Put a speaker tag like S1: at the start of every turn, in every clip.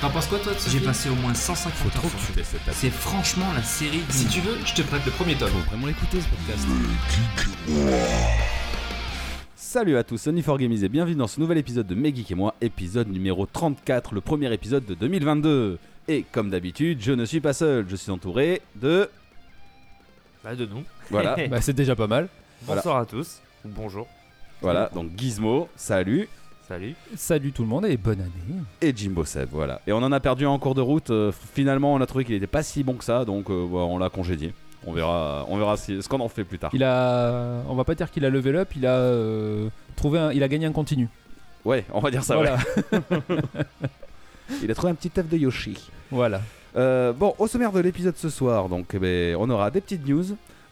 S1: T'en penses quoi toi de ce
S2: J'ai
S1: film
S2: passé au moins 150 heures. sur-
S3: fais cette
S2: C'est franchement la série. du-
S1: Si tu veux, je te prête le premier tome.
S3: Faut vraiment l'écouter ce podcast.
S4: Salut à tous, Sony for Games et bienvenue dans ce nouvel épisode de Megeek et moi, épisode numéro 34, le premier épisode de 2022. Et comme d'habitude, je ne suis pas seul, je suis entouré de...
S5: Bah, de nous.
S4: Voilà,
S3: Bah c'est déjà pas mal.
S5: Bonsoir à tous. Ou Bonjour.
S4: voilà, donc Gizmo, salut,
S5: Salut.
S3: Salut tout le monde et bonne année.
S4: et Jimbo Seb, voilà. Et on en a perdu un en cours de route, euh, finalement on a trouvé qu'il était pas si bon que ça, donc euh, bah, on l'a congédié. On verra, on verra si- ce qu'on en fait plus tard.
S6: Il a, on va pas dire qu'il a level up, il a euh, trouvé, un, il a gagné un continu.
S4: Ouais, on va dire ça,
S6: voilà,
S4: ouais. Il a trouvé un petit œuf de Yoshi.
S6: voilà.
S4: Euh, bon, au sommaire de l'épisode ce soir, donc, eh ben, on aura des petites news,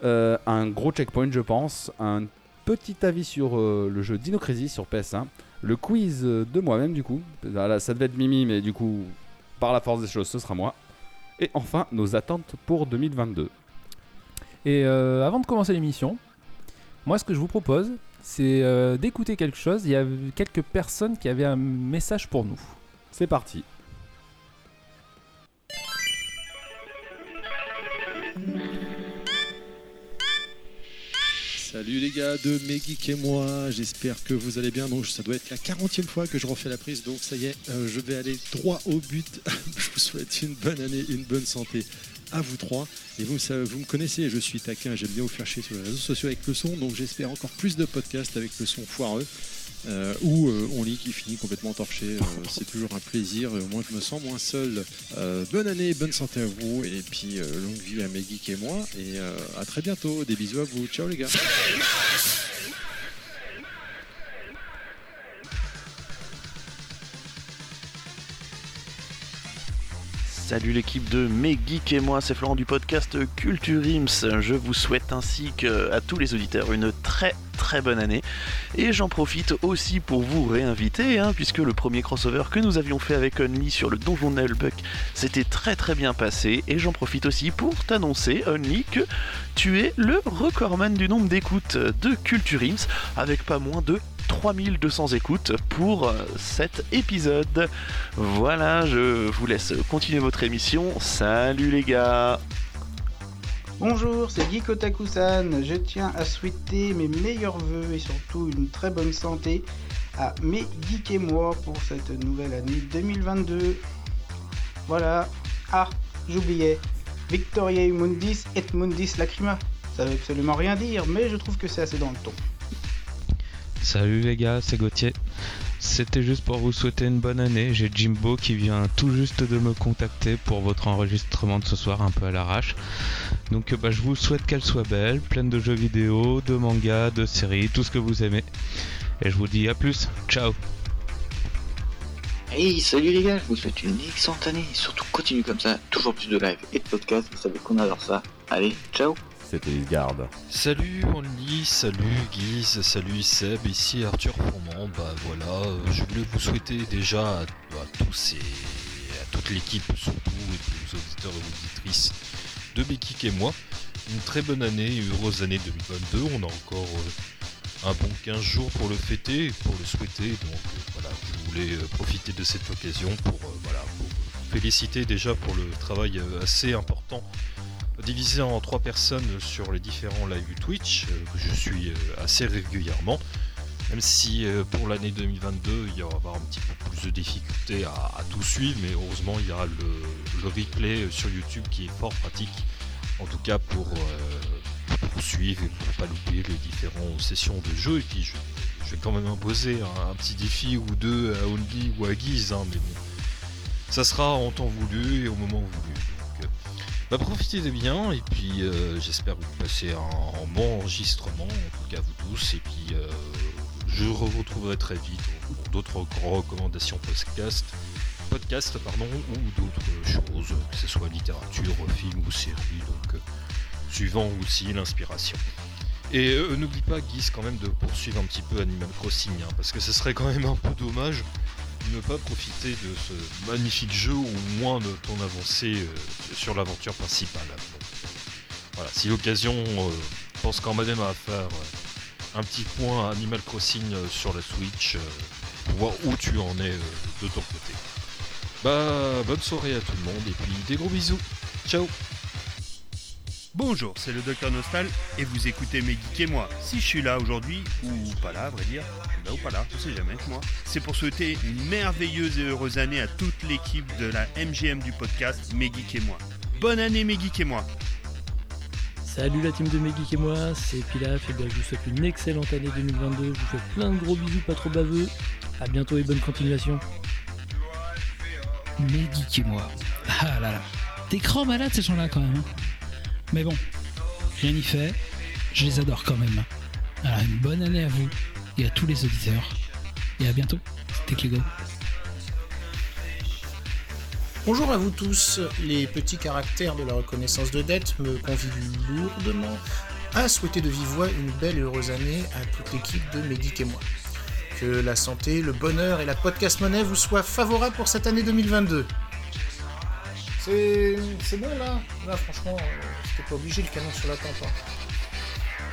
S4: euh, un gros checkpoint, je pense, un petit avis sur euh, le jeu Dino Crisis sur PS1, le quiz euh, de moi-même, du coup. Ah là, ça devait être Mimi, mais du coup, par la force des choses, ce sera moi. Et enfin, nos attentes pour 2022.
S6: Et euh, avant de commencer l'émission, moi ce que je vous propose, c'est euh, d'écouter quelque chose. Il y a quelques personnes qui avaient un message pour nous.
S4: C'est parti.
S7: Salut les gars de Megeek et moi, j'espère que vous allez bien. Donc ça doit être la 40e fois que je refais la prise, donc ça y est, euh, je vais aller droit au but. je vous souhaite une bonne année, une bonne santé à vous trois. Et vous, ça- vous me connaissez, je suis taquin, j'aime bien vous faire chier sur les réseaux sociaux avec le son, donc j'espère encore plus de podcasts avec le son foireux. euh, ou euh, on lit qui finit complètement torché, Euh, c'est toujours un plaisir, Euh, moi je me sens moins seul. Euh, bonne année, bonne santé à vous, et puis euh, longue vie à Megeek et moi, et euh, à très bientôt, des bisous à vous, ciao les gars
S8: Salut l'équipe de Mes Geeks et moi, c'est Florent du podcast Culture Ims. Je vous souhaite ainsi que à tous les auditeurs une très très bonne année. Et j'en profite aussi pour vous réinviter, hein, puisque le premier crossover que nous avions fait avec Only sur le donjon de Nullbuck s'était très très bien passé. Et j'en profite aussi pour t'annoncer, Only, que tu es le recordman du nombre d'écoutes de Culture Ims, avec pas moins de 3200 écoutes pour euh, cet épisode. Voilà, je vous laisse continuer votre émission. Salut les gars
S9: Bonjour, c'est Guy Kotakusan. Je tiens à souhaiter mes meilleurs voeux et surtout une très bonne santé à mes geeks et moi pour cette nouvelle année 2022. Voilà. Ah, j'oubliais. Victoria Mundis et Mundis Lacrima. Ça veut absolument rien dire, mais je trouve que c'est assez dans le ton.
S10: Salut les gars, c'est Gauthier. C'était juste pour vous souhaiter une bonne année. J'ai Jimbo qui vient tout juste de me contacter pour votre enregistrement de ce soir un peu à l'arrache. Donc euh, bah, je vous souhaite qu'elle soit belle, pleine de jeux vidéo, de mangas, de séries, tout ce que vous aimez. Et je vous dis à plus. Ciao
S11: Hey, salut les gars, je vous souhaite une excellente année. Surtout, continue comme ça, toujours plus de live et de podcasts, vous savez qu'on adore ça. Allez, ciao
S4: C'était Isgarde.
S10: Salut Only, salut Guise, salut Seb, ici Arthur Fourmont. Bah voilà, euh, je voulais vous souhaiter déjà à, à tous et à toute l'équipe surtout, et puis aux auditeurs et auditrices de Bekik et moi, une très bonne année, une heureuse année 2022. On a encore euh, un bon 15 jours pour le fêter, et pour le souhaiter. Donc euh, voilà, je voulais euh, profiter de cette occasion pour, euh, voilà, pour vous féliciter déjà pour le travail euh, assez important divisé en trois personnes sur les différents lives Twitch euh, que je suis euh, assez régulièrement. Même si euh, pour l'année 2022, il y aura un petit peu plus de difficultés à, à tout suivre, mais heureusement, il y aura le, le replay euh, sur YouTube qui est fort pratique, en tout cas pour, euh, pour suivre et pour pas louper les différentes sessions de jeu. Et puis, je, je vais quand même imposer un, un petit défi ou deux à Only ou à Guise, hein, mais bon, ça sera en temps voulu et au moment voulu. Donc, euh, bah, profitez de bien et puis euh, j'espère que vous passez un, un bon enregistrement, en tout cas vous tous, et puis euh, je vous retrouverai très vite pour d'autres recommandations podcast, podcast pardon, ou d'autres choses, que ce soit littérature, film ou série, donc euh, suivant aussi l'inspiration. Et euh, n'oublie pas Guise quand même de poursuivre un petit peu Animal Crossing, hein, parce que ce serait quand même un peu dommage ne pas profiter de ce magnifique jeu ou au moins de ton avancée euh, sur l'aventure principale. Donc, voilà, si l'occasion, euh, je pense quand même à faire euh, un petit point Animal Crossing euh, sur la Switch euh, pour voir où tu en es euh, de ton côté. Bah, bonne soirée à tout le monde et puis des gros bisous. Ciao
S1: Bonjour, c'est le Docteur Nostal et vous écoutez mes geeks et moi. Si je suis là aujourd'hui, ou pas là à vrai dire, je suis là ou pas là, on sait jamais moi, c'est pour souhaiter une merveilleuse et heureuse année à toute l'équipe de la MGM du podcast Mes geeks et moi. Bonne année mes geeks et moi
S12: Salut la team de mes geeks et moi, c'est Pilaf et bien je vous souhaite une excellente année 2022. Je vous fais plein de gros bisous, pas trop baveux. À bientôt et bonne continuation.
S13: Mais geeks et moi. Ah là là. T'es grand malade ces gens-là quand même. hein. Mais bon, rien n'y fait. Je les adore quand même. Alors une bonne année à vous et à tous les auditeurs. Et à bientôt. C'était Clégo.
S14: Bonjour à vous tous. Les petits caractères de la reconnaissance de dette me convient lourdement à souhaiter de vive voix une belle et heureuse année à toute l'équipe de Médic et moi. Que la santé, le bonheur et la podcast monnaie vous soient favorables pour cette année 2022. C'est c'est bon là Là franchement, euh, c'était pas obligé le canon sur la tempe. hein.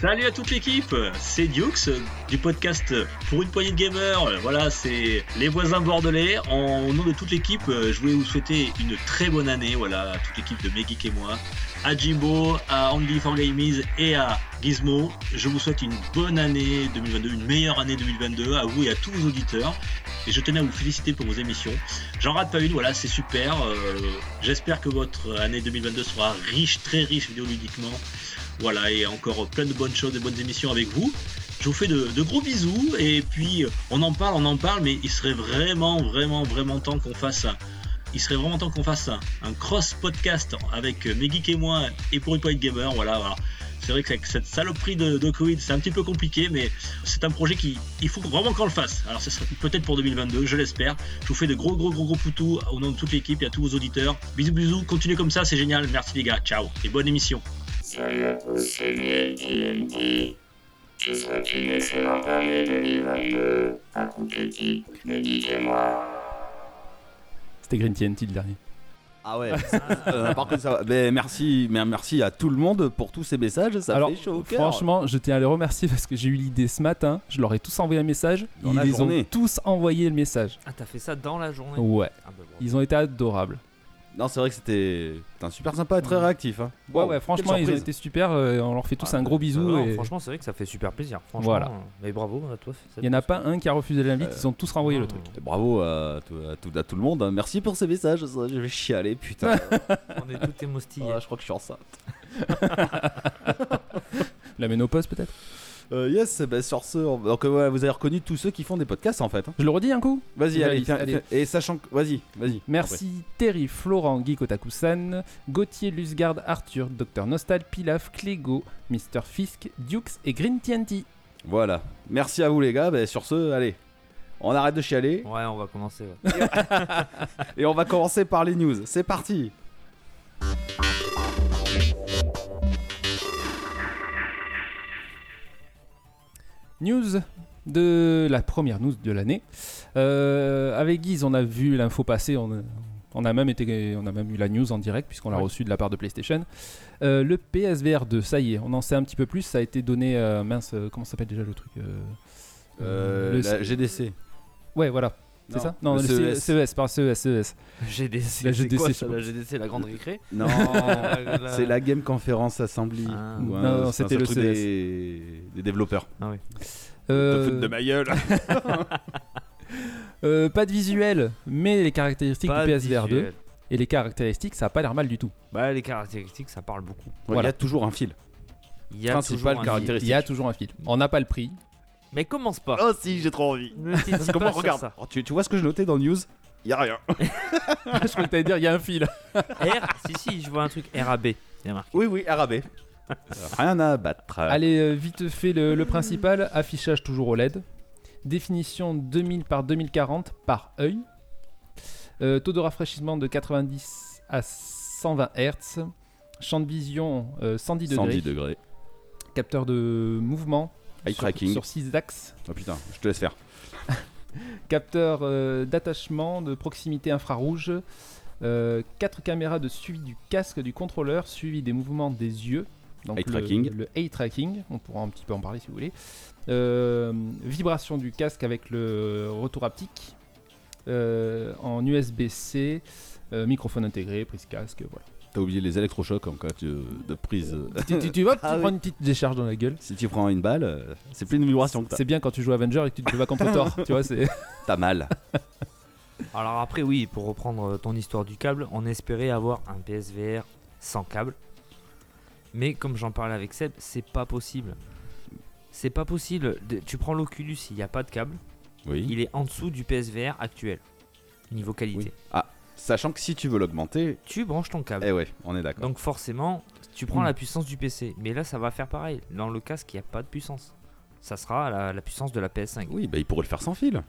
S15: Salut à toute l'équipe, c'est Dukes du podcast Pour une poignée de gamers. Voilà, c'est les voisins bordelais. En nom de toute l'équipe, je voulais vous souhaiter une très bonne année. Voilà, à toute l'équipe de Megeek et moi, à Jimbo, à Andy Fangamies et à Gizmo. Je vous souhaite une bonne année 2022, une meilleure année 2022 à vous et à tous vos auditeurs. Et je tenais à vous féliciter pour vos émissions. J'en rate pas une, voilà, c'est super. Euh, J'espère que votre année 2022 sera riche, très riche vidéoludiquement. Voilà, et encore plein de bonnes choses, de bonnes émissions avec vous. Je vous fais de, de gros bisous, et puis euh, on en parle, on en parle, mais il serait vraiment, vraiment, vraiment temps qu'on fasse un- il serait vraiment temps qu'on fasse un, un cross podcast avec euh, mes geeks et moi et pour une poignée de gamer. Voilà, voilà. C'est vrai que avec cette saloperie de, de Covid, c'est un petit peu compliqué, mais c'est un projet qui, il faut vraiment qu'on le fasse. Alors, ce sera peut-être pour 2022, je l'espère. Je vous fais de gros, gros, gros, gros poutous au nom de toute l'équipe et à tous vos auditeurs. Bisous, bisous. Continuez comme ça, c'est génial. Merci les gars. Ciao et bonne émission.
S16: Salut à tous, c'est DND. Je vous souhaite une excellente année 2022 à toute l'équipe, mais dites-moi.
S6: C'était Green TNT le dernier.
S4: Ah ouais, Euh, par contre, ça va. Mais merci, mais merci à tout le monde pour tous ces messages. Ça
S6: Alors,
S4: fait chaud au cœur.
S6: franchement, je tiens à les remercier parce que j'ai eu l'idée ce matin. Je leur ai tous envoyé un message.
S4: Dans
S6: ils
S4: la
S6: les
S4: journée.
S6: ont tous envoyé le message.
S5: Ah, t'as fait ça dans la journée
S6: Ouais.
S5: Ah, bah, bon.
S6: Oh. Ils ont été adorables.
S4: Non, c'est vrai que c'était c'était un super sympa et très
S6: Ouais.
S4: réactif. hein.
S6: Ouais,
S4: Wow,
S6: ouais,
S4: quelle
S6: franchement, ils ont
S4: surprise.
S6: été super. euh, on leur fait tous un gros bisou.
S5: Ah, Non,
S6: et
S5: Franchement, c'est vrai que ça fait super plaisir. Franchement,
S6: Voilà.
S5: euh, Mais bravo à toi. Ah,
S6: Il n'y en a pas un qui a refusé l'invite.
S4: Euh,
S6: Ils ont tous renvoyé le truc.
S4: Et Bravo à tout, à tout- à tout le monde. hein. Merci pour ces messages. ça, Je vais chialer, putain. Ah,
S5: On est tout émoustillés.
S4: je crois que je suis enceinte.
S6: La ménopause, peut-être
S4: Euh, yes, bah, sur ce, on- donc euh, ouais, vous avez reconnu tous ceux qui font des podcasts en fait. hein.
S6: Je le redis un coup
S4: Vas-y,
S6: La
S4: allez,
S6: liste,
S4: tiens,
S6: allez.
S4: tiens, et sachant que. Vas-y, vas-y.
S6: Merci Terry, Florent, Guy Kotakusan, Gauthier, Lusgard, Arthur, Dr Nostal, Pilaf, Clégo, Mr Fisk, Dukes et Green TNT.
S4: après. Voilà. Merci à vous les gars. Bah, sur ce, allez. On arrête de chialer
S5: Ouais, on va commencer. ouais.
S4: et on va commencer par les news. C'est parti
S6: News de la première news de l'année. Euh, avec Guise, on a vu l'info passer, on a, on a même été, on a même eu la news en direct puisqu'on l'a reçue de la part de PlayStation. Euh, le PSVR 2, ça y est, on en sait un petit peu plus. Ça a été donné, euh, mince, euh, comment s'appelle déjà le truc euh,
S4: Euh,
S6: le-
S4: la GDC.
S6: Ouais, voilà. C'est
S4: Non,
S6: ça Non,
S4: le E
S6: le
S5: E
S6: E
S4: CES.
S6: CES, par CES, CES.
S5: GDC, c'est
S6: La GDC,
S5: quoi,
S6: je
S5: ça,
S6: sais pas.
S5: la GDC, la grande récré
S4: Non, c'est la Game Conference Assembly. ou un-
S6: Ah. Non,
S4: c'est un
S6: c'était le
S4: truc
S6: CES.
S4: des, des développeurs.
S5: Ah oui.
S6: Euh,
S4: foutre de ma gueule.
S6: Euh, pas de visuel, mais les caractéristiques
S5: Pas
S6: du
S5: de
S6: PSVR 2.
S5: visuel.
S6: Et les caractéristiques, ça a pas l'air mal du tout.
S5: Bah, les caractéristiques, ça parle beaucoup.
S4: Il y a toujours un fil.
S5: Il y a
S4: Principal
S5: toujours un
S4: caractéristique.
S6: Il y a toujours un fil. On n'a pas le prix.
S5: Mais commence pas.
S8: Oh si, j'ai trop envie.
S5: Ne t'hésite
S8: Parce que
S5: pas
S8: moi,
S5: sur
S8: regarde,
S5: ça.
S4: Oh, tu, tu vois ce que je notais dans le news Il a rien.
S6: Je croyais que t'allais dire il y a un fil.
S5: R, si, si, je vois un truc RAB. Il y a marqué.
S4: Oui, oui, arabais. Rien à battre.
S6: Allez, euh, vite fait le, le principal. Affichage toujours OLED. Définition 2000 par 2040 par œil. Euh, taux de rafraîchissement de 90 à 120 Hz. Champ de vision euh, 110 degrés.
S4: 110 degrés.
S6: Capteur de mouvement
S4: Eye
S6: sur-
S4: tracking.
S6: sur 6 axes.
S4: Oh putain, je te laisse faire.
S6: capteur euh, d'attachement de proximité infrarouge, 4 caméras de suivi du casque du contrôleur, suivi des mouvements des yeux, donc
S4: Eye
S6: le-
S4: tracking.
S6: le eye tracking, on pourra un petit peu en parler si vous voulez, Euh, vibration du casque avec le retour haptique, euh, en USB-C, euh, microphone intégré, prise casque, voilà.
S4: T'as oublié les électrochocs en cas de, de prise.
S6: Tu, tu- tu vois, tu prends une petite décharge dans la gueule.
S4: Si tu prends une balle, euh, c'est plus une vibration que t'as.
S6: C'est bien quand tu joues Avenger et que tu te vas contre Thor, tu vois, c'est...
S4: T'as mal.
S5: Alors après, oui, pour reprendre euh, ton histoire du câble, on espérait avoir un PSVR sans câble. Mais comme j'en parlais avec Seb, c'est pas possible. C'est pas possible. De- tu prends l'Oculus, il n'y a pas de câble.
S4: Oui.
S5: Il est en dessous du PSVR actuel. Niveau qualité.
S4: Ah, sachant que si tu veux l'augmenter.
S5: Tu branches ton câble.
S4: Eh ouais, on est d'accord.
S5: Donc forcément, tu prends
S4: Mm.
S5: la puissance du PC. Mais là, ça va faire pareil. Dans le casque, il n'y a pas de puissance. Ça sera la, la puissance de la PS5.
S4: Oui, bah, il pourrait le faire sans fil.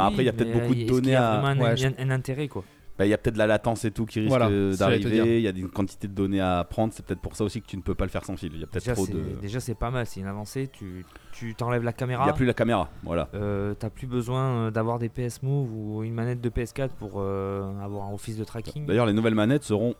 S5: Oui,
S4: après, il y a
S5: mais euh,
S4: peut-être beaucoup
S5: est-ce
S4: de
S5: qu'il
S4: données
S5: y a
S4: à.
S5: vraiment un-
S4: Ouais, je-
S5: un- un intérêt, quoi.
S4: Bah, il y a peut-être de la latence et tout qui risque
S6: Voilà,
S4: euh,
S6: c'est ce que j'allais te dire.
S4: d'arriver. Il y a une quantité de données à prendre. C'est peut-être pour ça aussi que tu ne peux pas le faire sans fil. Il y a peut-être
S5: Déjà,
S4: trop
S5: c'est-
S4: de.
S5: déjà, c'est pas mal, c'est une avancée. Tu tu t'enlèves la
S4: Il
S5: caméra.
S4: n'y a plus la caméra. Voilà.
S5: Euh, T'as plus besoin euh, d'avoir des PS Move ou une manette de PS4 pour euh, avoir un office de tracking.
S4: D'ailleurs, les nouvelles manettes seront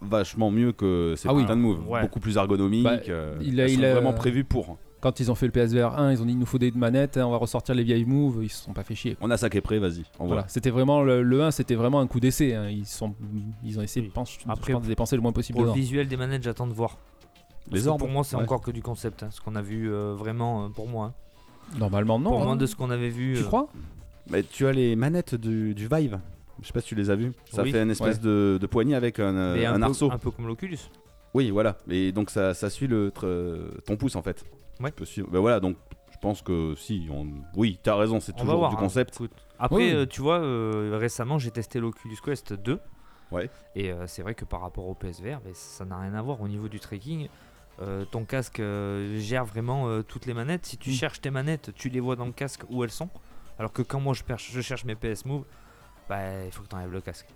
S4: vachement mieux que ces
S5: Ah oui.
S4: putains de moves.
S5: Ouais.
S4: Beaucoup plus ergonomiques.
S6: Bah,
S4: euh,
S6: il a-
S4: elles
S6: il
S4: sont
S6: a-
S4: vraiment prévues pour.
S6: Quand ils ont fait le PSVR 1, ils ont dit il nous faut des manettes, hein, on va ressortir les vieilles moves, ils se sont pas fait chier.
S4: On a ça qui est prêt, vas-y. on
S6: Voilà,
S4: voit.
S6: c'était vraiment le, le 1, c'était vraiment un coup d'essai. hein, Ils sont, ils ont essayé de, penche- je
S5: Après,
S6: pense, de dépenser le moins possible
S5: Pour le
S6: dedans.
S5: visuel des manettes, j'attends de voir.
S6: Les
S5: Parce que
S6: orbes,
S5: pour moi, c'est
S6: ouais.
S5: encore que du concept. hein, ce qu'on a vu euh, vraiment euh, pour moi. hein.
S6: Normalement, non.
S5: Pour
S6: hein.
S5: moi, de ce qu'on avait vu.
S6: Tu
S5: euh,
S6: crois
S4: Mais tu as les manettes du, du Vive. Je sais pas si tu les as vues. Ça
S5: Oui.
S4: fait une espèce
S5: Ouais.
S4: de, de poignée avec un, euh,
S5: mais un,
S4: un
S5: peu,
S4: arceau.
S5: un peu comme l'Oculus.
S4: Oui, voilà. Et donc ça, ça suit le tr- euh, ton pouce en fait.
S5: Ouais.
S4: Tu peux suivre. Ben voilà, donc je pense que si. On... Oui, t'as raison, c'est
S5: On va
S4: toujours
S5: voir,
S4: du
S5: hein,
S4: concept.
S5: écoute. Après,
S4: Oui.
S5: euh, tu vois, euh, récemment, j'ai testé l'Oculus Quest 2.
S4: Ouais.
S5: Et euh, c'est vrai que par rapport au PSVR, ben, ça n'a rien à voir au niveau du tracking. euh, ton casque euh, gère vraiment euh, toutes les manettes.
S6: Mm.
S5: Si tu cherches tes manettes, tu les vois dans le casque où elles sont. Alors que quand moi je, perche- je cherche mes PS Move, bah, il faut que tu enlèves le casque.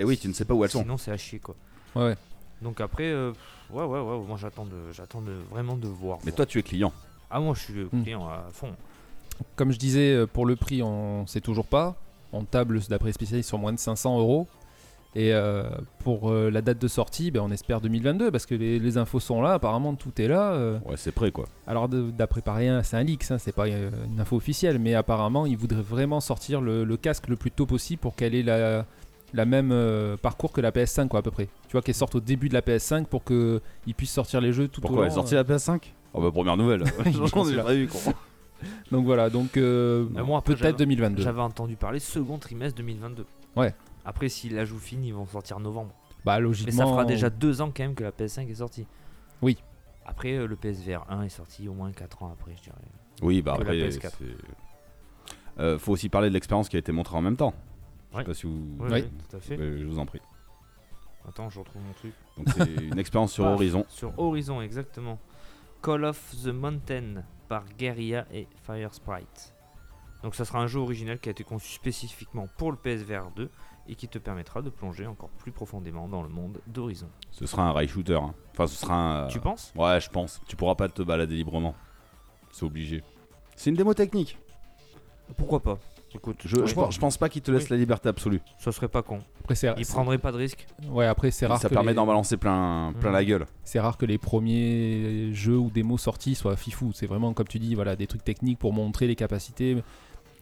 S4: Et oui, tu ne sais pas où elles sont.
S5: Sinon, c'est à chier quoi.
S6: Ouais, ouais.
S5: Donc après, euh, ouais, ouais, ouais, moi j'attends de, j'attends de- vraiment de voir.
S4: Mais
S5: voir.
S4: toi, tu es client.
S5: Ah, moi je suis
S6: Mm.
S5: client à fond.
S6: Comme je disais, euh, pour le prix, on sait toujours pas. On table, d'après les spécialistes, sur moins de 500 euros. Et euh, pour euh, la date de sortie, ben, on espère 2022 parce que les, les infos sont là. Apparemment, tout est là. euh.
S4: Ouais, c'est prêt quoi.
S6: Alors, de- d'après pas rien, c'est un leak, ça, c'est pas euh, une info officielle, mais apparemment, ils voudraient vraiment sortir le, le casque le plus tôt possible pour qu'elle ait la, la même euh, parcours que la PS5, quoi, à peu près. Tu vois, qu'elle sorte au début de la PS5 pour qu'ils puissent sortir les jeux tout au
S4: Pourquoi
S6: long. euh.
S4: elle est
S5: euh,
S4: sortie la PS5 Oh bah première nouvelle. J'en ai pas eu quoi.
S6: Donc voilà, donc euh,
S5: Euh, moi, après, j'avais-
S6: peut-être 2022.
S5: J'avais entendu parler second trimestre 2022.
S6: Ouais.
S5: Après, si la joue fine, ils vont sortir novembre. Mais
S6: Bah,
S5: ça
S6: logiquement-
S5: fera déjà deux ans quand même que la PS5 est sortie.
S6: Oui.
S5: Après, euh, le PSVR 1 est sorti au moins 4 ans après, je dirais.
S4: Oui, bah
S5: Que la
S4: après.
S5: PS4.
S4: c'est- Euh, faut aussi parler de l'expérience qui a été montrée en même temps. Je
S5: Ouais.
S4: sais pas si vous.
S5: Ouais, ouais, Oui. tout à fait.
S4: Euh, je vous en prie.
S5: Attends, je retrouve mon truc.
S4: Donc c'est une expérience sur
S5: Ah,
S4: Horizon.
S5: Sur Horizon, exactement. Call of the Mountain par Guerrilla et Fire Sprite. Donc ça sera un jeu original qui a été conçu spécifiquement pour le PSVR 2 et qui te permettra de plonger encore plus profondément dans le monde d'Horizon.
S4: Ce sera un rail shooter. hein. Enfin, ce sera un. euh,
S5: Tu penses
S4: Ouais, je pense. Tu pourras pas te balader librement. C'est obligé. C'est une démo technique.
S5: Pourquoi pas Écoute,
S4: Je, je pense, je pense pas qu'il te laisse la liberté absolue.
S5: Ça serait pas con.
S6: Après, c'est-
S4: Bah,
S5: Il
S6: c'est-
S5: prendrait pas de risque.
S6: Ouais, après, c'est rare.
S4: Ça
S6: que
S4: permet
S6: les- Mmh.
S4: d'en balancer plein, plein la gueule.
S6: C'est rare que les premiers jeux ou démos sortis soient fifou. C'est vraiment, comme tu dis, voilà, des trucs techniques pour montrer les capacités.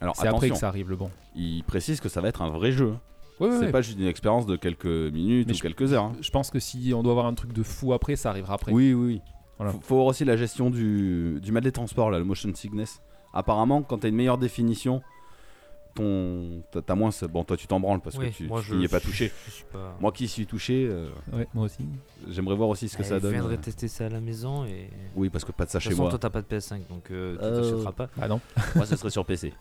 S4: Alors
S6: c'est après
S4: attention.
S6: que ça arrive, le bon.
S4: Il précise que ça va être un vrai jeu. hein.
S6: Ouais, ouais,
S4: c'est
S6: ouais.
S4: pas juste une expérience de quelques minutes ou quelques heures. hein.
S6: Je pense que si on doit avoir un truc de fou après, ça arrivera après.
S4: Oui, oui, oui. Faut, faut avoir aussi la gestion du, du mal des transports, là, le motion sickness. Apparemment, quand t'as une meilleure définition, ton, t'as, t'as moins. ce- Bon, toi, tu t'en branles parce
S6: Oui,
S4: que tu,
S6: moi,
S4: tu
S6: je-
S4: n'y es pas touché.
S5: je suis pas-
S4: Moi qui y suis touché, euh,
S6: Ouais, moi aussi.
S4: j'aimerais voir aussi ce que
S5: Eh,
S4: ça
S5: Je
S4: donne.
S5: viendrai tester ça à la maison et.
S4: Oui, parce que pas de ça
S5: De toute
S4: chez
S5: façon,
S4: moi.
S5: Toi, t'as pas de PS5, donc euh, tu
S4: Euh,
S5: t'achèteras pas.
S4: Ah non. Moi, ce serait sur PC.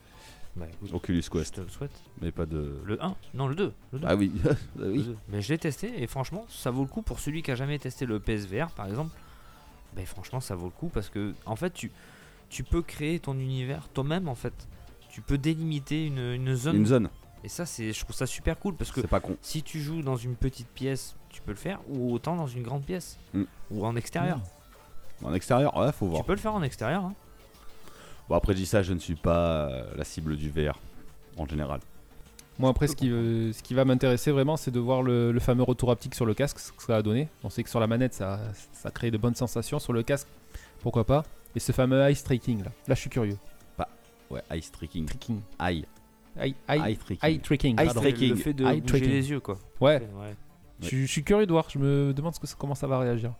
S5: Bah, écoute,
S4: Oculus Quest.
S5: Je te le souhaite.
S4: Mais pas de.
S5: Le 1 Non, le 2. le 2.
S4: Ah oui. Bah oui.
S5: Le 2. Mais je l'ai testé et franchement, ça vaut le coup pour celui qui a jamais testé le PSVR par exemple. Ben franchement, ça vaut le coup parce que en fait, tu, tu peux créer ton univers toi-même en fait. Tu peux délimiter une, une zone.
S4: Une zone.
S5: Et ça, c'est, je trouve ça super cool parce que
S4: C'est pas con.
S5: si tu joues dans une petite pièce, tu peux le faire ou autant dans une grande pièce
S4: Mm.
S5: ou en extérieur.
S4: En extérieur, ouais, faut voir.
S5: Tu peux le faire en extérieur. hein.
S4: Bon, après, je dis ça, je ne suis pas euh, la cible du VR en général.
S6: Moi, après, ce qui, euh, ce qui va m'intéresser vraiment, c'est de voir le, le fameux retour haptique sur le casque, ce que ça a donné. On sait que sur la manette, ça, ça crée de bonnes sensations. Sur le casque, pourquoi pas. Et ce fameux eye striking, là. Là, je suis curieux.
S4: Ouais, eye streaking.
S6: Tricking.
S4: Eye.
S6: Eye, eye-
S4: Eye tracking.
S6: eye tracking.
S4: Eye
S6: pardon.
S4: tracking.
S5: Le fait de
S6: Eye
S5: bouger
S6: tracking.
S5: les yeux, quoi.
S6: Ouais.
S5: Ouais.
S6: Je, je suis curieux de voir. Je me demande ce que, comment ça va réagir.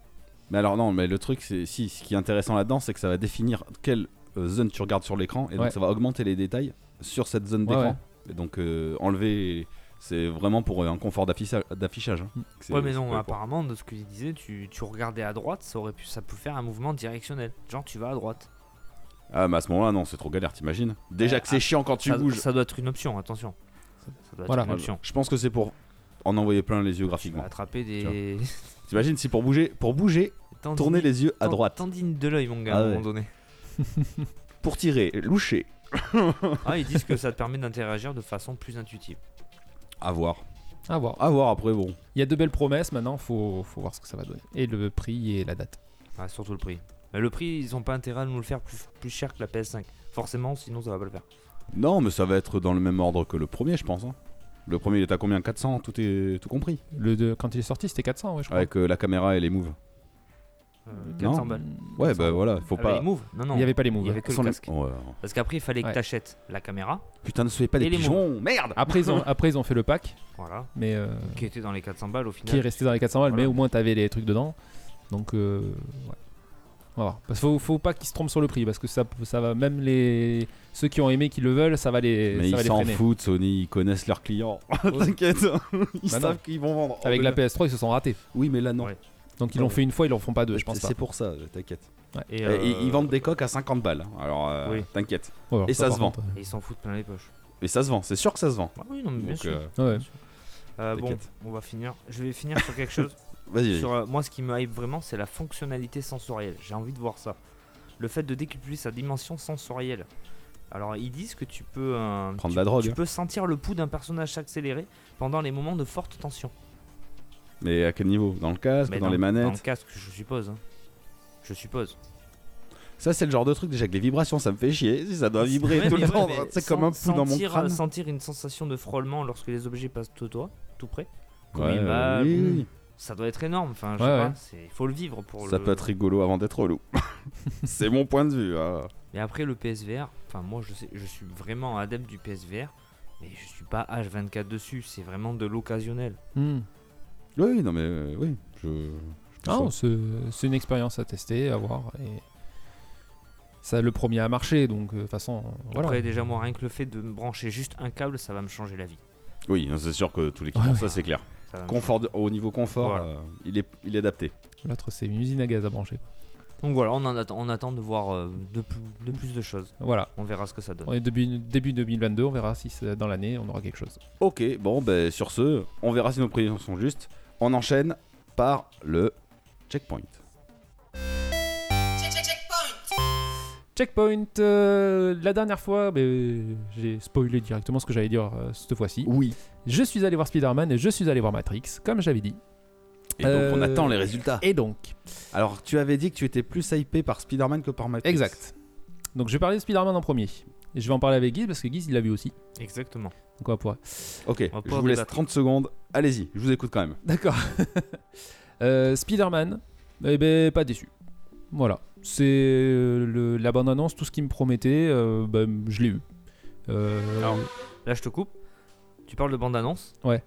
S4: Mais alors non, mais le truc, c'est si ce qui est intéressant là-dedans, c'est que ça va définir quelle euh, zone tu regardes sur l'écran, et donc
S6: Ouais.
S4: ça va augmenter les détails sur cette zone
S6: Ouais,
S4: d'écran.
S6: ouais.
S4: Et donc euh, enlever, c'est vraiment pour euh, un confort d'affichage. d'affichage, hein, que c'est-
S5: Ouais, mais
S4: c'est
S5: non,
S4: pas pour-
S5: apparemment, de ce que tu disais, tu, tu regardais à droite, ça aurait pu, ça peut faire un mouvement directionnel. Genre, tu vas à droite.
S4: Ah, mais à ce moment-là, non, c'est trop galère, t'imagines Déjà
S5: Ouais,
S4: que c'est
S5: ah,
S4: chiant quand tu
S5: ça-
S4: bouges.
S5: Ça doit être une option, attention. Ça, ça doit être une option.
S4: Je pense que c'est pour en envoyer plein les yeux graphiquement.
S5: Attraper
S4: Tu vois.
S5: des.
S4: T'imagines si pour bouger, pour bouger,
S5: Tendine-
S4: tourner les yeux à
S5: ten-
S4: droite.
S5: Tendine de l'œil, mon gars, à
S4: Ah
S5: un
S4: ouais.
S5: moment donné.
S4: Pour tirer, loucher.
S5: Ah, ils disent que ça te permet d'interagir de façon plus intuitive.
S4: À voir.
S6: À voir.
S4: À voir après, bon.
S6: Il y a de belles promesses. Maintenant, faut, faut voir ce que ça va donner. Et le prix et la date.
S5: Ah, surtout le prix. Mais le prix, ils ont pas intérêt à nous le faire plus, plus cher que la PS5. Forcément, sinon ça va pas le faire.
S4: Non, mais ça va être dans le même ordre que le premier, je pense. hein. Le premier, il est à combien 400, tout est tout compris.
S6: Le de, quand il est sorti, c'était 400, ouais, je crois.
S4: Avec euh, la caméra et les moves. Non
S5: 400 Euh, balles.
S4: Ouais, bah voilà, faut
S5: Ah,
S4: pas.
S5: les moves Non, non.
S6: Il y avait pas les moves.
S5: Il y avait que
S6: Sans
S5: le
S6: le-
S5: casque.
S4: Oh. Ouais.
S5: Parce qu'après, il fallait que
S6: Ouais.
S5: t'achètes la caméra.
S4: Putain, ne soyez pas
S5: Et
S4: des
S5: les
S4: pigeons, Ah,
S5: moves.
S4: merde
S6: Après, ils ont, après, ils ont fait le pack.
S5: Voilà.
S6: Mais euh,
S5: Qui était dans les 400 balles au final.
S6: qui est resté dans les 400 balles,
S5: Voilà.
S6: mais au moins t'avais les trucs dedans. Donc, euh, ouais. On va voir. Parce qu'il faut, faut pas qu'ils se trompent sur le prix, parce que ça, ça va même les ceux qui ont aimé, qui le veulent, ça va les,
S4: Mais
S6: ça va
S4: ils
S6: les
S4: s'en
S6: freiner.
S4: foutent, Sony, ils connaissent leurs clients. T'inquiète, ils
S6: Bah non.
S4: savent qu'ils vont vendre.
S6: Avec
S4: Oh,
S6: la
S4: mais-
S6: PS3, ils se sont ratés.
S4: Oui, mais là non.
S6: Donc ils l'ont
S4: Ouais.
S6: fait une fois, ils l'en feront pas deux, je pense
S4: C'est
S6: pas.
S4: c'est pour ça, euh, t'inquiète.
S6: Ouais.
S4: Et,
S5: Et, euh,
S4: et ils vendent des coques à 50 balles, hein. alors euh,
S5: Oui.
S4: t'inquiète.
S6: Ouais, alors
S4: et
S6: ça,
S4: ça
S6: par
S4: se vend.
S6: contre,
S5: Et ils s'en foutent plein les poches.
S4: Et ça se vend, c'est sûr que ça se vend.
S5: Ah oui, non, mais bien
S4: Donc,
S5: sûr.
S4: euh,
S6: Ouais.
S5: Euh, bon,
S4: T'inquiète.
S5: on va finir. Je vais finir sur quelque chose.
S4: Vas-y, vas-y.
S5: Sur, euh, moi, ce qui me hype vraiment, c'est la fonctionnalité sensorielle. J'ai envie de voir ça. Le fait de décupler sa dimension sensorielle. Alors, ils disent que tu peux euh,
S4: Prendre
S5: tu-
S4: de la drogue.
S5: Tu peux sentir le pouls d'un personnage s'accélérer pendant les moments de forte tension.
S4: Mais à quel niveau Dans le casque,
S5: Mais
S4: dans, les
S5: Dans le
S4: manettes
S5: casque, je suppose. hein. Je suppose.
S4: Ça, c'est le genre de truc déjà que les vibrations, ça me fait chier. Si ça doit vibrer
S5: Ouais,
S4: tout
S5: mais
S4: le
S5: ouais,
S4: temps,
S5: mais
S4: c'est
S5: sen-
S4: comme un pouls dans mon
S5: sentir-
S4: crâne.
S5: Sentir une sensation de frôlement lorsque les objets passent de toi, tout près. Comme
S4: Ouais,
S5: ils battent,
S4: oui,
S5: mm,
S4: oui.
S5: Ça doit être énorme. Enfin, je
S4: Ouais,
S5: sais
S4: ouais.
S5: pas. c'est- Il faut le vivre pour
S4: Ça
S5: le.
S4: peut être rigolo avant d'être relou. c'est mon point de vue. hein.
S5: Mais après le PSVR, enfin moi je sais, je suis vraiment adepte du PSVR, mais je suis pas H24 dessus, c'est vraiment de l'occasionnel.
S4: Oui, non, mais euh, oui. Je, Hmm. je peux
S6: Ah,
S4: savoir.
S6: c'est c'est une expérience à tester, à voir. Et ça, le premier à marcher, donc euh, de toute façon, voilà.
S5: Après déjà moi rien que le fait de me brancher juste un câble, ça va me changer la vie.
S4: Oui, non, c'est sûr que tous les clients, ça c'est clair.
S5: Ça va me
S4: Confort, de- au niveau confort,
S5: Voilà.
S4: euh, il, est, il est adapté.
S6: L'autre, c'est une usine à gaz à brancher.
S5: Donc voilà, on, en attend, on attend de voir euh, de, plus, de plus de choses.
S6: Voilà.
S5: On verra ce que ça donne.
S6: On est début, début 2022, on verra si c'est dans l'année on aura quelque chose.
S4: Ok, bon, ben sur ce, on verra si nos prévisions sont justes. On enchaîne par le checkpoint.
S6: Checkpoint, euh, la dernière fois, ben, j'ai spoilé directement ce que j'allais dire euh, cette fois-ci.
S4: Oui.
S6: Je suis allé voir Spider-Man et je suis allé voir Matrix, comme j'avais dit. Euh,
S4: Et donc, on attend les résultats.
S6: Et donc,
S4: Euh, Alors, tu avais dit que tu étais plus hypé par Spider-Man que par Matrix.
S6: Exact. donc je vais parler de Spider-Man en premier. Et je vais en parler avec Guise parce que Guise il l'a vu aussi.
S5: Exactement.
S6: Donc on va pouvoir.
S4: Ok,
S5: On va
S4: je
S5: pouvoir
S4: vous laisse
S5: débattre.
S4: 30 secondes. Allez-y, je vous écoute quand même.
S6: D'accord. Euh, Spider-Man, eh ben, pas déçu. Voilà. C'est euh, le- la bande-annonce, tout ce qui me promettait, euh, ben, je l'ai eu. Euh,
S5: Alors, là je te coupe. Tu parles de bande-annonce
S6: ouais.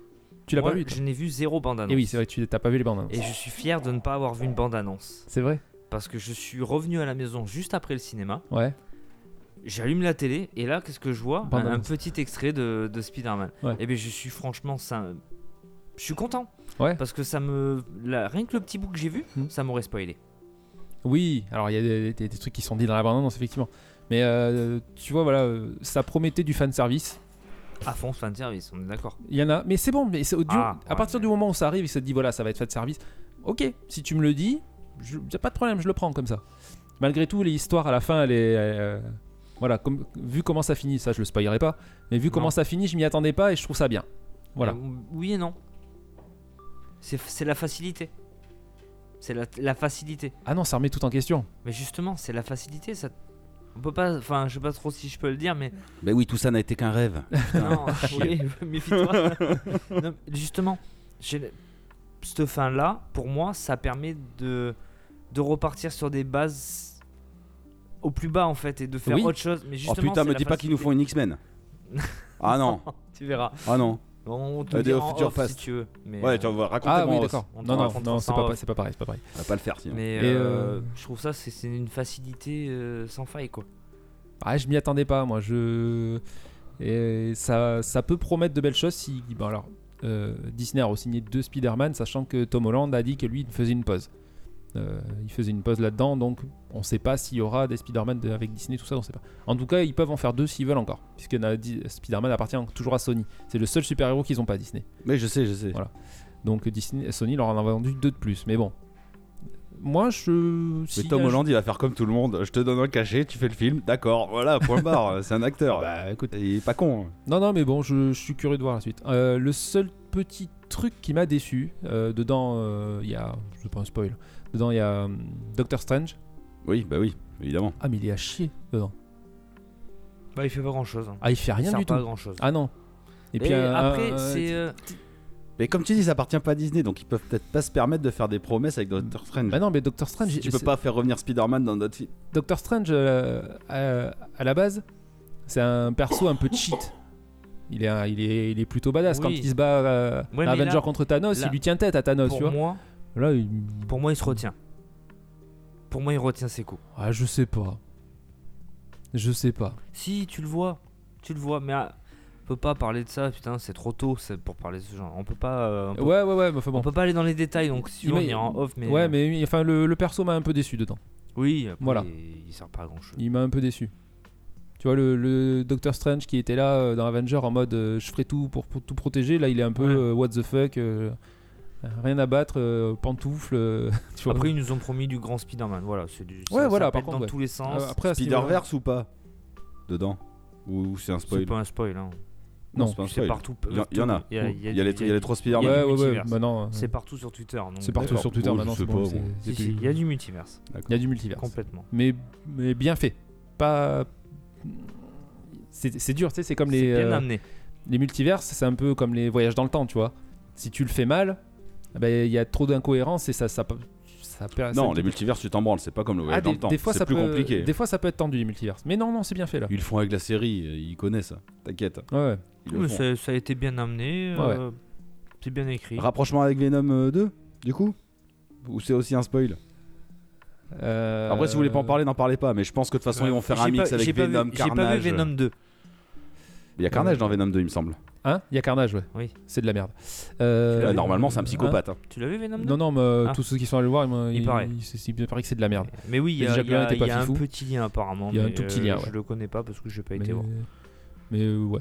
S6: Tu l'as
S5: Moi,
S6: pas vu toi
S5: Je n'ai vu zéro bande-annonce.
S6: Et oui, c'est vrai, tu t'as pas vu les bandes
S5: Et je suis fier de ne pas avoir vu une bande-annonce.
S6: C'est vrai
S5: Parce que je suis revenu à la maison juste après le cinéma.
S6: Ouais.
S5: J'allume la télé et là, qu'est-ce que je vois un, un
S6: Bande-annonce.
S5: petit extrait de, de Spider-Man.
S6: Ouais.
S5: Et bien, je suis franchement, ça, je suis content.
S6: Ouais. Hmm.
S5: Parce que ça me, là, rien que le petit bout que j'ai vu, ça m'aurait spoilé.
S6: Oui, alors il y a des, des- des trucs qui sont dits dans la bande-annonce, effectivement. Mais euh, tu vois, voilà, euh, ça promettait du fanservice.
S5: À fond, fan service, on est d'accord.
S6: Il y en a, mais c'est bon, mais c'est du-
S5: Ah,
S6: à partir du moment où ça arrive, il se dit voilà, ça va être fait de service. Ok, si tu me le dis, je, y a pas de problème, je le prends comme ça. Malgré tout, l'histoire à la fin, elle est. euh, voilà, comme, vu comment ça finit, ça je le spoilerai pas, mais vu comment ça finit, je m'y attendais pas et je trouve ça bien. Voilà.
S5: Euh, oui et non. C'est c'est la facilité. C'est la, la facilité.
S6: Ah non, ça remet tout en question.
S5: Mais justement, c'est la facilité. Ça, on peut pas. Enfin, je sais pas trop si je peux le dire, mais
S4: Ben oui, tout ça n'a été qu'un rêve.
S5: Non, oui, méfie-toi. Non, mais justement, j'ai- cette fin-là, pour moi, ça permet de, de repartir sur des bases au plus bas, en fait, et de faire
S4: Oui.
S5: autre chose. Mais justement,
S4: oh putain,
S5: c'est
S4: me
S5: la
S4: dis pas qu'ils nous
S5: facilité.
S4: font une X-Men. Ah non.
S5: tu verras.
S4: Ah non.
S5: On te
S4: Euh,
S5: le
S4: des
S5: dira en
S4: Future
S5: off,
S4: Fast.
S5: si tu veux. mais,
S4: ouais,
S5: euh,
S4: tu vas
S6: Ah
S4: raconter
S6: oui, d'accord.
S5: On te
S6: Non, non,
S5: raconte
S6: non,
S5: ça
S6: c'est
S5: en
S6: pas,
S5: off.
S6: c'est pas pareil, c'est pas pareil.
S4: On va pas le faire sinon.
S5: Mais
S6: Et,
S5: euh,
S6: euh,
S5: je trouve ça, c'est c'est une facilité euh, sans faille, quoi.
S6: Ah, je m'y attendais pas, moi. Je... Et ça, ça peut promettre de belles choses si. Bon, alors, euh, Disney a re-signé deux Spider-Man, sachant que Tom Holland a dit que lui, il faisait une pause. Euh, il faisait une pause là-dedans, donc on sait pas s'il y aura des Spider-Man de- avec Disney, tout ça, on sait pas. En tout cas, ils peuvent en faire deux s'ils veulent encore, puisque na- di- Spider-Man appartient toujours à Sony. C'est le seul super-héros qu'ils ont pas, Disney.
S4: Mais je sais, je sais.
S6: Voilà. Donc Disney, Sony leur en a vendu deux de plus, mais bon. Moi, je.
S4: Mais
S6: si
S4: Tom
S6: un jour-
S4: Holland, il va faire comme tout le monde. Je te donne un cachet, tu fais le film. D'accord, voilà, point barre. C'est un acteur.
S6: Bah écoute,
S4: il est pas con. hein.
S6: Non, non, mais bon, je, je suis curieux de voir la suite. Euh, le seul petit truc qui m'a déçu, euh, dedans, euh, il y a. Je vais pas un spoil. Dedans, il y a euh, Doctor Strange.
S4: Oui, bah oui, évidemment.
S6: Ah, mais il est à chier dedans.
S5: Bah, il fait pas grand chose.
S6: Ah, il fait rien du tout.
S5: pas grand chose.
S6: Ah non.
S5: Et,
S6: Et puis, euh,
S5: après,
S6: euh,
S5: c'est. euh,
S4: Mais comme tu dis, ça appartient pas à Disney, donc ils peuvent peut-être pas se permettre de faire des promesses avec Doctor Strange.
S6: Bah non, mais Doctor Strange.
S4: Tu peux
S6: c'est-
S4: pas faire revenir Spider-Man dans notre film.
S6: Doctor Strange, euh, euh, à la base, c'est un perso un peu cheat. Il est, un- il est, il est plutôt badass.
S5: Oui.
S6: Quand il se bat euh,
S5: Ouais,
S6: dans
S5: mais
S6: Avenger
S5: là-
S6: contre Thanos,
S5: là,
S6: il lui tient tête à Thanos,
S5: pour
S6: tu vois.
S5: moi-
S6: Là, il-
S5: Pour moi, il se retient. Pour moi, il retient ses coups.
S6: Ah, je sais pas. Je sais pas.
S5: Si, tu le vois. Tu le vois, mais ah, on peut pas parler de ça, putain, c'est trop tôt c'est pour parler de ce genre. On peut pas. euh, on peut-
S6: Ouais, ouais, ouais, mais enfin bon.
S5: On peut pas aller dans les détails, donc si
S6: Il
S5: on
S6: m'a-
S5: ira en off, mais. euh,
S6: Ouais, mais oui, enfin, le, le perso m'a un peu déçu dedans.
S5: Oui, après,
S6: Voilà.
S5: il il sert pas à grand chose.
S6: Il m'a un peu déçu. Tu vois, le, le Doctor Strange qui était là euh, dans Avenger en mode euh, je ferai tout pour, pour tout protéger, là il est un peu euh, what the fuck, euh, rien à battre, euh, pantoufle. euh, tu vois.
S5: Après, ils nous ont promis du grand Spider-Man, voilà. c'est Du,
S6: Ouais,
S5: ça-
S6: voilà,
S5: ça
S6: par
S5: pète
S6: contre,
S5: dans
S6: ouais.
S5: tous les sens.
S6: Ah, après, à ce niveau-là-
S4: Spider-Verse ou pas Dedans Ou c'est un spoil
S5: C'est pas un spoil. Hein.
S4: Non,
S5: c'est
S4: c'est pas un
S5: c'est
S4: spoil.
S5: partout. euh,
S4: Il y en- il y en a. Il y a les- il y a les trois Spider-Man.
S5: il y a du
S4: Ouais, ouais, ouais,
S5: multiverse.
S6: maintenant, euh,
S5: C'est partout sur Twitter. donc-
S6: C'est partout sur Twitter maintenant. c'est bon, c'est-
S5: Si,
S6: c'est
S5: si,
S6: plus-
S5: Il y a du multiverse.
S6: Il y a du multivers.
S5: Complètement.
S6: Mais, mais bien fait. Pas. C'est c'est dur, tu sais, c'est comme les. euh,
S5: bien amené.
S6: Les multiverses, c'est un peu comme les voyages dans le temps, tu vois. Si tu le fais mal, eh ben, il y a trop d'incohérences et ça. ça, ça, ça-
S4: Non,
S6: ça-
S4: les multivers, tu t'en branles, c'est pas comme le
S6: Ah,
S4: voyage
S6: des,
S4: dans le temps.
S6: des fois,
S4: c'est
S6: ça
S4: plus
S6: peut,
S4: compliqué.
S6: Des fois, ça peut être tendu, les multivers. Mais non, non, c'est bien fait là.
S4: Ils le font avec la série, euh, ils connaissent ça. T'inquiète.
S6: Ouais, ouais.
S4: Ils le
S5: Mais
S4: font.
S5: ça, ça a été bien amené.
S4: Ouais,
S5: euh, C'est bien écrit.
S4: Rapprochement avec Venom euh, 2, du coup Ou c'est aussi un spoil
S6: Euh,
S4: Euh, Après, si vous voulez pas en parler, n'en parlez pas. Mais je pense que de toute façon, ils vont faire un
S5: J'ai
S4: mix
S5: pas-
S4: avec
S5: j'ai pas vu-
S4: Venom,
S5: j'ai pas vu
S4: Carnage.
S5: Venom 2.
S4: Il y a Carnage dans Venom 2, il me semble.
S6: Hein Il y a Carnage, ouais.
S5: Oui.
S6: C'est de la merde. Euh,
S4: Tu l'as vu Normalement, c'est un psychopathe, hein.
S5: Tu l'as vu, Venom
S6: Non, non, mais euh,
S5: Ah.
S6: tous ceux qui sont allés le voir, ils m'ont-
S5: Il
S6: ils-
S5: paraît.
S6: ils- c'est- Il paraît que c'est de la merde.
S5: Mais oui, il y
S6: Les
S5: a, il y
S6: Japonais
S5: a-
S6: étaient pas
S5: il y a un
S6: fifous.
S5: petit lien apparemment.
S6: Il y a un
S5: mais,
S6: tout petit
S5: euh,
S6: lien,
S5: Je
S6: ouais.
S5: le connais pas parce que j'ai pas été
S6: Mais-
S5: voir.
S6: Mais euh, ouais.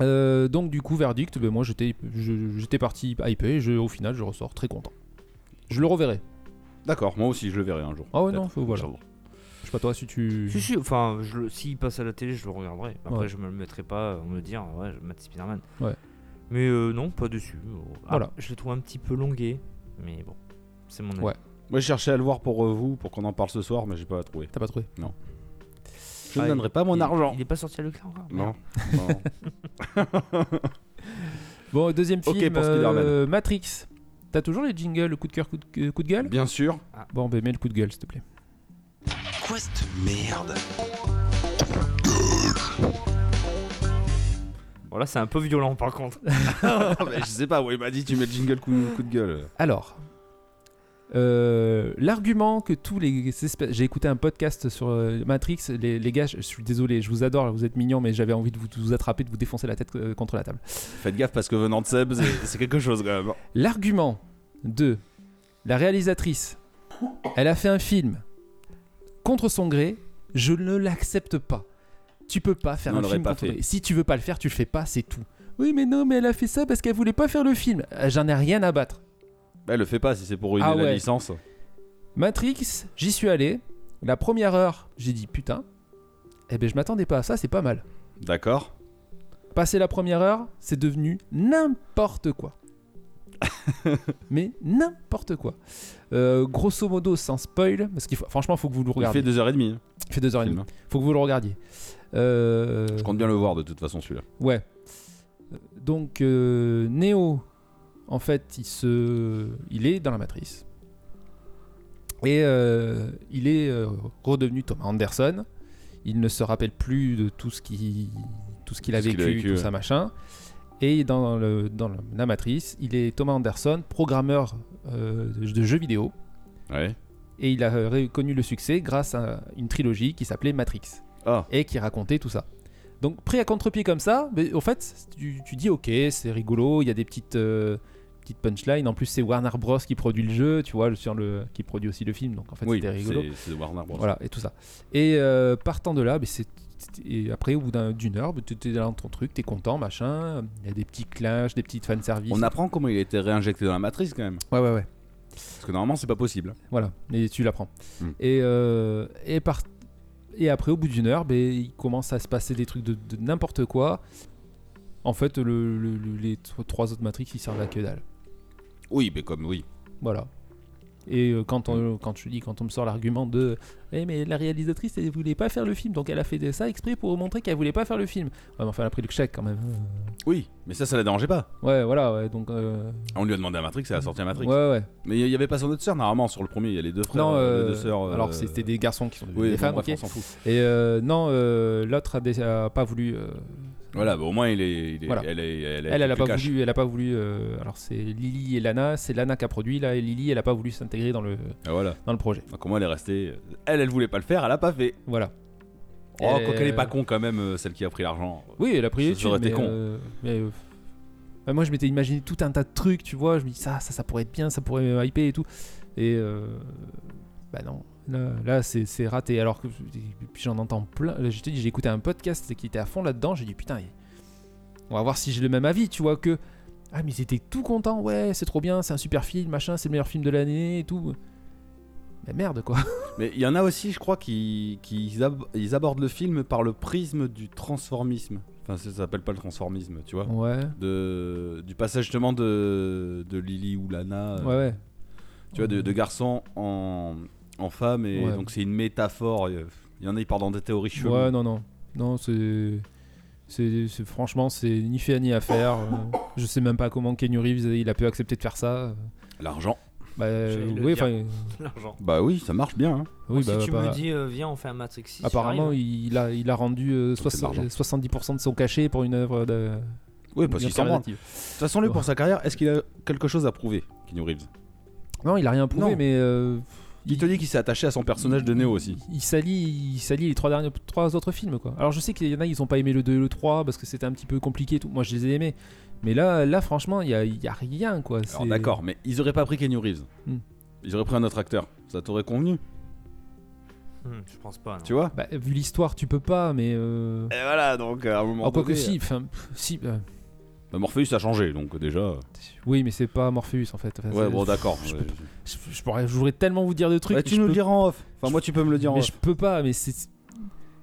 S6: Euh, donc du coup verdict, ben moi j'étais je- j'étais parti hypé, et je, au final je ressors très content. Je le reverrai.
S4: D'accord, moi aussi, je le verrai un jour.
S6: Ah ouais
S4: peut-être,
S6: non, faut- voilà.
S4: inchallah.
S6: Je sais pas toi si tu.
S5: Si, si, enfin, je le- s'il passe à la télé, je le regarderai. Après,
S6: Ouais.
S5: je me le mettrai pas, euh, on me dire, ouais, je mate Spider-Man.
S6: Ouais.
S5: Mais euh, non, pas dessus. Oh, ah,
S6: Voilà.
S5: je le trouve un petit peu longué, mais bon, c'est mon avis.
S6: Ouais.
S4: Moi, je cherchais à le voir pour euh, vous, pour qu'on en parle ce soir, mais j'ai pas trouvé.
S6: T'as pas trouvé
S4: Non. Je
S5: Ah,
S4: ne
S5: il-
S4: donnerai pas mon
S5: il-
S4: argent.
S5: Il est pas sorti à Leclerc encore
S4: Non.
S5: merde.
S6: Bon deuxième
S4: Ok
S6: film
S4: pour Spider-Man.
S6: euh, Matrix. T'as toujours les jingles, le coup de cœur, coup de, coup de gueule
S4: Bien sûr.
S6: Bon ben mets le coup de gueule s'il te plaît.
S16: Quoi cette merde
S5: Bon, là, c'est un peu violent par contre.
S4: Mais je sais pas, ouais, il m'a dit tu mets le jingle coup, coup de gueule.
S6: Alors, euh, l'argument que tous les espèces- j'ai écouté un podcast sur euh, Matrix, les, les gars, je je suis désolé, je vous adore, vous êtes mignons, mais j'avais envie de vous, de vous attraper, de vous défoncer la tête euh, contre la table.
S4: Faites gaffe parce que venant de Seb, c'est c'est quelque chose quand même.
S6: L'argument de la réalisatrice, elle a fait un film contre son gré, je ne l'accepte pas. Tu peux pas faire
S4: Non, elle
S6: un
S4: l'aurait
S6: film
S4: pas
S6: contre ton
S4: fait.
S6: gré. Si tu veux pas le faire, tu le fais pas, c'est tout. Oui, mais non, mais elle a fait ça parce qu'elle voulait pas faire le film. Euh, J'en ai rien à battre.
S4: Bah, le fais pas si c'est pour ruiner
S6: Ah
S4: la
S6: ouais.
S4: licence.
S6: Matrix, j'y suis allé. La première heure, j'ai dit putain. Eh ben je m'attendais pas à ça, c'est pas mal.
S4: D'accord.
S6: Passé la première heure, c'est devenu n'importe quoi. Mais n'importe quoi. Euh, grosso modo, sans spoil, parce qu'il faut, franchement, faut que vous le
S4: Il
S6: regardiez.
S4: fait 2h30. hein.
S6: Il fait deux heures et
S4: Film.
S6: demie. Faut que vous le regardiez. Euh,
S4: Je compte bien le voir de toute façon celui-là.
S6: Ouais. Donc euh, Neo, en fait, il se, il est dans la matrice et euh, il est euh, redevenu Thomas Anderson. Il ne se rappelle plus de tout ce qui, tout ce qu'il a
S4: Tout ce
S6: vécu,
S4: qu'il a vécu,
S6: tout
S4: ouais.
S6: ça, machin. Et dans, le, dans le- la matrice, il est Thomas Anderson, programmeur euh, de de jeux vidéo. Et il a euh, ré- connu le succès grâce à une trilogie qui s'appelait Matrix.
S4: Ah.
S6: Et qui racontait tout ça. Donc pris à contre-pied comme ça, mais, au fait, tu, tu dis ok, c'est rigolo, il y a des petites, euh, petites punchlines. En plus, c'est Warner Bros. qui produit le jeu, tu vois, sur le, qui produit aussi le film. Donc en fait,
S4: Oui,
S6: c'était rigolo.
S4: c'est- c'est Warner Bros.
S6: Voilà, et tout ça. Et euh, partant de là, mais c'est et après, au bout d'un- d'une heure, tu es dans ton truc, tu es content, machin. Il y a des petits clashs, des petites fanservices.
S4: On apprend comment il a été réinjecté dans la matrice quand même.
S6: Ouais, ouais, ouais.
S4: Parce que normalement, c'est pas possible.
S6: Voilà, et tu l'apprends.
S4: Mm.
S6: Et, euh, et, par... et après, au bout d'une heure, ben, il commence à se passer des trucs de, de n'importe quoi. En fait, le- le- le- les tro- trois autres matrices, ils servent à que dalle.
S4: Oui, mais comme oui.
S6: Voilà. Et euh, quand, on, quand je dis, quand on me sort l'argument de Eh, mais la réalisatrice, elle voulait pas faire le film, donc elle a fait de ça exprès pour montrer qu'elle voulait pas faire le film. Ouais, mais enfin, elle a pris le chèque quand même.
S4: Oui, mais ça, ça la dérangeait pas.
S6: Ouais, voilà, ouais, donc. euh,
S4: On lui a demandé à Matrix, elle a sorti à Matrix.
S6: Ouais, ouais.
S4: Mais il y avait pas son autre sœur, normalement, sur le premier, il y a les deux frères.
S6: non,
S4: euh,
S6: euh,
S4: les deux sœurs. euh,
S6: alors c'était des garçons qui sont devenus
S4: oui,
S6: des
S4: bon,
S6: femmes,
S4: bref,
S6: ok.
S4: on s'en fout.
S6: Et euh, non, euh, l'autre a, dé- a pas voulu. euh,
S4: Voilà, bah, au moins, il est, il est-
S6: voilà.
S4: elle, est- elle, est-
S6: elle a
S4: plus
S6: pas
S4: cash.
S6: voulu. Elle a pas voulu. euh, alors c'est Lily et Lana. C'est Lana qui a produit là. Et Lily, elle a pas voulu s'intégrer dans le.
S4: Ah, voilà.
S6: Dans le projet.
S4: Donc, au moins, elle est restée. euh, Elle, elle voulait pas le faire, elle a pas fait.
S6: Voilà.
S4: Oh,
S6: Elle-
S4: quoi qu'elle est pas con quand même, euh, celle qui a pris l'argent.
S6: Oui, elle a pris
S4: Ça,
S6: les
S4: ça
S6: thunes,
S4: aurait été
S6: mais,
S4: con.
S6: euh, mais, euh, bah, moi, je m'étais imaginé tout un tas de trucs, tu vois. Je me dis ça, ça, ça pourrait être bien, ça pourrait me hyper et tout. Et euh, bah non, là, là, c'est c'est raté. Alors que et puis j'en entends plein. Là, je te dis, j'ai écouté un podcast qui était à fond là-dedans. J'ai dit putain, il- on va voir si j'ai le même avis, tu vois que ah mais ils étaient tout contents, ouais, c'est trop bien, c'est un super film, machin, c'est le meilleur film de l'année et tout. Mais merde quoi.
S4: Mais il y en a aussi, je crois, qui, qui ab- ils abordent le film par le prisme du transformisme. Enfin, ça s'appelle pas le transformisme, tu vois.
S6: Ouais.
S4: De, du passage justement de, de Lily ou Lana. euh,
S6: Ouais, ouais.
S4: Tu vois, de, de garçon en, en femme, et
S6: Ouais.
S4: donc c'est une métaphore. et, euh, Il y en a, ils partent dans des théories cheloues.
S6: Ouais, non, non. Non, c'est. c'est- c'est- franchement, c'est ni fait ni à faire. Euh, Je sais même pas comment Kenny Reeves il a pu accepter de faire ça.
S4: L'argent.
S6: Bah,
S5: J'allais le
S6: oui,
S5: dire.
S6: enfin.
S5: L'argent.
S4: Bah oui, ça marche bien. hein.
S6: Oui,
S5: si
S6: bah,
S5: tu
S6: bah,
S5: me dis, euh, viens, on fait un Matrix 6.
S6: Apparemment, il a, il a rendu euh,
S4: de l'argent.
S6: 60 70% de son cachet pour une œuvre de.
S4: Oui, parce qu'il s'en branle. De
S6: alternative.
S4: toute façon, lui, pour sa carrière, est-ce qu'il a quelque chose à prouver, Keanu Reeves
S6: Non, il a rien prouvé,
S4: Non.
S6: mais. euh,
S4: Il te dit qu'il s'est attaché à son personnage de Neo aussi.
S6: il salit, il salit les trois, derniers, trois autres films. Quoi. Alors je sais qu'il y en a, ils ont pas aimé le 2 et le 3 parce que c'était un petit peu compliqué et tout. Moi je les ai aimés. Mais là, là franchement, il y a, il y a rien. Quoi.
S4: Alors
S6: C'est-
S4: d'accord, mais ils auraient pas pris Keanu Reeves.
S6: Hmm.
S4: Ils auraient pris un autre acteur. Ça t'aurait convenu,
S5: Hmm, je pense pas. non.
S4: tu vois
S6: Bah, vu l'histoire, tu peux pas, mais. Euh...
S4: Et voilà, donc à un moment
S6: Ah, quoique
S4: donné,
S6: si, enfin, pff, si, euh,
S4: Bah, Morpheus a changé, donc déjà. euh,
S6: oui, mais c'est pas Morpheus en fait. Enfin,
S4: Ouais,
S6: c'est-
S4: bon, d'accord.
S6: Je,
S4: ouais.
S6: je- je pourrais, je voudrais tellement vous dire de trucs.
S4: Bah,
S6: mais
S4: tu
S6: je
S4: nous le
S6: peux-
S4: diras en off. Enfin, moi, tu peux me le dire en
S6: Mais
S4: off.
S6: je peux pas, mais c'est.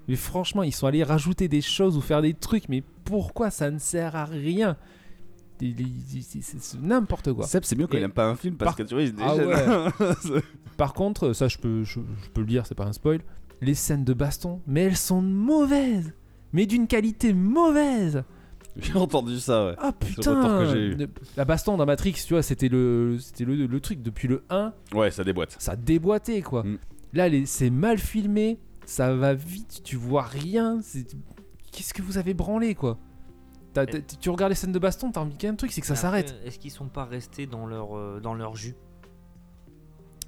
S6: Mais franchement, ils sont allés rajouter des choses ou faire des trucs, mais pourquoi ça ne sert à rien Il- il- il- C'est c'est n'importe quoi.
S4: Seb, c'est mieux quand
S6: Et
S4: il aime pas un film parce
S6: par-
S4: que tu vois, il se
S6: Ah
S4: dégèle.
S6: ouais. Par contre, euh, ça je peux, je, je peux le dire, c'est pas un spoil. Les scènes de baston, mais elles sont mauvaises, mais d'une qualité mauvaise.
S4: J'ai entendu ça, ouais.
S6: Ah
S4: C'est le
S6: putain
S4: retour que j'ai eu.
S6: de- La baston dans Matrix, tu vois, c'était le, c'était le, le truc depuis le 1,
S4: Ouais, ça déboîte.
S6: ça déboîtait quoi.
S4: Mm.
S6: Là, les- c'est mal filmé, ça va vite, tu vois rien. c'est- Qu'est-ce que vous avez branlé quoi T'as- t'as- Tu regardes les scènes de baston, t'as envie qu'un truc, c'est que ça
S5: Mais
S6: s'arrête.
S5: après, Est-ce qu'ils sont pas restés dans leur, euh, dans leur jus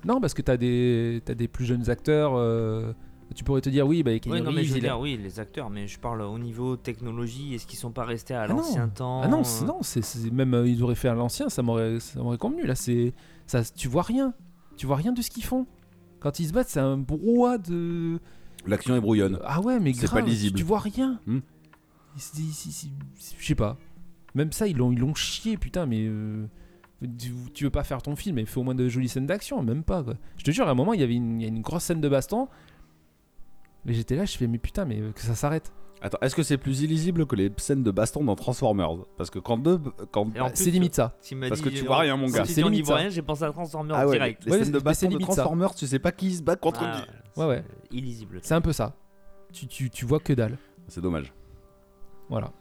S6: Non, parce que t'as des, t'as des plus jeunes acteurs. euh, tu pourrais te dire, oui, bah, Keanu
S5: Oui, non, mais
S6: Reeves,
S5: je veux
S6: il a-
S5: dire, oui, les acteurs, mais je parle au niveau technologie. Est-ce qu'ils sont pas restés à
S6: Ah non.
S5: l'ancien temps
S6: Ah non,
S5: euh,
S6: c'est- non, c'est- c'est- même euh, ils auraient fait à l'ancien, ça m'aurait, ça m'aurait convenu. Là, c'est, ça, tu vois rien, tu vois rien de ce qu'ils font. Quand ils se battent, c'est un brouhaha de.
S4: L'action est brouillonne.
S6: Ah ouais, mais
S4: C'est
S6: grave,
S4: pas lisible.
S6: Tu vois rien.
S4: Hmm.
S6: Ils se disent, si- si- si- je sais pas. Même ça, ils l'ont, ils l'ont chié, putain, mais. euh, tu, tu veux pas faire ton film, mais fais au moins de jolies scènes d'action, même pas. quoi. Je te jure, à un moment, il y avait une, il y a une grosse scène de baston. Et j'étais là, je fais, mais putain, mais euh, que ça s'arrête.
S4: Attends, est-ce que c'est plus illisible que les scènes de baston dans Transformers Parce que quand deux. Quand...
S5: Et en plus,
S6: Bah, c'est limite ça.
S5: tu m'as
S4: Parce
S5: dit,
S4: que tu
S5: euh,
S4: vois rien, mon
S5: si
S4: gars.
S5: tu dis
S4: C'est
S5: en
S4: limite ça.
S5: ivoirien, j'ai pensé à Transformers
S4: Ah ouais,
S5: direct.
S4: Les scènes de baston de Transformers, tu sais pas qui se bat contre
S5: Ah,
S4: qui.
S6: Ouais, ouais.
S5: Illisible.
S6: C'est un peu ça. Tu, tu, tu vois que dalle.
S4: C'est dommage.
S6: Voilà.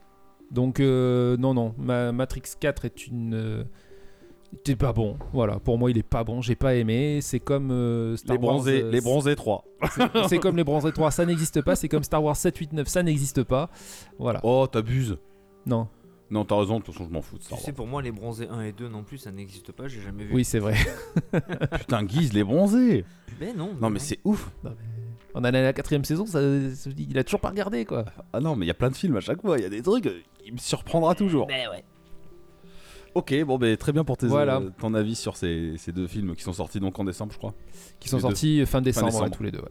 S6: Donc, euh, non, non. Ma- Matrix 4 est une. euh, T'es pas bon, voilà. Pour moi, il est pas bon. J'ai pas aimé. C'est comme euh, Star
S4: Les bronzés-
S6: Wars, euh,
S4: les bronzés 3.
S6: c'est- C'est comme les bronzés 3, ça n'existe pas. C'est comme Star Wars 7, 8, 9, ça n'existe pas. Voilà.
S4: Oh, t'abuses.
S6: Non.
S4: Non, t'as raison, de toute façon, je m'en fous de ça.
S5: Tu sais, pour moi, les bronzés 1 et 2 non plus, ça n'existe pas, j'ai jamais vu.
S6: Oui, c'est vrai.
S4: Putain, Guise, les bronzés.
S5: Mais non, mais
S4: Non, mais c'est ouf.
S6: On en est à la quatrième saison, ça, il a toujours pas regardé, quoi.
S4: Ah non, mais il y a plein de films à chaque fois. Il y a des trucs, euh, il me surprendra toujours.
S5: Ben ouais.
S4: Ok, bon, ben très bien pour tes,
S6: Voilà.
S4: euh, ton avis sur ces, ces deux films qui sont sortis donc en décembre, je crois.
S6: Qui sont
S4: Les
S6: sortis
S4: deux.
S6: fin décembre, ouais, tous les deux,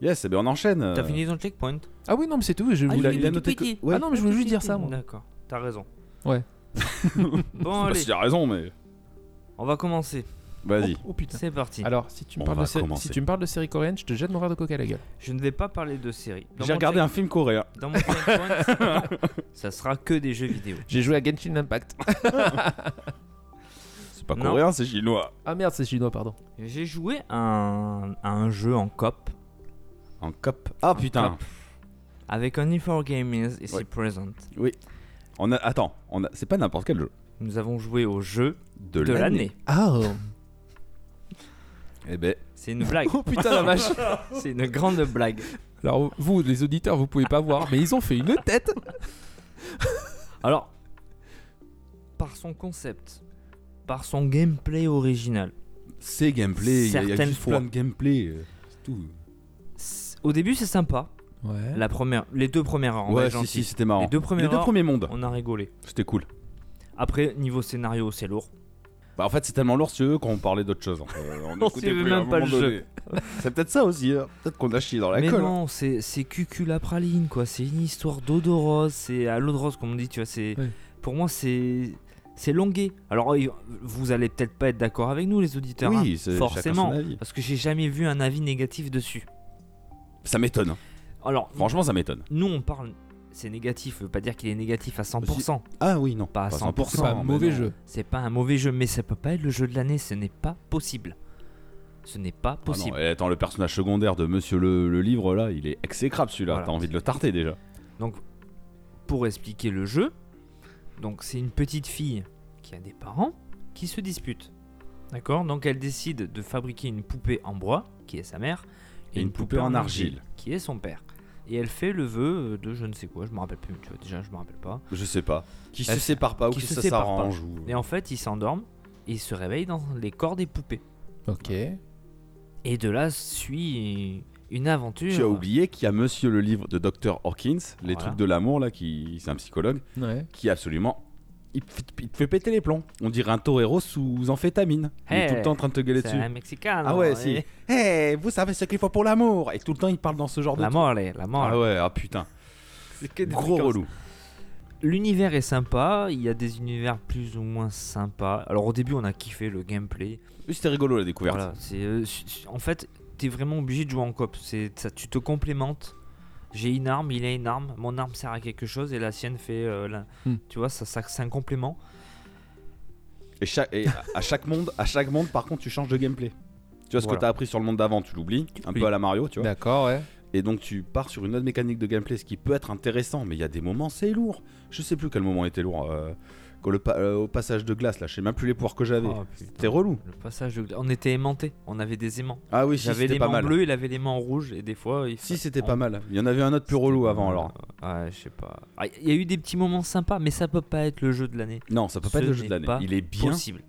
S4: Yes, et bien on enchaîne.
S5: T'as
S4: euh,
S5: fini ton checkpoint
S6: Ah oui, non, mais c'est tout. Je
S5: Ah,
S6: voulais-
S5: il
S6: il a
S5: est tout
S6: noté que-
S5: petit.
S6: Ouais. Ah non, mais je voulais
S5: Tout
S6: juste dire
S5: petit.
S6: ça, moi.
S5: D'accord, t'as raison.
S6: Ouais.
S5: bon,
S4: Bah,
S5: allez.
S4: si, il a raison, mais.
S5: On va commencer.
S4: Vas-y.
S6: Oh, putain.
S5: C'est parti.
S6: Alors, si tu, me parles de sé- si tu me parles de série coréenne, je te jette mon verre de coca à la gueule.
S5: Je ne vais pas parler de série. Dans
S6: J'ai
S5: mon
S6: regardé un film coréen.
S5: Dans mon checkpoint, ça sera que des jeux vidéo.
S6: J'ai joué à Genshin Impact.
S4: c'est pas
S5: Non.
S4: coréen, c'est chinois.
S6: Ah merde, c'est chinois, pardon.
S5: J'ai joué à un, à un jeu en cop.
S4: En cop Ah putain.
S5: Avec Only for Gamers ici
S4: Ouais.
S5: present.
S4: Oui. On a... Attends, on a... c'est pas n'importe quel jeu.
S5: Nous avons joué au jeu
S4: de,
S5: de l'année.
S6: Ah
S4: Eh ben.
S5: C'est une blague.
S6: Oh putain la vache
S5: C'est une grande blague.
S6: Alors vous, les auditeurs, vous pouvez pas voir, mais ils ont fait une tête
S5: Alors, par son concept, par son gameplay original.
S4: C'est gameplay, il y a- il y a
S5: Certaines
S4: juste
S5: fois.
S4: plein de gameplay. euh, c'est tout.
S5: s- Au début, c'est sympa.
S6: Ouais.
S5: La première, les deux premières heures. on va
S4: Ouais,
S5: être
S4: si,
S5: gentil.
S4: si, c'était marrant.
S5: Les deux premières
S4: Les deux
S5: heures,
S4: premiers mondes.
S5: On a rigolé.
S4: C'était cool.
S5: Après, niveau scénario, c'est lourd.
S4: Bah en fait c'est tellement lourd si tu veux qu'on parlait d'autre chose. hein. Euh, on
S5: On
S4: écoutait
S5: suivait
S4: plus à un
S5: même pas
S4: moment
S5: le
S4: donné. C'est peut-être ça aussi. hein. Peut-être qu'on a chié dans la
S5: Mais
S4: colle. hein.
S5: non, c'est c'est cucul la praline, quoi. C'est une histoire d'eau de rose, c'est à l'eau de rose, comme on dit, tu vois. C'est
S6: Ouais.
S5: Pour moi, c'est. C'est longué. Alors, euh, vous allez peut-être pas être d'accord avec nous, les auditeurs.
S4: Oui,
S5: hein,
S4: c'est- chacun
S5: forcément.
S4: son avis.
S5: Parce que j'ai jamais vu un avis négatif dessus.
S4: Ça m'étonne. hein.
S5: Alors,
S4: Franchement, ça m'étonne.
S5: Nous, on parle, c'est négatif, ça veut pas dire qu'il est négatif à 100%.
S4: Ah oui, non.
S5: Pas à
S4: Pas
S5: 100%.
S4: 100%, C'est pas un Oh, mais mauvais non. jeu.
S5: C'est pas un mauvais jeu, mais ça peut pas être le jeu de l'année, ce n'est pas possible. Ce n'est pas
S4: Ah non,
S5: possible.
S4: et attends, le personnage secondaire de Monsieur le, le Livre là, il est exécrable celui-là. T'as envie de le tarter déjà.
S5: Donc, pour expliquer le jeu, donc c'est une petite fille qui a des parents qui se disputent. D'accord Donc elle décide de fabriquer une poupée en bois, qui est sa mère,
S4: Et une poupée en argile.
S5: qui est son père. Et elle fait le vœu euh, de je ne sais quoi, je me rappelle plus, tu vois, déjà je me rappelle pas.
S4: Je sais pas. Qui se
S5: Elle-
S4: sépare pas ou
S5: qui
S4: qui
S5: se
S4: ça
S5: sépare pas.
S4: s'arrange ou-
S5: Et en fait, ils s'endorment et ils se réveillent dans les corps des poupées.
S6: Ok.
S5: Et de là suit une aventure.
S4: Tu as oublié qu'il y a Monsieur le Livre de Dr Hawkins, les
S5: Voilà.
S4: trucs de l'amour là, qui c'est un psychologue,
S6: Ouais.
S4: qui est absolument. Il te, fait- il te fait péter les plombs. On dirait un torero sous amphétamine. il est
S5: Hey,
S4: tout le temps en train de te gueuler
S5: c'est
S4: dessus.
S5: un Mexicain,
S4: Ah ouais,
S5: non,
S4: si.
S5: eh.
S4: Hey, vous savez ce qu'il faut pour l'amour. Et tout le temps, il parle dans ce genre de.
S5: La
S4: truc.
S5: mort, les- la mort.
S4: Ah ouais, ah putain.
S5: C'est que des
S4: Gros
S5: trucs comme ça.
S4: relou.
S5: L'univers est sympa, il y a des univers plus ou moins sympas. Alors au début, on a kiffé le gameplay.
S4: Oui, C'était rigolo la découverte.
S5: Voilà, c'est, euh, su- su- en fait, t'es vraiment obligé de jouer en coop. C'est, ça, tu te complémentes. J'ai une arme, il a une arme. Mon arme sert à quelque chose et la sienne fait. euh, la-
S6: Hmm.
S5: Tu vois, ça, ça- c'est un complément.
S4: Et, chaque, et à- à chaque monde, à chaque monde, par contre, tu changes de gameplay. Tu vois ce
S5: Voilà. Ben.
S4: que t'as appris sur le monde d'avant, tu l'oublies, un peu à la Mario, tu vois.
S6: D'accord, ouais.
S4: Et donc tu pars sur une autre mécanique de gameplay, ce qui peut être intéressant, mais il y a des moments, c'est lourd. Je sais plus quel moment était lourd. euh, quand le pa- euh, au passage de glace, là, je sais même plus les pouvoirs que j'avais.
S5: Oh, putain.
S4: Ah, C'était relou.
S5: Le passage de- On était aimanté, on avait des aimants.
S4: Ah oui, si,
S5: j'avais
S4: c'était
S5: les
S4: pas
S5: mains
S4: mal.
S5: bleues, Ah. il avait les mains rouges et des fois. Il
S4: Si c'était pas mal. Il y en avait un autre plus relou avant alors.
S5: Ouais, je sais pas. Ah, Il y a eu des petits moments sympas, mais ça peut pas être le jeu de l'année.
S4: Non, ça peut pas
S5: Ce
S4: être le jeu de
S5: n'est
S4: l'année.
S5: pas
S4: Il est bien.
S5: Possible.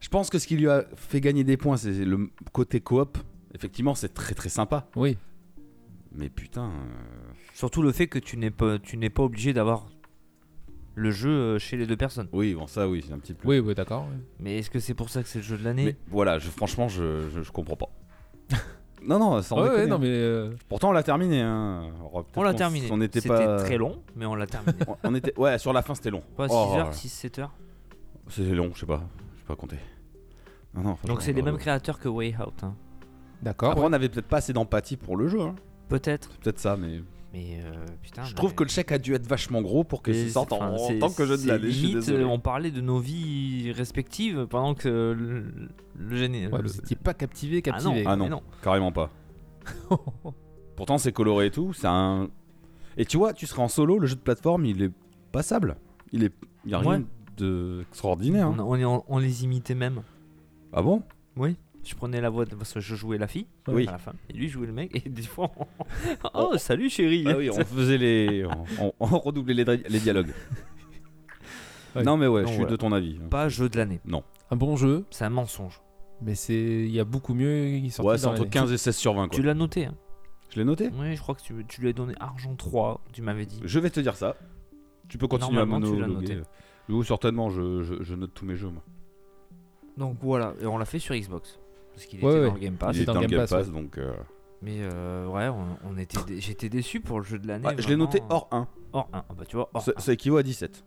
S4: Je pense que ce qui lui a fait gagner des points, c'est le côté coop. Effectivement, c'est très très sympa.
S6: Oui.
S4: Mais putain. euh,
S5: Surtout le fait que tu n'es pas, tu n'es pas obligé d'avoir le jeu euh, chez les deux personnes.
S4: Oui, bon, ça, oui, c'est un petit peu.
S6: Oui, oui, d'accord.
S5: Mais est-ce que c'est pour ça que c'est le jeu de l'année
S4: Mais voilà, je, franchement, je, je, je comprends pas. non, non, sans
S6: Ouais, ouais,
S4: déconner,
S6: non,
S4: hein.
S6: mais, euh,
S4: Pourtant, on l'a terminé. hein. Alors, peut-être
S5: On l'a
S4: qu'on-
S5: terminé.
S4: On était
S5: C'était
S4: pas...
S5: très long, mais on l'a terminé.
S4: On- on était... Ouais, sur la fin, c'était long.
S5: Pas 6
S4: Oh,
S5: heures, 6, 7 heures.
S4: C'est long, je sais pas. Je sais pas compter. Non, non, franchement,
S5: Donc c'est les
S4: euh,
S5: mêmes créateurs que Way Out. hein.
S6: D'accord.
S4: Après, on avait peut-être pas assez d'empathie pour le jeu. hein.
S5: Peut-être.
S4: C'est peut-être ça, mais.
S5: Mais euh, putain.
S4: Je trouve que le chèque a dû être vachement gros pour que
S5: Et
S4: ça sorte en,
S5: enfin,
S4: en
S5: c'est-
S4: tant que jeu de
S5: c'est
S4: l'année. Je suis
S5: limite,
S4: désolé.
S5: euh, on parlait de nos vies respectives pendant que euh, le, le génie.
S6: Ouais,
S5: le-
S6: vous étiez pas captivé,
S5: Ah non,
S6: captivé.
S4: Ah
S5: mais
S4: non,
S5: non.
S4: carrément pas. Pourtant, c'est coloré et tout. C'est un. Et tu vois, tu serais en solo, le jeu de plateforme, il est passable. Il est. Y a rien
S5: Ouais.
S4: de de extraordinaire. hein.
S5: On, on est- on- on les imitait même.
S4: Ah bon
S5: Oui. Je prenais la voix de- parce que je jouais la fille
S4: Oui.
S5: à la femme. Et lui jouait le mec. Et des fois, on... oh salut chérie.
S4: Ah oui, on faisait les, on, on redoublait les, dra- les dialogues. Non mais ouais,
S5: Non,
S4: je suis
S5: voilà.
S4: de ton avis.
S5: Pas jeu de l'année.
S4: Non.
S6: Un bon jeu.
S5: C'est un mensonge.
S6: Mais c'est, il y a beaucoup mieux. qui est sorti
S4: Ouais, c'est
S6: dans
S4: entre
S6: l'année.
S4: 15 et 16 sur 20 quoi.
S5: Tu l'as noté. Hein.
S4: Je l'ai noté.
S5: Oui, je crois que tu, tu lui as donné argent 3, tu m'avais dit.
S4: Je vais te dire ça. Tu peux continuer à
S5: Normalement, tu l'as
S4: monologuer. Euh,
S5: noté.
S4: Ou certainement, je, je- je note tous mes jeux moi.
S5: Donc voilà, et on l'a fait sur Xbox. Parce qu'il était Ah,
S4: Ouais, ouais.
S5: dans le Game Pass.
S4: Il était dans le Game Pass, donc. euh,
S5: Mais euh, ouais, on, on était dé- j'étais déçu pour le jeu de l'année.
S4: Ouais, je l'ai
S5: vraiment.
S4: noté hors 1.
S5: Hors 1, ah bah tu vois, hors
S4: Ça-
S5: 1.
S4: Ça équivaut à 17.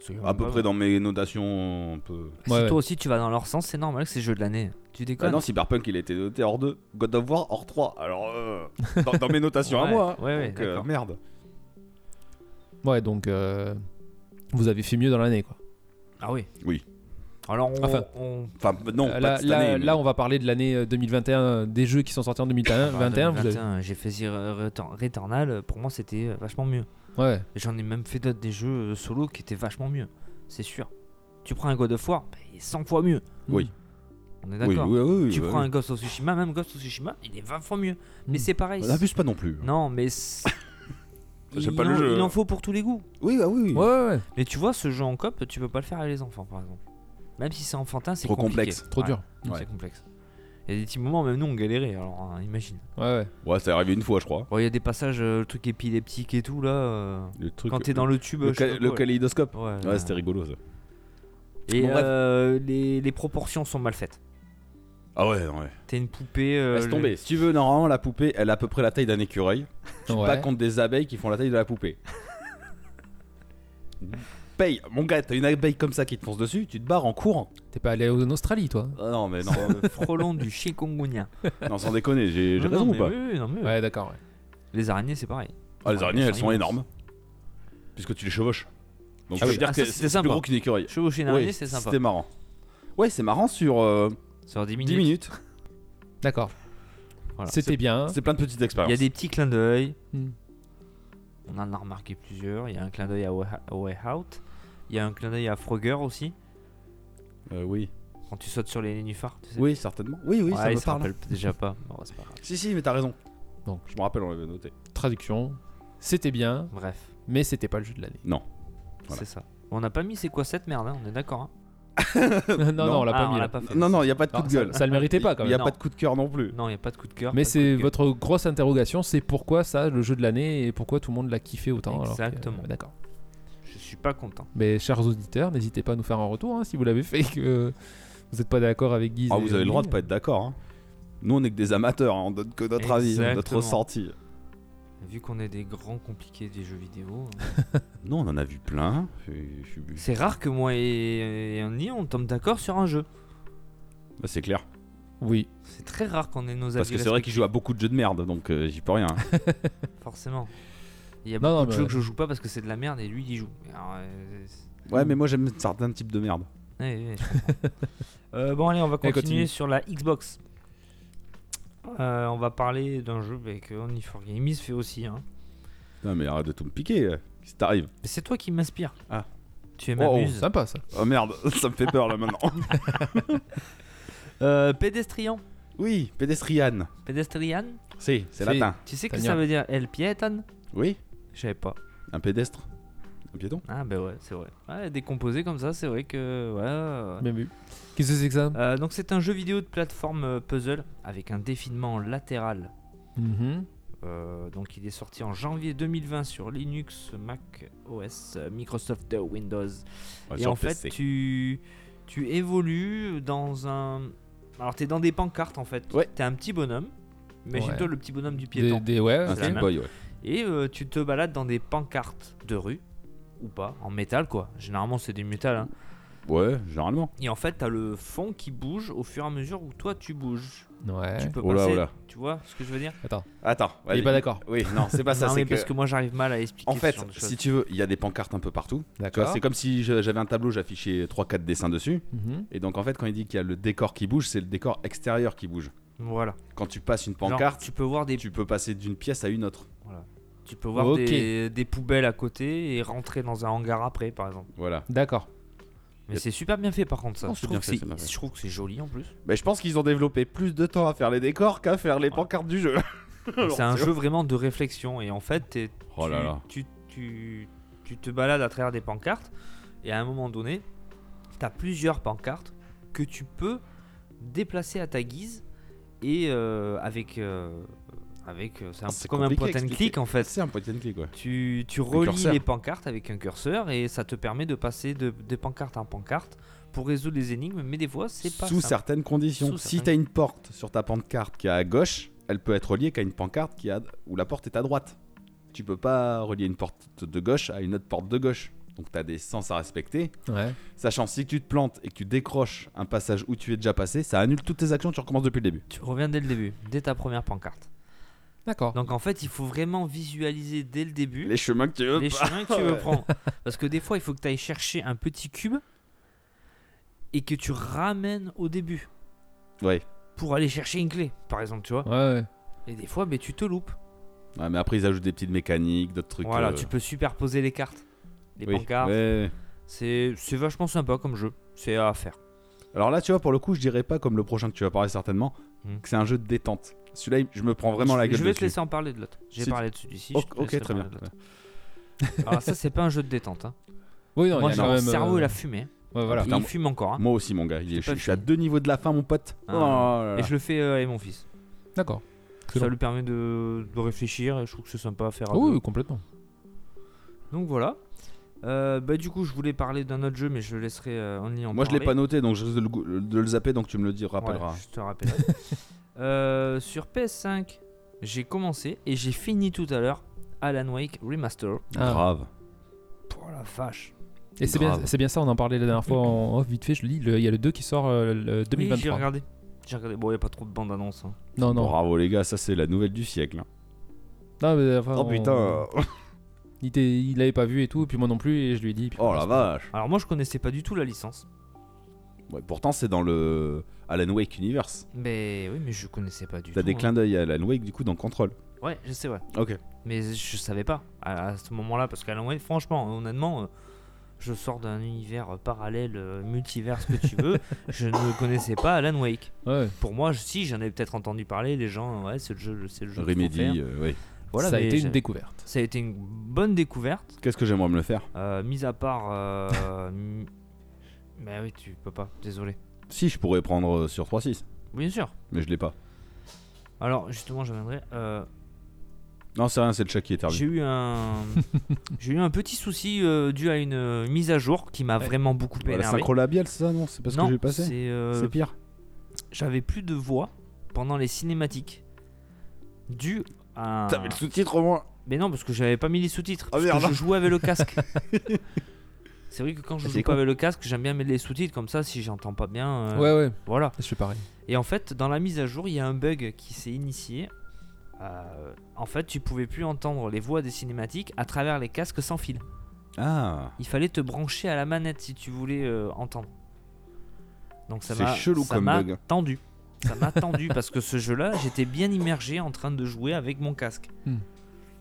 S5: C'est quand
S4: À
S5: même
S4: peu
S5: pas
S4: près
S5: mal.
S4: dans mes notations un peu.
S5: Si toi aussi tu vas dans leur sens, c'est normal que c'est jeu de l'année. Tu
S4: Ah
S5: déconnes.
S4: non, Cyberpunk il a été noté hors 2. God of War hors 3. Alors, euh, dans, dans mes notations à
S5: Ouais,
S4: moi. hein.
S5: ouais, ouais,
S4: Donc, euh,
S5: d'accord.
S4: merde.
S6: Ouais, donc euh, vous avez fait mieux dans l'année, quoi.
S5: Ah oui.
S4: Oui.
S5: Alors on.
S6: Enfin-
S5: on-
S4: Enfin, non,
S6: Euh,
S4: pas
S6: là,
S4: de cette
S6: là-
S4: année, mais-
S6: là, on va parler de l'année euh, 2021, des jeux qui sont sortis en 2021.
S4: Ah,
S5: Enfin,
S6: 21, vous avez-
S5: 2021, j'ai fait Zero- Return- Returnal, euh, pour moi c'était euh, vachement mieux.
S6: Ouais.
S5: J'en ai même fait d'autres des jeux euh, solo qui étaient vachement mieux, c'est sûr. Tu prends un God of War, bah, il est 100 fois mieux. Hmm.
S4: Oui.
S5: On est
S4: Oui,
S5: d'accord.
S4: oui, oui, oui,
S5: tu
S4: oui.
S5: prends un Ghost of Tsushima, même Ghost of Tsushima, il est 20 fois mieux. Mais
S4: Mm.
S5: c'est pareil.
S4: On
S5: c'est-
S4: n'abuse pas non plus.
S5: Non, mais c'est-
S4: C'est
S5: il
S4: pas
S5: en-
S4: le jeu. hein.
S5: Il en faut pour tous les goûts.
S4: Oui, bah oui, oui.
S5: Mais tu vois, ce jeu en cop, tu peux pas le faire avec les enfants, par exemple. Même si c'est enfantin, c'est
S4: Trop
S5: compliqué.
S4: complexe. Trop
S5: Ouais.
S4: dur.
S5: Non,
S4: Ouais.
S5: C'est complexe. Il y a des petits moments, même nous, on galérait. Alors, hein, imagine.
S6: Ouais,
S4: ouais. Ouais, c'est arrivé une fois, je crois.
S5: Bon, il y a des passages, euh, le truc épileptique et tout là. euh, quand t'es dans le tube,
S4: Le,
S5: je sais pas
S4: ca- le
S5: quoi, là.
S4: kaléidoscope.
S5: Ouais,
S4: Ouais,
S5: là.
S4: c'était rigolo ça.
S5: Et
S4: Bon, bref.
S5: euh, les, les proportions sont mal faites.
S4: Ah ouais, non, ouais.
S5: T'es une poupée. euh,
S4: Laisse tomber.
S5: le-
S4: Si tu veux, normalement, la poupée, elle a à peu près la taille d'un écureuil. Je suis
S5: Ouais.
S4: pas contre des abeilles qui font la taille de la poupée. Paye, mon gars, t'as une abeille comme ça qui te fonce dessus, tu te barres en courant.
S6: T'es pas allé en Australie, toi
S4: Ah non, mais non.
S5: Frelon du chikungunya.
S4: non, sans déconner, j'ai j'ai
S5: Non, non,
S4: raison ou
S5: mais
S4: pas
S5: oui, oui, non, mais oui.
S6: Ouais, d'accord. ouais.
S5: Les araignées, c'est pareil.
S4: Ah, les araignées, elles sont
S5: immenses.
S4: énormes. Puisque tu les chevauches. Donc,
S5: Ah
S4: je
S5: oui.
S4: veux dire
S5: Ah,
S4: que
S5: ça, c'était
S4: c'est
S5: sympa.
S4: plus gros qu'une écureuil.
S5: Chevaucher une
S4: Oui,
S5: araignée, c'est sympa.
S4: C'était marrant. Ouais, c'est marrant sur. euh,
S5: Sur 10
S4: 10
S5: minutes.
S4: minutes.
S6: D'accord.
S5: Voilà.
S6: C'était bien.
S4: C'est plein de petites expériences.
S5: Il y a des petits clins d'œil.
S6: Hmm.
S5: On en a remarqué plusieurs. Il y a un clin d'œil à Way à Way Out. Il y a un clin d'œil à Frogger aussi.
S4: Euh, oui.
S5: Quand tu sautes sur les nénuphars, tu sais.
S4: Oui, certainement. Oui, oui,
S5: Ouais,
S4: ça
S5: il
S4: me
S5: se
S4: parle.
S5: rappelle déjà pas. Bon, c'est pas grave.
S4: Si, si, mais t'as raison.
S6: Donc,
S4: je me rappelle, on l'avait noté.
S6: Traduction. C'était bien.
S5: Bref.
S6: Mais c'était pas le jeu de l'année.
S4: Non.
S5: C'est ça. On n'a pas mis c'est quoi cette merde, hein, on est d'accord. hein.
S6: non, non, on l'a
S5: Ah,
S6: pas mis.
S5: l'a
S6: là.
S5: fait.
S4: Non, non, il n'y a pas de coup
S6: Non,
S4: de
S6: ça-
S4: gueule.
S6: ça le méritait pas, quand
S4: Il n'y a
S6: même.
S4: pas
S5: Non.
S4: de coup de cœur non plus.
S5: Non, il n'y a pas de coup de cœur.
S6: Mais
S5: pas de
S6: c'est
S5: coup de gueule.
S6: votre grosse interrogation, c'est pourquoi ça, le jeu de l'année, et pourquoi tout le monde l'a kiffé autant. alors que- euh,
S5: Exactement.
S6: D'accord.
S5: Je suis pas content.
S6: Mais chers auditeurs, n'hésitez pas à nous faire un retour hein, si vous l'avez fait et que vous n'êtes pas d'accord avec Guy.
S4: Ah, vous avez le droit de pas être d'accord. hein. Nous, on est que des amateurs, hein, on donne que notre avis, hein, notre
S5: Exactement.
S4: ressenti.
S5: Vu qu'on est des grands compliqués des jeux vidéo.
S4: Non, on en a vu plein. Et je suis-
S5: c'est rare que moi et, et Andy on tombe d'accord sur un jeu.
S4: Bah, c'est clair.
S6: Oui.
S5: C'est très rare qu'on ait nos avis.
S4: Parce que c'est vrai qu'il joue à beaucoup de jeux de merde, donc euh, j'y peux rien. hein.
S5: respectifs, Forcément. Il y a
S6: Non, bah-
S5: beaucoup
S6: non,
S5: de
S6: mais
S5: jeux
S6: ouais.
S5: que je joue pas parce que c'est de la merde et lui il y joue. Alors, euh, c'est-
S4: ouais, mais moi, j'aime certains types de merde.
S5: Ouais, ouais, je comprends. Euh, bon, allez, on va
S6: Eh,
S4: Et
S5: continuer
S4: continue.
S5: sur la Xbox. Euh, on va parler d'un jeu bah, que Only4 Games fait aussi. hein.
S4: Putain, mais arrête de tout me piquer. euh. Qu'est-ce qui t'arrive
S5: Mais c'est toi qui m'inspire.
S4: Ah.
S5: Tu
S4: Oh,
S5: m'amuses.
S6: sympa, ça.
S4: Oh merde, ça me fait peur là maintenant.
S5: Euh, pédestrian.
S4: Oui, pédestrian.
S5: Pédestrian.
S4: Si, c'est latin.
S5: Tu sais que ça veut dire El Pietan
S4: Oui.
S5: Je savais pas.
S4: Un pédestre Un piéton
S5: Ah, bah ouais, c'est vrai. Ouais, décomposé comme ça, c'est vrai que. Ouais. ouais, ouais.
S6: Bien vu. Qu'est-ce que c'est que ça
S5: Euh, donc, c'est un jeu vidéo de plateforme euh, puzzle avec un défilement latéral.
S6: Mhm.
S5: Euh, donc, il est sorti en janvier 2020 sur Linux, Mac OS, euh, Microsoft euh, Windows.
S4: Ouais,
S5: Et
S4: sur
S5: en fait,
S4: PC.
S5: tu, tu évolues dans un. Alors, t'es dans des pancartes en fait. T'es un petit bonhomme. Imagine-toi
S6: Ouais.
S5: le petit bonhomme du
S6: Des-
S5: piéton.
S6: des- ouais, Un
S5: C'est la
S6: Game
S5: même.
S6: Boy, ouais.
S5: Et euh, tu te balades dans des pancartes de rue, ou pas, en métal quoi. Généralement, c'est du métal. hein.
S4: Ouais, généralement.
S5: Et en fait, t'as le fond qui bouge au fur et à mesure où toi tu bouges.
S6: Ouais.
S5: Tu peux
S4: Oh là,
S5: passer-
S4: oh là.
S5: Tu vois ce que je veux dire
S6: Attends.
S4: Attends.
S6: Il est
S4: vas-y.
S6: pas d'accord.
S4: Oui, non, c'est pas ça.
S5: Non,
S4: c'est
S5: mais parce que moi, j'arrive mal à expliquer
S4: En
S5: ce
S4: fait,
S5: genre de choses.
S4: si tu veux, il y a des pancartes un peu partout. Tu vois,
S5: D'accord.
S4: C'est comme si je- j'avais un tableau, j'affichais 3-4 dessins dessus.
S5: Mhm.
S4: Et donc, en fait, quand il dit qu'il y a le décor qui bouge, c'est le décor extérieur qui bouge.
S5: Voilà.
S4: Quand tu passes une
S5: Genre,
S4: pancarte,
S5: tu peux voir des.
S4: Tu peux passer d'une pièce à une autre.
S5: Voilà. Tu peux voir
S4: Ok.
S5: des, des poubelles à côté et rentrer dans un hangar après, par exemple.
S4: Voilà.
S6: D'accord.
S5: Mais c'est super bien fait par contre ça.
S4: Non,
S5: je,
S4: c'est
S5: trouve
S4: bien
S5: que
S4: fait, c'est bien
S5: c'est-
S4: fait.
S5: je trouve que c'est joli en plus.
S4: Mais je pense qu'ils ont développé plus de temps à faire les décors qu'à faire les pancartes du jeu. Alors,
S5: C'est un
S4: tu
S5: jeu
S4: vois.
S5: vraiment de réflexion et en fait t'es-
S4: Oh
S5: tu,
S4: là là.
S5: Tu, tu- tu te balades à travers des pancartes et à un moment donné t'as plusieurs pancartes que tu peux déplacer à ta guise et euh, avec euh, avec euh, c'est un peu
S4: Ah, C'est
S5: comme un
S4: compliqué
S5: point
S4: à
S5: and
S4: expliquer.
S5: click en fait
S4: C'est un point and click, ouais.
S5: tu, tu
S4: Un
S5: relis
S4: curseur.
S5: les pancartes avec un curseur et ça te permet de passer de, de pancarte en pancarte pour résoudre les énigmes mais des fois c'est pas
S4: Sous
S5: simple.
S4: certaines conditions.
S5: Sous
S4: si
S5: certaines-
S4: tu as une porte sur ta pancarte qui est à gauche, elle peut être reliée qu'à une pancarte qui a... où la porte est à droite. Tu peux pas relier une porte de gauche à une autre porte de gauche. Donc tu as des sens à respecter.
S3: Ouais.
S4: Sachant si tu te plantes et que tu décroches un passage où tu es déjà passé, ça annule toutes tes actions, tu recommences depuis le début.
S5: Tu reviens dès le début, dès ta première pancarte.
S4: Oh.
S6: D'accord.
S5: Donc en fait, il faut vraiment visualiser dès le début
S4: Les chemins que tu veux
S5: les
S4: pas.
S5: chemins que tu veux
S4: Ah Ouais.
S5: prendre. Parce que des fois, il faut que tu ailles chercher un petit cube et que tu ramènes au début
S4: Ouais.
S5: pour aller chercher une clé, par exemple, tu vois.
S4: Ouais,
S5: Et des fois, mais tu te loupes.
S4: Ouais, mais après ils ajoutent des petites mécaniques, d'autres trucs.
S5: voilà,
S4: euh,
S5: tu peux superposer les cartes, les
S4: oui.
S5: pancartes.
S4: Ouais.
S5: C'est c'est vachement sympa comme jeu. C'est à faire.
S4: Alors là, tu vois, pour le coup, je dirais pas comme le prochain que tu vas parler certainement,
S5: Hmm.
S4: que c'est un jeu de détente. Celui-là, il- je me prends vraiment
S5: je,
S4: la gueule.
S5: Je vais te
S4: dessus.
S5: laisser en parler de l'autre. J'ai
S4: Si-
S5: parlé de celui-ci.
S4: Oh,
S5: je te laisserai
S4: ok, très
S5: parler
S4: bien.
S5: de l'autre. Alors ça, c'est pas un jeu de détente. hein.
S4: Oui, non,
S5: Moi,
S4: il y
S5: j'ai-
S4: a quand
S5: mon
S4: même,
S5: cerveau,
S4: euh,
S5: il a fumé.
S4: Ouais, voilà.
S5: Et
S4: Putain,
S5: il fume encore. hein.
S4: Moi aussi, mon gars. il est- je,
S5: pas
S4: je suis à deux niveaux de la fin, mon pote.
S5: Ah,
S4: Oh là là.
S5: Et je le fais euh, avec mon fils.
S6: D'accord.
S5: Ça lui permet de, de réfléchir et je trouve que c'est sympa à faire. à
S6: Oui,
S5: deux.
S6: oui, complètement.
S5: Donc voilà. Euh, bah, du coup, je voulais parler d'un autre jeu, mais je laisserai euh, Only en
S4: Moi, je l'ai
S5: parler.
S4: pas noté, donc je risque de le, go- de le zapper, donc tu me le dis, rappelleras.
S5: Ouais, je te rappelle. Euh, sur PS5, j'ai commencé et j'ai fini tout à l'heure Alan Wake Remaster.
S4: Grave.
S5: Pour la vache.
S6: Et c'est bien,
S5: Grave.
S6: c'est bien ça, on en parlait la dernière fois en off, vite fait, je le lis, le- il y a le 2 qui sort euh, le
S5: Oui,
S6: 2023.
S5: j'ai regardé. J'ai regardé. Bon, il a pas trop de hein. bande-annonce.
S6: Non, non.
S4: Bravo, les gars, ça, c'est la nouvelle du siècle. hein.
S6: Non, mais enfin,
S4: Oh,
S6: on-
S4: putain.
S6: Il, était- il l'avait pas vu et tout, puis moi non plus, et je lui ai dit.
S4: Oh la vache.
S5: Alors, moi, je connaissais pas du tout la licence.
S4: Ouais, pourtant, c'est dans le Alan Wake Universe.
S5: Mais oui, mais je connaissais pas du tout.
S4: T'as des
S5: hein.
S4: clins d'œil à Alan Wake, du coup, dans Control.
S5: Ouais, je sais, ouais.
S4: Ok.
S5: Mais je savais pas à, à ce moment-là, parce qu'Alan Wake, franchement, honnêtement, euh, je sors d'un univers parallèle, euh, multivers, ce que tu veux. je ne connaissais pas Alan Wake. Pour moi, je- si, j'en avais peut-être entendu parler, les gens, ouais, c'est le jeu, c'est le jeu. qu'il faut
S4: Remedy,
S5: faire.
S4: euh, oui.
S5: Voilà,
S4: Ça a
S5: mais
S4: été une
S5: j'ai-
S4: découverte.
S5: Ça a été une bonne découverte.
S4: Qu'est-ce que j'aimerais me le faire
S5: Euh, mis à part. euh, mi- bah oui, tu peux pas, désolé.
S4: Si, je pourrais prendre euh, sur 3.6.
S5: Bien sûr.
S4: Mais je l'ai pas.
S5: Alors, justement, je viendrai. euh,
S4: Non, c'est rien, c'est le chat qui est
S5: j'ai
S4: terminé.
S5: eu un. J'ai eu un petit souci euh, dû à une euh, mise à jour qui m'a vraiment beaucoup
S4: Voilà,
S5: énervé.
S4: synchro labiale, c'est ça, non C'est parce
S5: Non,
S4: que j'ai passé
S5: c'est, euh,
S4: C'est pire.
S5: J'avais plus de voix pendant les cinématiques. Dû à.
S4: T'avais le sous-titre au moins
S5: Mais non, parce que j'avais pas mis les sous-titres.
S4: Ah,
S5: parce
S4: merde.
S5: que je jouais avec le casque. C'est vrai que quand je
S4: Ah,
S5: joue
S4: c'est
S5: pas
S4: con.
S5: avec le casque, j'aime bien mettre les sous-titres comme ça si j'entends pas bien. euh,
S6: Ouais, ouais.
S5: Voilà.
S6: Je fais pareil.
S5: Et en fait, dans la mise à jour, il y a un bug qui s'est initié. Euh, en fait, tu pouvais plus entendre les voix des cinématiques à travers les casques sans fil.
S4: Ah.
S5: Il fallait te brancher à la manette si tu voulais euh, entendre. Donc ça
S4: C'est
S5: m'a
S4: chelou
S5: ça
S4: comme
S5: m'a
S4: bug.
S5: tendu. Ça m'a tendu parce que ce jeu-là, j'étais bien immergé en train de jouer avec mon casque.
S6: Hmm.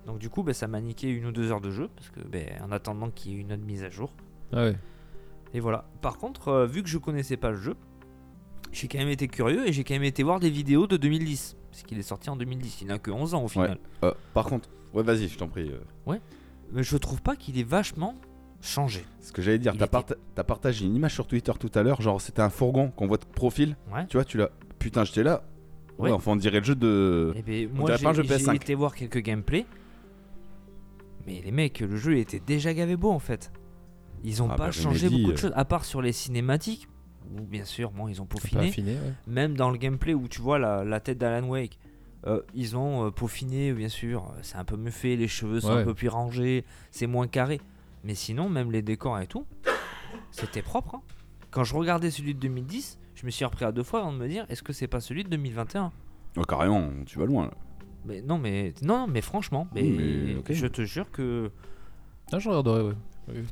S5: Donc du coup, bah, ça m'a niqué une ou deux heures de jeu parce que ben, en attendant qu'il y ait une autre mise à jour.
S6: Ah ouais.
S5: Et voilà. Par contre, euh, vu que je connaissais pas le jeu, j'ai quand même été curieux et j'ai quand même été voir des vidéos de 2010 parce qu'il est sorti en 2010. Il n'a que 11 ans au final.
S4: Ouais. Euh, par contre, ouais, vas-y, je t'en prie. euh.
S5: Ouais. Mais je trouve pas qu'il est vachement changé.
S4: Ce que j'allais dire, t'as parta- t'as partagé une image sur Twitter tout à l'heure, genre c'était un fourgon qu'on voit de profil.
S5: Ouais.
S4: Tu vois, tu l'as. Putain, j'étais là. Ouais.
S5: Ouais.
S4: enfin, on dirait le jeu de.
S5: Eh ben,
S4: on
S5: moi,
S4: dirait pas un jeu
S5: j'ai j'ai
S4: PS5.
S5: été voir quelques gameplays. Mais les mecs, le jeu était déjà gavé beau en fait. Ils ont
S4: Ah
S5: pas
S4: bah,
S5: changé
S4: Remedy,
S5: beaucoup de
S4: euh.
S5: choses, à part sur les cinématiques, où bien sûr, bon, ils ont peaufiné.
S6: affiné, ouais.
S5: Même dans le gameplay où tu vois la, la tête d'Alan Wake, euh, ils ont euh, peaufiné, bien sûr. euh, C'est un peu mieux fait, les cheveux sont
S6: Ouais.
S5: un peu plus rangés, c'est moins carré. Mais sinon, même les décors et tout, c'était propre. hein. Quand je regardais celui de 2010, je me suis repris à deux fois avant de me dire est-ce que c'est pas celui de 2021
S4: Oh, carrément, tu vas loin là.
S5: mais non, mais non, non, mais franchement, mais,
S4: mais ok.
S5: je te jure que
S6: Ah, je regarderai, ouais.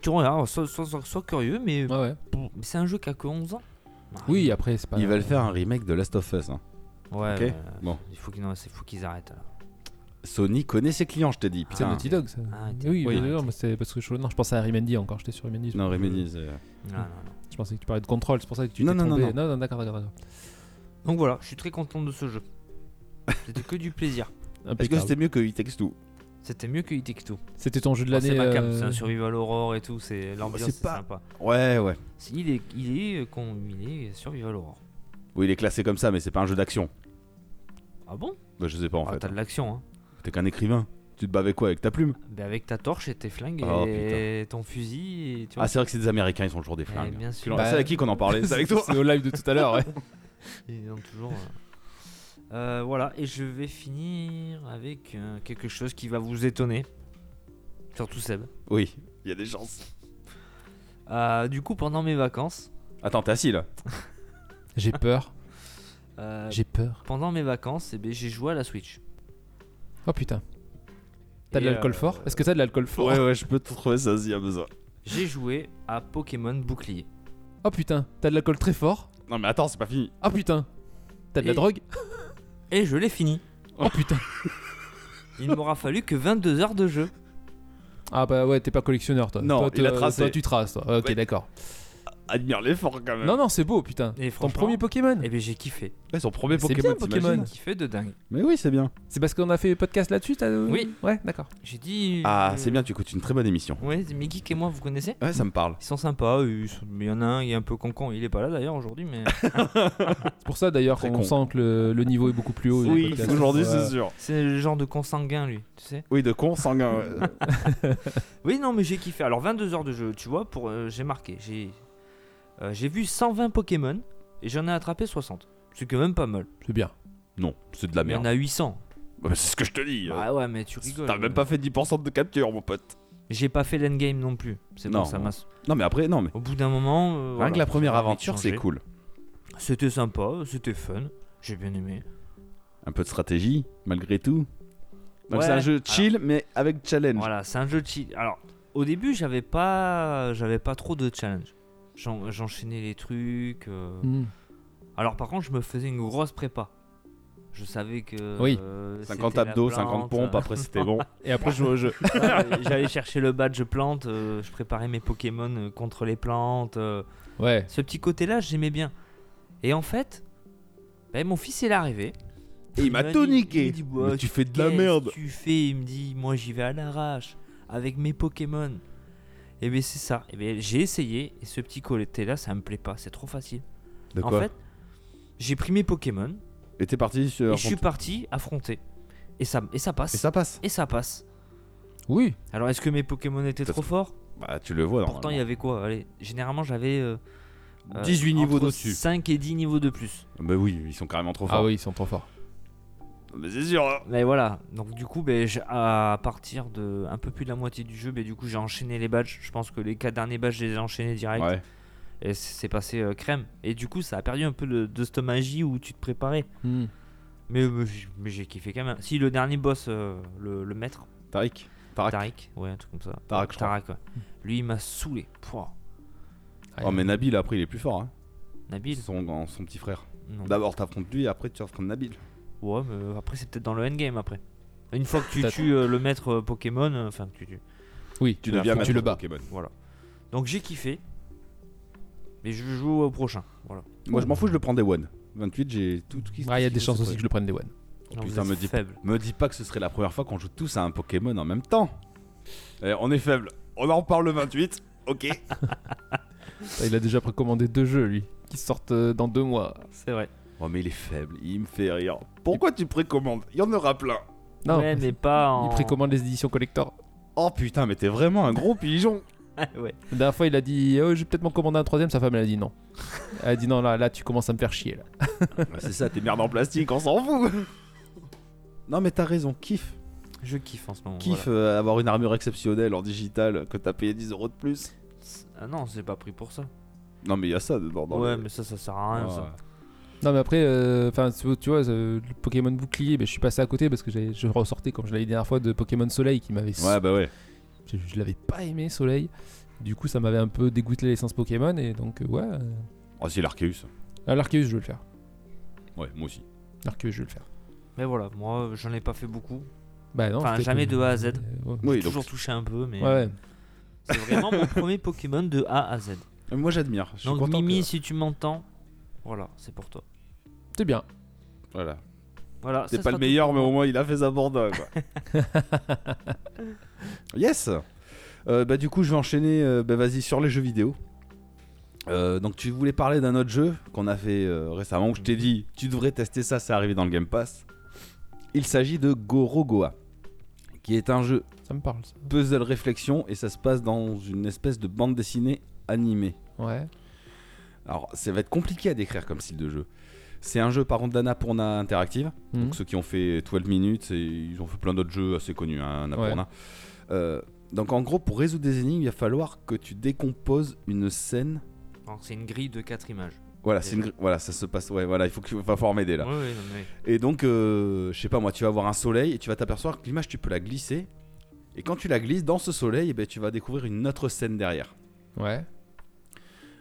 S5: tu regardes, sois, sois- sois- sois curieux, mais Bon, mais c'est un jeu qui a que 11 ans.
S6: Oui, après, c'est pas.
S4: Bah, Ils veulent faire un remake de Last of Us. hein.
S5: Ouais,
S4: Ok
S5: ouais.
S4: Bon.
S5: il faut qu'ils non, c'est- faut qu'ils arrêtent. là.
S4: Sony connaît ses clients, je t'ai dit.
S6: C'est
S4: Putain.
S6: Naughty Dog, ça. oui, oui, non, mais c'est parce que je, non, je pensais à Remedy encore, j'étais sur Remedy.
S4: Non,
S6: je-
S4: Remedy, c'est-
S5: Non, non,
S6: Je pensais que tu parlais de contrôle, c'est pour ça que tu
S4: Non,
S6: t'es
S4: non, non,
S6: trompé. non, d'accord, d'accord, d'accord.
S5: Donc voilà, je suis très content de ce jeu. C'était que du plaisir.
S4: Est-ce que c'était mieux que It Takes Two
S5: C'était mieux que It Takes Two.
S6: C'était ton jeu de
S5: Oh, C'est
S6: l'année,
S5: ma cam,
S6: euh,
S5: c'est un survival horror et tout, c'est l'ambiance,
S4: Oh, c'est
S5: c'est
S4: pas-
S5: sympa.
S4: Ouais, ouais.
S5: C'est- Il est, il est, euh, con- il est survival horror.
S4: Oui, il est classé comme ça, mais c'est pas un jeu d'action.
S5: Ah bon
S4: Bah, je sais pas en fait.
S5: T'as de l'action, hein.
S4: T'es qu'un écrivain. Tu te bavais quoi avec ta plume
S5: Ben, avec ta torche et tes flingues
S4: Oh,
S5: et ton fusil. Et, tu vois.
S4: Ah, c'est vrai que c'est des Américains, ils sont toujours des
S5: Eh,
S4: flingues.
S5: bien sûr.
S4: Bah, c'est avec qui qu'on en parlait C'est avec toi
S6: C'est au live de tout à l'heure, ouais.
S5: Ils ont toujours. euh. Euh, voilà, et je vais finir avec euh, quelque chose qui va vous étonner. Surtout Seb.
S4: Oui, il y a des chances.
S5: Euh, du coup, pendant mes vacances.
S4: Attends, t'es assis là
S6: J'ai peur.
S5: euh,
S6: J'ai peur.
S5: Pendant mes vacances, eh ben, j'ai joué à la Switch.
S6: Oh putain. T'as de
S5: Et,
S6: l'alcool
S5: euh,
S6: fort Est-ce que t'as de l'alcool fort
S4: Ouais, ouais, je peux te trouver ça s'il y a besoin.
S5: J'ai joué à Pokémon Bouclier.
S6: Oh putain, t'as de l'alcool très fort
S4: Non, mais attends, c'est pas fini.
S6: Ah putain, t'as de la
S5: Et-
S6: drogue
S5: Et je l'ai fini.
S6: Oh putain.
S5: Il m'aura fallu que 22 heures de jeu.
S6: Ah bah ouais, t'es pas collectionneur toi.
S5: Non,
S6: Toi,
S5: il a
S6: te-
S5: tracé.
S6: Toi, tu traces, toi. Ok,
S5: Ouais.
S6: d'accord.
S4: Admire l'effort quand même.
S6: Non, non, c'est beau, putain.
S5: Et
S6: Ton premier Pokémon
S5: Eh ben j'ai kiffé.
S4: Ouais, son premier
S6: C'est
S4: Pokémon,
S6: bien, Pokémon.
S4: t'imagines
S5: J'ai kiffé de dingue.
S4: Mais oui, c'est bien.
S6: C'est parce qu'on a fait podcast là-dessus t'as-
S5: Oui.
S6: Ouais, d'accord.
S5: J'ai dit.
S4: Ah,
S5: euh,
S4: c'est bien, tu écoutes une très bonne émission.
S5: Ouais, mais Geek et moi, vous connaissez
S4: Ouais, ça me parle.
S5: Ils sont sympas, ils sont- il y en a un, il est un peu concon, il est pas là d'ailleurs aujourd'hui, mais.
S6: C'est pour ça d'ailleurs qu'on sent que le, le niveau est beaucoup plus haut.
S5: Oui,
S6: des podcasts.
S4: aujourd'hui,
S6: Ouais.
S4: c'est sûr.
S5: C'est le genre de consanguin, lui, tu sais.
S4: Oui, de con sanguin. ouais.
S5: Oui, non, mais j'ai kiffé. Alors, 22 heures de jeu, tu vois, pour euh, j'ai marqué. J'ai euh, j'ai vu 120 Pokémon et j'en ai attrapé 60. C'est quand même pas mal.
S6: C'est bien.
S4: non, c'est de la
S5: Il y en
S4: Ah, merde.
S5: a 800.
S4: Bah, c'est ce que je te dis.
S5: Ah ouais, mais tu rigoles. Euh,
S4: T'as même pas fait 10% de capture, mon pote.
S5: J'ai pas fait l'endgame non plus. C'est bon, ça m'a.
S4: Non, mais après, non, mais.
S5: Au bout d'un moment. euh,
S4: Rien
S5: voilà,
S4: que la première
S5: j'avais envie de
S4: aventure, c'est
S5: changer.
S4: cool.
S5: C'était sympa, c'était fun. J'ai bien aimé.
S4: Un peu de stratégie, malgré tout. Donc,
S5: Ouais.
S4: c'est un jeu chill, mais avec challenge.
S5: Voilà, c'est un jeu de cheat. Alors, au début, j'avais pas, j'avais pas trop de challenge. J'en- J'enchaînais les trucs. euh.
S6: Mm.
S5: Alors, par contre, je me faisais une grosse prépa. Je savais que.
S6: Oui.
S5: euh,
S4: 50
S5: c'était la
S4: abdos,
S5: plante.
S4: 50 pompes, après, c'était bon.
S6: Et après, je jouais au jeu.
S5: Ouais, J'allais chercher le badge plante, euh, je préparais mes Pokémon euh, contre les plantes. euh.
S6: Ouais.
S5: Ce petit côté-là, j'aimais bien. Et en fait, ben, mon fils, il est arrivé.
S4: Et il m'a
S5: m'a
S4: tout
S5: dit- il
S4: niqué.
S5: m'a dit,
S4: Mais
S5: Ouais,
S4: tu fais de la
S5: qu'est-ce
S4: merde.
S5: que Tu fais, il me dit, moi j'y vais à l'arrache avec mes Pokémon. Et bien c'est ça. Et bien j'ai essayé et ce petit côté là, ça me plaît pas. C'est trop facile.
S4: De
S5: en
S4: quoi
S5: fait, j'ai pris mes Pokémon
S4: Et t'es parti sur.
S5: et je suis parti affronter. Et ça, et ça passe. Et
S4: ça passe.
S5: Et ça passe.
S6: Oui.
S5: Alors est-ce que mes Pokémon étaient trop forts
S4: Bah, tu le vois,
S5: Pourtant il y avait quoi Allez, généralement j'avais euh, euh,
S4: 18 niveaux
S5: entre
S4: d'au-dessus.
S5: 5 et 10 niveaux de plus.
S4: Bah oui, ils sont carrément trop forts.
S6: Ah oui, ils sont trop forts.
S4: Mais c'est sûr. hein.
S5: Mais voilà, donc du coup, ben, j'ai- à partir de un peu plus de la moitié du jeu, ben, du coup, j'ai enchaîné les badges. Je pense que les quatre derniers badges, je les ai enchaînés direct.
S4: Ouais.
S5: Et c- c'est passé euh, crème. Et du coup, ça a perdu un peu de, de cette magie où tu te préparais.
S6: Hmm.
S5: Mais, euh, j- mais j'ai kiffé quand même. Si le dernier boss, euh, le, le maître.
S4: Tarik.
S5: Tarak. ouais, un truc comme ça.
S4: Tarak, je crois.
S5: ouais. Lui, il m'a saoulé. Pouah.
S4: Oh, mais Nabil, après, il est plus fort. Hein.
S5: Nabil
S4: son, son petit frère.
S5: Non.
S4: D'abord, t'affrontes lui, après, tu affrontes Nabil.
S5: Ouais, mais euh, après, c'est peut-être dans le endgame après. Une fois que tu
S4: Peut-être.
S5: tues euh, le maître euh, Pokémon, euh, enfin, que tu tues.
S6: Oui,
S4: Tu deviens
S6: tu
S4: maître
S6: le bats.
S4: Pokémon.
S5: Voilà. Donc j'ai kiffé. Mais je joue au prochain. Voilà.
S4: Moi, je m'en fous, je le prends des one. 28, j'ai tout, tout qui
S6: Ah, il y a des
S4: tout
S6: chances
S4: qui-
S6: aussi que je le prenne des one.
S4: Oh,
S5: Non, vous
S4: putain,
S5: êtes
S4: me dis,
S5: faible.
S4: me dis pas que ce serait la première fois qu'on joue tous à un Pokémon en même temps. Eh, on est faible. On en parle le 28. Ok.
S6: Ah, Il a déjà précommandé deux jeux, lui, qui sortent euh, dans deux mois.
S5: C'est vrai.
S4: oh, mais il est faible. Il me fait rire. Pourquoi tu précommandes Il y en aura plein.
S6: Non,
S5: ouais, mais pas en.
S6: Il précommande les éditions collector.
S4: Oh putain, mais t'es vraiment un gros pigeon.
S5: ouais.
S6: La dernière fois, il a dit Oh, je vais peut-être m'en commander un troisième. Sa femme, elle a dit non. Elle a dit non, là, là, tu commences à me faire chier. Là.
S4: Ouais, c'est ça, t'es merde en plastique, on s'en fout. Non, mais t'as raison. Kiff.
S5: Je kiffe en ce moment.
S4: Kiff euh, avoir une armure exceptionnelle en digital euh, que t'as payé 10 euros de plus.
S5: voilà. Ah non, c'est pas pris pour ça.
S4: Non, mais il y a ça dedans. dans
S5: ouais,
S4: le- Ah.
S5: mais ça, ça sert à rien.
S4: Ouais.
S5: Ça.
S6: Non, mais après, euh, enfin, tu tu vois, euh, le Pokémon bouclier, ben, je suis passé à côté parce que j'avais- je ressortais, comme je l'avais dit la dernière fois, de Pokémon Soleil qui m'avait.
S4: Ouais, bah ouais.
S6: Je, je l'avais pas aimé, Soleil. Du coup, ça m'avait un peu dégoûté l'essence Pokémon. Et donc, euh, ouais. euh,
S4: Oh, c'est l'Arceus.
S6: ah, L'Arceus, je vais le faire.
S4: Ouais, moi aussi.
S6: L'Arceus, je vais le faire.
S5: Mais voilà, moi, j'en ai pas fait beaucoup.
S6: Bah non,
S5: Enfin,
S6: c'était
S5: jamais
S6: que-
S5: de A à Z.
S6: ouais.
S5: J'ai
S6: Oui, donc-
S5: toujours touché un peu, mais. euh,
S6: Ouais, ouais.
S5: C'est vraiment mon premier Pokémon de A à Z.
S4: euh, Moi j'admire. Je suis
S5: Donc
S4: content
S5: Mimi,
S4: que-
S5: si tu m'entends, voilà, c'est pour toi.
S6: C'est bien.
S4: Voilà.
S5: Voilà,
S4: C'est
S5: ça
S4: pas
S5: sera
S4: le
S5: tout
S4: meilleur,
S5: pour
S4: mais au
S5: moi.
S4: moins il a fait sa bande. yes Euh, Bah, du coup, je vais enchaîner. euh, bah, vas-y, sur les jeux vidéo. Euh, donc, tu voulais parler d'un autre jeu qu'on a fait euh, récemment où je t'ai dit, tu devrais tester ça, c'est arrivé dans le Game Pass. Il s'agit de Gorogoa, qui est un jeu
S6: Ça me parle, ça.
S4: puzzle réflexion et ça se passe dans une espèce de bande dessinée animée.
S6: Ouais.
S4: Alors, ça va être compliqué à décrire comme style de jeu. C'est un jeu par contre d'Annapurna Interactive.
S6: Mhm.
S4: Donc ceux qui ont fait 12 minutes, et ils ont fait plein d'autres jeux assez connus, hein, Annapurna.
S6: Ouais.
S4: Euh, donc en gros, pour résoudre des énigmes, il va falloir que tu décomposes une scène.
S5: Alors, C'est une grille de 4 images.
S4: Voilà, c'est une gri- voilà, ça se passe. Ouais, voilà, il faut qu'il va falloir m'aider là.
S5: Ouais, ouais, non, mais-
S4: Et donc, euh, je sais pas moi, tu vas avoir un soleil et tu vas t'apercevoir que l'image, tu peux la glisser. Et quand tu la glisses dans ce soleil, eh ben, tu vas découvrir une autre scène derrière.
S6: Ouais.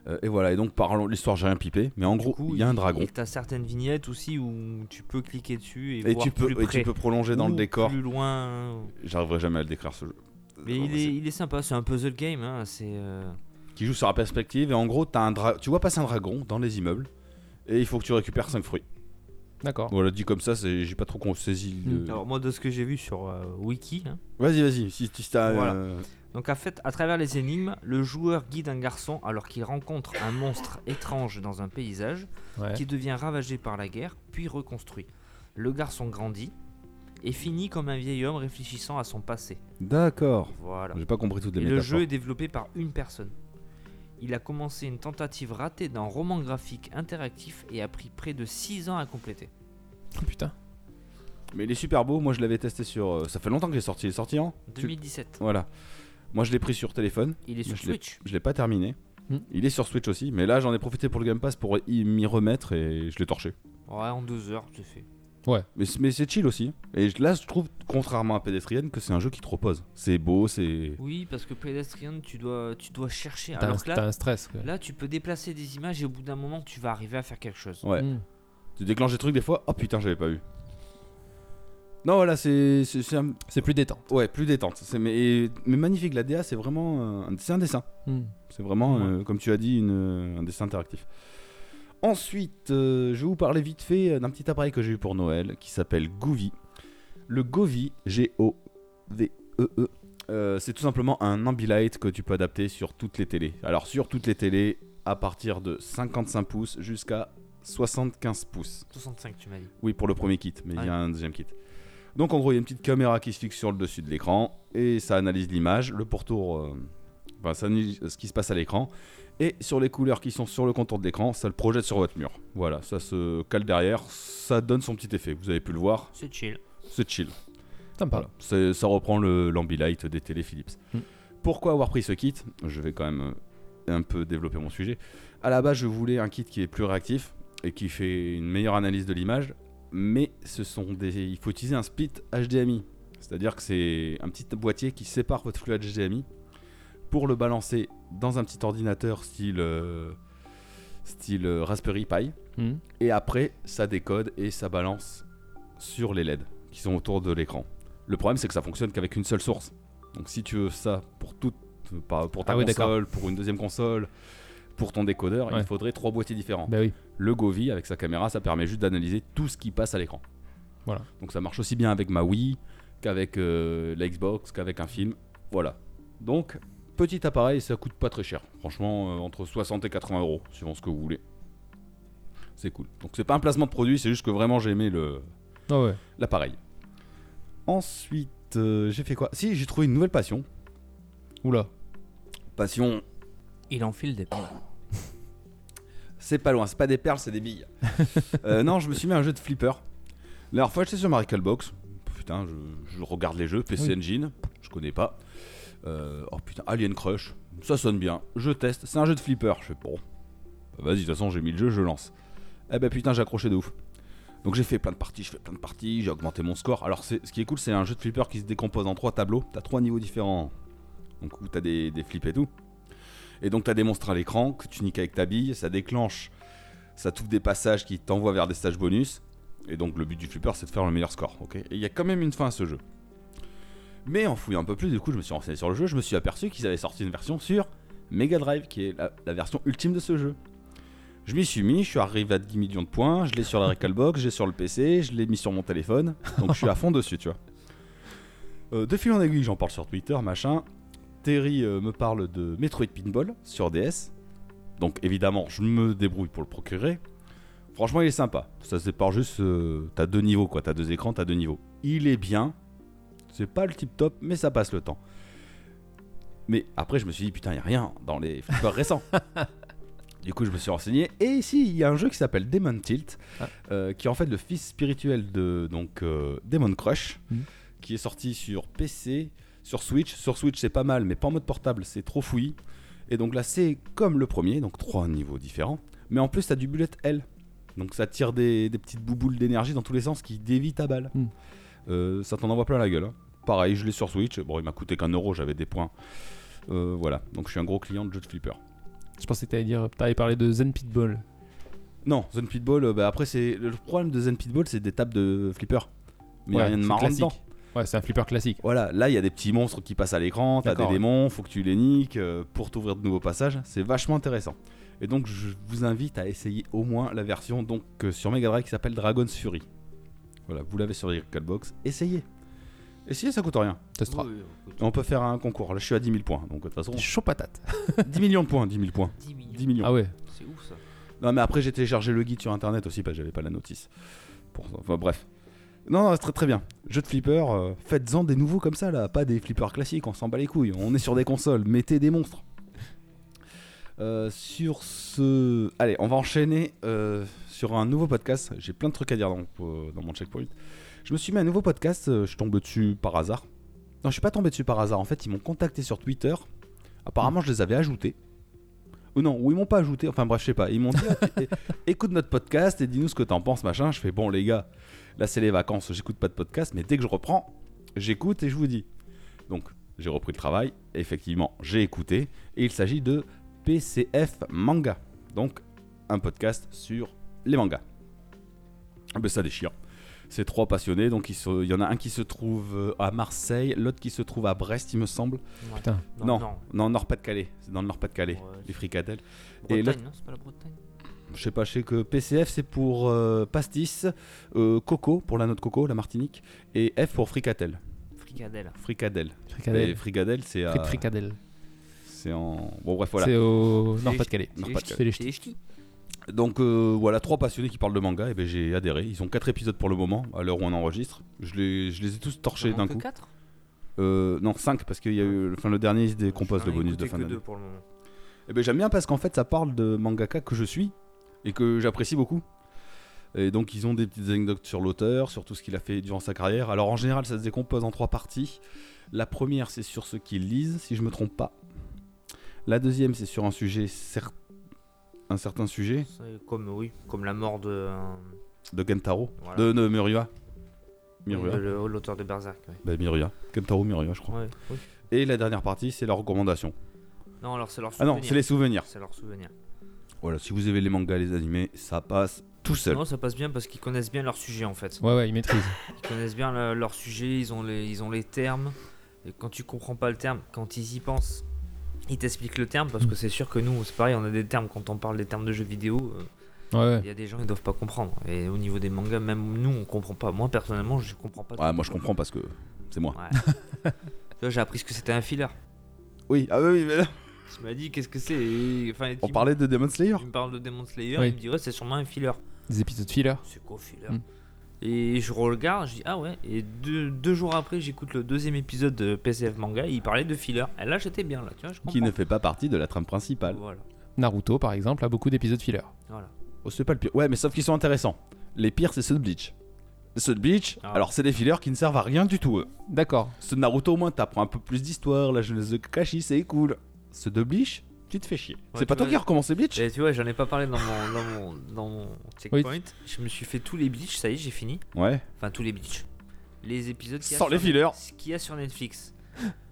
S4: Euh, et voilà, et donc parlons l'histoire, j'ai rien pipé, mais en gros, Oh, il y a un dragon.
S5: Et t'as certaines vignettes aussi où tu peux cliquer dessus et,
S4: Et
S5: voir
S4: tu peux-
S5: plus
S4: et tu
S5: près.
S4: peux prolonger dans le
S5: Ou
S4: décor.
S5: Plus loin.
S4: J'arriverai jamais à le décrire ce jeu.
S5: Mais il est, il est sympa, c'est un puzzle game. hein, C'est. euh,
S4: Qui joue sur la perspective, et en gros, as un dra- tu vois passer un dragon dans les immeubles, et il faut que tu récupères 5 fruits.
S6: D'accord.
S4: Voilà, dit comme ça, c'est- j'ai pas trop con- saisi le.
S5: Alors moi de ce que j'ai vu sur euh, Wiki. hein,
S4: Vas-y, vas-y, si tu t'as.
S5: Voilà.
S4: euh,
S5: Donc en fait, à travers les énigmes, le joueur guide un garçon alors qu'il rencontre un monstre étrange dans un paysage
S6: Ouais.
S5: qui devient ravagé par la guerre puis reconstruit. Le garçon grandit et finit comme un vieil homme réfléchissant à son passé.
S4: D'accord.
S5: Voilà.
S4: J'ai pas compris toutes les
S5: Et le
S4: métaphores.
S5: jeu est développé par une personne. Il a commencé une tentative ratée d'un roman graphique interactif et a pris près de 6 ans à compléter.
S4: Mais il est super beau, moi je l'avais testé sur. euh, Ça fait longtemps qu'il est sorti, il est sorti en
S5: 2017.
S4: Voilà. Moi je l'ai pris sur téléphone.
S5: Il est sur
S4: Je l'ai-
S5: Switch.
S4: Je l'ai pas terminé.
S5: Hmm.
S4: Il est sur Switch aussi, mais là j'en ai profité pour le Game Pass pour y m'y remettre et je l'ai torché.
S5: Ouais, en 2 heures, c'est fait.
S4: Ouais. Mais, c'est- mais c'est chill aussi. Et je- là je trouve, contrairement à Pedestrian, que c'est un jeu qui te repose. C'est beau, c'est.
S5: Oui, parce que Pedestrian, tu dois, tu dois chercher.
S4: T'as
S5: Alors
S4: un-
S5: que là,
S4: t'as un stress, quoi.
S5: Là, tu peux déplacer des images et au bout d'un moment, tu vas arriver à faire quelque chose.
S4: Ouais.
S6: Mm,
S4: Tu déclenches des trucs des fois, oh putain, j'avais pas vu. Non, voilà, c'est. C'est c'est un-
S6: plus détente.
S4: Ouais, plus détente. C'est- Mais, et- mais magnifique, la DA, c'est vraiment. euh, un- C'est un dessin.
S6: Hmm.
S4: C'est vraiment, euh, comme tu as dit, une- euh, un dessin interactif. Ensuite, euh, je vais vous parler vite fait d'un petit appareil que j'ai eu pour Noël qui s'appelle Govi. Le Govi, G-O-V-E-E, euh, c'est tout simplement un ambilight que tu peux adapter sur toutes les télés. Alors, sur toutes les télés, à partir de 55 pouces jusqu'à 75 pouces.
S5: 65, tu m'as dit.
S4: Oui, pour le premier kit, mais il
S5: Ah
S4: y
S5: oui.
S4: a un deuxième kit. Donc en gros, il y a une petite caméra qui se fixe sur le dessus de l'écran et ça analyse l'image, le pourtour, euh, enfin, ça analyse ce qui se passe à l'écran. Et sur les couleurs qui sont sur le contour de l'écran, ça le projette sur votre mur. Voilà, ça se cale derrière, ça donne son petit effet. Vous avez pu le voir.
S5: C'est chill.
S4: C'est chill.
S6: Ça me parle.
S4: Voilà. C'est- Ça reprend le- l'ambilight des télé Philips. Pourquoi avoir pris ce kit Je vais quand même euh, un peu développer mon sujet. À la base, je voulais un kit qui est plus réactif et qui fait une meilleure analyse de l'image, mais ce sont des il faut utiliser un split HDMI, c'est-à-dire que c'est un petit boîtier qui sépare votre flux HDMI pour le balancer dans un petit ordinateur style euh, style euh, Raspberry Pi
S6: Mhm.
S4: et après ça décode et ça balance sur les LED qui sont autour de l'écran. Le problème c'est que ça fonctionne qu'avec une seule source. Donc si tu veux ça pour toute pas- pour ta
S6: Ah oui, d'accord.
S4: console, pour une deuxième console, pour ton décodeur,
S6: Ouais.
S4: il faudrait trois boîtiers différents.
S6: Bah oui.
S4: Le Govi avec sa caméra, ça permet juste d'analyser tout ce qui passe à l'écran.
S6: Voilà.
S4: Donc ça marche aussi bien avec ma Wii qu'avec euh, la Xbox, qu'avec un film. Voilà. Donc, petit appareil, ça coûte pas très cher. Franchement, euh, entre 60 et 80 euros, suivant ce que vous voulez. C'est cool. Donc c'est pas un placement de produit, c'est juste que vraiment j'ai aimé le
S6: Ah ouais.
S4: l'appareil. Ensuite, euh, j'ai fait quoi Si, j'ai trouvé une nouvelle passion.
S6: Oula.
S4: Passion.
S5: Il enfile des perles.
S4: C'est pas loin, c'est pas des perles, c'est des billes. Euh, non, je me suis mis à un jeu de flipper. La dernière fois, j'étais sur Miracle Box. Putain, je, je regarde les jeux. PC
S6: Oui.
S4: Engine, je connais pas. Euh, oh putain, Alien Crush, ça sonne bien. Je teste, c'est un jeu de flipper. Je fais bon. bah vas-y, de toute façon, j'ai mis le jeu, je lance. Eh ben putain, j'ai accroché de ouf. Donc j'ai fait plein de parties, je fais plein de parties, j'ai augmenté mon score. Alors c'est- ce qui est cool, c'est un jeu de flipper qui se décompose en trois tableaux. T'as trois niveaux différents. Donc où t'as des, des flips et tout. Et donc t'as des monstres à l'écran que tu niques avec ta bille, ça déclenche, ça t'ouvre des passages qui t'envoient vers des stages bonus. Et donc le but du flipper c'est de faire le meilleur score, ok Et il y a quand même une fin à ce jeu. Mais en fouillant un peu plus, du coup, je me suis renseigné sur le jeu. Je me suis aperçu qu'ils avaient sorti une version sur Mega Drive, qui est la, la version ultime de ce jeu. Je m'y suis mis, je suis arrivé à 10 millions de points, je l'ai sur la Recalbox, j'ai sur le PC, je l'ai mis sur mon téléphone, donc je suis à fond dessus, tu vois. Euh, de fil en aiguille, j'en parle sur Twitter, machin. Terry euh, me parle de Metroid Pinball sur DS. Donc évidemment, je me débrouille pour le procurer. Franchement, il est sympa. Ça se sépare juste. euh, t'as deux niveaux, quoi. T'as deux écrans, t'as deux niveaux. Il est bien. C'est pas le tip top, mais ça passe le temps. Mais après, je me suis dit, putain, y a rien dans les flippers récents. Du coup, je me suis renseigné. Et ici, il y a un jeu qui s'appelle Demon Tilt, euh, qui est en fait le fils spirituel de donc euh, Demon Crush, qui est sorti sur PC, sur Switch. Sur Switch, c'est pas mal, mais pas en mode portable, c'est trop fouillis. Et donc là, c'est comme le premier, donc trois niveaux différents. Mais en plus, t'as du bullet L. Donc ça tire des, des petites bouboules d'énergie dans tous les sens qui dévient ta balle.
S6: Hmm.
S4: Euh, ça t'en envoie plein la gueule. hein. Pareil, je l'ai sur Switch. Bon, il m'a coûté qu'un euro, j'avais des points. Euh, voilà, donc je suis un gros client de jeux de flipper.
S6: Je pensais que t'allais dire, t'allais parler de Zen Pitbull.
S4: Non, Zen Pitball, euh, bah après, c'est le problème de Zen Pitball, c'est des tables de flipper. Mais il n'y
S6: Ouais,
S4: a rien de
S6: c'est
S4: marrant
S6: classique.
S4: dedans.
S6: Ouais, c'est un flipper classique.
S4: Voilà, là, il y a des petits monstres qui passent à l'écran, t'as des
S6: D'accord, ouais.
S4: démons, faut que tu les niques euh, pour t'ouvrir de nouveaux passages. C'est vachement intéressant. Et donc, je vous invite à essayer au moins la version donc euh, sur Mega Drive qui s'appelle Dragon's Fury. Voilà, vous l'avez sur les Recalbox, essayez. Essayez, ça coûte rien. Testera. on peut faire un concours. Là, je suis à 10 000 points, donc de toute façon.
S6: Chaud patate.
S4: 10 millions de points, 10 000 points. 10 millions. Ah ouais.
S5: C'est ouf ça.
S4: Non, mais après, j'ai téléchargé le guide sur internet aussi, parce que j'avais pas la notice. Pour... Enfin, bref. Non, non, c'est très très bien. Jeu de flipper, euh, faites-en des nouveaux comme ça, là. Pas des flippers classiques, on s'en bat les couilles. On est sur des consoles, mettez des monstres. Euh, sur ce. Allez, on va enchaîner euh, sur un nouveau podcast. J'ai plein de trucs à dire dans, euh, dans mon checkpoint. Je me suis mis à un nouveau podcast, euh, je tombe dessus par hasard. Non, je suis pas tombé dessus par hasard. En fait, ils m'ont contacté sur Twitter. Apparemment, je les avais ajoutés. Ou non, ou ils m'ont pas ajouté, enfin bref, je sais pas. Ils m'ont dit Ah, é- é- écoute notre podcast et dis-nous ce que t'en penses, machin. Je fais bon, les gars, là c'est les vacances, j'écoute pas de podcast, mais dès que je reprends, j'écoute et je vous dis. Donc, j'ai repris le travail, effectivement, j'ai écouté, et il s'agit de PCF Manga. Donc, un podcast sur les mangas. Ah ben ça déchire. C'est trois passionnés, donc ils se- il y en a un qui se trouve euh, à Marseille, l'autre qui se trouve à Brest, il me semble.
S5: Ouais. Putain. Non,
S4: Non,
S5: non.
S4: non, Nord-Pas-de-Calais. C'est dans le Nord-Pas-de-Calais, les fricadelles. et l'autre-
S5: Bretagne, non C'est pas la Bretagne
S4: je sais pas, je sais que PCF c'est pour euh, pastis, euh, coco pour la noix de coco, la Martinique, et F pour fricatelle.
S5: Fricadelle.
S4: Fricadelle.
S6: Fricadelle.
S4: Et fricadelle, c'est à.
S6: Frites fricadelles.
S4: C'est en. Bon, bref, voilà.
S6: C'est au Nord-Pas-de-Calais.
S4: Nord-Pas-de-Calais.
S6: C'est les ch'tis. C'est les ch'tis.
S4: Donc euh, voilà, trois passionnés qui parlent de manga, et ben j'ai adhéré. Ils ont quatre épisodes pour le moment, à l'heure où on enregistre. Je les, je les ai tous torchés d'un
S5: que
S4: coup.
S5: quatre
S4: Euh, Non, cinq, parce qu'il y a eu. Enfin, le dernier, il se décompose
S5: J'en
S4: le
S5: ai
S4: bonus de
S5: écouté
S4: fin
S5: que
S4: d'année.
S5: deux pour le moment.
S4: Eh ben, j'aime bien parce qu'en fait ça parle de mangaka que je suis et que j'apprécie beaucoup. Et donc ils ont des petites anecdotes sur l'auteur, sur tout ce qu'il a fait durant sa carrière. Alors en général ça se décompose en trois parties. La première c'est sur ce qu'ils lisent, si je me trompe pas. La deuxième c'est sur un sujet cer- un certain sujet
S5: C'est Comme, oui, comme la mort de. euh,
S4: de Gentaro,
S5: Voilà.
S4: de, de Murua. Murua.
S5: de le- oh, L'auteur de Berserk, ouais.
S4: Bah, Miruya. Kentaro Miruya, je crois.
S5: Ouais, oui.
S4: Et la dernière partie c'est leurs recommandations.
S5: Non, alors c'est leur
S4: Ah
S5: souvenir.
S4: non, c'est les souvenirs.
S5: C'est leur souvenir.
S4: Voilà, si vous aimez les mangas, les animés, ça passe tout seul.
S5: Non, ça passe bien parce qu'ils connaissent bien leur sujet en fait.
S6: Ouais, ouais, ils maîtrisent.
S5: Ils connaissent bien le- leur sujet, ils ont les, ils ont les termes. Et quand tu comprends pas le terme, quand ils y pensent, ils t'expliquent le terme parce que c'est sûr que nous, c'est pareil, on a des termes quand on parle des termes de jeux vidéo. euh,
S6: Ouais, ouais.
S5: Il y a des gens ils doivent pas comprendre. Et au niveau des mangas, même nous, on comprend pas. Moi personnellement, je comprends pas.
S4: Ouais, Ah, moi je comprends parce que c'est moi.
S5: Ouais. Tu vois, j'ai appris ce que c'était un filler.
S4: Oui, ah oui, mais là.
S5: Tu m'as dit qu'est-ce que c'est et- enfin,
S4: On
S5: tu-
S4: parlait de Demon Slayer.
S5: Il me parle de Demon Slayer,
S6: Oui.
S5: il me dit ouais, c'est sûrement un filler.
S6: Des épisodes filler.
S5: C'est quoi filler
S6: Mm.
S5: Et je regarde, je dis ah ouais. Et deux, deux jours après, j'écoute le deuxième épisode de PCF Manga. Et il parlait de filler. Et là, j'étais bien là, tu vois, je comprends.
S4: Qui ne fait pas partie de la trame principale.
S5: Voilà.
S6: Naruto, par exemple, a beaucoup d'épisodes filler.
S5: Voilà.
S4: Oh, c'est pas le pire. Ouais, mais sauf qu'ils sont intéressants. Les pires, c'est ceux de Bleach. Ceux de Bleach,
S5: Ah.
S4: alors c'est des fillers qui ne servent à rien du tout, eux.
S6: D'accord.
S4: Ceux de Naruto, au moins, t'apprends un peu plus d'histoire. La jeunesse de Kakashi, c'est cool. Ceux de Bleach, tu te fais chier.
S5: Ouais,
S4: c'est pas
S5: tu
S4: toi
S5: vois,
S4: qui as recommencé Bleach
S5: Et tu vois, j'en ai pas parlé dans mon, dans mon, dans mon checkpoint. Je me suis fait tous les Bleach, ça y est, j'ai fini.
S4: Ouais.
S5: Enfin, tous les Bleach. Les épisodes qu'il y a
S4: Sans
S5: sur
S4: les fillers.
S5: Ce qu'il y a sur Netflix.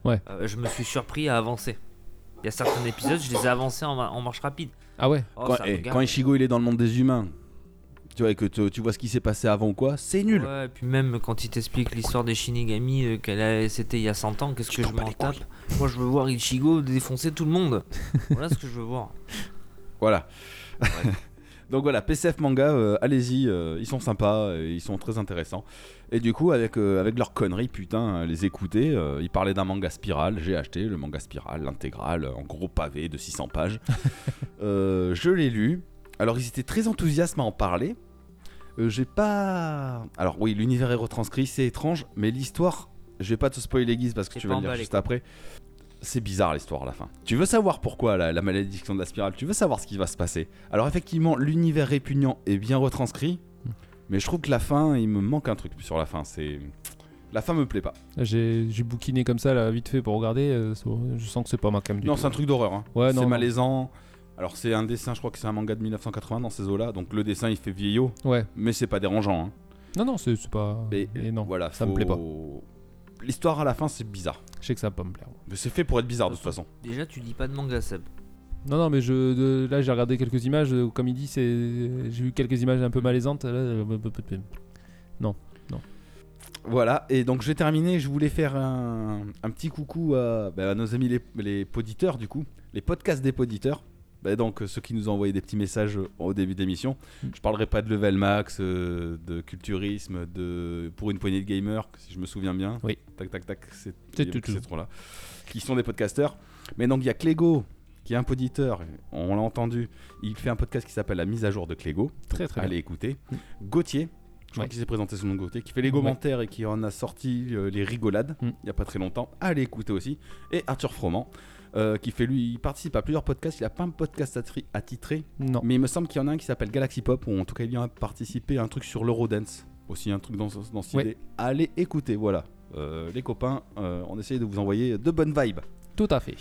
S6: Ouais.
S5: Euh, je me suis surpris à avancer. Il y a certains épisodes, je les ai avancés en, ma- en marche rapide.
S6: Ah ouais
S5: Oh,
S4: quand,
S5: ça
S4: eh,
S5: me gave.
S4: quand Ichigo, il est dans le monde des humains. tu vois, et que tu, tu vois ce qui s'est passé avant ou quoi, c'est nul.
S5: Ouais, et puis même quand il t'explique l'histoire des Shinigami, euh, qu'elle a- c'était il y a 100 ans, qu'est-ce que je m'en tape Moi, je veux voir Ichigo défoncer tout le monde. voilà ce que je veux voir.
S4: Voilà. Donc voilà, PCF Manga, euh, allez-y, euh, ils sont sympas, euh, ils sont très intéressants. Et du coup, avec, euh, avec leurs conneries, putain, euh, les écouter, euh, ils parlaient d'un manga Spiral, j'ai acheté le manga Spiral, l'intégral, euh, en gros pavé de 600 pages. Euh, je l'ai lu. Alors, ils étaient très enthousiastes à en parler. Euh, j'ai pas. Alors, oui, l'univers est retranscrit, c'est étrange, mais l'histoire, je vais pas te spoiler, Guise, parce que tu vas
S5: pas
S4: le lire
S5: emballé,
S4: juste après. C'est bizarre l'histoire à la fin. Tu veux savoir pourquoi la, la malédiction de la spirale, tu veux savoir ce qui va se passer. Alors effectivement, l'univers répugnant est bien retranscrit, mais je trouve que la fin, il me manque un truc sur la fin. C'est la fin me plaît pas.
S6: J'ai j'ai bouquiné comme ça, là, vite fait, pour regarder. euh, c'est- je sens que c'est pas ma cam du
S4: non,
S6: tout.
S4: c'est un truc d'horreur. hein.
S6: Ouais, non,
S4: c'est
S6: non.
S4: malaisant. Alors c'est un dessin, je crois que c'est un manga de 1980 dans ces eaux-là, donc le dessin il fait vieillot.
S6: Ouais.
S4: Mais c'est pas dérangeant. hein.
S6: Non, non, c'est c'est pas.
S4: Mais, euh, voilà,
S6: ça me plaît pas.
S4: L'histoire à la fin, c'est bizarre.
S6: Je sais que ça va pas me plaire.
S4: Mais c'est fait pour être bizarre de toute façon.
S5: Déjà, tu lis pas de manga, Seb.
S6: Non, non, mais je, de- là, j'ai regardé quelques images. euh, Comme il dit, c'est, j'ai vu quelques images un peu malaisantes. là, euh, non, non.
S4: Voilà, et donc je vais terminer. Je voulais faire un, un petit coucou à, bah, à nos amis les, les poditeurs, du coup, les podcasts des poditeurs. Bah, donc euh, ceux qui nous ont envoyé des petits messages euh, au début d'émission.
S6: Mm.
S4: Je parlerai pas de level max, euh, de culturisme, de pour une poignée de gamers, si je me souviens bien.
S6: Oui.
S4: Tac tac tac, c'est
S6: C'est
S4: il y a
S6: tout,
S4: que ces
S6: tout.
S4: trois-là, qui sont des podcasteurs. Mais donc il y a Clégo qui est un poditeur, on l'a entendu. Il fait un podcast qui s'appelle La mise à jour de Clégo.
S6: Très, très
S4: Allez
S6: bien.
S4: écouter. Gauthier. Je crois
S6: Ouais.
S4: qu'il s'est présenté sous le nom de Gauthier, qui fait les
S6: Ouais.
S4: commentaires et qui en a sorti euh, les rigolades
S6: Mm.
S4: il n'y a pas très longtemps. Allez écouter aussi. Et Arthur Froment, euh, qui fait lui, il participe à plusieurs podcasts. Il a pas un podcast attri- attitré,
S6: Non.
S4: mais il me semble qu'il y en a un qui s'appelle Galaxy Pop, ou en tout cas il y en a participé à un truc sur l'Eurodance, aussi un truc dans, ce- dans cette
S6: Ouais.
S4: idée. Allez écouter, voilà. Euh, les copains, euh, on essaye de vous envoyer de bonnes vibes.
S6: Tout à fait.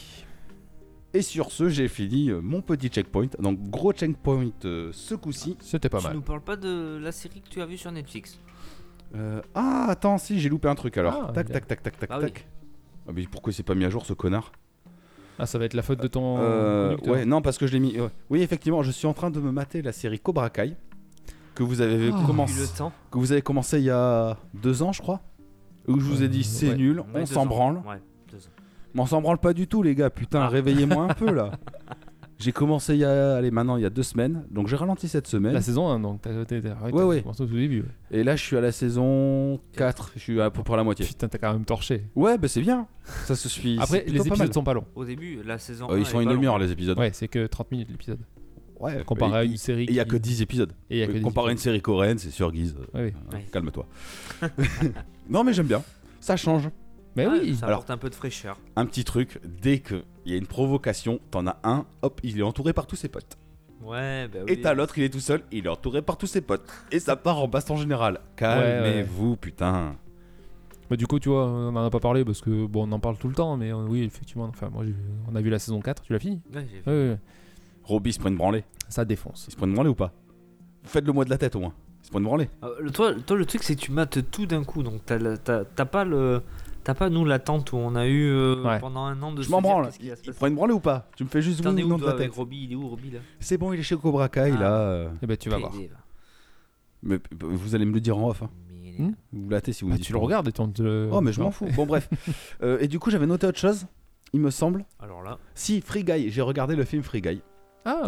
S4: Et sur ce, j'ai fini euh, mon petit checkpoint. Donc gros checkpoint euh, ce coup-ci.
S6: C'était
S5: tu nous parles pas de la série que tu as vue sur Netflix.
S4: Euh, ah, attends, si, j'ai loupé un truc alors.
S5: Ah,
S4: tac,
S5: il a-
S4: tac, tac, tac, tac,
S5: Bah oui.
S4: tac. Ah, mais pourquoi c'est pas mis à jour ce connard
S6: Ah, ça va être la faute de ton.
S4: Euh,
S6: conducteur.
S4: Ouais, non, parce que je l'ai mis. ouais. Oui, effectivement, je suis en train de me mater la série Cobra Kai que vous avez
S5: Oh,
S4: commencé,
S5: le temps.
S4: que vous avez commencé il y a deux ans, je crois, où je vous ai dit c'est
S5: ouais.
S4: nul,
S5: Ouais,
S4: on
S5: deux
S4: s'en
S5: ans.
S4: branle.
S5: Ouais, deux ans.
S4: Mais on s'en branle pas du tout, les gars. Putain,
S5: Ah.
S4: réveillez-moi un peu là. J'ai commencé il y a, allez, maintenant il y a deux semaines, donc j'ai ralenti cette semaine.
S5: Bah,
S6: La saison 1, donc. T'as, t'as- t'as-
S4: Ouais,
S6: t'as
S4: ouais.
S6: commencé au tout début. ouais.
S4: Et là, je suis à la saison 4. Je suis à peu près à la moitié.
S6: Putain, t'as quand même torché.
S4: Ouais, bah c'est bien. Ça se suit.
S6: Après,
S4: c'est
S6: les
S4: plutôt
S6: épisodes
S4: mal.
S6: sont pas longs.
S5: Au début, la saison.
S4: Euh, ils sont une demi-heure, les épisodes.
S6: Ouais, c'est que 30 minutes l'épisode.
S4: Ouais,
S6: Comparé
S4: et-
S6: à une série.
S4: et Il y a
S6: qui-
S4: que 10 épisodes.
S6: Et il y a que 10
S4: Comparé à une série coréenne, c'est sur Guise.
S6: Ouais, ouais.
S4: Euh, Calme-toi. non, mais j'aime bien. Ça change.
S6: Mais
S5: Ah,
S6: oui.
S5: Ça
S4: Bah Alors-
S5: apporte un peu de fraîcheur.
S4: Un petit truc, dès qu'il y a une provocation, t'en as un, hop, il est entouré par tous ses potes.
S5: Ouais, bah oui.
S4: Et t'as l'autre, il est tout seul, il est entouré par tous ses potes. Et ça part en baston général. Calmez-vous, putain.
S6: Bah, du coup, tu vois, on en a pas parlé parce que bon, on en parle tout le temps, mais euh, oui, effectivement. Enfin, moi, j'ai- on a vu la saison 4. Tu l'as fini
S5: Ouais, j'ai vu.
S6: ouais.
S4: Roby se prend une branlée.
S6: Ça défonce.
S4: Il se prend une branlée ou pas Faites-le moi de la tête au moins. Il se prend une branlée.
S5: Euh, le- toi, toi, le truc, c'est que tu mates tout d'un coup. Donc, t'as la- t'as t'as pas le. T'as pas, nous, l'attente où on a eu euh,
S4: Ouais.
S5: pendant un an de.
S4: Je
S5: se
S4: m'en
S5: dire
S4: branle.
S5: qu'est-ce qui
S4: Il,
S5: va se
S4: il
S5: passer.
S4: prend une branlée ou pas Tu me fais juste vous
S5: T'en es
S4: le
S5: où,
S4: nom de
S5: toi,
S4: la
S5: avec
S4: tête.
S5: Roby Ah. Il est où, Roby, là
S4: C'est bon, il est chez Cobra Kai là. euh.
S6: Eh ben, tu vas voir.
S5: PD, là.
S4: Mais p- vous allez me le dire en off. hein.
S6: Hmm
S4: vous latez si vous
S6: Bah,
S4: me dites.
S6: tu le
S4: pas.
S6: regardes et on te le-
S4: Oh, mais je
S6: Non.
S4: m'en fous. Bon, bref. Euh, et du coup, j'avais noté autre chose, il me semble.
S5: Alors là.
S4: Si, Free Guy. J'ai regardé le film Free Guy.
S6: Ah,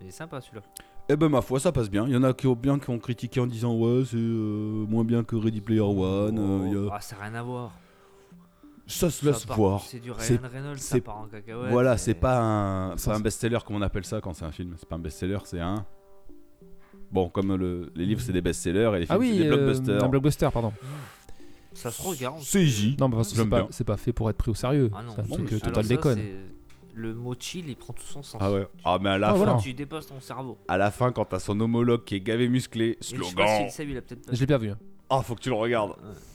S5: Il est sympa, celui-là.
S4: Eh ben, ma foi, ça passe bien. Il y en a qui ont bien qui ont critiqué en disant Ouais, c'est euh, moins bien que Ready Player One. euh, il y a-
S5: Ah, ça n'a rien à voir.
S4: Ça se
S5: ça
S4: laisse
S5: part-
S4: voir.
S5: c'est du Ryan
S4: C'est-
S5: Reynolds, ça
S4: c'est-
S5: part en cacahuète,
S4: Voilà,
S5: c'est-
S4: c'est pas un, pas un best-seller comme on appelle ça quand c'est un film. C'est pas un best-seller, c'est un. Bon, comme le- les livres, c'est des best-sellers et les films,
S6: Ah oui,
S4: c'est des
S6: euh,
S4: blockbusters.
S6: un blockbuster, pardon.
S5: Ça se regarde.
S4: Saisi.
S6: Non, mais parce que c'est
S4: J'aime
S6: pas,
S4: bien.
S6: c'est pas fait pour être pris au sérieux.
S5: Ah non,
S6: c'est un
S5: Bon,
S6: truc
S5: mais
S6: euh,
S5: alors
S6: total
S5: ça,
S6: déconne.
S5: c'est- Le mot chill, il prend tout son sens.
S4: Ah ouais. Ah, mais à la
S5: Tu-
S4: fin.
S5: Tu dépasses ton cerveau.
S4: À la fin, quand t'as son homologue qui est gavé musclé,
S5: Et Je sais pas
S4: slogan.
S5: si Seb, il a peut-être pas-
S6: Je l'ai pas vu. hein.
S4: Ah, faut que tu le regardes.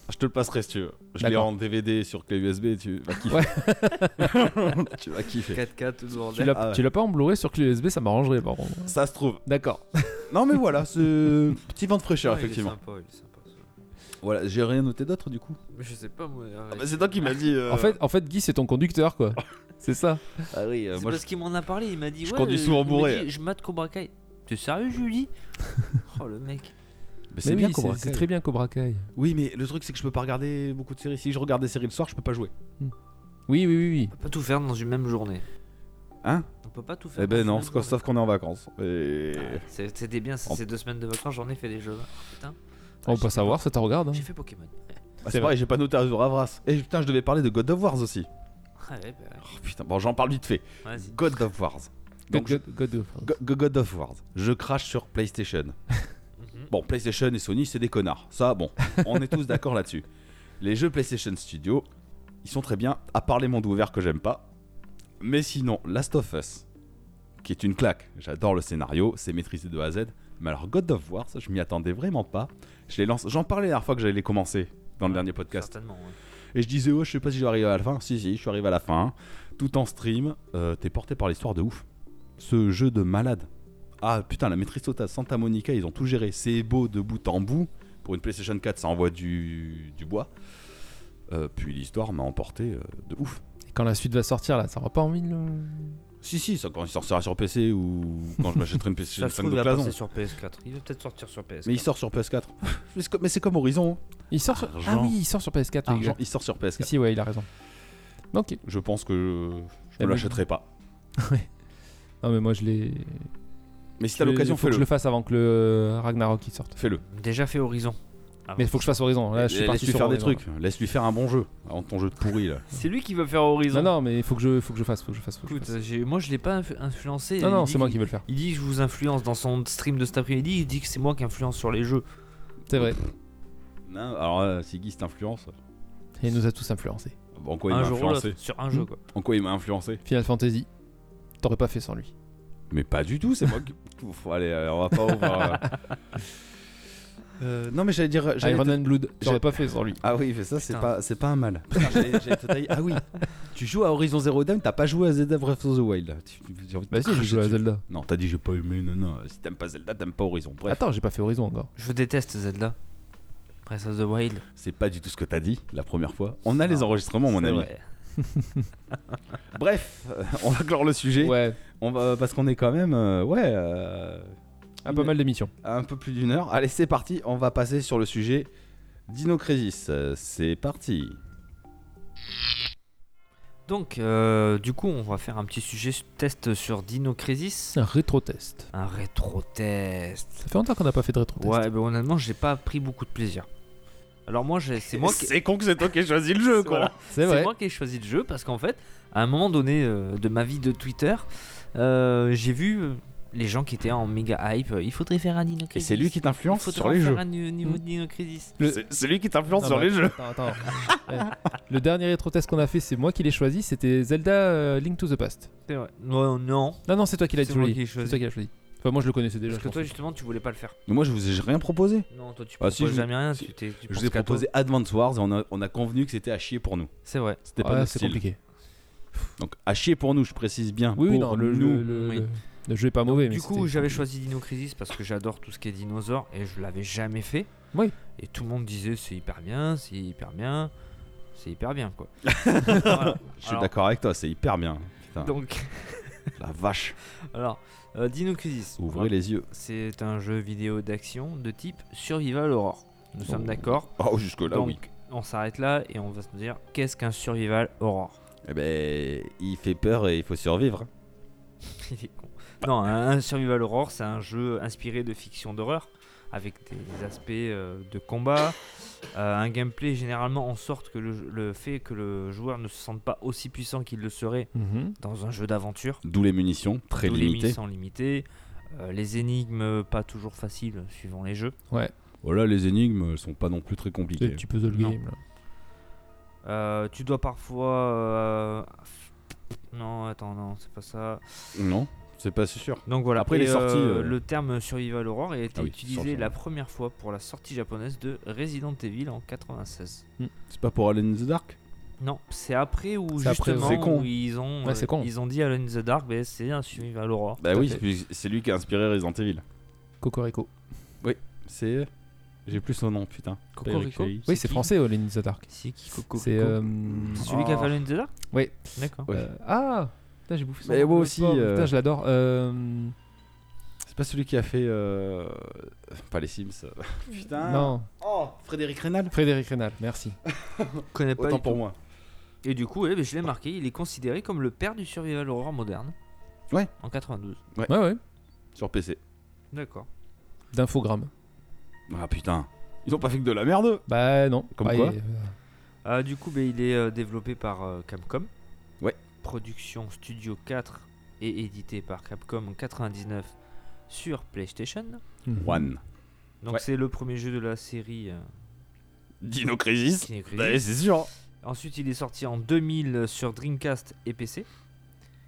S4: Je te le passerai si tu veux. Je l'ai
S6: D'accord.
S4: en DVD sur clé USB, tu vas kiffer. tu vas kiffer.
S5: 4K, tout le
S6: Tu
S5: bordel.
S4: Ah
S6: l'as, tu l'as pas en Blu-ray sur clé USB, ça m'arrangerait par contre.
S4: Ça se trouve.
S6: D'accord.
S4: Non, mais voilà, c'est. Petit vent de fraîcheur,
S5: Ah, il est
S4: effectivement.
S5: sympa, il est sympa.
S4: Voilà, j'ai rien noté d'autre du coup.
S5: Mais je sais pas, moi.
S6: Ah
S4: bah, c'est toi qui m'as dit, euh,
S6: En fait, en fait, Guy, c'est ton conducteur,
S4: Oh,
S6: quoi. c'est ça.
S4: Ah oui,
S5: Euh, C'est parce qu'il m'en a parlé, il m'a dit
S6: Je
S5: ouais,
S6: conduis
S5: euh,
S6: souvent
S5: il m'a
S6: bourré.
S5: dit, Je mate Cobra Kai. T'es sérieux, Julie Oh le mec.
S4: Mais c'est bien Cobra Kai.
S6: très bien Cobra Kai.
S4: Oui, mais le truc, c'est que je peux pas regarder beaucoup de séries. Si je regarde des séries le soir, je peux pas jouer.
S6: Oui, oui, oui, oui.
S5: On peut pas tout faire dans une même journée.
S4: Hein
S5: On peut pas tout faire.
S4: Eh ben
S5: dans
S4: non,
S5: une
S4: parce Ah, qu'on- sauf qu'on est en vacances. Et...
S5: même- C'est- C'était bien ces ces deux semaines de vacances, j'en ai fait des jeux. Putain.
S6: euh,
S5: Ah,
S6: On peut savoir, ça te regarde. hein.
S5: J'ai fait Pokémon.
S4: Ah, c'est vrai, j'ai pas noté Azur Avras. Et putain, je devais parler de God of Wars aussi.
S5: Ah ouais, bah ouais.
S4: Oh, putain, bon, j'en parle vite fait.
S5: Vas-y.
S4: God of Wars. Donc, je-
S6: God of Wars.
S4: Go- Go- God of Wars. Je crache sur PlayStation. Bon, PlayStation et Sony, c'est des connards. Ça, bon, on est tous d'accord là-dessus. Les jeux PlayStation Studio, ils sont très bien, à part les mondes ouverts que j'aime pas. Mais sinon, Last of Us, qui est une claque. J'adore le scénario, c'est maîtrisé de A à Z. Mais alors, God of War, ça, je m'y attendais vraiment pas. Je les lance. J'en parlais la dernière fois que j'allais les commencer dans le dernier podcast.
S5: Certainement, ouais.
S4: Et je disais, ouais, je sais pas si je vais arriver à la fin. Si, si, je suis arrivé à la fin. Tout en stream, euh, t'es porté par l'histoire de ouf. Ce jeu de malade. Ah putain, la maîtrise totale. Santa Monica, ils ont tout géré. C'est beau de bout en bout. Pour une PlayStation 4, ça envoie du, du bois. Euh, puis l'histoire m'a emporté euh, de ouf.
S6: Et Quand la suite va sortir, là, ça aura pas envie de le.
S4: Si, si, ça, quand il sortira sur PC ou quand je m'achèterai une
S5: Ça
S4: PlayStation
S5: se
S4: 5
S5: trouve, il
S4: de
S5: va
S4: occasion.
S5: passer sur PS4. Il va peut-être sortir sur PS4.
S4: Mais il sort sur PS4. Mais c'est co- Mais c'est comme Horizon.
S6: Il sort sur... Ah
S4: Argent.
S6: oui, il sort sur PS4.
S4: Argent,
S6: exact.
S4: il sort sur PS4.
S6: Si, si, ouais, il a raison. Ok.
S4: Je pense que euh, je
S6: Eh
S4: ne
S6: ben,
S4: l'achèterai pas.
S6: Ouais. Non, mais moi je l'ai.
S4: Mais si
S6: Je
S4: t'as
S6: l'ai-
S4: l'occasion,
S6: faut que
S4: fais-le.
S6: je le fasse avant que le euh, Ragnarok il sorte.
S4: Fais-le.
S5: Déjà fait Horizon. Ah,
S6: Mais faut que je fasse Horizon. Là, je suis parti
S4: Laisse-lui
S6: sur
S4: faire des
S6: Horizon, là.
S4: trucs. Laisse-lui faire un bon jeu. Avant ton jeu de pourri là.
S5: C'est lui qui veut faire Horizon.
S6: Non, non, mais faut que je, faut que je fasse, faut que je fasse. faut que je
S5: Écoute, j'ai- moi je l'ai pas inf- influencé.
S6: Non,
S5: Il
S6: non,
S5: dit
S6: c'est moi
S5: qu'il-
S6: qui veux le faire.
S5: Il dit que je vous influence dans son stream de cet après-midi. Il dit que c'est moi qui influence sur les jeux.
S6: C'est vrai.
S4: Non, alors euh, si Guy t'influence.
S6: fasse. Et il nous a tous influencés.
S4: En quoi il
S5: Un
S4: m'a
S5: jour ou
S4: influencé
S5: l'autre, sur un jeu,
S4: Hmm.
S5: quoi.
S4: En quoi il m'a influencé
S6: Final Fantasy. T'aurais pas fait sans lui.
S4: Mais pas du tout, c'est moi qui. Ouf, allez, euh, on va pas ouvrir. euh. Euh, non mais j'allais dire j'allais
S6: Iron
S4: te-
S6: Man Blood, j'aurais
S4: j'ai-
S6: pas fait sans lui.
S4: Ah oui, mais ça c'est
S6: Ah, Putain.
S4: pas c'est pas un mal. Putain, j'allais- j'allais te tailler. ah oui. Tu joues à Horizon Zero Dawn, t'as pas joué à Zelda Breath of the Wild. là. Tu- tu- Ah, j'ai envie de
S6: Bah
S4: te
S6: si, j'ai
S4: cracher
S6: joué à
S4: dessus.
S6: Zelda.
S4: Non, t'as dit j'ai pas aimé, non non, si t'aimes pas Zelda, t'aimes pas Horizon. Bref.
S6: Attends, j'ai pas fait Horizon encore.
S5: Je déteste Zelda. Breath of the Wild.
S6: Ah.
S4: C'est pas du tout ce que t'as dit la première fois. On a les enregistrements mon
S5: c'est
S4: ami.
S5: vrai.
S4: Bref, euh, on va clore le sujet.
S6: Ouais.
S4: On va parce qu'on est quand même euh, ouais
S6: Ah, pas mal d'émissions.
S4: Un peu plus d'une heure. Allez, c'est parti, on va passer sur le sujet Dinocrésis. Euh, C'est parti.
S5: Donc, euh, du coup, on va faire un petit sujet s- test sur Dinocrésis.
S6: C'est un rétro-test.
S5: Un rétro-test.
S6: Ça fait longtemps qu'on n'a pas fait de rétro-test.
S5: Ouais, mais honnêtement, j'ai pas pris beaucoup de plaisir. Alors, moi, j'ai- c'est moi qui.
S4: C'est con que c'est toi qui ai choisi le jeu, quoi.
S5: Voilà.
S4: C'est
S5: C'est
S4: vrai.
S5: moi qui ai choisi le jeu parce qu'en fait, à un moment donné euh, de ma vie de Twitter, euh, j'ai vu euh, les gens qui étaient en méga hype. euh, Il faudrait faire un Dino
S4: Et
S5: Crisis.
S4: c'est lui qui t'influence
S5: Il faudrait
S4: sur les
S5: faire
S4: jeux. Mm.
S5: un nu- niveau Dino Crisis.
S4: C'est- C'est lui qui t'influence
S6: Non,
S4: sur
S6: mais
S4: les jeux.
S6: attends, attends, attends. Ouais. Le dernier rétro-test qu'on a fait, c'est moi qui l'ai choisi, c'était Zelda euh, Link to the Past.
S5: C'est vrai. Non, non.
S6: Non, non, c'est toi qui l'as
S5: C'est moi qui l'ai
S6: choisi.
S5: choisi.
S6: C'est toi qui l'as choisi. Enfin, moi je le connaissais déjà.
S5: Parce que
S6: je
S5: toi,
S6: pense.
S5: justement, tu voulais pas le faire.
S4: Mais moi, je vous ai rien proposé.
S5: Non, toi, tu
S4: Ah,
S5: proposes
S4: si, je vous-
S5: jamais rien.
S4: si.
S5: tu t'es- tu
S4: Je
S5: penses
S4: vous ai
S5: qu'à
S4: proposé Advance Wars et on a, on a convenu que c'était à chier pour nous.
S5: C'est vrai.
S4: C'était pas
S6: Ouais,
S4: notre
S6: Ah, c'est
S4: style.
S6: compliqué.
S4: Donc à chier pour nous, je précise bien.
S6: Oui, oui,
S4: pour
S6: non, le, le-
S4: nous.
S6: le-
S5: Oui.
S6: le jeu est pas mauvais. mais
S5: Du coup,
S6: c'était-
S5: j'avais choisi Dino Crisis parce que j'adore tout ce qui est dinosaure et je l'avais jamais fait.
S6: Oui.
S5: Et tout le monde disait c'est hyper bien, c'est hyper bien, c'est hyper bien quoi. Voilà.
S4: Je suis
S5: Alors,
S4: d'accord avec toi, c'est hyper bien. Putain,
S5: Donc,
S4: La vache.
S5: alors, euh, Dino Crisis.
S4: Ouvrez
S5: Alors,
S4: les yeux.
S5: C'est un jeu vidéo d'action de type survival horror. Nous
S4: Oh.
S5: sommes d'accord.
S4: Oh, jusque-là,
S5: Donc,
S4: oui.
S5: On s'arrête là et on va se dire qu'est-ce qu'un survival horror
S4: Eh ben, il fait peur et il faut survivre.
S5: Il est con. Non, un un survival horror, c'est un jeu inspiré de fiction d'horreur, avec des aspects euh, de combat, euh, un gameplay généralement en sorte que le, le fait que le joueur ne se sente pas aussi puissant qu'il le serait
S6: Mhm.
S5: dans un jeu d'aventure.
S4: D'où les munitions, très
S5: D'où Les
S4: limitées.
S5: missions limitées, euh, les énigmes pas toujours faciles suivant les jeux.
S6: Ouais,
S4: Voilà, Oh les énigmes elles sont pas non plus très
S6: c'est un
S4: compliquées.
S6: petit puzzle
S5: Non.
S6: game. là.
S5: Euh, tu dois parfois... euh, Non, attends, non, c'est pas ça.
S4: Non, c'est pas si sûr.
S5: Donc voilà,
S4: Après
S5: Et,
S4: les sorties.
S5: euh,
S4: euh,
S5: le terme Survival Horror a été
S4: Ah oui,
S5: utilisé
S4: Survival.
S5: la première fois pour la sortie japonaise de Resident Evil en 96.
S4: C'est pas pour Alien in the Dark
S5: Non, c'est après où
S4: C'est après,
S5: justement
S4: c'est con.
S5: où ils ont
S6: Ouais,
S5: euh,
S6: c'est con.
S5: ils ont dit Alone in the Dark, ben, c'est un Survival Horror.
S4: Bah
S6: Tout à
S4: oui,
S6: fait.
S4: puis c'est lui qui a inspiré Resident Evil.
S6: Cocorico.
S4: Oui,
S5: euh,
S4: c'est. J'ai plus son nom, putain.
S5: Cocorico
S4: Eric Chey.
S6: Oui, c'est
S5: qui
S6: français, All in the Dark.
S5: C'est qui Coco
S6: C'est
S5: Coco
S6: euh,
S5: C'est celui qui a fait Alone in the Dark
S6: Oui.
S5: D'accord.
S4: Ouais.
S6: Euh, ah, putain, j'ai bouffé son
S4: Mais
S6: nom,
S4: moi
S6: le
S4: aussi,
S6: pauvre.
S4: euh,
S6: Putain, je l'adore. Euh,
S4: C'est C'est pas celui qui a fait. euh, Pas les Sims.
S5: Ah.
S4: Putain.
S6: Non.
S4: Oh, Frédéric Rénal.
S6: Frédéric Rénal, merci.
S5: connais pas
S4: Autant
S5: du
S4: pour
S5: tout.
S4: moi.
S5: Et du coup, eh ben, je l'ai marqué, il est considéré comme le père du survival horror moderne.
S4: Ouais.
S5: En 92.
S4: Ouais. Sur PC.
S5: D'accord.
S6: D'infogramme.
S4: Ah putain. Ils ont pas fait que de la merde.
S6: Bah non.
S4: Comme
S6: Bah,
S4: quoi.
S6: et, euh,
S5: Ah, du coup, ben, il est euh, développé par euh, Capcom.
S4: Ouais.
S5: Production Studio 4 et édité par Capcom en 99 sur PlayStation.
S4: Mhm. One.
S5: Donc c'est le premier jeu de la série. euh,
S4: Dino Crisis.
S5: Dino Crisis.
S4: Bah, c'est sûr.
S5: Ensuite, il est sorti en 2000 sur Dreamcast et PC.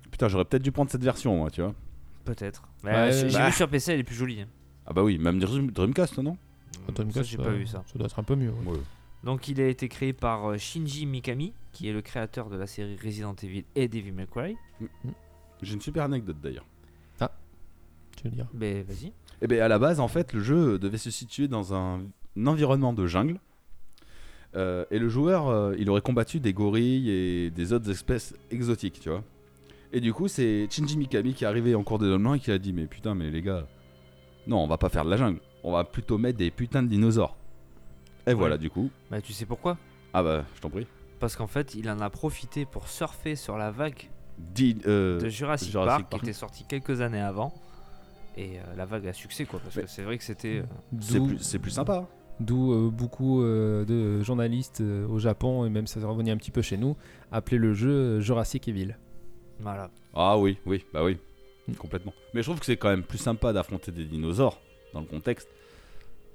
S4: Putain, j'aurais peut-être dû prendre cette version, moi, tu vois.
S5: Peut-être.
S4: Ouais,
S5: Bah, J'ai j'ai
S4: bah.
S5: vu sur PC, elle est plus jolie. hein.
S4: Ah bah oui, même Dream- Ah, Dreamcast, non
S5: Dreamcast, j'ai pas
S6: euh,
S5: vu ça.
S6: Ça doit être un peu mieux. ouais.
S5: Donc il a été créé par euh, Shinji Mikami, qui est le créateur de la série Resident Evil et Devil May Cry.
S4: J'ai une super anecdote d'ailleurs.
S6: Tu veux dire
S5: Ben vas-y.
S4: Eh bien, à la base, en fait, le jeu devait se situer dans un, un environnement de jungle. Euh, et le joueur, euh, il aurait combattu des gorilles et des autres espèces exotiques, tu vois. Et du coup, c'est Shinji Mikami qui est arrivé en cours de développement et qui a dit Mais putain, mais les gars, non, on va pas faire de la jungle. On va plutôt mettre des putains de dinosaures. Et voilà, du coup.
S5: Bah tu sais pourquoi
S4: Ah bah, je t'en prie.
S5: Parce qu'en fait, il en a profité pour surfer sur la vague
S4: Di- euh,
S5: de Jurassic,
S4: Jurassic
S5: Park,
S4: Park.
S5: qui était sorti quelques années avant. Et euh, la vague à succès, quoi. Parce que c'est vrai que
S4: Mm.
S5: c'était. euh,
S6: D'où- D'où euh, beaucoup euh, de journalistes euh, au Japon, et même ça revenait un petit peu chez nous, appelaient le jeu euh, Jurassic Evil.
S5: Voilà.
S4: Ah oui, oui, bah oui, complètement. Mais je trouve que c'est quand même plus sympa d'affronter des dinosaures dans le contexte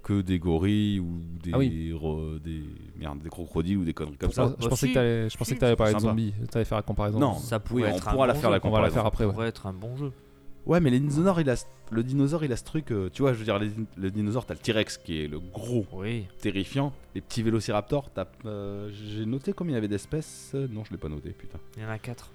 S4: que des gorilles ou des
S6: Ah oui.
S4: re- des merde, des crocodiles ou des conneries comme
S6: Pourquoi
S4: ça.
S6: Je pensais que t'allais- je pensais que t'allais parler de zombies, t'allais faire la comparaison.
S4: Non,
S6: Ça
S4: oui,
S6: pourrait
S4: on
S6: être un
S4: pourra la
S6: bon
S4: faire la
S6: jeu. On va la
S4: comparaison.
S6: faire après, ouais.
S5: pourrait être un bon jeu.
S4: Ouais, mais les dinosaures, il a ce- le dinosaure, il a ce truc, euh, tu vois, je veux dire, les, din- les dinosaures, t'as le T-Rex qui est le gros, terrifiant, les petits vélociraptors, t'as, euh, j'ai noté combien il y avait d'espèces, euh, non, je l'ai pas noté, putain.
S5: Il y en a 4.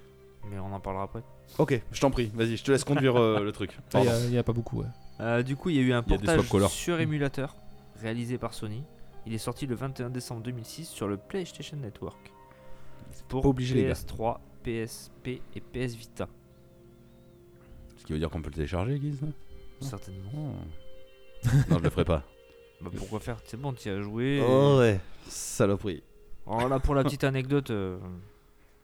S5: Mais on en parlera après.
S4: Ok, je t'en prie, vas-y, je te laisse conduire euh, le truc.
S6: Il y,
S4: Pardon.
S6: a- il y a pas beaucoup, ouais.
S5: Euh, du coup, il y a eu un
S4: Il y a des Mm.
S5: portage
S4: swap color.
S5: sur émulateur réalisé par Sony. Il est sorti le 21 décembre 2006 sur le PlayStation Network. Pour
S4: pas obligé, les gars. Mm.
S5: PS3, PSP et PS Vita.
S4: Ce qui veut dire qu'on peut le télécharger, Guise là
S5: Certainement.
S4: Oh. Non, je le ferai pas.
S5: Bah pourquoi faire C'est bon, t'y as joué.
S4: Mm. Oh ouais, saloperie.
S5: Alors là, pour la petite anecdote, euh,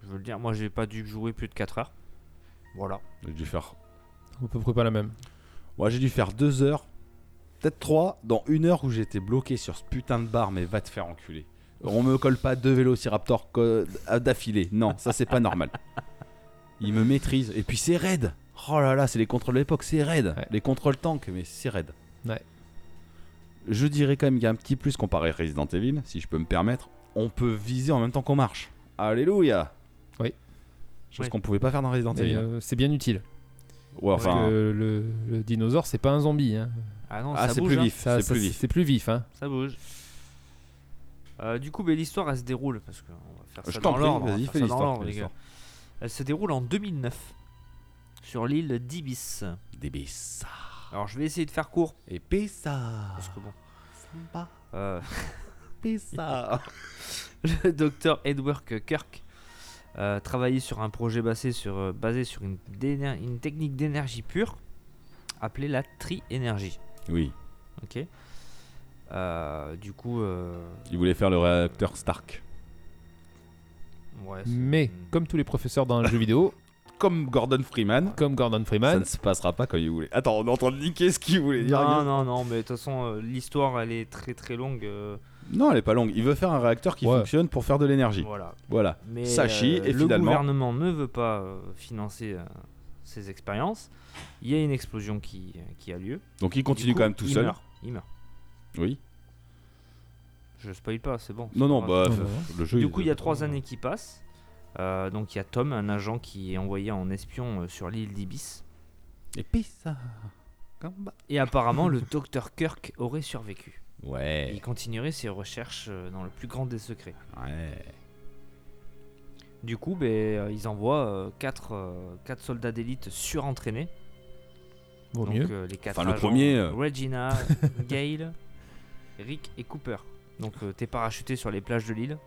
S5: je veux le dire, moi j'ai pas dû jouer plus de 4 heures. Voilà.
S4: J'ai dû faire.
S6: À peu près pas la même.
S4: Moi, j'ai dû faire deux heures, peut-être trois, dans une heure où j'étais bloqué sur ce putain de bar, mais va te faire enculer. On me colle pas deux vélociraptors co- euh, d'affilée. Non, ça c'est pas normal. Ils me maîtrisent. Et puis c'est raide. Oh là là, c'est les contrôles de l'époque, c'est raide. Les contrôles tank, mais c'est raide.
S6: Ouais.
S4: Je dirais quand même qu'il y a un petit plus comparé à Resident Evil, si je peux me permettre. On peut viser en même temps qu'on marche. Alléluia.
S6: Oui.
S4: Chose
S6: Ouais.
S4: qu'on pouvait pas faire dans Resident
S6: Mais,
S4: Evil.
S6: euh, c'est bien utile.
S4: Ouais,
S6: Parce
S4: enfin-
S6: que le, le dinosaure, c'est pas un zombie. hein.
S5: Ah non, ça bouge, hein.
S6: Ça- ça- C'est plus vif, hein.
S5: Ça bouge. Euh, du coup, ben, l'histoire elle se déroule parce qu'on va faire
S4: Je
S5: ça
S4: t'en
S5: dans
S4: prie,
S5: l'ordre. on va
S4: vas-y,
S5: faire
S4: fais
S5: ça dans
S4: l'histoire,
S5: l'ordre,
S4: fais
S5: les gars.
S4: l'histoire.
S5: Elle se déroule en 2009 sur l'île d'Ibis.
S4: D'Ibis.
S5: Alors je vais essayer de faire court.
S4: Et Pisa.
S5: Parce que bon.
S4: Sympa.
S5: Euh,
S4: Pisa.
S5: le docteur Edward Kirk euh, travaillait sur un projet basé sur, euh, basé sur une, d'éner- une technique d'énergie pure appelée la tri-énergie.
S4: Oui.
S5: Ok. Euh, du coup, euh,
S4: Il voulait faire le réacteur Stark.
S5: ouais,
S6: Mais, comme tous les professeurs dans le jeu vidéo,
S4: comme Gordon Freeman,
S6: comme Gordon
S4: Ça
S6: Freeman,
S4: ne se passera pas comme il voulait. Attends, on est en train de niquer ce qu'il voulait dire.
S5: Non,
S4: Guillaume.
S5: non, non, mais de toute façon, euh, l'histoire, elle est très très longue. euh,
S4: Non, elle est pas longue. Il veut faire un réacteur qui fonctionne pour faire de l'énergie.
S5: Voilà.
S4: Voilà.
S5: Mais,
S4: Ça chie,
S5: euh,
S4: et
S5: le
S4: finalement.
S5: gouvernement ne veut pas euh, financer euh, ces expériences. Il y a une explosion qui, qui a lieu.
S4: Donc, il
S5: Du
S4: continue
S5: coup,
S4: quand même tout
S5: il
S4: seul.
S5: meurt, Il meurt.
S4: Oui.
S5: Je spoil pas, c'est bon.
S4: Non,
S5: c'est
S4: non,
S5: pas
S4: bah,
S5: grave.
S4: euh, le jeu,
S5: Du
S4: il-
S5: coup, il y a trois années qui passent. Euh, donc, il y a Tom, un agent qui est envoyé en espion euh, sur l'île d'Ibis.
S4: Et Pisa.
S5: Et apparemment, le docteur Kirk aurait survécu.
S4: Ouais.
S5: Il continuerait ses recherches euh, dans le plus grand des secrets.
S4: Ouais.
S5: Du coup, ben, euh, ils envoient 4 quatre, euh, quatre soldats d'élite surentraînés.
S6: Vaut
S5: Donc,
S6: mieux.
S5: euh, les quatre
S4: Enfin, le
S5: agents,
S4: premier, euh.
S5: Regina, Gail, Rick et Cooper. Donc, euh, t'es parachuté sur les plages de l'île.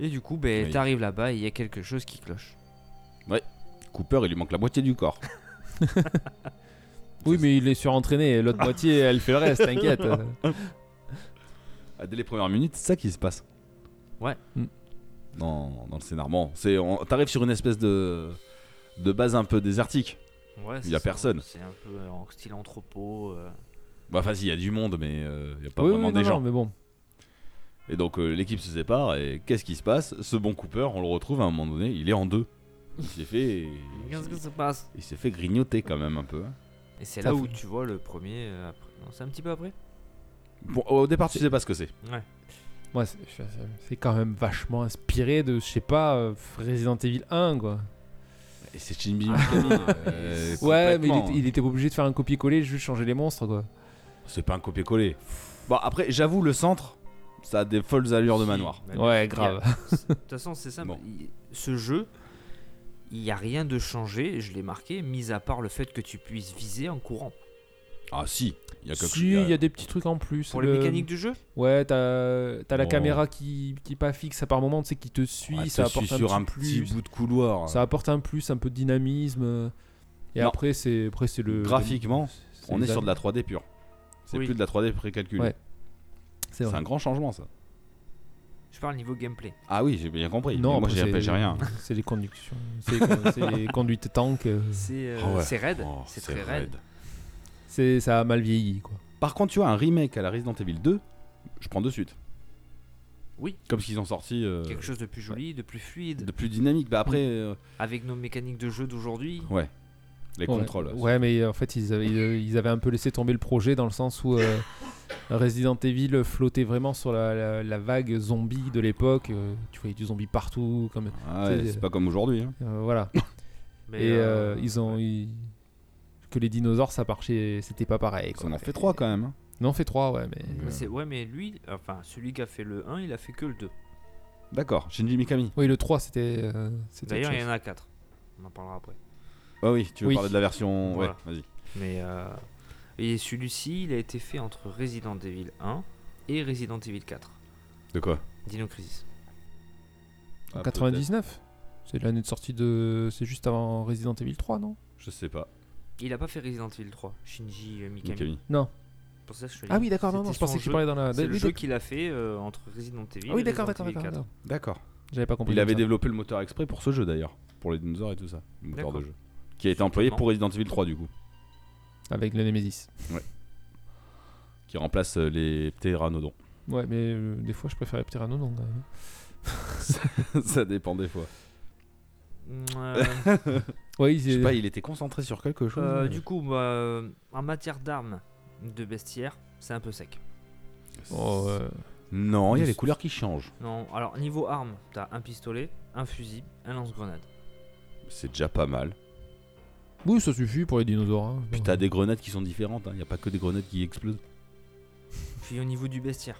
S5: Et du coup, ben,
S4: Oui.
S5: t'arrives là-bas et il y a quelque chose qui cloche.
S4: Ouais. Cooper, il lui manque la moitié du corps.
S6: Oui, mais il est surentraîné. et L'autre moitié, elle fait le reste, t'inquiète.
S4: Ah, Dès les premières minutes, c'est ça qui se passe.
S5: Ouais.
S4: Hmm. Dans, dans le scénar. Bon, c'est, on- t'arrives sur une espèce de, de base un peu désertique.
S5: Ouais,
S4: il y
S5: c'est
S4: a
S5: ça,
S4: personne.
S5: C'est un peu euh, en style entrepôt. euh,
S4: Bah, enfin, si, il y a du monde, mais euh, il y a pas
S6: Oui, oui,
S4: vraiment
S6: non,
S4: des
S6: non,
S4: gens.
S6: mais bon.
S4: Et donc, euh, l'équipe se sépare, et qu'est-ce qui se passe Ce bon Cooper, on le retrouve à un moment donné, il est en deux. Il s'est fait.
S5: Qu'est-ce que ça passe
S4: Il s'est fait grignoter quand même un peu. hein.
S5: Et c'est
S4: Ça
S5: là
S4: fait-
S5: où tu vois le premier. euh, après- non, c'est un petit peu après
S4: Bon, au départ, tu sais pas ce que c'est.
S5: Ouais.
S6: Ouais, c'est- c'est- c'est quand même vachement inspiré de, je sais pas, euh, Resident Evil 1, quoi.
S4: Et c'est Shinji
S6: Mikami.
S4: euh,
S6: ouais, mais il,
S4: complètement.
S6: était- il était pas obligé de faire un copier-coller, juste changer les monstres, quoi.
S4: C'est pas un copier-coller. Bon, après, j'avoue, le centre, ça a des folles allures de manoir.
S5: Bah, il y a- De toute façon, c'est simple. Il- Ce jeu, il n'y a rien de changé, je l'ai marqué, mis à part le fait que tu puisses viser en courant.
S4: Ah, si. Il y a quelque-
S6: Si, il y a des petits trucs en plus.
S5: Pour les mécaniques du jeu
S6: Ouais, t'as t'as la
S4: Oh.
S6: caméra qui, qui est pas fixe à par moment, tu sais, qui te suit,
S4: Ouais,
S6: ça
S4: te suit
S6: apporte un
S4: sur
S6: petit
S4: un petit
S6: plus.
S4: bout de couloir.
S6: Ça apporte un plus, un peu de dynamisme. euh, Et
S4: Non.
S6: après, c'est après, c'est le.
S4: Graphiquement,
S6: c'est
S4: on
S6: les
S4: est sur de
S6: années.
S4: la 3D pure. C'est
S5: Oui.
S4: plus de la 3D précalculée.
S6: Ouais.
S4: C'est
S6: vrai.
S4: un grand changement, ça.
S5: Je parle niveau gameplay.
S4: Ah oui, j'ai bien compris.
S6: Non,
S4: mais moi,
S6: après,
S4: j'ai
S6: c'est-
S4: j'ai rien.
S6: C'est les conductions. C'est les- c'est les conduites tank. euh,
S5: C'est euh,
S4: Ah ouais.
S5: c'est raide,
S4: Oh,
S5: c'est
S4: c'est
S5: très raide.
S6: C'est ça a mal vieilli quoi.
S4: Par contre, tu vois, un remake à la Resident Evil 2, je prends de suite.
S5: Oui.
S4: Comme s'ils ont sorti. euh,
S5: Quelque chose de plus joli, de plus fluide.
S4: de plus dynamique. Bah après, euh,
S5: Avec nos mécaniques de jeu d'aujourd'hui.
S4: ouais. Les
S6: Ouais.
S4: contrôles.
S6: Ouais, mais en fait, ils avaient, ils- ils avaient un peu laissé tomber le projet dans le sens où euh, Resident Evil flottait vraiment sur la, la- la vague zombie de l'époque. euh, tu voyais du zombie partout. Comme,
S4: Ah ouais,
S6: tu sais,
S4: c'est pas comme aujourd'hui. hein.
S6: euh, voilà.
S4: Mais,
S6: Et
S4: euh,
S6: euh, ils ont. ils- Que les dinosaures, ça marchait, c'était pas pareil. Quoi.
S4: On en fait trois quand même. hein.
S6: Non, on fait trois, ouais, mais.
S5: Mais c'est- ouais, mais lui, enfin, celui qui a fait le 1, il a fait que le 2.
S4: D'accord, Shinji Mikami.
S6: Oui, le 3, c'était. euh, c'était autre
S5: D'ailleurs, il y
S6: chose.
S5: en a 4. On en parlera après.
S4: Ah oui, tu veux
S6: Oui.
S4: parler de la version.
S5: Voilà.
S4: Ouais, vas-y.
S5: Mais euh, et celui-ci, il a été fait entre Resident Evil 1 et Resident Evil 4.
S4: De quoi
S5: Dino Crisis.
S6: En
S4: Ah,
S6: 99 C'est l'année de sortie de. C'est juste avant Resident Evil 3, non
S4: Ah, Je sais pas.
S5: Il a pas fait Resident Evil 3, Shinji euh, Mikami.
S4: Mikami.
S6: Non.
S5: Pour ça que je te
S6: Ah
S5: dis.
S6: oui, d'accord, non,
S5: C'était
S6: non, je pensais
S5: son
S6: que tu
S5: jeu.
S6: parlais dans la-
S5: C'est le
S6: oui,
S5: jeu
S6: d'accord.
S5: qu'il a fait euh, entre Resident Evil
S6: Ah oui,
S5: et
S6: d'accord,
S5: Resident
S6: d'accord,
S5: Evil 4.
S6: d'accord.
S4: D'accord.
S6: J'avais pas compris.
S4: Il
S6: comme
S4: avait
S6: ça.
S4: développé le moteur exprès pour ce jeu d'ailleurs, pour les dinosaures et tout ça, le moteur
S5: D'accord.
S4: de jeu, qui a été employé pour Resident Evil 3 du coup,
S6: Avec le Nemesis.
S4: qui remplace euh, les pteranodons.
S6: Ouais, mais euh, des fois, je préférais Pteranodon. quand même.
S4: ça dépend des fois.
S5: Euh,
S6: Ouais, il-
S4: Je sais pas, il était concentré sur quelque chose.
S5: euh,
S4: mais-
S5: du coup, bah, euh, en matière d'armes de bestiaire, c'est un peu sec.
S4: euh,
S6: Oh,
S4: Non, il y a les couleurs qui changent.
S5: Non, alors niveau armes, t'as un pistolet, un fusil, un lance-grenade.
S4: C'est déjà pas mal.
S6: Oui, ça suffit pour les dinosaures. hein.
S4: Puis t'as des grenades qui sont différentes. hein. Il n'y a pas que des grenades qui explosent.
S5: Puis au niveau du bestiaire,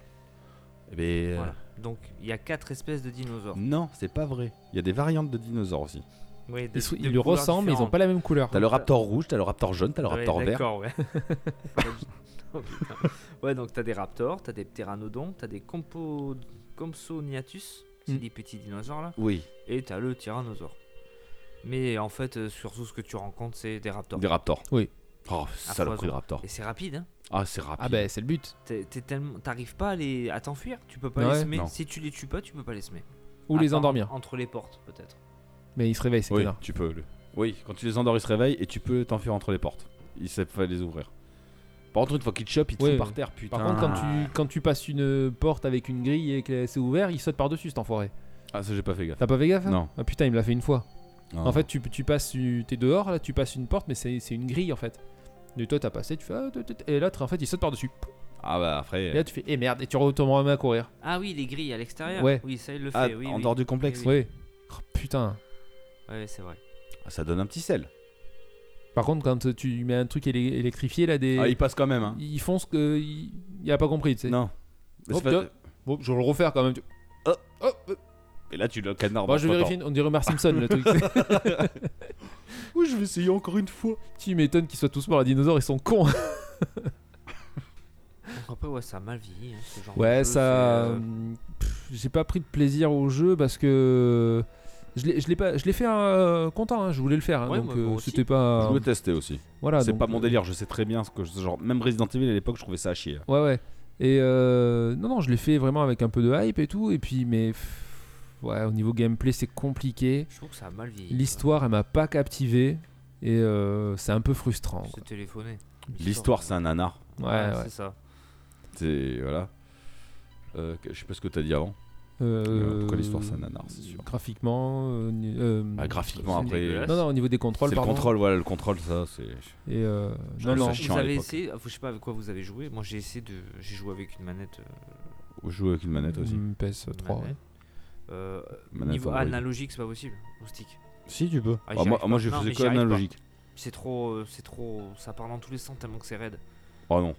S4: Eh ben, euh,
S5: voilà. Donc il y a quatre espèces de dinosaures.
S6: Mm.
S4: non, c'est pas vrai. Il y a des variantes de dinosaures aussi.
S5: Ouais, de-
S6: Ils, sont-
S5: de
S6: ils lui
S5: couleurs
S6: ressemblent, mais ils ont
S5: différentes.
S6: pas la même couleur.
S4: T'as le raptor rouge, t'as le raptor jaune, t'as le
S5: Ouais,
S4: raptor vert.
S5: D'accord, ouais. Oh, putain. ouais, donc t'as des raptors, t'as des pteranodons, t'as des compo... compsognathus, c'est
S6: Hmm.
S4: Mm.
S5: des petits dinosaures là.
S4: Oui.
S5: Et t'as le tyrannosaure. Mais en fait, euh, surtout ce que tu rencontres, c'est des raptors.
S4: Des raptors.
S6: Oui.
S4: Oh,
S5: À
S4: saloperie de
S5: foison.
S4: raptor.
S5: Et c'est rapide, hein.
S4: Ah, c'est rapide.
S6: Ah, bah, c'est le but.
S5: T'es- t'es tellement- T'arrives pas à, les... à t'enfuir, tu peux pas
S6: Ouais.
S5: les semer.
S6: Non.
S5: Si tu les tues pas, tu peux pas les semer.
S6: Ou
S5: À
S6: les
S5: part
S6: endormir.
S5: Entre les portes, peut-être.
S6: Mais il se réveille, c'est
S4: Oui,
S6: là.
S4: tu peux. le- Oui, quand tu les endors, ils se réveillent et tu peux t'enfuir entre les portes. Il sait pas les ouvrir. Par contre, une fois qu'ils te chopent, ils te
S6: Ouais,
S4: foutent par
S6: ouais.
S4: terre, putain.
S6: Par contre, quand
S5: Ah.
S6: tu, quand tu passes une porte avec une grille et que c'est ouvert, il saute par-dessus cet enfoiré.
S4: Ah, ça, j'ai pas fait gaffe.
S6: T'as pas fait gaffe hein
S4: Non.
S6: Ah putain, il me l'a fait une fois.
S4: Ah.
S6: En fait, tu, tu passes, tu- t'es dehors, là, tu passes une porte, mais c'est c'est une grille en fait. Et toi, t'as passé, tu fais. ah, tut, tut, Et l'autre, en fait, il saute par-dessus.
S4: Ah, bah après.
S6: Et là, tu fais. Eh merde, et tu retournes à courir.
S5: Ah oui, les grilles à l'extérieur.
S6: Ouais.
S5: Oui, ça, il le fait.
S4: Ah,
S5: oui,
S4: en
S5: oui.
S4: dehors du complexe.
S5: Oui, oui.
S6: Ouais. Oh, putain.
S5: Ouais, c'est vrai.
S4: Ah, Ça donne un petit sel.
S6: Par contre, quand tu mets un truc éle- électrifié, là, des.
S4: Ah, il passe quand même. Hein.
S6: Ils font ce que. Il, il a pas compris, tu sais.
S4: Non. Ah, Mais
S6: Hop,
S4: c'est pas-
S6: tiens. Bon, je vais le refaire quand même. tu-
S4: Et là, tu le canard.
S6: Bon, je vérifie, on dirait Homer Simpson le truc.
S4: Oui, je vais essayer encore une fois.
S6: Tu m'étonnes qu'ils soient tous morts, les dinosaures ils sont cons.
S5: Après, ouais, ça a mal vieilli. hein, ce genre de
S6: ouais,
S5: jeu,
S6: ça.
S5: c'est, euh,
S6: euh, pff, J'ai pas pris de plaisir au jeu parce que Je l'ai- je l'ai pas, je l'ai fait euh, content. hein, je voulais le faire, hein,
S4: Ouais,
S6: donc
S4: moi, moi
S6: euh,
S4: aussi.
S6: c'était pas.
S4: Je voulais tester aussi.
S6: Voilà,
S4: c'est
S6: Ah, donc, euh,
S4: pas mon délire, je sais très bien ce que je- genre même Resident Evil à l'époque, je trouvais ça à chier.
S6: Ouais, ouais. Et euh, non, non, je l'ai fait vraiment avec un peu de hype et tout. Et puis, mais pff, ouais, au niveau gameplay, c'est compliqué.
S5: Je trouve que ça a mal vieilli.
S6: L'histoire, elle m'a pas captivé. Et euh, c'est un peu frustrant. quoi.
S5: C'est téléphoné.
S4: L'histoire, c'est un nanar.
S6: Ouais, ouais.
S5: C'est ça.
S4: C'est voilà. Euh, que- je sais pas ce que t'as dit avant. Euh, pourquoi l'histoire c'est un nanar, c'est sûr.
S6: Graphiquement. euh, ni- euh,
S4: Ah, graphiquement
S6: c'est
S4: après.
S6: dégueulasse. Non, non, au niveau des contrôles,
S4: C'est le
S6: pardon.
S4: contrôle, voilà, le contrôle, ça, c'est.
S6: Et euh,
S4: Je
S6: non,
S4: trouve ça
S6: non.
S4: chiant
S5: vous
S4: à
S5: avez
S4: l'époque.
S5: essayé, ah, faut- je sais pas avec quoi vous avez joué. Moi j'ai essayé de, j'ai joué avec une manette. euh,
S4: Ou jouer avec une manette aussi.
S6: Une PS3. Ah ouais.
S5: manette. Euh,
S4: Manette
S5: niveau
S4: Android.
S5: analogique, c'est pas possible. Au stick.
S4: Si, tu peux.
S5: Ah,
S4: Ah,
S5: j'y
S4: moi-
S5: arrive
S4: moi,
S5: pas.
S4: je
S5: Non,
S4: faisais
S5: mais
S4: que
S5: j'y arrive pas.
S4: analogique.
S5: C'est trop, euh, c'est trop, ça part dans tous les sens tellement que c'est raide.
S4: Oh non.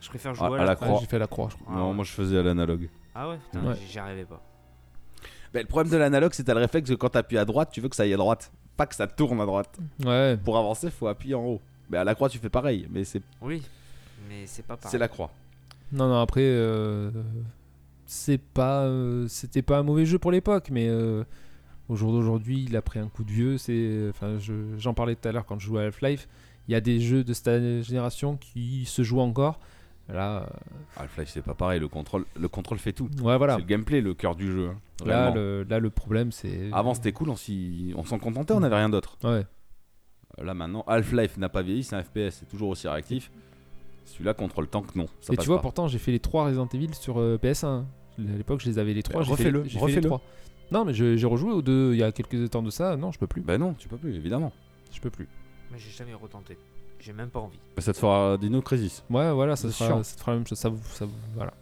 S5: Je préfère
S4: Ah,
S5: jouer à,
S4: à la croix.
S6: j'ai fait la croix, je crois.
S4: Non, moi je faisais à l'analogue.
S5: Ah ouais, putain,
S4: Ouais.
S5: j'y- j'y arrivais pas.
S4: Bah, le problème de l'analogue, c'est que t'as le réflexe que quand t'appuies à droite, tu veux que ça aille à droite, pas que ça tourne à droite.
S5: Mm.
S6: Ouais.
S4: Pour avancer, faut appuyer en haut. Mais à la croix, tu fais pareil, mais c'est
S5: Oui, mais c'est pas pareil.
S4: c'est la croix.
S6: Non, non, après, euh, c'est pas, euh, c'était pas un mauvais jeu pour l'époque, mais euh, au jour d'aujourd'hui, il a pris un coup de vieux. C'est, enfin, je- j'en parlais tout à l'heure quand je jouais à Half-Life. Il y a des jeux de cette génération qui se jouent encore. Là, euh,
S4: Half-Life, c'est pas pareil, Ah, le contrôle, le contrôle fait tout.
S6: Ouais, voilà.
S4: C'est le gameplay, le cœur du jeu. hein,
S6: euh, là,
S4: réellement.
S6: le, là, le problème, c'est.
S4: Avant, c'était cool, on s'y- on s'en contentait, on n'avait rien d'autre.
S6: Ouais.
S4: Euh, Là maintenant, Half-Life n'a pas vieilli, c'est un FPS, c'est toujours aussi réactif. Celui-là contrôle tank, non. Ça
S6: Et
S4: passe
S6: tu vois,
S4: pas.
S6: pourtant, j'ai fait les trois Resident Evil sur euh, PS1. À l'époque, je les avais les trois. j'ai fait les-
S4: refais-le,
S6: j'ai fait les
S4: refais-le.
S6: trois. Non, mais je- j'ai rejoué aux deux il y a quelques temps de ça. Non, je peux plus.
S4: Bah non, tu peux plus, évidemment.
S6: Je peux plus.
S5: Mais j'ai jamais retenté. J'ai même pas envie.
S4: Bah, ça te fera Dino Crisis.
S6: Ouais, voilà, ça
S4: C'est
S6: sera,
S4: chiant.
S6: ça te fera la même chose. Ça, vous- ça vous- voilà.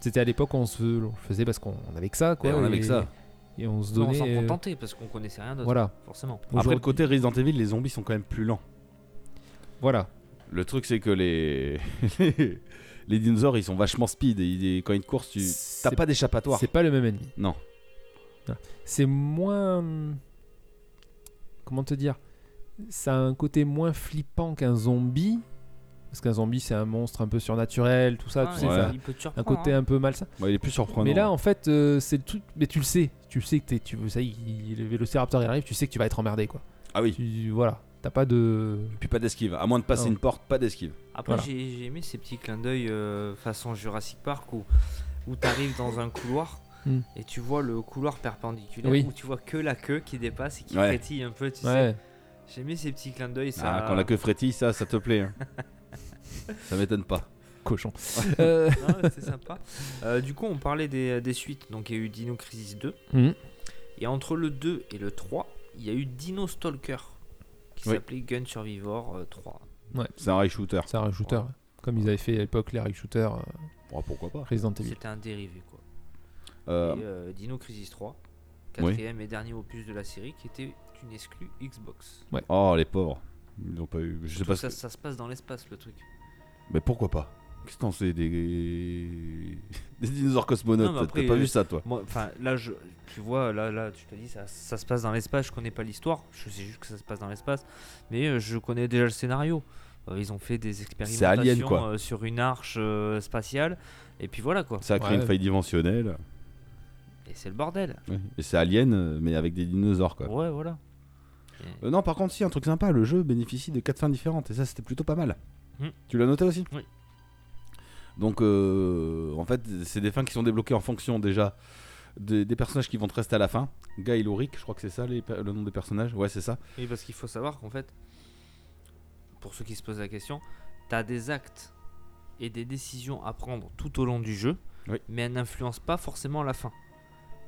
S6: C'était à l'époque, on se on le faisait parce qu'on on avait que ça, quoi.
S5: Ben
S4: Et Eh on avait
S6: et-
S4: que hein, ça.
S6: Et on se
S5: Non,
S6: donnait.
S5: on s'en
S6: euh,
S5: contentait parce qu'on connaissait rien d'autre.
S6: Voilà.
S5: Forcément.
S4: Après, le côté Resident Evil, les zombies sont quand même plus lents.
S6: Voilà.
S4: Le truc, c'est que les... les dinosaures, ils sont vachement speed. Et ils- quand ils te courent, tu... t'as pas d'échappatoire.
S6: C'est pas le même ennemi.
S4: Non.
S6: Voilà. C'est moins. hum, Comment te dire Ça a un côté moins flippant qu'un zombie. Parce qu'un zombie, c'est un monstre un peu surnaturel, tout ça.
S5: Ah,
S6: tu sais,
S4: ouais.
S6: ça-
S4: Il peut te
S6: un
S5: surprendre,
S6: côté
S5: hein.
S6: un peu malsain.
S4: Ouais, il est plus surprenant,
S6: Mais là,
S4: ouais.
S6: en fait, euh, c'est le truc. Mais tu le sais. Tu le sais que t'es- tu veux ça. y est, il- le vélociraptor il arrive, tu sais que tu vas être emmerdé, quoi.
S4: Ah oui.
S6: Tu- voilà. T'as pas de.
S4: Puis pas d'esquive. À moins de passer
S5: Oh.
S6: Non.
S4: une porte, pas d'esquive.
S5: Après,
S6: Voilà.
S5: j'ai j'ai aimé ces petits clins d'œil euh, façon Jurassic Park où, où tu arrives dans un couloir
S6: Hmm.
S5: et tu vois le couloir perpendiculaire
S6: Oui.
S5: où tu vois que la queue qui dépasse et qui
S4: Ouais.
S5: frétille un peu, tu
S4: Ouais.
S5: sais. J'ai aimé ces petits clins d'œil. Ça...
S4: Ah, quand la queue frétille, ça, ça te plaît. hein. ça m'étonne pas.
S6: Cochon.
S5: Non, c'est sympa. Euh, du coup, on parlait des, des suites. Donc, il y a eu Dino Crisis 2.
S6: Mhm.
S5: Et entre le 2 et le 3, il y a eu Dino Stalker qui
S4: Oui.
S5: s'appelait Gun Survivor euh, 3.
S6: Ouais.
S4: C'est un rail shooter.
S6: C'est un rail shooter. Comme ils avaient fait à l'époque les rail shooters. euh,
S5: Oh,
S4: pourquoi pas
S6: Resident Evil.
S5: C'était un dérivé, quoi.
S4: Euh,
S5: Et, euh, Dino Crisis 3,
S4: Oui.
S5: quatrième et dernier opus de la série, qui était une exclue Xbox.
S4: Oh, les pauvres. Ils n'ont pas eu. Je sais
S5: Surtout
S4: pas.
S5: que ça,
S4: ce-
S5: ça se passe dans l'espace, le truc.
S4: Mais pourquoi pas Qu'est-ce que t'en sais des. des dinosaures cosmonautes
S5: Non, mais
S4: T'as-
S5: après,
S4: T'as pas
S5: euh,
S4: vu ça, toi
S5: moi, Enfin, là, je, tu vois, là, là, tu te dis, ça, ça se passe dans l'espace. Je connais pas l'histoire. Je sais juste que ça se passe dans l'espace, mais euh, je connais déjà le scénario. Euh, ils ont fait des expérimentations
S4: Alien, quoi.
S5: euh, sur une arche euh, spatiale, et puis voilà quoi.
S4: Ça a créé une faille dimensionnelle.
S5: Et c'est le bordel.
S4: Ouais. Et c'est Alien, euh, mais avec des dinosaures, quoi.
S5: Ouais, voilà.
S4: Euh, non, par contre, si, un truc sympa, le jeu bénéficie de quatre fins différentes, et ça, c'était plutôt pas mal.
S5: Hmm.
S4: Tu l'as noté aussi
S5: Oui.
S4: Donc, euh, en fait, c'est des fins qui sont débloquées en fonction déjà des, des personnages qui vont te rester à la fin. Guy et Lorik, je crois que c'est ça les pe- le nom des personnages. Ouais, c'est ça.
S5: Oui, parce qu'il faut savoir qu'en fait, pour ceux qui se posent la question, tu as des actes et des décisions à prendre tout au long du jeu, mais elles n'influencent pas forcément la fin.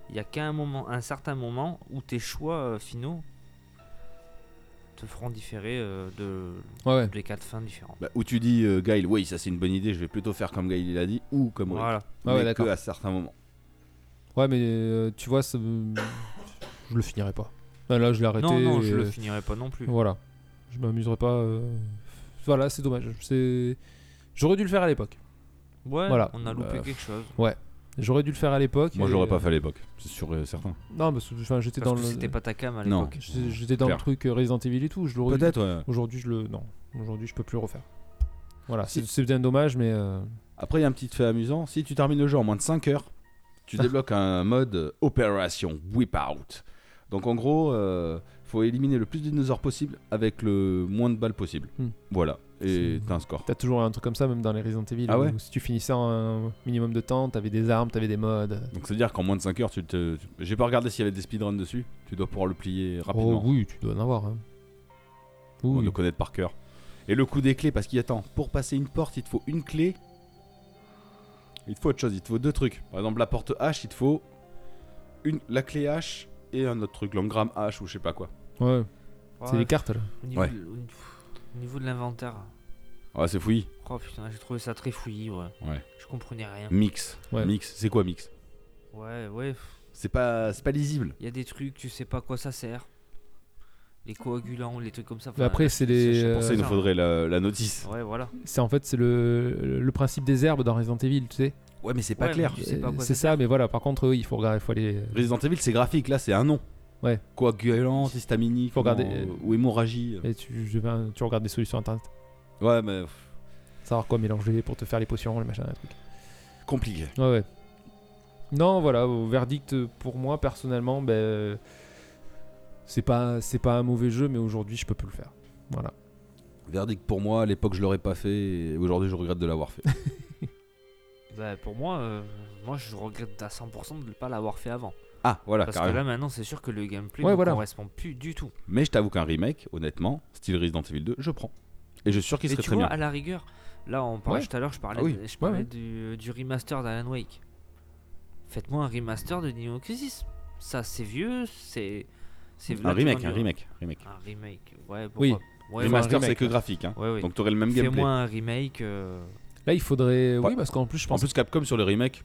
S5: Il n'y a qu'à un moment, un certain moment où tes choix euh, finaux te feront différer euh, de,
S6: Ouais, ouais.
S5: des quatre fins différentes.
S4: Bah, où tu dis, euh, Guile, oui, ça c'est une bonne idée, je vais plutôt faire comme Guile il a dit, ou comme Rick.
S5: Voilà.
S4: Mais
S6: Ouais, ouais,
S4: que
S6: d'accord.
S4: à certains moments.
S6: Ouais, mais euh, tu vois, ça, euh, je le finirai pas. Bah, Là, là, je l'ai arrêté.
S5: Non, non, je
S6: et-
S5: le finirai pas non plus.
S6: Voilà. Je m'amuserai pas. euh, Voilà, c'est dommage. C'est... J'aurais dû le faire à l'époque.
S5: Ouais,
S6: voilà.
S5: on a loupé
S6: Bah,
S5: quelque chose.
S6: Ouais. J'aurais dû le faire à l'époque.
S4: Moi,
S6: et,
S4: j'aurais pas
S6: euh,
S4: fait à l'époque, c'est sûr et certain.
S6: Non, parce que enfin, j'étais
S5: Parce
S6: dans
S5: que
S6: le.
S5: c'était pas ta cam à
S4: Non.
S5: l'époque.
S6: J'étais- J'étais dans le
S4: Clair.
S6: truc euh, Resident Evil et tout. Je l'aurais
S4: Peut-être,
S6: dû-
S4: ouais.
S6: Aujourd'hui, je le. Non. Aujourd'hui, je peux plus le refaire. Voilà, c'est, c'est bien dommage, mais. euh,
S4: Après, il y a un petit fait amusant. Si tu termines le jeu en moins de 5 heures, tu débloques un mode euh, opération whip out. Donc en gros, euh, faut éliminer le plus de dinosaures possible avec le moins de balles possible.
S6: Hmm.
S4: Voilà. Et t'as un score.
S6: T'as toujours un truc comme ça, même dans les Resident Evil.
S4: Ah
S6: où
S4: ouais
S6: si tu finissais en un minimum de temps, t'avais des armes, t'avais des modes.
S4: Donc c'est à dire qu'en moins de 5 heures, tu te. tu- J'ai pas regardé s'il y avait des speedruns dessus. Tu dois pouvoir le plier rapidement.
S6: Oh oui, tu dois en avoir. hein.
S4: On le connaît par cœur. Et le coup des clés, parce qu'il attend. Pour passer une porte, il te faut une clé. Il te faut autre chose, il te faut deux trucs. Par exemple, la porte H, il te faut une, la clé H et un autre truc, l'engramme H ou je sais pas quoi.
S6: Ouais. C'est
S5: Ouais,
S6: des cartes là.
S5: Au niveau,
S4: Ouais.
S5: de, au niveau- au niveau de l'inventaire.
S4: Ouais, Ah, c'est fouillis.
S5: Oh putain, j'ai trouvé ça très fouillis, ouais.
S4: Ouais.
S5: Je comprenais rien.
S4: Mix. Mix. C'est quoi mix
S5: Ouais, ouais.
S4: C'est pas, c'est pas lisible.
S5: Il y a des trucs, tu sais pas à quoi ça sert. Les coagulants, les trucs comme ça.
S6: Mais après, c'est les.
S4: pour ça, il nous
S6: euh,
S4: faudrait la, la notice.
S5: hein. Ouais, voilà.
S6: C'est en fait c'est le, le principe des herbes dans Resident Evil, tu sais.
S4: Ouais, mais c'est pas Ouais, clair. mais tu sais pas à quoi
S6: C'est
S4: ça
S6: ça, mais voilà. Par contre, oui, il faut regarder, il faut aller.
S4: Resident Evil, c'est graphique, là, c'est un nom.
S6: Ouais.
S4: Coagulante, histaminique,
S6: Faut regarder,
S4: comment- ou hémorragie.
S6: Et tu, je- ben, tu regardes des solutions internet.
S4: Ouais, mais
S6: Savoir quoi mélanger pour te faire les potions, les machins, les trucs.
S4: compliqué.
S6: Ouais, ouais. Non, voilà, au verdict euh, pour moi personnellement, ben, c'est pas c'est pas un mauvais jeu, mais aujourd'hui je peux plus le faire. Voilà.
S4: Verdict pour moi, à l'époque, je l'aurais pas fait. Et aujourd'hui, je regrette de l'avoir fait.
S5: Bah, pour moi, euh, moi je regrette à 100% de ne pas l'avoir fait avant.
S4: Ah, voilà,
S5: Parce
S4: carrément.
S5: que là maintenant, c'est sûr que le gameplay
S4: Ouais,
S5: ne
S4: voilà.
S5: correspond plus du tout.
S4: Mais je t'avoue qu'un remake, honnêtement, style Resident Evil 2, je prends. Et je suis sûr qu'il
S5: Mais
S4: serait
S5: tu
S4: très
S5: vois,
S4: bien.
S5: à la rigueur, là on parlait
S4: Ouais.
S5: tout à l'heure, je parlais,
S4: Ah oui.
S5: de- je
S4: Ouais,
S5: parlais
S4: ouais.
S5: du, du remaster d'Alan Wake. Faites-moi un remaster de Nino Crisis. Ça c'est vieux, c'est. c'est
S4: Un
S5: v'là du
S4: remake,
S5: vendu.
S4: un remake, remake.
S5: Un remake, ouais. pourquoi-
S6: Oui.
S5: ouais,
S4: Remaster,
S5: ouais.
S4: c'est que graphique. Hein.
S5: Ouais, ouais.
S4: Donc, t'aurais le même
S5: Fais-moi
S4: gameplay.
S5: un remake. euh,
S6: Là, il faudrait.
S4: Ouais.
S6: Oui, parce qu'en plus, je
S4: Bah, En
S6: pense.
S4: plus, Capcom sur le remake,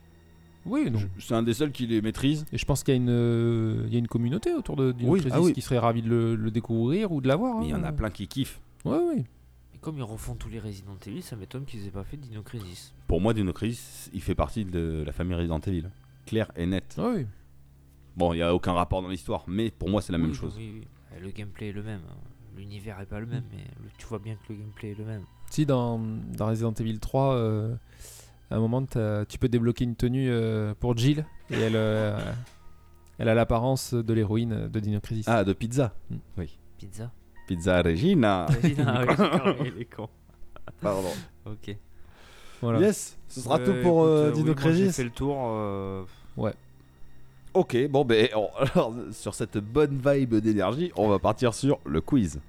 S6: Oui, non.
S4: c'est un des seuls qui les maîtrise.
S6: Et je pense qu'il y a une euh, il y a une communauté autour de Dino
S4: Oui,
S6: Crisis
S4: ah oui.
S6: qui serait ravie de le, le découvrir ou de l'avoir.
S4: Mais il y en
S6: hein.
S4: a plein qui kiffent.
S6: Ouais, ouais.
S5: Et comme ils refont tous les Resident Evil, ça m'étonne qu'ils aient pas fait Dino Crisis.
S4: Pour moi, Dino Crisis, il fait partie de la famille Resident Evil. Clair et net.
S6: oui.
S4: Bon, il n'y a aucun rapport dans l'histoire, mais pour moi, c'est la même
S5: Oui,
S4: chose.
S5: oui, oui. Euh, Le gameplay est le même. hein. L'univers est pas le même, mais le- tu vois bien que le gameplay est le même.
S6: Si dans, dans Resident Evil 3, euh, à un moment, t'as- tu peux débloquer une tenue euh, pour Jill et elle, euh, elle a l'apparence de l'héroïne de Dino Crisis.
S4: Ah, de pizza. Oui.
S5: Pizza
S4: Pizza Regina.
S5: Regina, oui, d'accord, oui, il est con.
S4: Pardon.
S5: Ok.
S6: Voilà.
S4: Yes, ce sera
S5: Ouais,
S4: tout pour
S5: écoute,
S4: euh,
S5: euh, oui,
S4: Dino
S5: moi, J'ai
S4: Crisis.
S5: fait le tour. euh,
S6: Ouais.
S4: Ok, bon, ben, on- alors, sur cette bonne vibe d'énergie, on va partir sur le quiz.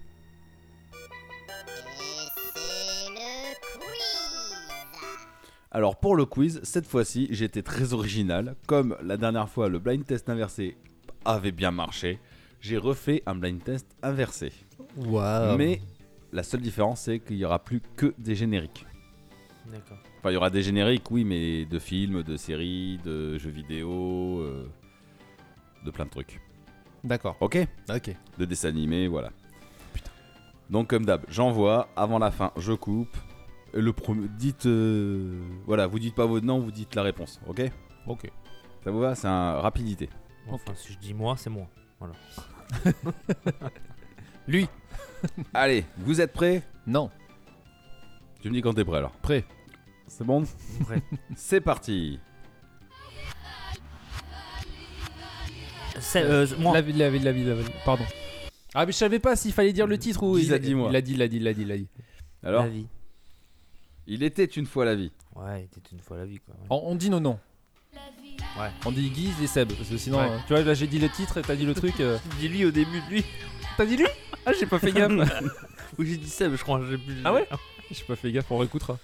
S4: Alors pour le quiz, cette fois-ci, j'étais très original. Comme la dernière fois, le blind test inversé avait bien marché, j'ai refait un blind test inversé.
S6: Waouh.
S4: Mais la seule différence, c'est qu'il n'y aura plus que des génériques.
S5: D'accord.
S4: Enfin, il y aura des génériques, oui, mais de films, de séries, de jeux vidéo, euh, de plein de trucs.
S6: D'accord.
S4: Ok
S6: Ok.
S4: De dessins animés, voilà. Donc, comme d'hab, j'envoie, avant la fin, je coupe. Et Le premier, dites. euh, voilà, vous dites pas votre nom, vous dites la réponse, ok
S6: Ok.
S4: Ça vous va C'est un rapidité.
S5: Enfin, si je dis moi, c'est moi. Voilà.
S6: Lui
S4: Allez, vous êtes prêts
S6: Non.
S4: Tu me dis quand t'es prêt alors
S6: Prêt.
S4: C'est bon
S5: Prêt.
S4: C'est parti
S5: C'est euh, moi.
S6: La vie, la vie, la vie, la vie. Pardon. Ah, mais je savais pas s'il fallait dire le titre ou.
S4: Dis
S6: il
S4: à dix mois.
S6: il l'a dit, il l'a dit, il l'a dit, il l'a dit.
S4: Alors
S5: La vie.
S4: Il était une fois la vie.
S5: Ouais, c'était une fois la vie quoi. ouais.
S6: On, on dit nos noms.
S5: Ouais.
S6: On dit Guise et Seb. Parce que sinon,
S5: Ouais.
S6: euh, tu vois, là j'ai dit le titre et t'as dit le truc. euh,
S5: J'ai dit lui au début de lui.
S6: T'as dit lui Ah, j'ai pas fait gaffe.
S5: Ou j'ai dit Seb, je crois. J'ai plus...
S6: ah ouais J'ai pas fait gaffe, on réécoutera.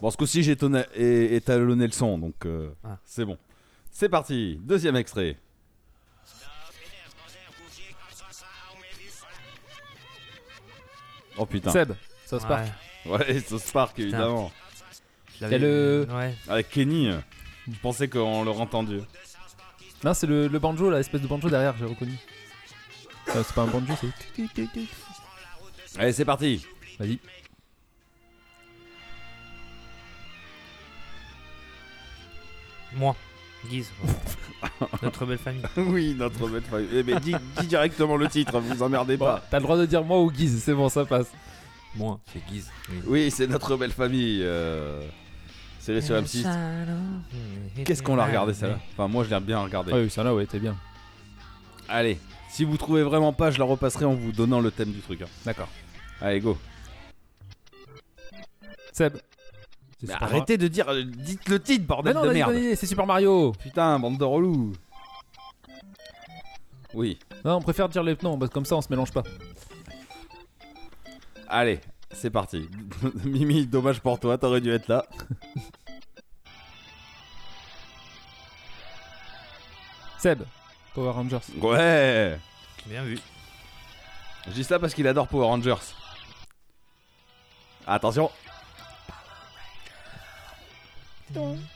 S4: Bon, ce coup-ci, j'ai étonna- é- étalonné le son, donc euh, c'est bon. C'est parti, deuxième extrait. Oh putain.
S6: Seb, South
S4: Ouais.
S6: Park.
S4: Ouais, South Park, évidemment.
S5: Je l'avais- le- Ouais.
S4: Avec Kenny, euh, je pensais qu'on l'aurait entendu.
S6: Non, c'est le, le banjo, là, espèce de banjo derrière, j'ai reconnu. Euh, c'est pas un banjo, c'est.
S4: Allez, c'est parti.
S6: Vas-y.
S5: Moi. Guise. ouais. Notre belle famille.
S4: oui, notre belle famille. Eh ben, dis, dis directement le titre, vous emmerdez pas.
S6: T'as le droit de dire moi ou Guise, c'est bon, ça passe.
S5: Moi, c'est Guise.
S4: Oui, c'est notre belle famille. euh, C'est sur M6. Qu'est-ce qu'on l'a regardé, celle-là Enfin, moi, je l'ai bien regardé.
S6: Ah oui, ça là, ouais, t'es bien.
S4: Allez, Si vous trouvez vraiment pas, je la repasserai en vous donnant le thème du truc. hein.
S6: D'accord.
S4: Allez, go.
S6: Seb.
S4: Mais
S6: Super
S4: arrêtez de dire, euh, dites le titre, bordel
S6: Mais non,
S4: de
S6: vas-y,
S4: merde.
S6: vas-y, c'est Super Mario.
S4: Putain, bande de relous. Oui.
S6: Non, on préfère dire les noms, parce que comme ça on se mélange pas.
S4: Allez, c'est parti. Mimi, dommage pour toi, t'aurais dû être là.
S6: Seb. Power Rangers.
S4: Ouais.
S5: Bien vu.
S4: Je dis ça parce qu'il adore Power Rangers. Attention.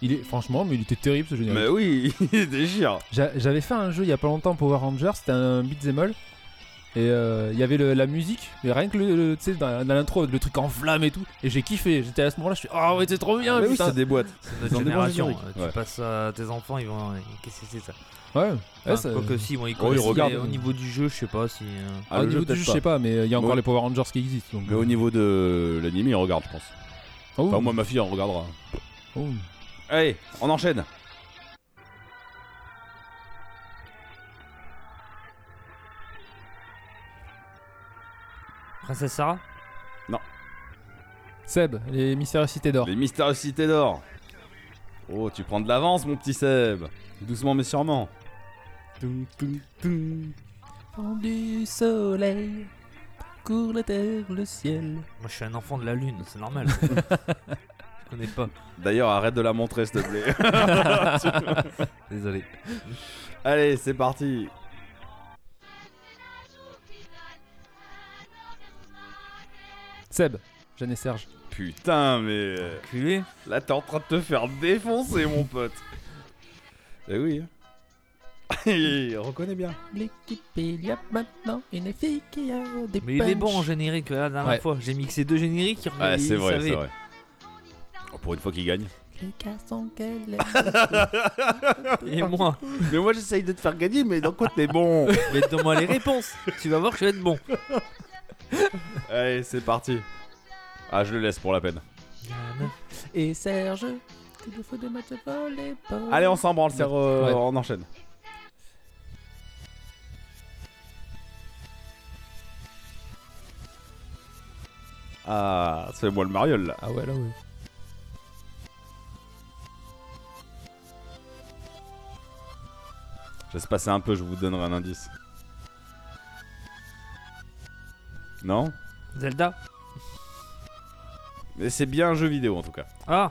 S6: Il est franchement, mais il était terrible ce générique.
S4: Mais oui, il déchire.
S6: J'a- J'avais fait un jeu il y a pas longtemps, Power Rangers, c'était un beat'em all. Et euh, il y avait le- la musique, mais rien que le, le- tu sais, dans, dans l'intro, le truc en flamme et tout. Et j'ai kiffé, j'étais à ce moment-là, je suis Ah ouais, c'est trop bien,
S4: Mais oui,
S6: putain.
S4: c'est des boîtes.
S5: C'est notre
S6: Ils ont des bons
S5: génération.
S6: génériques.
S5: euh, Tu passes à tes enfants, ils vont. Qu'est-ce que c'est ça
S6: Ouais.
S4: Ah,
S6: Ouais,
S5: Enfin,
S6: ça-
S5: Quoique si, bon, ils
S6: Oh,
S5: connaissent,
S6: ils regardent.
S5: mais au niveau du jeu, je sais pas si. euh,
S6: Ah, au niveau du jeu, je sais pas, mais euh, il y a encore les Power Rangers qui existent. Donc,
S4: Mais au niveau de l'anime, il regarde, je pense.
S6: Oh.
S4: Enfin, moi, ma fille, en regardera.
S6: Oh.
S4: Allez, on enchaîne.
S5: Princesse Sarah
S6: Seb, les mystérieuses cités d'or.
S4: Les mystérieuses cités d'or. Oh, tu prends de l'avance, mon petit Seb. Doucement, mais sûrement.
S2: du soleil, court la terre, le ciel.
S5: Moi, je suis un enfant de la lune, c'est normal. je connais pas.
S4: D'ailleurs, arrête de la montrer, s'il te plaît.
S5: Désolé.
S4: Allez, c'est parti.
S6: Seb, Jeanne et Serge.
S4: Putain, mais. Culé. Là, t'es en train de te faire défoncer, mon pote. Eh oui. hein. Il reconnaît bien.
S2: L'équipe, il y a maintenant une fille qui a des
S5: Mais il est bon en générique, là, la dernière
S4: Ouais.
S5: fois. J'ai mixé deux génériques. il-
S4: Ouais,
S5: il
S4: c'est vrai,
S5: savait.
S4: c'est vrai. Oh, pour une fois qu'il gagne.
S2: Les garçons qu'elle
S5: Et moi
S4: Mais moi j'essaye de te faire gagner, mais dans quoi t'es bon
S5: Mais donne-moi les réponses. Tu vas voir que je vais être bon.
S4: Allez, c'est parti. Ah, je le laisse pour la peine.
S2: Et Serge, tu nous fous des matchs de volleyball.
S4: Allez, on s'en branle, c'est re-
S2: Ouais.
S4: on enchaîne. Ah, c'est moi le mariole là.
S6: Ah ouais, là ouais.
S4: Je laisse passer un peu, je vous donnerai un indice. Non
S5: Zelda
S4: Mais c'est bien un jeu vidéo en tout cas.
S5: Ah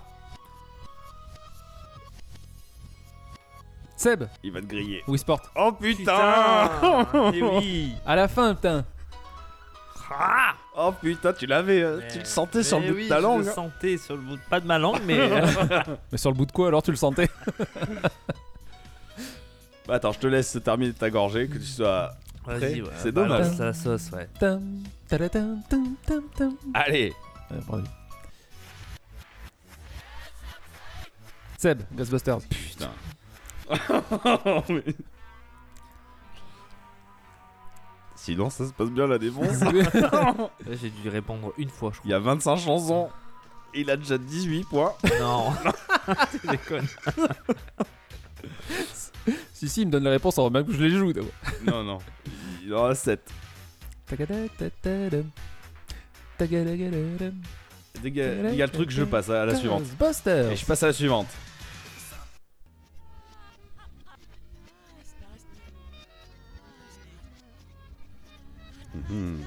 S6: Seb.
S4: Il va te griller.
S6: Wii Sport.
S4: Oh putain, Eh oui.
S6: À la fin, putain.
S4: Oh putain, tu l'avais, hein. tu le sentais sur le bout de ta langue.
S5: Je le
S4: hein.
S5: sentais sur le bout de- pas de ma langue, mais. euh,
S6: Mais sur le bout de quoi alors tu le sentais
S4: Bah, attends, je te laisse terminer ta gorgée, que tu sois. prêt.
S5: Vas-y, ouais,
S4: C'est
S5: balance
S4: dommage.
S5: à la sauce, ouais.
S2: Tam, tadadam, tam, tam, tam.
S4: Allez.
S6: Seb, Ghostbusters.
S4: Putain. Sinon, ça se passe bien la défense.
S5: Ouais, J'ai dû répondre une fois, je
S4: Il y a 25 chansons. Il a déjà 18 points.
S5: Non. Tu déconnes.
S6: Si, si, il me donne la réponse avant même que je les joue.
S4: non, non. Il en a 7.
S6: Tagadadadadam. Tagadadadadam.
S4: Dès qu'il y a- dès qu'il y a le truc, je passe à la suivante.
S6: Ghostbusters.
S4: Et je passe à la suivante. Mhm.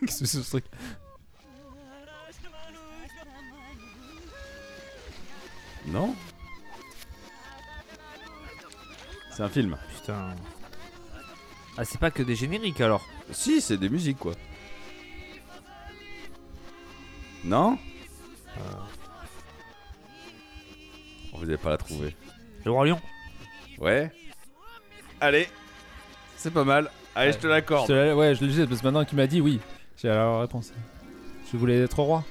S6: Qu'est-ce que c'est ce truc
S4: Non C'est un film.
S5: Putain. Ah, c'est pas que des génériques alors
S4: Si, c'est des musiques quoi. Non
S6: Ah.
S4: Oh, Vous n'allez pas la trouver.
S5: Le Roi Lion
S4: Ouais. Allez, c'est pas mal. Allez, je te l'accorde.
S6: Je te la- Ouais, je le disais parce que maintenant qu'il m'a dit oui, j'ai la réponse. Je voulais être roi.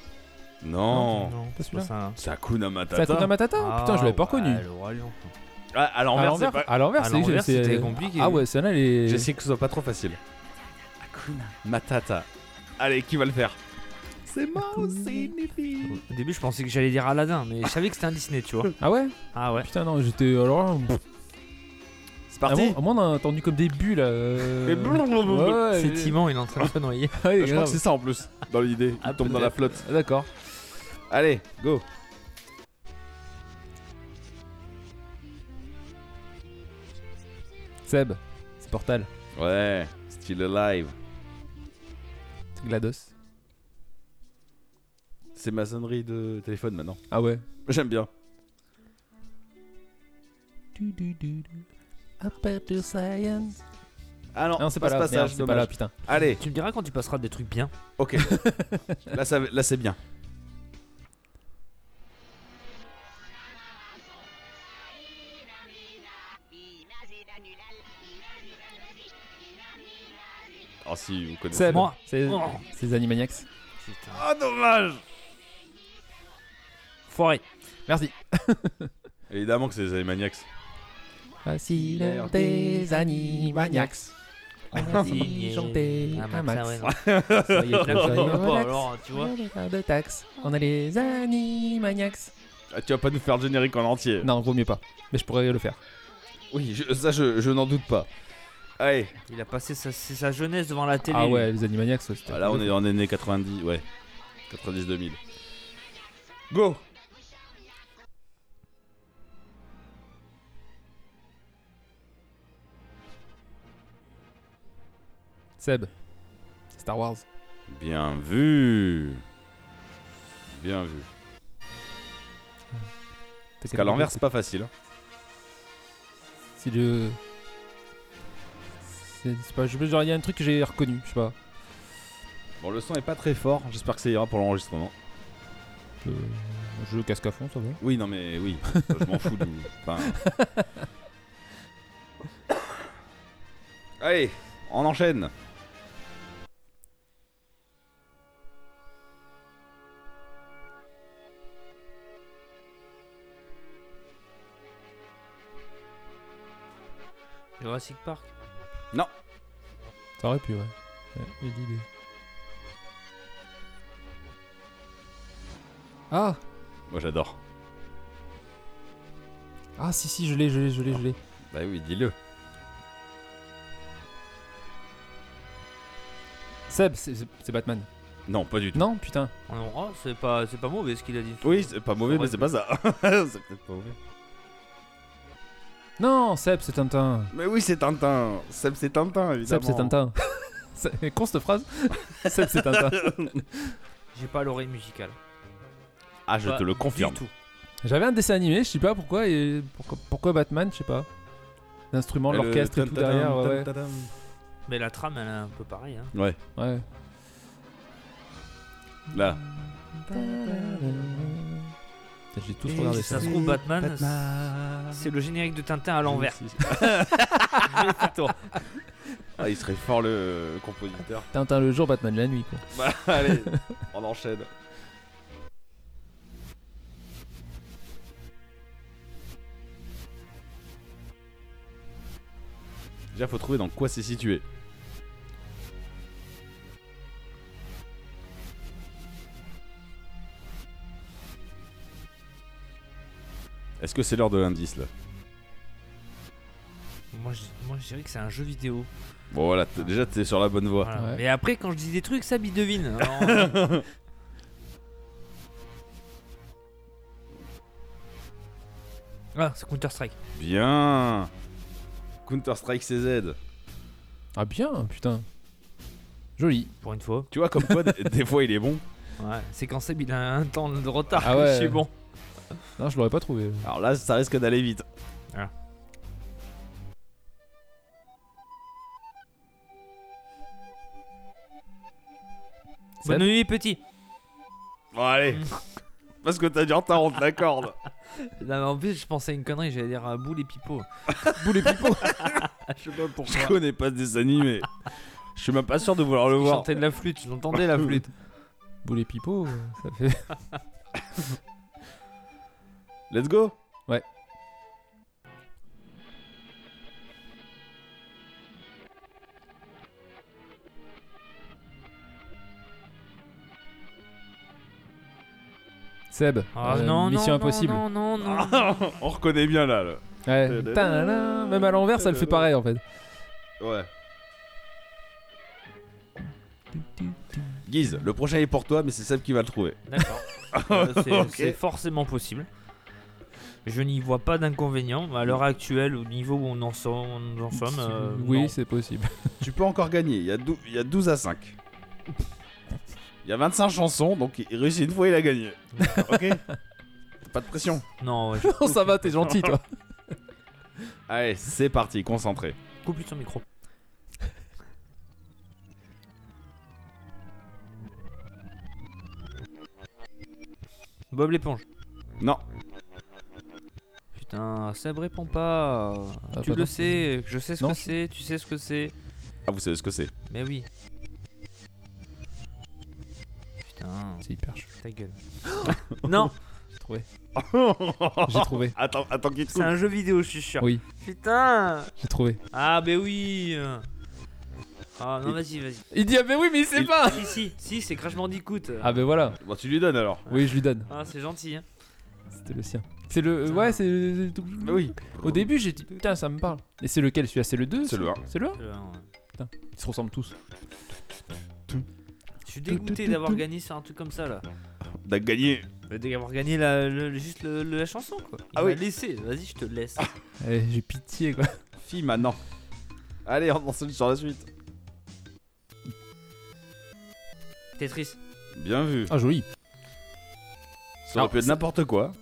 S4: Non,
S6: Non, pas celui-là.
S4: C'est Hakuna Matata.
S6: C'est Hakuna Matata Putain, je l'avais
S5: Ah,
S6: pas reconnu.
S4: Ah, à
S6: À
S4: l'envers, c'est
S6: l'envers,
S4: pas...
S6: à l'envers, c'est- c'est- Ah ouais, celle-là, elle est.
S4: J'essaie que ce soit pas trop facile. Hakuna Matata. Allez, qui va le faire
S2: C'est moi
S6: Ah
S2: aussi, Nibi.
S5: Au début, je pensais que j'allais dire Aladdin, mais je savais que c'était un Disney, tu vois.
S6: Ah ouais
S5: Ah ouais.
S6: Putain, non, j'étais. Alors là, pff.
S5: C'est
S6: Ah bon, moi, on a entendu comme euh. des bulles.
S5: Mais blablabla. C'est Timon, il est en train de se noyer.
S6: Ouais,
S4: Je crois
S6: grave. Ah,
S4: que c'est ça en plus, dans l'idée. Il tombe dans la flotte.
S6: D'accord.
S4: Allez, go.
S6: Seb, c'est Portal.
S4: Ouais, Still Alive.
S6: C'est GLaDOS.
S4: C'est ma sonnerie de téléphone maintenant.
S6: Ah ouais
S4: J'aime bien.
S2: Aperture Science.
S4: Ah
S6: Non, c'est pas là, merde, c'est pas là, putain.
S4: Allez.
S5: Tu me diras quand tu passeras des trucs bien.
S4: Ok. là, ça- là, c'est bien. Ah si, vous connaissez.
S6: Seb, c'est
S5: Oh,
S6: c'est les Animaniacs.
S5: Ah, dommage Foiré.
S6: Merci.
S4: Évidemment que c'est les Animaniacs.
S2: Voici l'heure des animaniacs.
S6: Ah,
S2: Janté,
S5: Ah,
S2: un
S6: bah,
S5: Max,
S2: max.
S5: ah ouais, non. Ça y
S2: bah,
S5: est, claque,
S2: Relax,
S5: non, alors, tu vois.
S2: on a les frères de taxe. On a les animaniacs.
S4: Ah, tu vas pas nous faire le générique en entier.
S6: Non, vaut mieux pas. Mais je pourrais le faire.
S4: Oui, je- ça, je, je n'en doute pas. Allez.
S5: Il a passé sa, c'est sa jeunesse devant la télé.
S4: Ah
S5: lui.
S4: ouais,
S6: les Animaniacs, ouais, c'était-
S4: Ah, là, on est, on est né 90, ouais. 90-2000. Go
S6: Seb, c'est Star Wars.
S4: Bien vu Bien vu. Parce qu'à l'envers, c'est pas facile. hein.
S6: C'est le. C'est c'est pas. Je sais pas, genre, il y a un truc que j'ai reconnu, je sais pas.
S4: Bon, le son est pas très fort, j'espère que ça ira pour l'enregistrement.
S6: Je, je casque à fond, ça va.
S4: Oui, non, mais oui, je m'en fous. du- Enfin... Allez, on enchaîne.
S5: Jurassic Park.
S4: Non.
S6: Ça aurait pu, ouais. Ouais, j'ai l'idée. Ah
S4: Moi, j'adore.
S6: Ah si si je l'ai je l'ai je l'ai je l'ai.
S4: Bah oui, dis-le.
S6: Seb c'est c'est Batman.
S4: Non pas du tout.
S6: Non putain.
S5: Non, oh, c'est pas, c'est pas mauvais ce qu'il a dit.
S4: Oui, c'est pas mauvais,
S5: Ouais.
S4: mais c'est pas ça. c'est peut-être pas mauvais.
S6: Non Seb c'est Tintin.
S4: Mais oui, c'est Tintin. Seb, c'est Tintin, évidemment.
S6: Seb c'est Tintin. c'est con cette phrase. Seb c'est Tintin.
S5: J'ai pas l'oreille musicale.
S4: Ah, je
S5: Pas
S6: Bah,
S4: te le
S5: du
S4: confirme.
S5: tout.
S6: J'avais un dessin animé je sais pas pourquoi et pourquoi, pourquoi Batman je sais pas. L'instrument
S4: Et le
S6: l'orchestre et tout
S4: tantadam,
S6: derrière ouais. ouais.
S4: tantadam.
S5: Mais la trame, elle est un peu pareille. Hein.
S4: Ouais.
S6: Ouais.
S4: Là.
S6: Putain, J'ai tous
S5: Et
S6: regardé
S5: si ça se trouve, Batman, c'est le générique de Tintin à l'envers. Méfie-toi.
S4: Ah, il serait fort le, le compositeur.
S6: Tintin le jour Batman la nuit quoi.
S4: Bah, allez, on enchaîne. Déjà, faut trouver dans quoi c'est situé. Est-ce que c'est l'heure de l'indice là
S5: moi, je, moi, je dirais que c'est un jeu vidéo.
S4: Bon voilà, t- déjà t'es sur la bonne voie.
S5: Voilà. Mais après, quand je dis des trucs, ça il devine. Alors, euh. Ah, c'est Counter-Strike.
S4: Bien Counter-Strike CZ.
S6: Ah bien putain. Joli.
S5: Pour une fois.
S4: Tu vois comme quoi des, des fois il est bon.
S5: Ouais, c'est quand Seb il a un temps de retard.
S6: Ah ouais.
S5: Je suis bon.
S6: Non je l'aurais pas trouvé.
S4: Alors là ça risque d'aller vite.
S5: Bonne nuit, petit.
S4: Bon allez.
S5: Mm.
S4: Parce que t'as du retard, on te l'accorde.
S5: Non, mais en plus, je pensais à une connerie, j'allais dire euh, boule et pipeau.
S6: boule et pipeau
S5: Je sais pas pourquoi.
S4: Je connais pas ce dessin animé. Je suis même pas sûr de vouloir le
S5: Il
S4: voir.
S5: chantait de la flûte, je l'entendais la flûte.
S6: Euh, Boule et pipeau euh, ça fait.
S4: Let's go
S6: Ouais. Seb,
S5: Ah,
S6: euh,
S5: non,
S6: Mission
S5: non,
S6: Impossible. Ah.
S5: Non, non, non, non.
S4: On reconnaît bien là. là.
S6: Ouais. Tadam. Même à l'envers, ça le fait pareil en fait.
S4: Ouais. Guise, le prochain est pour toi, mais c'est Seb qui va le trouver.
S5: D'accord. Euh, c'est c'est forcément possible. Je n'y vois pas d'inconvénient. À l'heure actuelle, au niveau où on en, so- on en somme, euh, non.
S4: c'est possible. tu peux encore gagner, il y, a dou- il y a 12 à 5. Il y a 25 chansons, donc il réussit une fois, il a gagné. ok T'as Pas de pression
S5: Non, ouais,
S6: Non, ça va, t'es gentil, toi.
S4: Allez, c'est parti, concentré.
S5: Coupe son micro. Bob l'éponge.
S4: Non.
S5: Putain, Seb répond pas.
S4: Ah,
S5: tu
S4: bah
S5: le
S4: non.
S5: sais, je sais ce
S4: Non,
S5: que
S4: je-
S5: c'est, tu sais ce que c'est.
S4: Ah, vous savez ce que c'est
S5: Mais oui. Putain.
S6: C'est hyper chaud.
S5: Ta gueule. non
S6: J'ai trouvé.
S4: J'ai
S6: trouvé.
S4: Attends, attends qu'il te
S5: C'est un jeu vidéo, je suis sûr.
S6: Oui.
S5: Putain
S6: J'ai trouvé.
S5: Ah, bah oui Ah, non, vas-y, vas-y.
S6: Il dit, ah, bah oui, mais il sait pas
S5: Si, si, si, c'est Crash Bandicoot.
S6: Ah, bah voilà.
S4: Bon, tu lui donnes alors
S6: Oui, je lui donne.
S5: Ah, c'est gentil, hein.
S6: C'était le sien. C'est le. Ouais, c'est.
S4: Bah oui.
S6: Au début, j'ai dit putain, ça me parle. Et c'est lequel celui-là C'est le 2
S4: C'est le un.
S6: C'est le 1
S5: C'est le un, ouais.
S6: Putain, ils se ressemblent tous.
S5: Je suis dégoûté d'avoir gagné sur un truc comme ça, là.
S4: T'as gagné.
S5: Bah, D'avoir gagné la, le- juste le- le- la chanson, quoi. Il
S4: Ah
S5: m'a
S4: oui. Ah.
S5: laissé, vas-y, je te laisse.
S6: Allez, Eh, j'ai pitié, quoi.
S4: Fille maintenant. Allez, on enchaîne sur la suite.
S5: Tetris.
S4: Bien vu.
S6: Ah, joli.
S4: Ça aurait pu être n'importe quoi.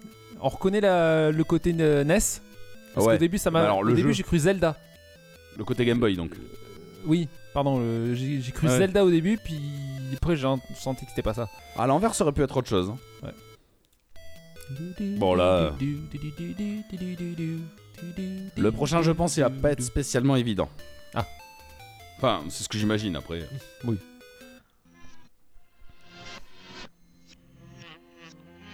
S6: On reconnaît la- le côté euh, NES Parce
S4: Ouais.
S6: qu'au début, ça m'a.
S4: Bah alors,
S6: au
S4: le
S6: début,
S4: jeu.
S6: j'ai cru Zelda.
S4: Le côté Game Boy donc.
S6: Oui, pardon, euh, j'ai j'ai cru
S4: Ouais.
S6: Zelda au début, puis après, j'ai senti que c'était pas ça.
S4: À l'envers, ça aurait pu être autre chose. hein. Bon, là, euh. Le prochain, je pense, il va pas être spécialement évident.
S6: Ah.
S4: Enfin, c'est ce que j'imagine après.
S6: Oui.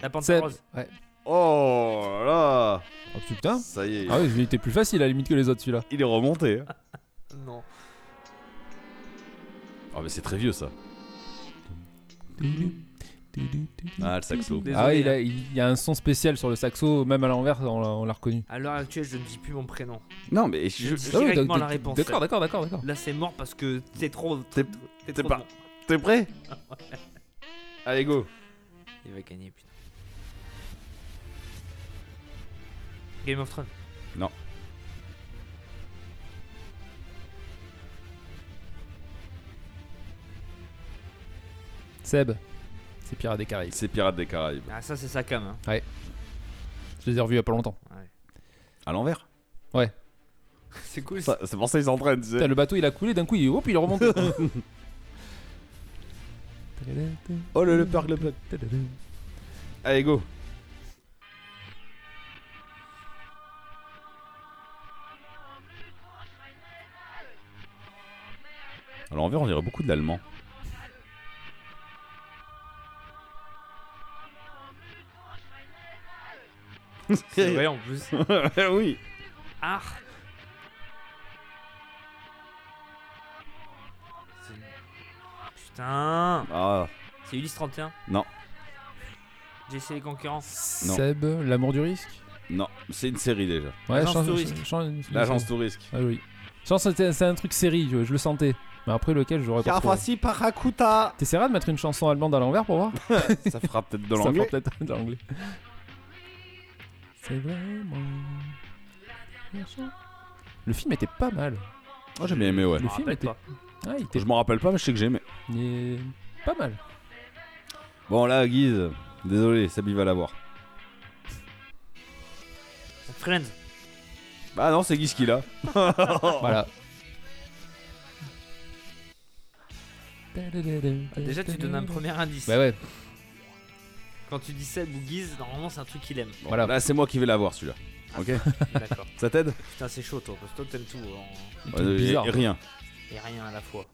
S5: La panthère
S6: Seb.
S5: rose.
S6: Ouais.
S4: Oh là là
S6: Oh putain
S4: Ça y est.
S6: Ah ouais, il était plus facile à la limite que les autres, celui-là.
S4: Il est remonté. hein.
S5: Non.
S4: Ah mais c'est très vieux ça. Ah le saxo.
S5: Désolé,
S6: Ah ouais, il,
S5: hein.
S6: a- il y a un son spécial sur le saxo, même à l'envers, on l'a- on l'a reconnu.
S5: À l'heure actuelle, je ne dis plus mon prénom.
S4: Non mais
S5: Je,
S4: je...
S5: dis
S6: Ah oui,
S5: directement
S6: donc,
S5: la
S6: d-
S5: réponse.
S6: d'accord, d'accord, d'accord,
S5: Là, c'est mort parce que t'es trop. T'es trop
S4: pas-
S5: bon.
S4: T'es prêt
S5: Ouais.
S4: Allez go.
S5: Il va gagner, putain. Game of Thrones.
S4: Non.
S6: Seb, c'est Pirates des Caraïbes.
S4: C'est Pirates des Caraïbes.
S5: Ah, ça, c'est sa cam. Hein.
S6: Ouais. Je les ai revus il y a pas longtemps.
S4: À l'envers
S6: Ouais.
S5: C'est cool.
S4: Ça- C'est pour ça qu'ils s'entraînent. tu sais.
S6: Putain, le bateau il a coulé, d'un coup il, hop, il est remonté.
S4: Oh le, le perk le perk. Allez go. À l'envers, on dirait beaucoup de l'allemand.
S5: C'est vrai en plus.
S4: oui.
S5: Ah. C'est- Putain.
S4: Ah.
S5: C'est Ulysse 31.
S4: Non,
S5: JC les conquérants.
S4: Non.
S6: Seb, l'amour du risque
S4: non, c'est une série déjà.
S5: L'agence
S6: change-
S5: tout risque.
S6: change- change-
S4: L'agence tout risque.
S6: Ah oui. Genre, c'était- c'est un truc série, je, je le sentais. Mais après lequel j'aurais pas trouvé.
S4: Parakuta
S6: T'essaieras de mettre une chanson allemande à l'envers pour voir
S4: Ça fera peut-être de
S6: Ça
S4: l'anglais.
S6: fera peut-être de l'anglais. C'est vraiment. Le film était pas mal.
S4: Oh, j'ai bien aimé, ouais.
S6: Le film était. Ah, il était
S4: Je m'en rappelle pas, mais je sais que j'ai aimé.
S6: il est pas mal.
S4: Bon, là, Guise, désolé, Sabi va l'avoir.
S5: Friends.
S4: Bah non, c'est Guise qui l'a. voilà.
S5: Ah, déjà, tu donnes un premier indice.
S4: Bah ouais.
S5: Quand tu dis Seb ou Guise, normalement, c'est un truc qu'il aime.
S4: voilà. Là, c'est moi qui vais l'avoir, celui-là. Ok
S5: D'accord.
S4: Ça t'aide
S5: Putain, c'est chaud, toi, parce que toi, t'aimes tout. en-
S4: Ouais, et- et rien.
S5: Et rien à la fois.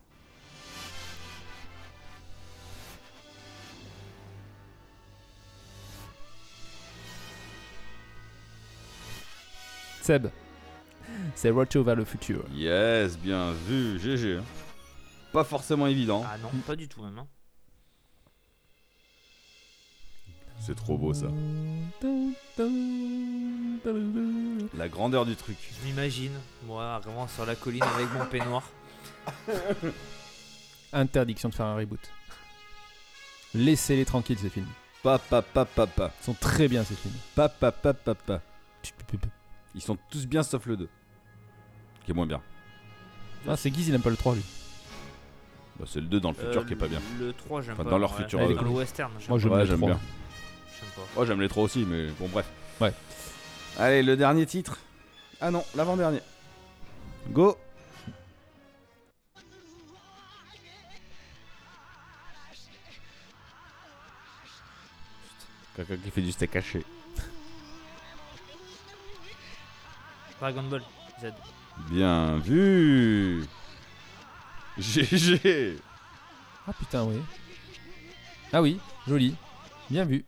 S6: Seb. C'est Retour vers le futur.
S4: Yes, bien vu, GG. hein. Pas forcément évident.
S5: Ah non, pas du tout, même. hein.
S4: C'est trop beau ça. La grandeur du truc.
S5: Je m'imagine, moi, arrivant sur la colline avec mon peignoir.
S6: Interdiction de faire un reboot. Laissez-les tranquilles ces films.
S4: Papa, papa, papa.
S6: Ils sont très bien ces films.
S4: Papa, papa, papa. Ils sont tous bien sauf le 2. Qui est moins bien.
S6: Ah, c'est Guiz, il aime pas le 3 lui.
S4: Bah, c'est le 2 dans le futur
S5: Euh,
S4: qui est pas bien.
S5: le 3, j'aime
S4: Enfin,
S5: pas,
S4: Dans leur
S5: ouais.
S4: futur.
S5: Ah, il est
S4: euh,
S5: dans le western, j'aime
S4: Moi
S5: pas.
S4: j'aime
S5: Ouais,
S4: les
S5: j'aime
S4: trois.
S5: bien. J'aime pas.
S4: Moi Oh, j'aime les trois aussi, mais bon, bref.
S6: Ouais.
S4: Allez, le dernier titre. Ah non, l'avant-dernier. Go Quelqu'un qui fait du steak haché.
S5: Dragon Ball Z.
S4: Bien vu GG
S6: Ah putain, oui. Ah oui, joli. Bien vu.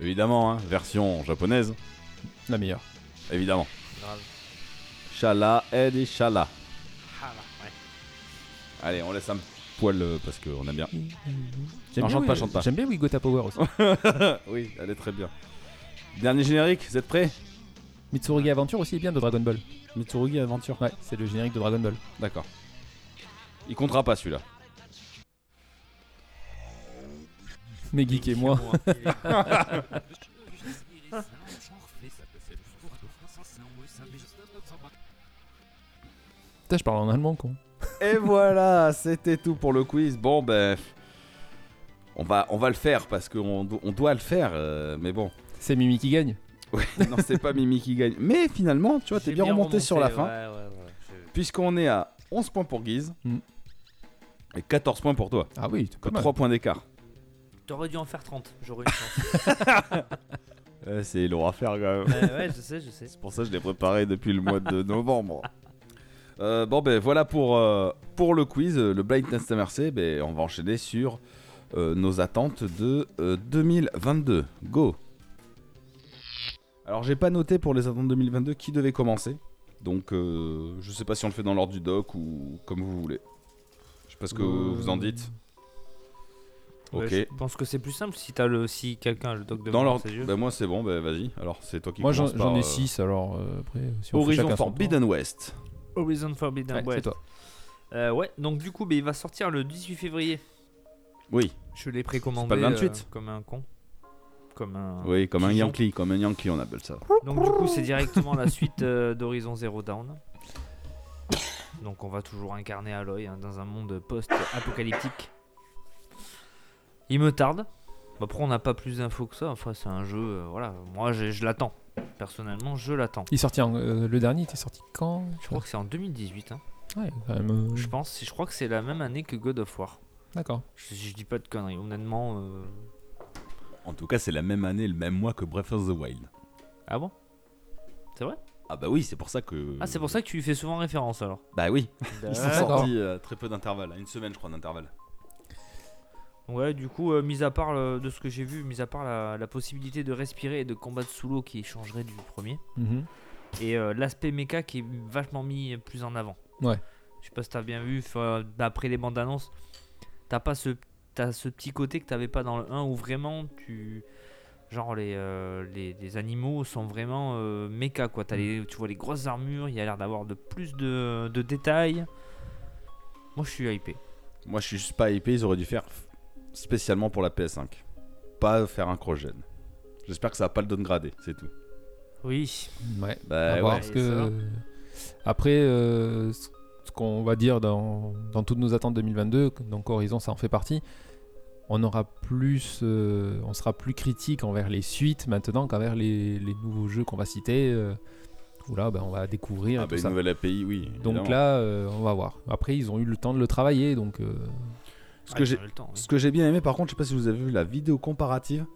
S4: Évidemment, hein, version japonaise.
S6: La meilleure.
S4: Évidemment.
S5: Grave.
S4: Shala Ed et Shala.
S5: Ah, ouais.
S4: Allez, on laisse un poil euh, parce qu'on aime bien. Non,
S6: bien,
S4: chante pas,
S6: oui,
S4: chante pas.
S6: J'aime bien We Got a Power aussi.
S4: Ah, oui, elle est très bien. Dernier générique, vous êtes prêts
S6: Mitsurugi Aventure aussi est bien de Dragon Ball.
S4: Mitsurugi Aventure
S6: Ouais, c'est le générique de Dragon Ball.
S4: D'accord. Il comptera pas celui-là.
S6: Mes geeks et moi. Putain, je parle en allemand, con.
S4: Et voilà, c'était tout pour le quiz. Bon, ben. On va, on va le faire parce qu'on do- on doit le faire, euh, mais bon.
S6: C'est Mimi qui gagne
S4: Ouais, non, c'est pas Mimi qui gagne. Mais finalement, tu vois, t'es bien,
S5: bien
S4: remonté, sur la
S5: remonté,
S4: fin.
S5: ouais, ouais, ouais,
S4: Puisqu'on est à 11 points pour Guise
S6: Mm.
S4: et 14 points pour toi.
S6: Ah oui, c'est pas mal.
S4: 3 points d'écart.
S5: T'aurais dû en faire 30, j'aurais une chance.
S4: Euh, c'est lourd à faire quand même.
S5: Ouais, ouais, je sais, je sais.
S4: C'est pour ça que je l'ai préparé depuis le mois de novembre. Euh, bon, ben voilà pour, euh, pour le quiz, euh, le Blind Test MRC. Ben, on va enchaîner sur euh, nos attentes de euh, 2022. Go Alors, j'ai pas noté pour les attentes 2022 qui devait commencer. Donc, euh, je sais pas si on le fait dans l'ordre du doc ou comme vous voulez. Je sais pas ce que
S5: Euh,
S4: vous en dites.
S5: Ouais,
S4: Ok.
S5: je pense que c'est plus simple si t'as le si quelqu'un a le doc de
S4: Dans l'ordre. Ben, moi, c'est bon, ben vas-y. Alors, c'est toi qui
S6: Moi, j'en
S4: commence par,
S6: j'en ai
S4: euh,
S6: 6, alors euh, après, si on fait
S4: Horizon
S6: chacun son tour.
S4: Forbidden West.
S5: Horizon Forbidden
S6: Ouais, c'est
S5: West.
S6: toi.
S5: Euh, ouais, donc du coup, ben, il va sortir le 18 février.
S4: Oui.
S5: Je l'ai précommandé.
S4: C'est pas le 28.
S5: euh, comme un con. Comme un.
S4: Oui, comme un
S5: pigeon.
S4: Yankee, comme un Yankee, on appelle ça.
S5: Donc du coup, c'est directement la suite euh, d'Horizon Zero Dawn. Donc on va toujours incarner Aloy hein, dans un monde post-apocalyptique. Il me tarde. Bah, Après, on n'a pas plus d'infos que ça. Enfin, c'est un jeu. euh, voilà, moi j'ai- je l'attends. Personnellement, je l'attends.
S6: Il est sorti en- euh, le dernier, il était sorti quand
S5: Je crois que c'est en 2018. hein.
S6: Ouais, quand même. euh,
S5: Je pense, je crois que c'est la même année que God of War.
S6: D'accord.
S5: Je, je dis pas de conneries, honnêtement. euh,
S4: En tout cas, c'est la même année, le même mois que Breath of the Wild.
S5: Ah bon C'est vrai
S4: Ah bah oui, c'est pour ça que.
S5: Ah, c'est pour ça que tu lui fais souvent référence alors
S4: Bah oui. Ils sont
S5: D'accord.
S4: sortis euh, très peu d'intervalle, à une semaine, je crois, d'intervalle.
S5: Ouais, du coup, euh, mis à part euh, de ce que j'ai vu, mis à part la, la possibilité de respirer et de combattre sous l'eau qui changerait du premier,
S6: Mhm.
S5: et euh, l'aspect méca qui est vachement mis plus en avant.
S6: Ouais.
S5: Je sais pas si t'as bien vu, enfin, d'après les bandes annonces, t'as pas ce, t'as ce petit côté que t'avais pas dans le 1 où vraiment tu. Genre les, euh, les, les animaux sont vraiment euh, méca quoi. T'as
S4: Mm.
S5: les, tu vois les grosses armures, il y a l'air d'avoir de plus de, de détails. Moi je suis hypé.
S4: Moi, je suis juste pas hypé, ils auraient dû faire f- spécialement pour la PS5. Pas faire un crogène. J'espère que ça va pas le downgradé, c'est tout.
S5: Oui.
S6: Ouais.
S4: Bah
S6: à
S4: ouais.
S6: voir, parce que, euh, après, euh, ce ce qu'on va dire dans, dans toutes nos attentes 2022, donc Horizon, ça en fait partie. On aura plus, euh, on sera plus critique envers les suites maintenant qu'envers les, les nouveaux jeux qu'on va citer. euh, où là, bah, on va découvrir.
S4: Ah
S6: et
S4: bah,
S6: tout
S4: une
S6: ça.
S4: nouvelle API, oui, évidemment.
S6: Donc là, euh, on va voir. Après, ils ont eu le temps de le travailler, donc. euh,
S5: Ah,
S4: Ce que j'ai ce que j'ai bien aimé, par contre, je sais pas si vous avez vu la vidéo comparative.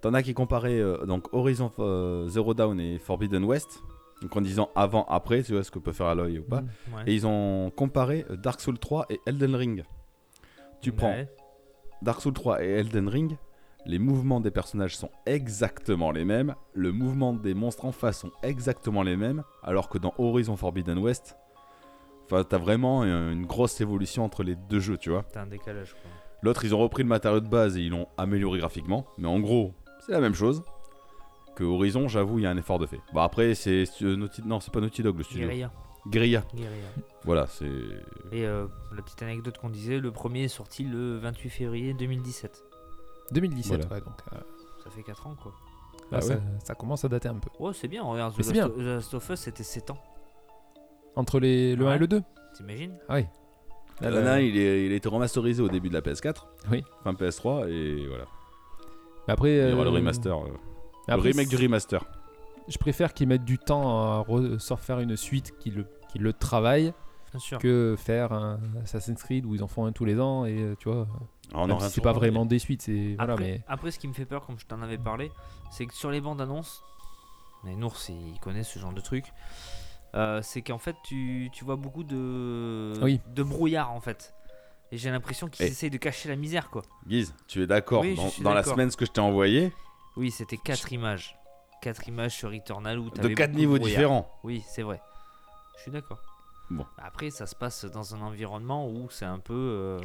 S4: T'en as qui comparaient euh, donc Horizon euh, Zero Dawn et Forbidden West. Donc en disant avant, après, tu vois ce que peut faire Aloy ou pas.
S5: Mm. Ouais.
S4: Et ils ont comparé euh, Dark Souls 3 et Elden Ring. Tu prends
S5: Ouais.
S4: Dark Souls 3 et Elden Ring, les mouvements des personnages sont exactement les mêmes, le mouvement des monstres en face sont exactement les mêmes, alors que dans Horizon Forbidden West, enfin, t'as vraiment euh, une grosse évolution entre les deux jeux, tu vois.
S5: T'as un décalage quoi.
S4: L'autre, ils ont repris le matériau de base et ils l'ont amélioré graphiquement. Mais en gros, c'est la même chose. Que Horizon, j'avoue, il y a un effort de fait. Bah après, c'est euh, Naughty... non, c'est pas Naughty Dog le studio.
S5: Guerilla.
S4: Guerilla.
S5: Guerilla.
S4: Voilà, c'est
S5: Et euh, la petite anecdote qu'on disait, le premier est sorti le 28 février 2017.
S6: 2017,
S5: Voilà.
S6: ouais, donc. euh,
S5: Ça fait 4 ans quoi.
S6: là,
S5: Ah
S6: ça,
S5: ouais.
S6: ça commence à dater un peu.
S5: Oh, c'est bien, regarde. The
S6: Mais c'est
S5: Last,
S6: bien.
S5: The Last of Us, c'était 7 ans.
S6: Entre les,
S4: Ah
S6: le 1 et le 2.
S5: T'imagines
S6: Ah oui. Là,
S4: Lana,
S6: là-
S4: il, est, il a été remasterisé au début de la PS4.
S6: Oui.
S4: Enfin PS3 et voilà.
S6: Mais après,
S4: il y aura
S6: euh,
S4: le remaster, euh, le
S6: après,
S4: remake du
S6: c'est-
S4: remaster.
S6: Je préfère qu'ils mettent du temps à re- sortir faire une suite qui le, qui le travaille
S5: Bien sûr.
S6: que faire un Assassin's Creed où ils en font un tous les ans et euh, tu vois.
S4: Ah, on
S6: même
S4: en
S6: si
S4: reste
S6: c'est pas
S4: sur-
S6: vraiment des suites, c'est voilà,
S5: après,
S6: mais
S5: après, ce qui me fait peur, comme je t'en avais parlé, c'est que sur les bandes annonces, les Nours ils connaissent ce genre de truc, euh, c'est qu'en fait tu, tu vois beaucoup de,
S4: Oui.
S5: de brouillard en fait. Et j'ai l'impression qu'ils
S4: Et-
S5: essayent de cacher la misère quoi.
S4: Guise, tu es d'accord
S5: Oui, je
S4: dans,
S5: suis
S4: dans la
S5: d'accord.
S4: semaine ce que je t'ai envoyé
S5: Oui, c'était 4 images. 4 images sur Returnal où
S4: De
S5: t'avais
S4: quatre
S5: beaucoup
S4: niveaux
S5: brouillard.
S4: différents.
S5: Oui, c'est vrai. Je suis d'accord.
S4: Bon.
S5: Après, ça se passe dans un environnement où c'est un peu. euh,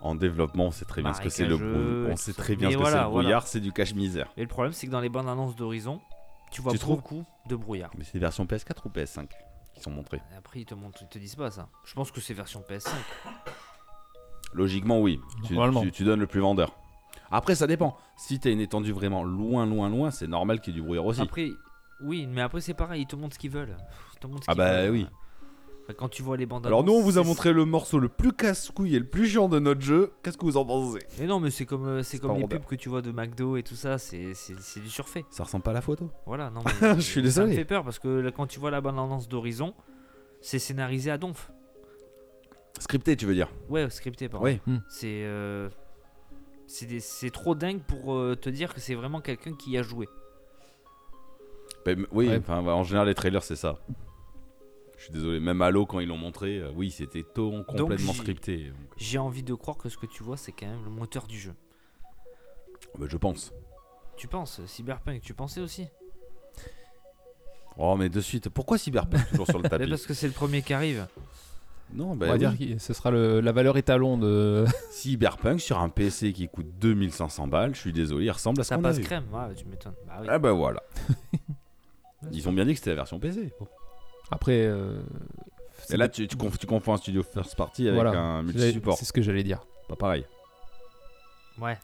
S4: en développement, on sait très bien ce que c'est le
S5: Marécageux,
S4: brou- on
S5: tout
S4: sait
S5: ça.
S4: très bien
S5: Mais
S4: ce que
S5: voilà,
S4: c'est le
S5: voilà.
S4: brouillard, c'est du cache misère.
S5: Mais le problème, c'est que dans les bandes annonces d'Horizon, tu vois
S4: Tu trouves
S5: beaucoup de brouillard.
S4: Mais c'est version PS4 ou PS5 qui sont montrés.
S5: Et Après, ils te, montrent, ils te disent pas ça. Je pense que c'est version PS5.
S4: Logiquement, oui. Tu,
S5: Normalement.
S4: tu- tu donnes le plus vendeur. Après, ça dépend. Si t'as une étendue vraiment loin, loin, loin, c'est normal qu'il y ait du brouillard aussi.
S5: Après, oui, mais après, c'est pareil, ils te montrent ce qu'ils veulent. Ils te montrent ce
S4: ah
S5: qu'ils
S4: bah
S5: veulent.
S4: oui.
S5: Enfin, quand tu vois les bandes
S4: Alors nous, on vous a
S5: c'est-
S4: montré le morceau le plus casse-couille et le plus chiant de notre jeu. Qu'est-ce que vous en pensez
S5: Mais non, mais c'est comme, euh, c'est comme
S4: pas
S5: les
S4: vendeur.
S5: pubs que tu vois de McDo et tout ça, c'est c'est- c'est du surfait.
S4: Ça ressemble pas à la photo.
S5: Voilà, non, mais.
S4: Je suis
S5: Ça me
S4: désolé.
S5: fait peur parce que là, quand tu vois la bande annonce d'Horizon, c'est scénarisé à donf.
S4: Scripté, tu veux dire
S5: Ouais, scripté, pardon.
S4: Ouais. Hmm.
S5: C'est. euh, c'est des- c'est trop dingue pour euh, te dire que c'est vraiment quelqu'un qui y a joué.
S4: Bah, m- Oui,
S5: Ouais.
S4: enfin, bah, en général, les trailers, c'est ça. Je suis désolé. Même Halo, quand ils l'ont montré, euh, oui, c'était to-
S5: Donc,
S4: complètement
S5: j'ai-
S4: scripté.
S5: J'ai envie de croire que ce que tu vois, c'est quand même le moteur du jeu.
S4: Bah, je pense.
S5: Tu penses, Cyberpunk, tu pensais aussi
S4: Oh, mais de suite, pourquoi Cyberpunk toujours sur le
S5: Mais
S4: tapis
S5: parce que c'est le premier qui arrive.
S4: Non, bah,
S6: on va dire que ce sera le- la valeur étalon de.
S4: Cyberpunk sur un PC qui coûte 2500 balles, je suis désolé, il ressemble à ce
S5: Ça
S4: qu'on a
S5: passe
S4: vu.
S5: crème, ouais, tu m'étonnes. Bah oui.
S4: Ah bah voilà. Ils ont bien dit que c'était la version PC.
S6: Après, euh,
S4: Et là, tu, tu, conf- tu confonds un studio first party avec
S6: Voilà.
S4: un
S6: J'allais-
S4: multi-support.
S6: c'est ce que j'allais dire.
S4: Pas pareil.
S5: Ouais.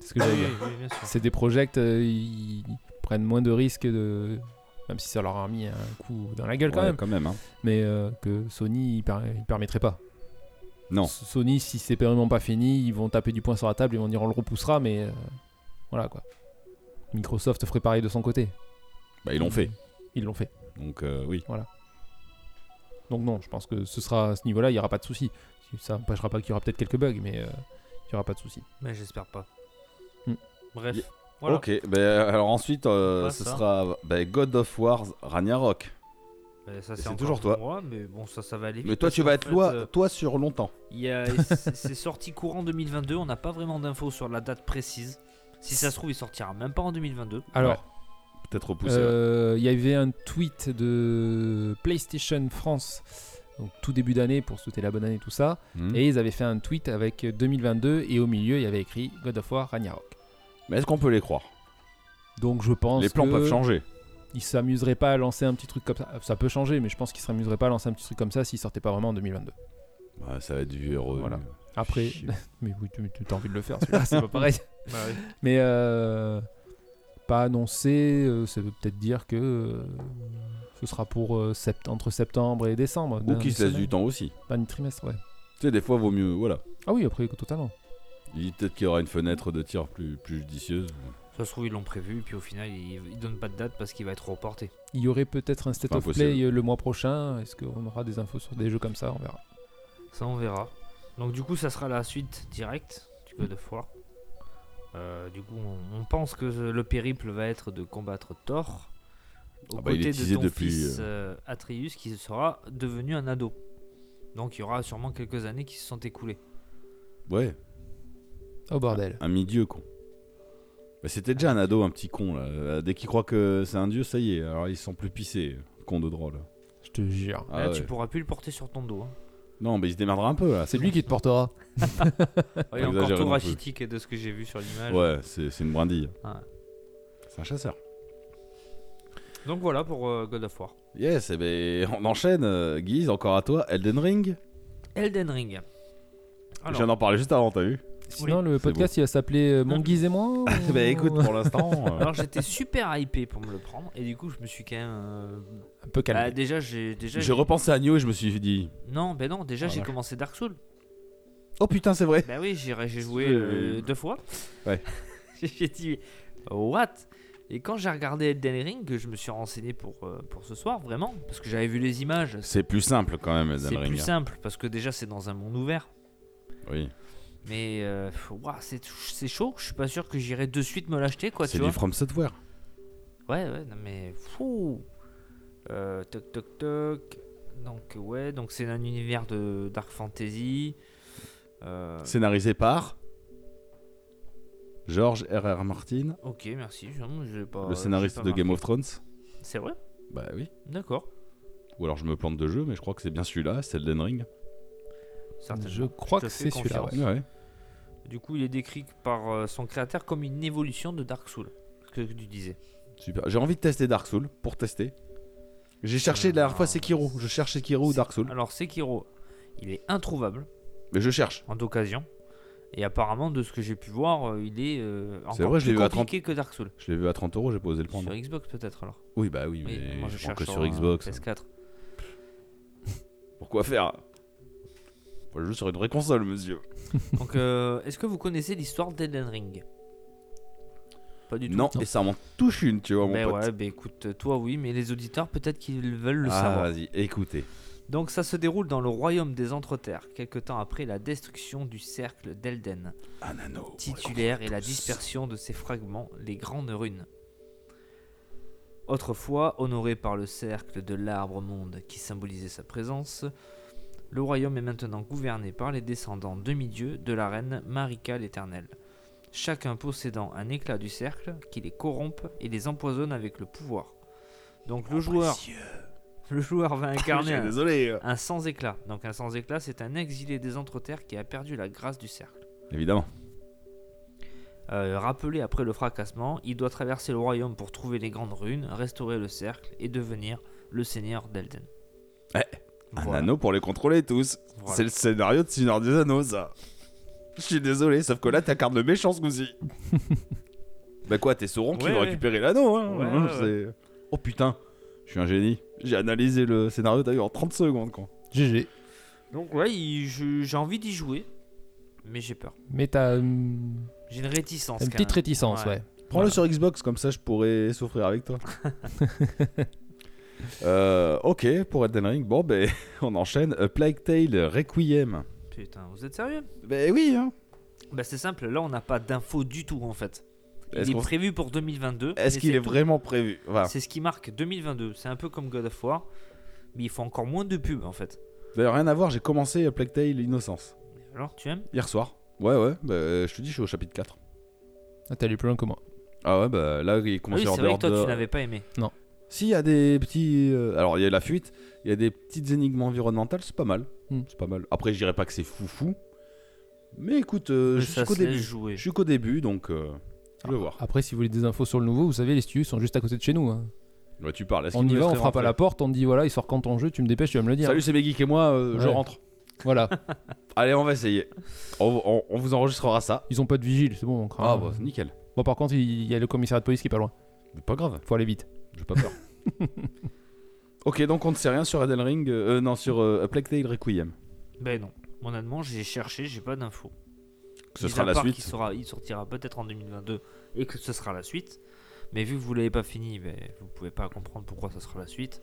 S6: C'est
S4: Ah
S6: ce que j'allais
S5: Oui,
S6: dire.
S5: Ah oui, bien sûr.
S6: C'est des projects, euh, ils ils prennent moins de risques de. Même si ça leur a mis un coup dans la gueule quand
S4: Ouais,
S6: même.
S4: quand même, hein.
S6: Mais euh, que Sony, il, par- il permettrait pas.
S4: Non.
S6: S- Sony, si c'est vraiment pas fini, ils vont taper du poing sur la table, ils vont dire on le repoussera, mais. euh, voilà quoi. Microsoft ferait pareil de son côté.
S4: Bah, ils l'ont fait.
S6: Ils l'ont fait.
S4: Donc, euh, oui.
S6: Voilà. Donc non, je pense que ce sera à ce niveau-là, il n'y aura pas de souci. Ça n'empêchera pas qu'il y aura peut-être quelques bugs, mais euh, il n'y aura pas de souci.
S5: Mais j'espère pas.
S6: Hmm.
S5: Bref.
S4: Y-
S5: Voilà.
S4: Ok, bah, alors ensuite, euh,
S5: Ouais,
S4: ce
S5: ça.
S4: sera bah, God of War Ragnarok.
S5: Euh, ça,
S4: Et
S5: c'est
S4: c'est
S5: encore
S4: toujours
S5: pour
S4: toi.
S5: moi, mais bon, ça, ça va aller vite.
S4: Mais toi,
S5: parce
S4: tu vas
S5: qu'en
S4: être
S5: fait,
S4: loi-
S5: euh,
S4: toi sur longtemps.
S5: il y a- c'est c'est sorti courant 2022. On n'a pas vraiment d'infos sur la date précise. Si ça se trouve, il sortira même pas en 2022.
S6: Alors,
S4: Peut-être repoussé. ouais.
S6: Euh, Il y avait un tweet de PlayStation France, donc tout début d'année pour souhaiter la bonne année, tout ça.
S4: Mhm.
S6: Et ils avaient fait un tweet avec 2022 et au milieu il y avait écrit God of War Ragnarok.
S4: Mais est-ce qu'on peut les croire
S6: Donc je pense
S4: Les plans
S6: que
S4: peuvent changer.
S6: Ils s'amuseraient pas à lancer un petit truc comme ça. Ça peut changer, mais je pense qu'ils s'amuseraient pas à lancer un petit truc comme ça s'ils sortaient pas vraiment en 2022.
S4: Bah, ça va être du heureux.
S6: Voilà.
S4: mais-
S6: Après, mais oui, tu tu- t'as envie de le faire, celui-là, c'est pas pareil.
S4: Bah oui.
S6: Mais euh, pas annoncé, euh, ça veut peut-être dire que euh, ce sera pour euh, sept- entre septembre et décembre.
S4: Ou
S6: d'un-
S4: qu'ils
S6: une
S4: se laissent du
S6: semaine.
S4: temps aussi.
S6: Pas une trimestre, ouais.
S4: Tu sais, des fois, vaut mieux. Voilà.
S6: Ah oui, après, totalement.
S4: Il- Peut-être qu'il y aura une fenêtre de tir plus, plus judicieuse.
S5: Ça se trouve, ils l'ont prévu. Puis au final, ils, ils donnent pas de date parce qu'il va être reporté.
S6: Il y aurait peut-être un state
S4: pas
S6: of
S4: impossible.
S6: play euh, le mois prochain. Est-ce qu'on aura des infos sur des jeux comme ça On verra.
S5: Ça, on verra. Donc, du coup, ça sera la suite directe du God of War. Euh, du coup, on, on pense que le périple va être de combattre Thor aux
S4: Ah bah, il est
S5: côtés
S4: teasé
S5: de ton
S4: depuis,
S5: fils euh, Atreus qui sera devenu un ado. Donc, il y aura sûrement quelques années qui se sont écoulées.
S4: Ouais.
S6: Oh bordel.
S4: Un mi-dieu, con. Bah, C'était déjà un ado, un petit con. Là. Euh, Dès qu'il croit que c'est un dieu, ça y est. Alors ils sont plus pissés. Con de drôle. Ah
S6: Je te jure.
S5: Ah, Là, tu pourras plus le porter sur ton dos. hein.
S4: Non, mais il se démerdera un peu là.
S17: C'est lui qui te portera.
S4: Faut
S5: Il est encore
S4: exagérer
S5: tout
S4: non plus.
S5: rachitique de ce que j'ai vu sur l'image.
S4: Ouais, c'est c'est une brindille.
S5: Ah Ouais.
S4: C'est un chasseur.
S5: Donc voilà pour euh, God of War.
S4: Yes, et ben on enchaîne. euh, Guise, encore à toi. Elden Ring.
S5: Elden Ring.
S4: Je
S5: Alors,
S4: viens d'en parler juste avant, t'as vu
S17: Sinon, le podcast, il va s'appeler euh, Mon
S5: Hein
S17: Guise et moi ou-
S4: Bah écoute, pour l'instant. euh,
S5: Alors j'étais super hypé pour me le prendre et du coup je me suis quand même
S4: Un peu calmé.
S5: Bah, déjà j'ai déjà
S4: J'ai repensé à Nioh et je me suis dit.
S5: Non, ben non, déjà
S4: Ah,
S5: j'ai
S4: vache.
S5: commencé Dark Souls.
S4: Oh putain, c'est vrai.
S5: Bah oui, j'ai j'ai joué
S4: Euh,
S5: euh, deux fois.
S4: Ouais.
S5: j'ai dit what Et quand j'ai regardé Elden Ring, que je me suis renseigné pour euh, pour ce soir vraiment parce que j'avais vu les images.
S4: C'est plus simple quand même, Elden
S5: C'est
S4: Ring. hein.
S5: plus simple parce que déjà c'est dans un monde ouvert.
S4: Oui.
S5: Mais euh, pff, ouah, c'est c'est chaud, je suis pas sûr que j'irai de suite me l'acheter quoi, tu
S4: C'est du
S5: vois.
S4: From Software.
S5: Ouais, ouais, non mais fou. Euh, toc toc toc. Donc ouais, donc c'est un univers de dark fantasy. Euh,
S4: Scénarisé par. George R.R. Martin,
S5: Ok, merci. je- j'ai pas-
S4: le scénariste
S5: j'ai pas
S4: de Game of
S5: marqué.
S4: Thrones.
S5: C'est vrai
S4: Bah oui.
S5: D'accord.
S4: Ou alors je me plante de jeu, mais je crois que c'est bien celui-là, c'est Elden Ring.
S5: Certainement.
S17: Je crois
S5: te
S17: que
S5: fais
S17: c'est celui-là,
S5: confiance.
S4: Ah ouais. Ouais.
S5: Du coup, il est décrit par euh, son créateur comme une évolution de Dark Souls, que que tu disais.
S4: Super. J'ai envie de tester Dark Souls pour tester. J'ai cherché la
S5: Ah,
S4: dernière fois Sekiro. Je cherche Sekiro ou Dark Souls.
S5: Alors Sekiro, il est introuvable.
S4: Mais je cherche.
S5: En d'occasion. Et apparemment, de ce que j'ai pu voir, euh, il est euh,
S4: C'est
S5: encore
S4: vrai, je l'ai
S5: plus
S4: vu à 30
S5: compliqué que Dark Souls.
S4: Je l'ai vu à 30 euros, j'ai posé le prendre.
S5: Sur Xbox peut-être alors.
S4: Oui, bah oui, mais
S5: moi,
S4: je,
S5: je,
S4: prends
S5: cherche
S4: que sur Xbox. hein.
S5: PS4.
S4: Pourquoi faire Faut le jouer sur une vraie console, monsieur.
S5: Donc, euh, est-ce que vous connaissez l'histoire d'Elden Ring Pas du tout.
S4: Non, et ça m'en touche une, tu vois, mon
S5: Ben
S4: pote.
S5: ouais, ben écoute, toi oui, mais les auditeurs peut-être qu'ils veulent le
S4: ah,
S5: savoir.
S4: vas-y, écoutez.
S5: Donc ça se déroule dans le royaume des Entreterres, quelque temps après la destruction du cercle d'Elden, titulaire et la dispersion de ses fragments, les grandes runes. Autrefois honoré par le cercle de l'arbre monde qui symbolisait sa présence, le royaume est maintenant gouverné par les descendants demi-dieux de la reine Marika l'Éternelle, chacun possédant un éclat du cercle qui les corrompt et les empoisonne avec le pouvoir. Donc le joueur le joueur va incarner
S4: suis
S5: un,
S4: désolé.
S5: un sans-éclat. Donc un sans-éclat, c'est un exilé des Entreterres qui a perdu la grâce du cercle.
S4: Évidemment.
S5: Euh, rappelé après le fracassement, il doit traverser le royaume pour trouver les grandes runes, restaurer le cercle et devenir le seigneur d'Elden.
S4: Eh, un anneau pour les contrôler tous. C'est le scénario de Seigneur des Anneaux, ça. Je suis désolé, sauf que là, t'incarnes le méchant ce coup-ci. bah quoi, t'es Sauron qui
S5: Ouais,
S4: veut
S5: ouais.
S4: récupérer l'anneau, hein
S5: Ouais,
S4: Hein,
S5: ouais,
S4: c'est- Oh putain, je suis un génie. J'ai analysé le scénario, t'as vu, en 30 secondes, quoi.
S5: Ah,
S4: GG.
S5: Donc ouais, il- je- j'ai envie d'y jouer, mais j'ai peur.
S17: Mais t'as. hum,
S5: J'ai une réticence.
S17: Une
S5: quand
S17: petite
S5: même.
S17: réticence, ouais.
S4: Prends-le sur Xbox, comme ça je pourrais souffrir avec toi. Euh, ok, pour Elden Ring, bon, ben, on enchaîne. A Plague Tale Requiem.
S5: Putain, vous êtes sérieux
S4: Bah oui,
S5: Bah c'est simple, là on n'a pas d'infos du tout en fait.
S4: Est-ce
S5: Il est,
S4: qu'on-
S5: prévu pour 2022.
S4: Est-ce
S5: mais
S4: qu'il
S5: c'est
S4: est
S5: tout.
S4: vraiment prévu Voilà.
S5: C'est ce qui marque 2022. C'est un peu comme God of War, mais il faut encore moins de pubs en fait.
S4: D'ailleurs, rien à voir, j'ai commencé A Plague Tale Innocence.
S5: Alors, tu aimes
S4: Hier soir. Ouais, ouais, bah, euh, je te dis, je suis au chapitre 4.
S17: Ah, t'es allé plus loin que moi.
S4: Ah ouais, bah là, il
S5: Ah
S4: commence
S5: oui,
S4: à
S5: c'est
S4: avoir
S5: vrai que
S4: des
S5: toi tu
S4: ordres-
S5: n'avais pas aimé.
S4: Euh,
S17: Non.
S4: Si, il y a des petits. euh, alors, il y a la fuite, il y a des petites énigmes environnementales, c'est pas mal.
S17: Hmm.
S4: C'est pas mal. Après, je dirais pas que c'est foufou. Mais écoute, euh,
S5: Mais
S4: je suis
S5: ça
S4: qu'au
S5: se laisse
S4: début.
S5: jouer.
S4: Je suis qu'au début, donc euh, je
S17: Ah.
S4: vais voir.
S17: Après, si vous voulez des infos sur le nouveau, vous savez, les studios sont juste à côté de chez nous. hein.
S4: Ouais, tu parles. est-ce
S17: On
S4: qu'il
S17: y
S4: me
S17: va, on
S4: laisserait
S17: frappe à
S4: rentrer
S17: la porte, on dit voilà, il sort quand ton jeu, tu me dépêches, tu vas me le dire.
S4: Salut, c'est Meggy et moi, euh, je
S17: Ouais.
S4: rentre.
S17: Voilà.
S4: Allez, on va essayer. On, on- on vous enregistrera ça.
S17: Ils ont pas de vigile, c'est bon, on craint.
S4: Ah, bah, nickel.
S17: Bon, par contre, il y a le commissariat de police qui est pas loin.
S4: Pas grave.
S17: Faut aller vite.
S4: J'ai pas peur. ok, donc on ne sait rien sur Elden Ring. euh, euh, non, sur euh, A Plague Tale Requiem.
S5: Ben non. Honnêtement, j'ai cherché, j'ai pas d'infos.
S4: Ce
S5: Mis
S4: sera
S5: à
S4: la
S5: part
S4: suite.
S5: qu'il sera- il sortira peut-être en 2022 et que ce sera la suite. Mais vu que vous l'avez pas fini, ben, vous pouvez pas comprendre pourquoi ça sera la suite.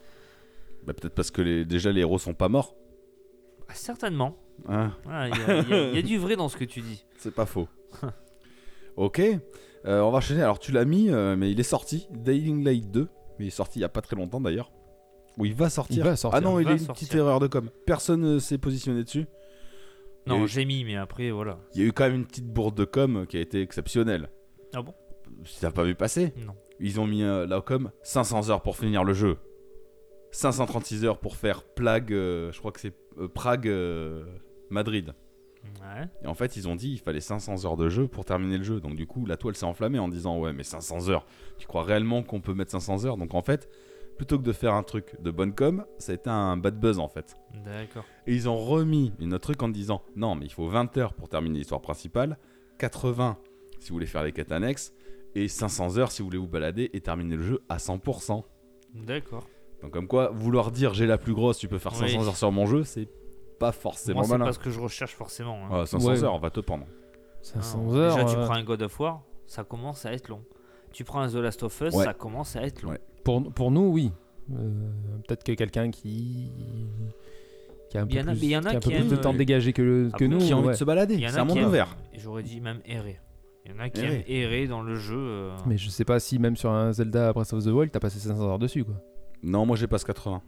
S4: Bah, peut-être parce que les- déjà les héros sont pas morts.
S5: Ah, certainement.
S4: Ah.
S5: Ah, Il y, a- il y a- il y a du vrai dans ce que tu dis.
S4: C'est pas faux. ok, euh, on va enchaîner. Alors tu l'as mis, euh, mais il est sorti. Dying Light 2, mais il est sorti il y a pas très longtemps d'ailleurs. Ou il va sortir.
S17: Il va sortir.
S4: Ah non,
S5: Il
S4: il,
S5: va
S4: a eu une
S5: sortir.
S4: petite erreur de com. Personne euh, s'est positionné dessus. Il y a
S5: Non,
S4: eu-
S5: j'ai mis, mais après, voilà.
S4: Il y a eu quand même une petite bourde de com qui a été exceptionnelle.
S5: Ah bon
S4: Si t'as pas vu passer
S5: Non.
S4: Ils ont mis euh, la com 500 heures pour finir le jeu. 536 heures pour faire Plague, euh, je crois que c'est euh, Prague, euh, Madrid.
S5: Ouais.
S4: Et en fait, ils ont dit il fallait 500 heures de jeu pour terminer le jeu. Donc du coup, la toile s'est enflammée en disant ouais, mais 500 heures. Tu crois réellement qu'on peut mettre 500 heures Donc en fait, plutôt que de faire un truc de bonne com, ça a été un bad buzz en fait.
S5: D'accord.
S4: Et ils ont remis une autre truc en disant non, mais il faut 20 heures pour terminer l'histoire principale, 80 si vous voulez faire les quêtes annexes et 500 heures si vous voulez vous balader et terminer le jeu à 100%.
S5: D'accord.
S4: Donc comme quoi vouloir dire j'ai la plus grosse, tu peux faire 500
S5: Oui.
S4: heures sur mon jeu, c'est pas forcément
S5: Moi, c'est
S4: malin.
S5: pas ce que je recherche forcément. hein.
S4: Ouais, 500 heures, on va te prendre.
S6: 500
S5: Déjà,
S6: heures.
S5: tu
S6: euh,
S5: prends un God of War, ça commence à être long. Tu prends un The Last of Us,
S6: Ouais.
S5: ça commence à être long.
S6: Pour, pour nous, oui. Euh, Peut-être que quelqu'un qui. qui a un
S5: Il y
S6: peu
S5: en a-
S6: plus,
S5: mais il y en a
S6: qui a un peu
S5: qui
S6: plus de
S5: aiment,
S6: temps
S5: euh,
S6: dégagé que, le- que
S5: Après,
S6: nous. ouais.
S5: Il y en a qui aiment- J'aurais dit même errer. Il y en a qui
S6: Errer.
S5: aiment errer dans le jeu. euh,
S6: Mais je sais pas si même sur un Zelda Breath of the Wild, t'as passé 500 heures dessus, quoi.
S4: Non, moi j'ai passe 80.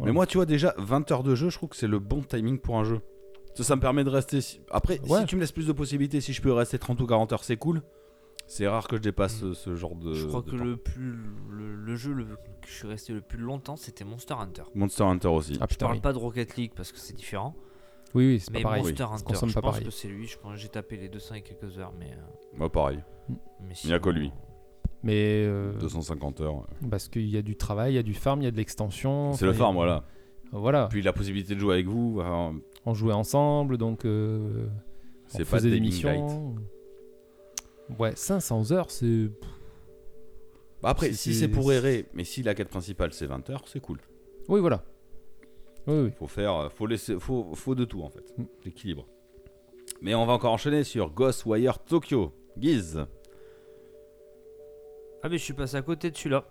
S4: Mais moi, tu vois, déjà 20 heures de jeu, je trouve que c'est le bon timing pour un jeu. Ça, ça me permet de rester. si- Après, si tu me laisses plus de possibilités, si je peux rester 30 ou 40 heures, c'est cool. C'est rare que je dépasse ce- ce genre de.
S5: je crois
S4: de
S5: que
S4: temps.
S5: le, plus, le, le jeu le- que je suis resté le plus longtemps, c'était Monster Hunter.
S4: Monster Hunter aussi. Ah,
S5: je
S4: putain,
S5: parle
S4: oui.
S5: pas de Rocket League parce que c'est différent.
S4: Oui, oui, c'est pas
S5: Mais
S4: pareil.
S5: Monster
S4: Oui, ça se
S5: Hunter,
S4: consomme
S5: je
S4: pas
S5: pense
S4: pareil.
S5: que c'est lui. Je pense que j'ai tapé les 200 et quelques heures, mais. euh,
S4: Moi, pareil.
S5: Mais
S4: Il n'y a que lui.
S6: Mais. euh,
S4: 250 heures.
S6: Parce qu'il y a du travail, il y a du farm, il y a de l'extension.
S4: C'est
S6: enfin,
S4: le
S6: il y a-
S4: farm, voilà.
S6: Voilà.
S4: Puis la possibilité de jouer avec vous. enfin,
S6: On jouait ensemble, donc. euh,
S4: C'est
S6: on
S4: pas
S6: faisait des
S4: Dying
S6: missions. Ouais, 500 heures, c'est.
S4: bah après, si c'est pour errer, mais si la quête principale c'est 20 heures, c'est cool.
S6: Oui, voilà. Oui, oui.
S4: Faut faire, euh, faut laisser, faut, faut de tout en fait. L'équilibre. Mais on va encore enchaîner sur Ghostwire Tokyo. Guise.
S5: Ah, mais je suis passé à côté de celui-là.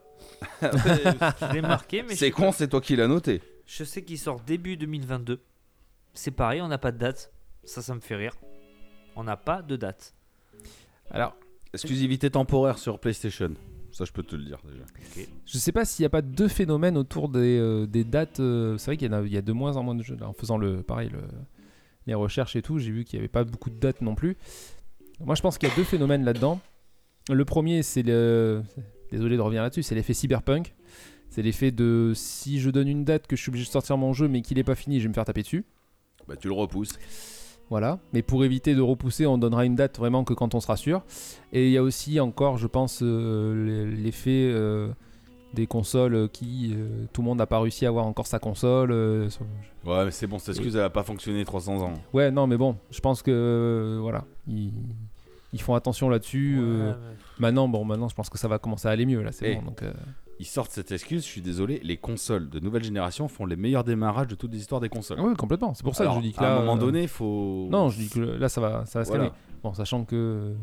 S5: je l'ai marqué, mais. je
S4: C'est
S5: sais
S4: con,
S5: pas.
S4: c'est toi qui l'as noté.
S5: Je sais qu'il sort début 2022. C'est pareil, on n'a pas de date. Ça, ça me fait rire. On n'a pas de date.
S6: Alors.
S4: Exclusivité temporaire sur PlayStation. Ça, je peux te le dire déjà.
S6: Je sais pas s'il n'y a pas deux phénomènes autour des, euh, des dates. euh, c'est vrai qu'il y, en a- il y a de moins en moins de jeux. Là, en faisant le, pareil, le- les recherches et tout, j'ai vu qu'il n'y avait pas beaucoup de dates non plus. Moi, je pense qu'il y a deux phénomènes là-dedans. Le premier, c'est le. Désolé de revenir là-dessus, c'est l'effet cyberpunk. C'est l'effet de si je donne une date que je suis obligé de sortir mon jeu mais qu'il n'est pas fini, je vais me faire taper dessus.
S4: Bah, tu le repousses.
S6: Voilà. Mais pour éviter de repousser, on donnera une date vraiment que quand on sera sûr. Et il y a aussi encore, je pense, euh, l- l'effet euh, des consoles qui euh, tout le monde n'a pas réussi à avoir encore sa console. euh, sur-
S4: Ouais, mais c'est bon, cette excuse, elle a pas fonctionné 300 ans.
S6: Ouais, non, mais bon, je pense que euh, voilà, ils, ils font attention là-dessus. euh, Maintenant, bon, maintenant, je pense que ça va commencer à aller mieux là. C'est
S4: Eh,
S6: bon. Donc, euh,
S4: Ils sortent cette excuse, je suis désolé, les consoles de nouvelle génération font les meilleurs démarrages de toute l'histoire des consoles.
S6: Ah oui, complètement. C'est pour ça
S4: Alors,
S6: que je dis que
S4: à
S6: là.
S4: un moment
S6: euh,
S4: donné, faut.
S6: Non, je dis que là, ça va, ça va se
S4: Voilà.
S6: calmer. Bon, sachant que. euh,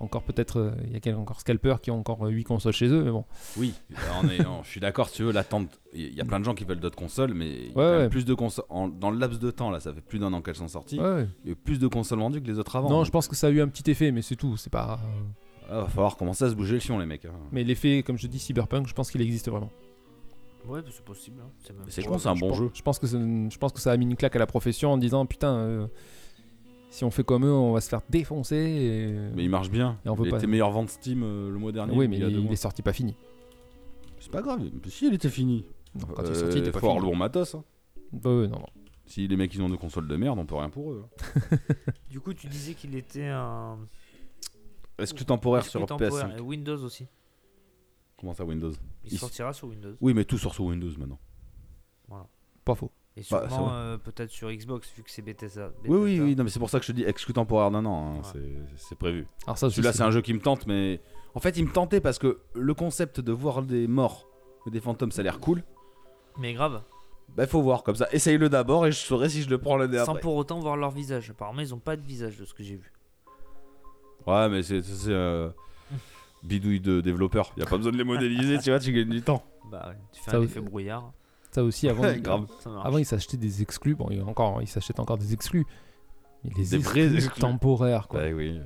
S6: Encore peut-être, euh, il y a quel- encore scalpers qui ont encore 8 consoles chez eux, mais bon.
S4: Oui, on est- on- je suis d'accord, si tu veux, l'attente. Il y a plein de gens qui veulent d'autres consoles, mais il y a quand
S6: Ouais,
S4: même
S6: ouais.
S4: plus de consoles. en- Dans le laps de temps, là, ça fait plus d'un an qu'elles sont sorties.
S6: Ouais, ouais.
S4: Il y a eu plus de consoles vendues que les autres avant. hein.
S6: Non,
S4: Donc,
S6: je pense que ça a eu un petit effet, mais c'est tout. C'est pas.
S4: ah, va falloir commencer à se bouger le fion, les mecs. hein.
S6: Mais l'effet, comme je dis, cyberpunk, je pense qu'il existe vraiment.
S5: Ouais, c'est possible. hein. C'est même
S4: C'est
S5: pas-
S4: con, c'est un bon
S6: pense-
S4: jeu.
S6: Je pense que c'est- je pense que ça a mis une claque à la profession en disant putain, euh, si on fait comme eux, on va se faire défoncer. et-
S4: Mais il marche bien.
S6: Et on peut
S4: il
S6: pas.
S4: était meilleur vente Steam euh, le mois dernier.
S6: Oui, mais
S4: y a
S6: il,
S4: deux mois.
S6: est sorti pas fini.
S4: C'est pas grave, si il était fini. Euh,
S6: quand il est sorti, il était pas
S4: faut avoir
S6: fini.
S4: le bon matos. hein.
S6: Bah ouais, non, non.
S4: Si les mecs ils ont deux consoles de merde, on peut rien pour eux. hein.
S5: Du coup, tu disais qu'il était un.
S4: Est-ce que temporaire
S5: Est-ce
S4: sur
S5: que temporaire eh
S4: PS5
S5: Et Windows aussi.
S4: Comment ça Windows
S5: Il sortira sur Windows.
S4: Oui, mais tout sort sur Windows maintenant.
S5: Voilà.
S6: Pas faux.
S5: Et
S4: Bah, c'est
S5: sûrement
S4: vrai.
S5: euh, peut-être sur Xbox, vu que c'est Bethesda.
S4: Oui, oui, oui, non, mais c'est pour ça que je te dis exclu temporaire d'un an, hein, c'est- c'est prévu.
S6: Alors ça, je
S4: Celui-là,
S6: sais.
S4: c'est un jeu qui me tente, mais en fait, il me tentait parce que le concept de voir des morts ou des fantômes, ça a l'air cool.
S5: Mais grave.
S4: Bah, faut voir comme ça. Essaye-le d'abord et je saurai si je le prends l'année
S5: Sans
S4: après.
S5: pour autant voir leur visage. Apparemment, ils ont pas de visage de ce que j'ai vu.
S4: Ouais, mais c'est c'est, euh, bidouille de développeur. Y a pas besoin de les modéliser, tu vois, tu gagnes du temps.
S5: Bah ouais, tu fais
S6: Ça
S5: un
S6: aussi-
S5: effet brouillard.
S6: Ça aussi, avant, il-
S4: Grave.
S5: Ça marche.
S6: avant ils s'achetaient des exclus. Bon, il- encore, ils s'achètent encore des exclus. Mais les
S4: Des vrais exclus.
S6: temporaires, quoi.
S4: Bah oui.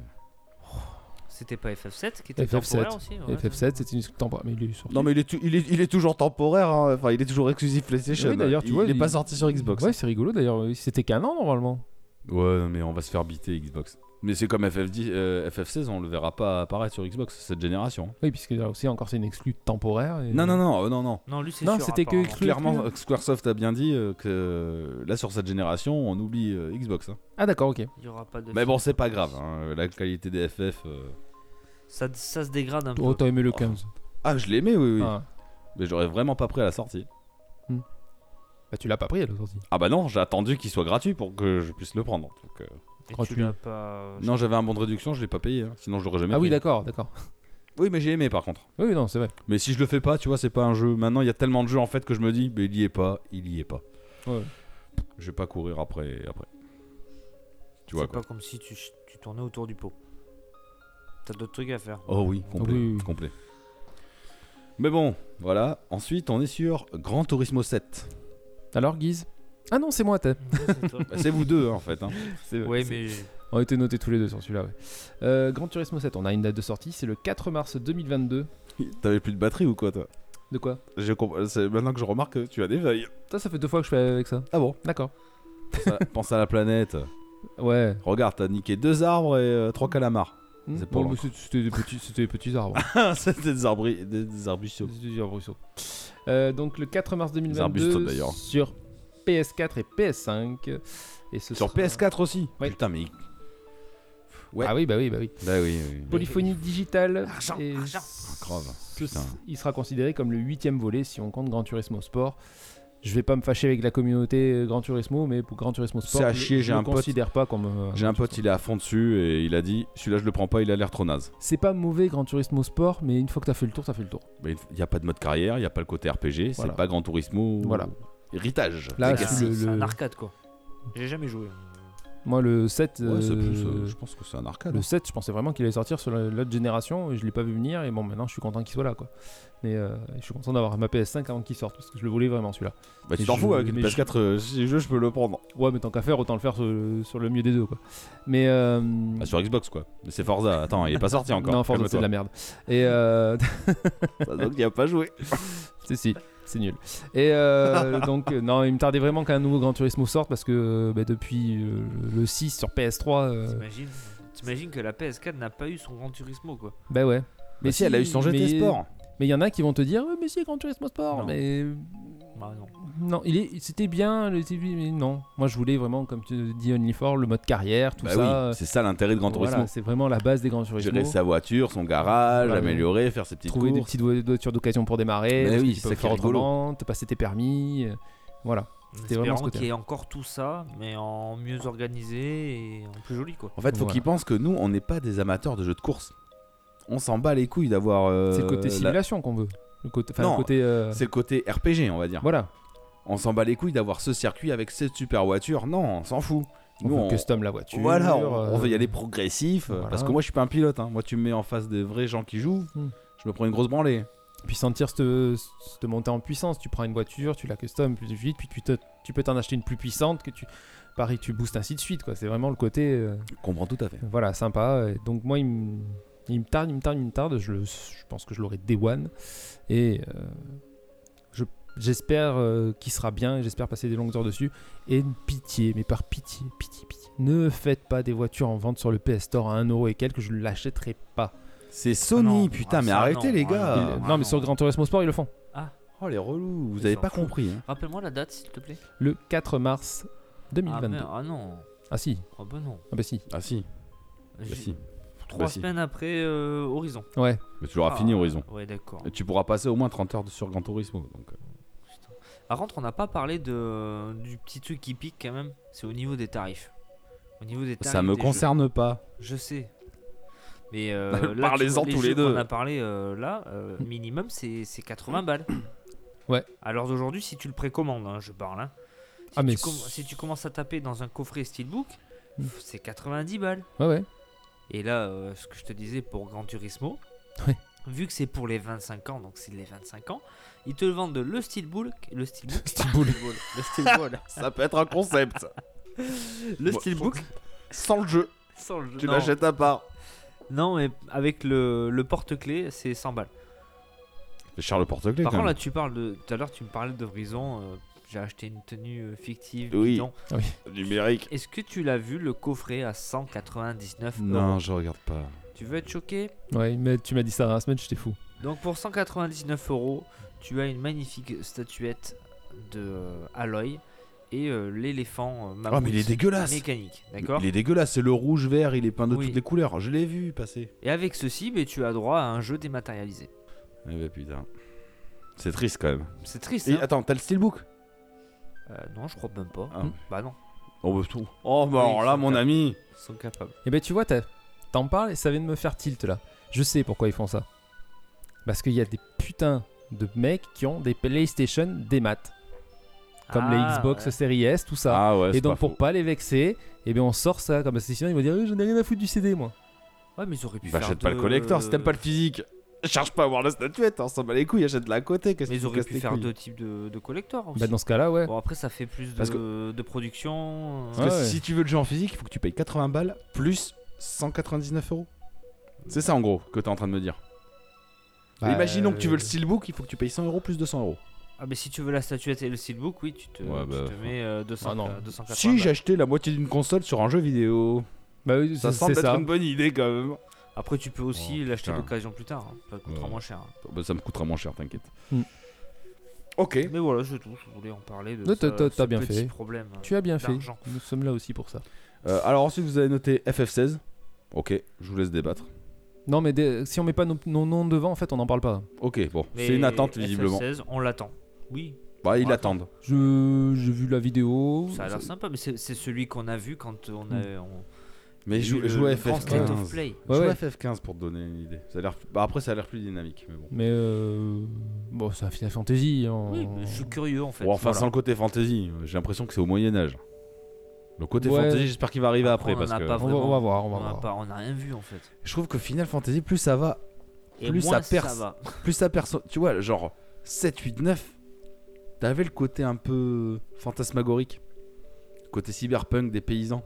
S5: C'était pas FF7 qui était
S6: FF7.
S5: temporaire aussi ouais,
S6: FF7, c'est une exclu temporaire. Mais il est sorti.
S4: Non, mais il est, tou- il est- il est toujours temporaire, hein. enfin, il est toujours exclusif PlayStation.
S6: Oui, d'ailleurs, tu
S4: il,
S6: vois,
S4: il est pas sorti sur Xbox.
S6: Ouais, c'est rigolo d'ailleurs. C'était qu'un an normalement.
S4: Ouais, non, mais on va se faire biter Xbox. Mais c'est comme FF10, euh, FF16, on le verra pas apparaître sur Xbox cette génération.
S6: Oui, puisque là aussi encore c'est une exclue temporaire. et-
S4: Non, non, non, euh, non, non.
S5: Non, lui, c'est
S6: Non,
S5: sûr,
S6: c'était que
S5: apparemment.
S6: exclu.
S4: Clairement, euh, Squaresoft a bien dit euh, que euh, là sur cette génération, on oublie euh, Xbox. hein.
S6: Ah, d'accord, ok.
S5: Il y aura pas de
S4: Mais bon, c'est pas grave. hein, La qualité des FF. euh,
S5: Ça, ça se dégrade un peu.
S6: Oh, t'as aimé le 15.
S4: Ah, je l'aimais, euh, oui, oui.
S6: Ah.
S4: Mais j'aurais vraiment pas pris à la sortie.
S6: Bah, tu l'as pas pris à la sortie.
S4: Ah bah non, j'ai attendu qu'il soit gratuit pour que je puisse le prendre. donc, euh,
S5: Et tu l'as pas-
S4: Non, j'avais un bon de réduction, je l'ai pas payé. hein, Sinon, je l'aurais jamais
S6: Ah oui,
S4: pris.
S6: d'accord, d'accord.
S4: Oui, mais j'ai aimé par contre.
S6: Oui, non, c'est vrai.
S4: Mais si je le fais pas, tu vois, c'est pas un jeu. Maintenant, il y a tellement de jeux en fait que je me dis, mais il y est pas, il y est pas.
S6: Ouais.
S4: Je vais pas courir après. après. Tu vois
S5: C'est
S4: quoi.
S5: pas comme si tu, ch- tu tournais autour du pot. T'as d'autres trucs à faire.
S4: Oh oui, complet, complet. Mais bon, voilà. Ensuite, on est sur Grand Turismo 7.
S6: Alors, Guise Ah non, c'est moi, t'as.
S4: Bah, c'est vous deux, hein, en fait, hein.
S6: C'est vrai,
S5: Ouais,
S6: c'est-
S5: mais-
S6: On a été notés tous les deux sur celui-là, ouais. Euh, Gran Turismo 7, on a une date de sortie, c'est le 4 mars 2022.
S4: T'avais plus de batterie ou quoi, toi
S6: De quoi
S4: Je comp- C'est maintenant que je remarque que tu as des veilles.
S6: Ça, ça fait deux fois que je fais avec ça.
S4: Ah bon
S6: D'accord.
S4: Pense à- Pense à la planète.
S6: Ouais.
S4: Regarde, t'as niqué deux arbres et euh, trois calamars.
S6: Hmm.
S4: C'est
S6: Bon,
S4: pour
S6: mais c'est- C'était des petits, c'était des petits arbres.
S4: C'était des, arbri- des, des arbustes.
S6: Des arbustes. Euh, donc le 4 mars
S4: Des arbustes
S6: 2022
S4: d'ailleurs.
S6: sur PS4 et PS5. Et ce
S4: Sur
S6: sera-
S4: PS4 aussi Putain, mais.
S6: Ah oui, bah oui, bah oui.
S4: Bah oui, oui.
S6: Polyphonie digitale. et
S4: Ah, Grave.
S6: ce-
S4: Putain.
S6: il sera considéré comme le huitième volet si on compte Gran Turismo Sport. Je vais pas me fâcher avec la communauté Gran Turismo, mais pour Gran Turismo Sport,
S4: C'est à
S6: je-
S4: chier,
S6: je
S4: j'ai
S6: le
S4: un pote.
S6: considère pas comme. euh,
S4: J'ai un pote, il est à fond dessus et il a dit celui-là, je le prends pas, il a l'air trop naze.
S6: C'est pas mauvais Gran Turismo Sport, mais une fois que t'as fait le tour, t'as fait le tour.
S4: Bah, Il n'y a pas de mode carrière, il n'y a pas le côté RPG,
S6: Voilà.
S4: c'est pas Grand Turismo.
S6: Voilà.
S4: Héritage.
S6: Là,
S4: Les gars.
S6: c'est le-
S5: C'est un
S6: le-
S5: arcade quoi. J'ai jamais joué.
S6: Moi, le 7.
S4: Ouais, c'est plus, euh, je pense que c'est un arcade.
S6: Ah, Le 7, je pensais vraiment qu'il allait sortir sur la- l'autre génération. Et je l'ai pas vu venir. Et bon, maintenant, je suis content qu'il soit là. quoi. Mais euh, je suis content d'avoir ma PS5 avant qu'il sorte. Parce que je le voulais vraiment celui-là.
S4: Bah, tu
S6: Et
S4: t'en
S6: je-
S4: fous, avec une
S6: mais je-
S4: PS4, euh, si je veux, je peux le prendre.
S6: Ouais, mais tant qu'à faire, autant le faire sur, sur le mieux des deux. quoi. Mais. euh,
S4: Bah, sur Xbox, quoi. Mais c'est Forza, attends, il est pas sorti encore.
S6: Non, Forza, c'est de la merde. Et. Euh...
S4: donc, il a pas joué.
S6: si, si, c'est nul. Et euh, donc, euh, non, il me tardait vraiment qu'un nouveau Gran Turismo sorte parce que euh, bah, depuis euh, le 6 sur PS3. euh,
S5: T'imagines T'imagines que la PS4 n'a pas eu son Grand Turismo quoi.
S6: Bah ouais.
S4: Mais si, elle a eu son GT
S6: mais-
S4: Sport.
S6: Mais il y en a qui vont te dire, ouais, mais si, Gran Turismo Sport.
S5: Non.
S6: Mais
S5: Bah non.
S6: non, il est, c'était bien, le TV, mais non. Moi, je voulais vraiment, comme tu dis, Only for le mode carrière, tout
S4: Bah
S6: ça. euh,
S4: oui, c'est ça l'intérêt de Gran
S6: Voilà,
S4: Turismo.
S6: c'est vraiment la base des Gran Turismo.
S4: Gérer sa voiture, son garage,
S6: Voilà.
S4: améliorer, faire ses petites
S6: Trouver
S4: courses.
S6: des petites vo- voitures d'occasion pour démarrer.
S4: Mais
S6: parce
S4: oui,
S6: que tu peux
S4: c'est ça
S6: faire
S4: qui est rigolo.
S6: autrement, te passer tes permis. euh, Voilà. C'était vraiment
S5: Espérons
S6: ce côté.
S5: qu'il y ait encore tout ça, mais en mieux organisé et en plus joli quoi.
S4: En fait, faut
S5: Voilà.
S4: qu'ils pensent que nous, on n'est pas des amateurs de jeux de course. On s'en bat les couilles d'avoir. euh,
S6: C'est le côté
S4: la-
S6: simulation qu'on veut. Le côté, enfin, le
S4: Non,
S6: côté, euh,
S4: c'est le côté RPG, on va dire.
S6: Voilà.
S4: On s'en bat les couilles d'avoir ce circuit avec cette super voiture. Non, on s'en fout.
S6: On veut custom la voiture,
S4: Voilà, on,
S6: euh,
S4: on veut y aller progressif. euh,
S6: voilà.
S4: Parce que moi, je suis pas un pilote. hein. Moi, tu me mets en face des vrais gens qui jouent,
S6: Hmm.
S4: je me prends une grosse branlée.
S6: Puis sentir cette, cette montée en puissance. Tu prends une voiture, tu la custom plus vite, puis tu, te- tu peux t'en acheter une plus puissante que tu. Pareil, tu boostes ainsi de suite. quoi. C'est vraiment le côté. euh,
S4: comprends tout à fait.
S6: Voilà, sympa. Et donc, moi, il me, il me tarde, il me tarde, il me tarde. Je, le- je pense que je l'aurai day one. Et euh, je- j'espère euh, qu'il sera bien. et J'espère passer des longues heures dessus. Et pitié, mais par pitié, pitié, pitié. Ne faites pas des voitures en vente sur le PS Store à 1€ euro et quelques. Je ne l'achèterai pas.
S4: C'est
S6: Ah
S4: Sony, putain, mais arrêtez, les gars.
S6: Il- non, mais sur Gran Turismo Sport, ils le font.
S5: Ah.
S4: Oh les relous, vous
S5: Ils
S4: avez
S5: s'en
S4: pas
S5: foutent.
S4: compris. hein.
S5: Rappelle-moi la date s'il te plaît.
S6: Le 4 mars 2022.
S5: Ah, mais- ah non.
S6: Ah si.
S5: Ah bah non.
S6: Ah bah si.
S4: Ah si.
S5: J'ai-
S4: si.
S5: Trois
S4: Bah si.
S5: semaines après euh, Horizon.
S6: Ouais.
S4: Mais tu l'auras fini,
S5: Ah,
S4: Horizon.
S5: Ouais, d'accord.
S4: Et tu pourras passer au moins 30 heures de- sur Gran Turismo. Donc, euh,
S5: Par contre, on n'a pas parlé de, du petit truc qui pique quand même, c'est au niveau des tarifs. Au niveau des tarifs
S4: Ça me
S5: des
S4: concerne
S5: jeux.
S4: pas.
S5: Je sais. Mais euh, là,
S4: Parlez-en
S5: tu vois, les
S4: tous les
S5: jeux
S4: deux.
S5: qu'on a parlé euh, là, euh, minimum, c'est c'est 80 balles.
S6: Ouais.
S5: Alors d'aujourd'hui, si tu le précommandes, hein, je parle. hein, si,
S6: Ah, mais
S5: tu com- si tu commences à taper dans un coffret Steelbook,
S6: Mm.
S5: c'est 90 balles.
S6: Ouais, ouais.
S5: Et là, euh, ce que je te disais pour Gran Turismo,
S6: Ouais.
S5: vu que c'est pour les 25 ans, donc c'est les 25 ans, ils te vendent le Steelbook. Le Steelbook.
S4: Steelbook.
S5: le Steelbook.
S4: Ça peut être un concept.
S5: le
S4: Bon,
S5: Steelbook.
S4: Sans le jeu.
S5: Sans le jeu.
S4: Tu
S5: non.
S4: l'achètes à part.
S5: Non, mais avec le, le porte-clés, c'est 100 balles.
S4: C'est Charles Porteclé
S5: Par
S4: quand
S5: contre,
S4: même.
S5: là, tu parles de. Tout à l'heure, tu me parlais d'Horizon. euh, j'ai acheté une tenue euh, fictive.
S8: Oui.
S5: bidon.
S8: Ah oui. Numérique.
S5: Est-ce que tu l'as vu le coffret à 199
S4: Non,
S5: euros
S4: je regarde pas.
S5: Tu veux être choqué
S6: Ouais, mais tu m'as dit ça dans la semaine, j'étais fou.
S5: Donc pour 199 euros, tu as une magnifique statuette de euh, Aloy et euh, l'éléphant euh,
S4: Ah, mais il est
S5: Mammouth
S4: dégueulasse.
S5: mécanique, d'accord
S4: Il est dégueulasse, c'est le rouge vert, il est peint de
S5: Oui.
S4: toutes les couleurs. Je l'ai vu passer.
S5: Et avec ceci, mais tu as droit à un jeu dématérialisé.
S4: Eh ben, putain. C'est triste quand même.
S5: C'est triste,
S4: Et
S5: hein.
S4: attends, t'as le steelbook
S5: Euh, non, je crois même pas.
S4: Ah.
S5: Bah non.
S4: Oh bah tout. Oh bah alors là, mon ami.
S5: Ils sont capables.
S6: Et ben tu vois, t'as- t'en parles et ça vient de me faire tilt là. Je sais pourquoi ils font ça. Parce qu'il y a des putains de mecs qui ont des PlayStation des maths. Comme
S18: Ah,
S6: les Xbox
S18: ouais.
S6: Series S, tout ça.
S18: Ah ouais, c'est
S6: et donc
S18: pas
S6: pour pas les vexer, et bien on sort ça. Comme ça, sinon ils vont dire Euh, j'en ai rien à foutre du CD moi.
S5: Ouais, mais ils auraient pu
S4: Bah,
S5: faire.
S4: achète pas le
S5: deux-
S4: collector si t'aimes pas le physique. Cherche pas à voir la statuette, on s'en bat les couilles, achète-la à côté.
S5: Mais ils auraient pu faire deux types de, de collector aussi.
S4: Bah, dans ce cas-là, ouais.
S5: Bon, après, ça fait plus de,
S4: Parce
S5: de production. euh.
S6: Hein
S4: Parce que si tu veux le jeu en physique, il faut que tu payes 80 balles plus 199 euros. C'est ça en gros que t'es en train de me dire.
S5: Bah,
S4: Imaginons que tu
S5: euh,
S4: veux le steelbook, il faut que tu payes 100 euros plus 200 euros.
S5: Ah, mais si tu veux la statuette et le steelbook, oui, tu te,
S4: Ouais,
S5: tu
S4: bah,
S5: te mets euh, 200,
S4: Ah, non.
S5: 280
S4: Si j'ai acheté la moitié d'une console sur un jeu vidéo,
S6: bah oui,
S4: ça
S5: c'est-
S4: semble
S5: c'est
S4: être
S5: ça.
S4: une bonne idée quand même.
S5: Après, tu peux aussi
S4: Oh,
S5: l'acheter
S4: putain.
S5: d'occasion plus tard. hein. Ça coûtera
S4: Ouais.
S5: moins cher. hein.
S4: Bah, ça me coûtera moins cher, t'inquiète.
S6: Hmm.
S5: Ok. Mais voilà, c'est tout. Je voulais en parler de
S6: Non, t'as-
S5: ça,
S6: t'as-
S5: ce
S6: t'as bien
S5: petit
S6: fait.
S5: problème. euh,
S6: Tu as bien fait.
S5: d'argent.
S6: Nous sommes là aussi pour ça.
S4: Euh, alors ensuite vous avez noté FF16. Ok, je vous laisse débattre.
S6: Non, mais des- si on met pas nos, nos noms devant, en fait, on n'en parle pas.
S4: Ok, bon,
S5: Mais
S4: c'est une attente visiblement.
S5: FF16, on l'attend. Oui.
S4: Bah, ils
S5: On l'attend.
S4: l'attendent.
S6: Je- J'ai vu la vidéo.
S5: Ça a l'air sympa, mais c'est c'est celui qu'on a vu quand on
S6: Hmm.
S5: a. on-
S4: Mais
S5: il y a eu
S4: joue,
S5: le-
S4: joue à
S5: le grand
S4: FF15.
S5: State of Play.
S4: Joue à
S6: ouais.
S4: FF15 pour te donner une idée. Ça a l'air- bah, après, ça a l'air plus dynamique. Mais bon.
S6: Mais euh, bon, c'est un Final Fantasy. on-
S5: Oui, mais je suis curieux en fait.
S4: Bon, enfin,
S5: Voilà.
S4: sans le côté fantasy, j'ai l'impression que c'est au Moyen-Âge. Le côté
S6: Ouais.
S4: fantasy, j'espère qu'il va arriver après.
S5: on en
S4: parce
S5: a
S4: que...
S5: pas
S6: On va- on va voir, on va
S5: On a
S6: voir.
S5: pas- on a rien vu en fait.
S4: Je trouve que Final Fantasy, plus ça va,
S5: Et
S4: plus
S5: moins
S4: ça perce.
S5: ça va.
S4: Plus ça perce. Tu vois, genre 7, 8, 9, t'avais le côté un peu fantasmagorique. Côté cyberpunk des paysans.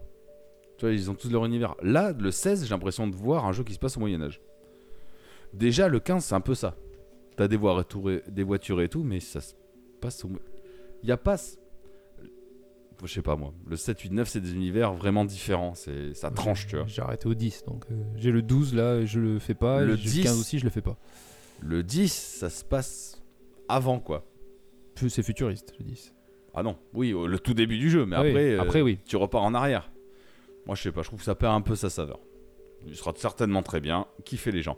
S4: Tu vois, ils ont tous leur univers. Là, le 16, j'ai l'impression de voir un jeu qui se passe au Moyen-Âge. Déjà, le 15, c'est un peu ça. T'as des, voies retourées- des voitures et tout, mais ça se passe au. Il y a pas. ce- Je sais pas moi. Le 7, 8, 9, c'est des univers vraiment différents. C'est... Ça tranche, tu vois.
S6: J'ai arrêté au 10, donc euh, j'ai le 12 là, et je le fais pas. et
S4: Le
S6: j'ai le
S4: 10.
S6: 15 aussi, je le fais pas.
S4: Le 10, ça se passe avant quoi.
S6: Puis C'est futuriste, le 10.
S4: Ah non, oui, euh, le tout début du jeu, mais
S6: Ah oui,
S4: après, euh,
S6: après, oui.
S4: tu repars en arrière. Moi, je sais pas, je trouve que ça perd un peu sa saveur. Il sera certainement très bien, kiffez les gens.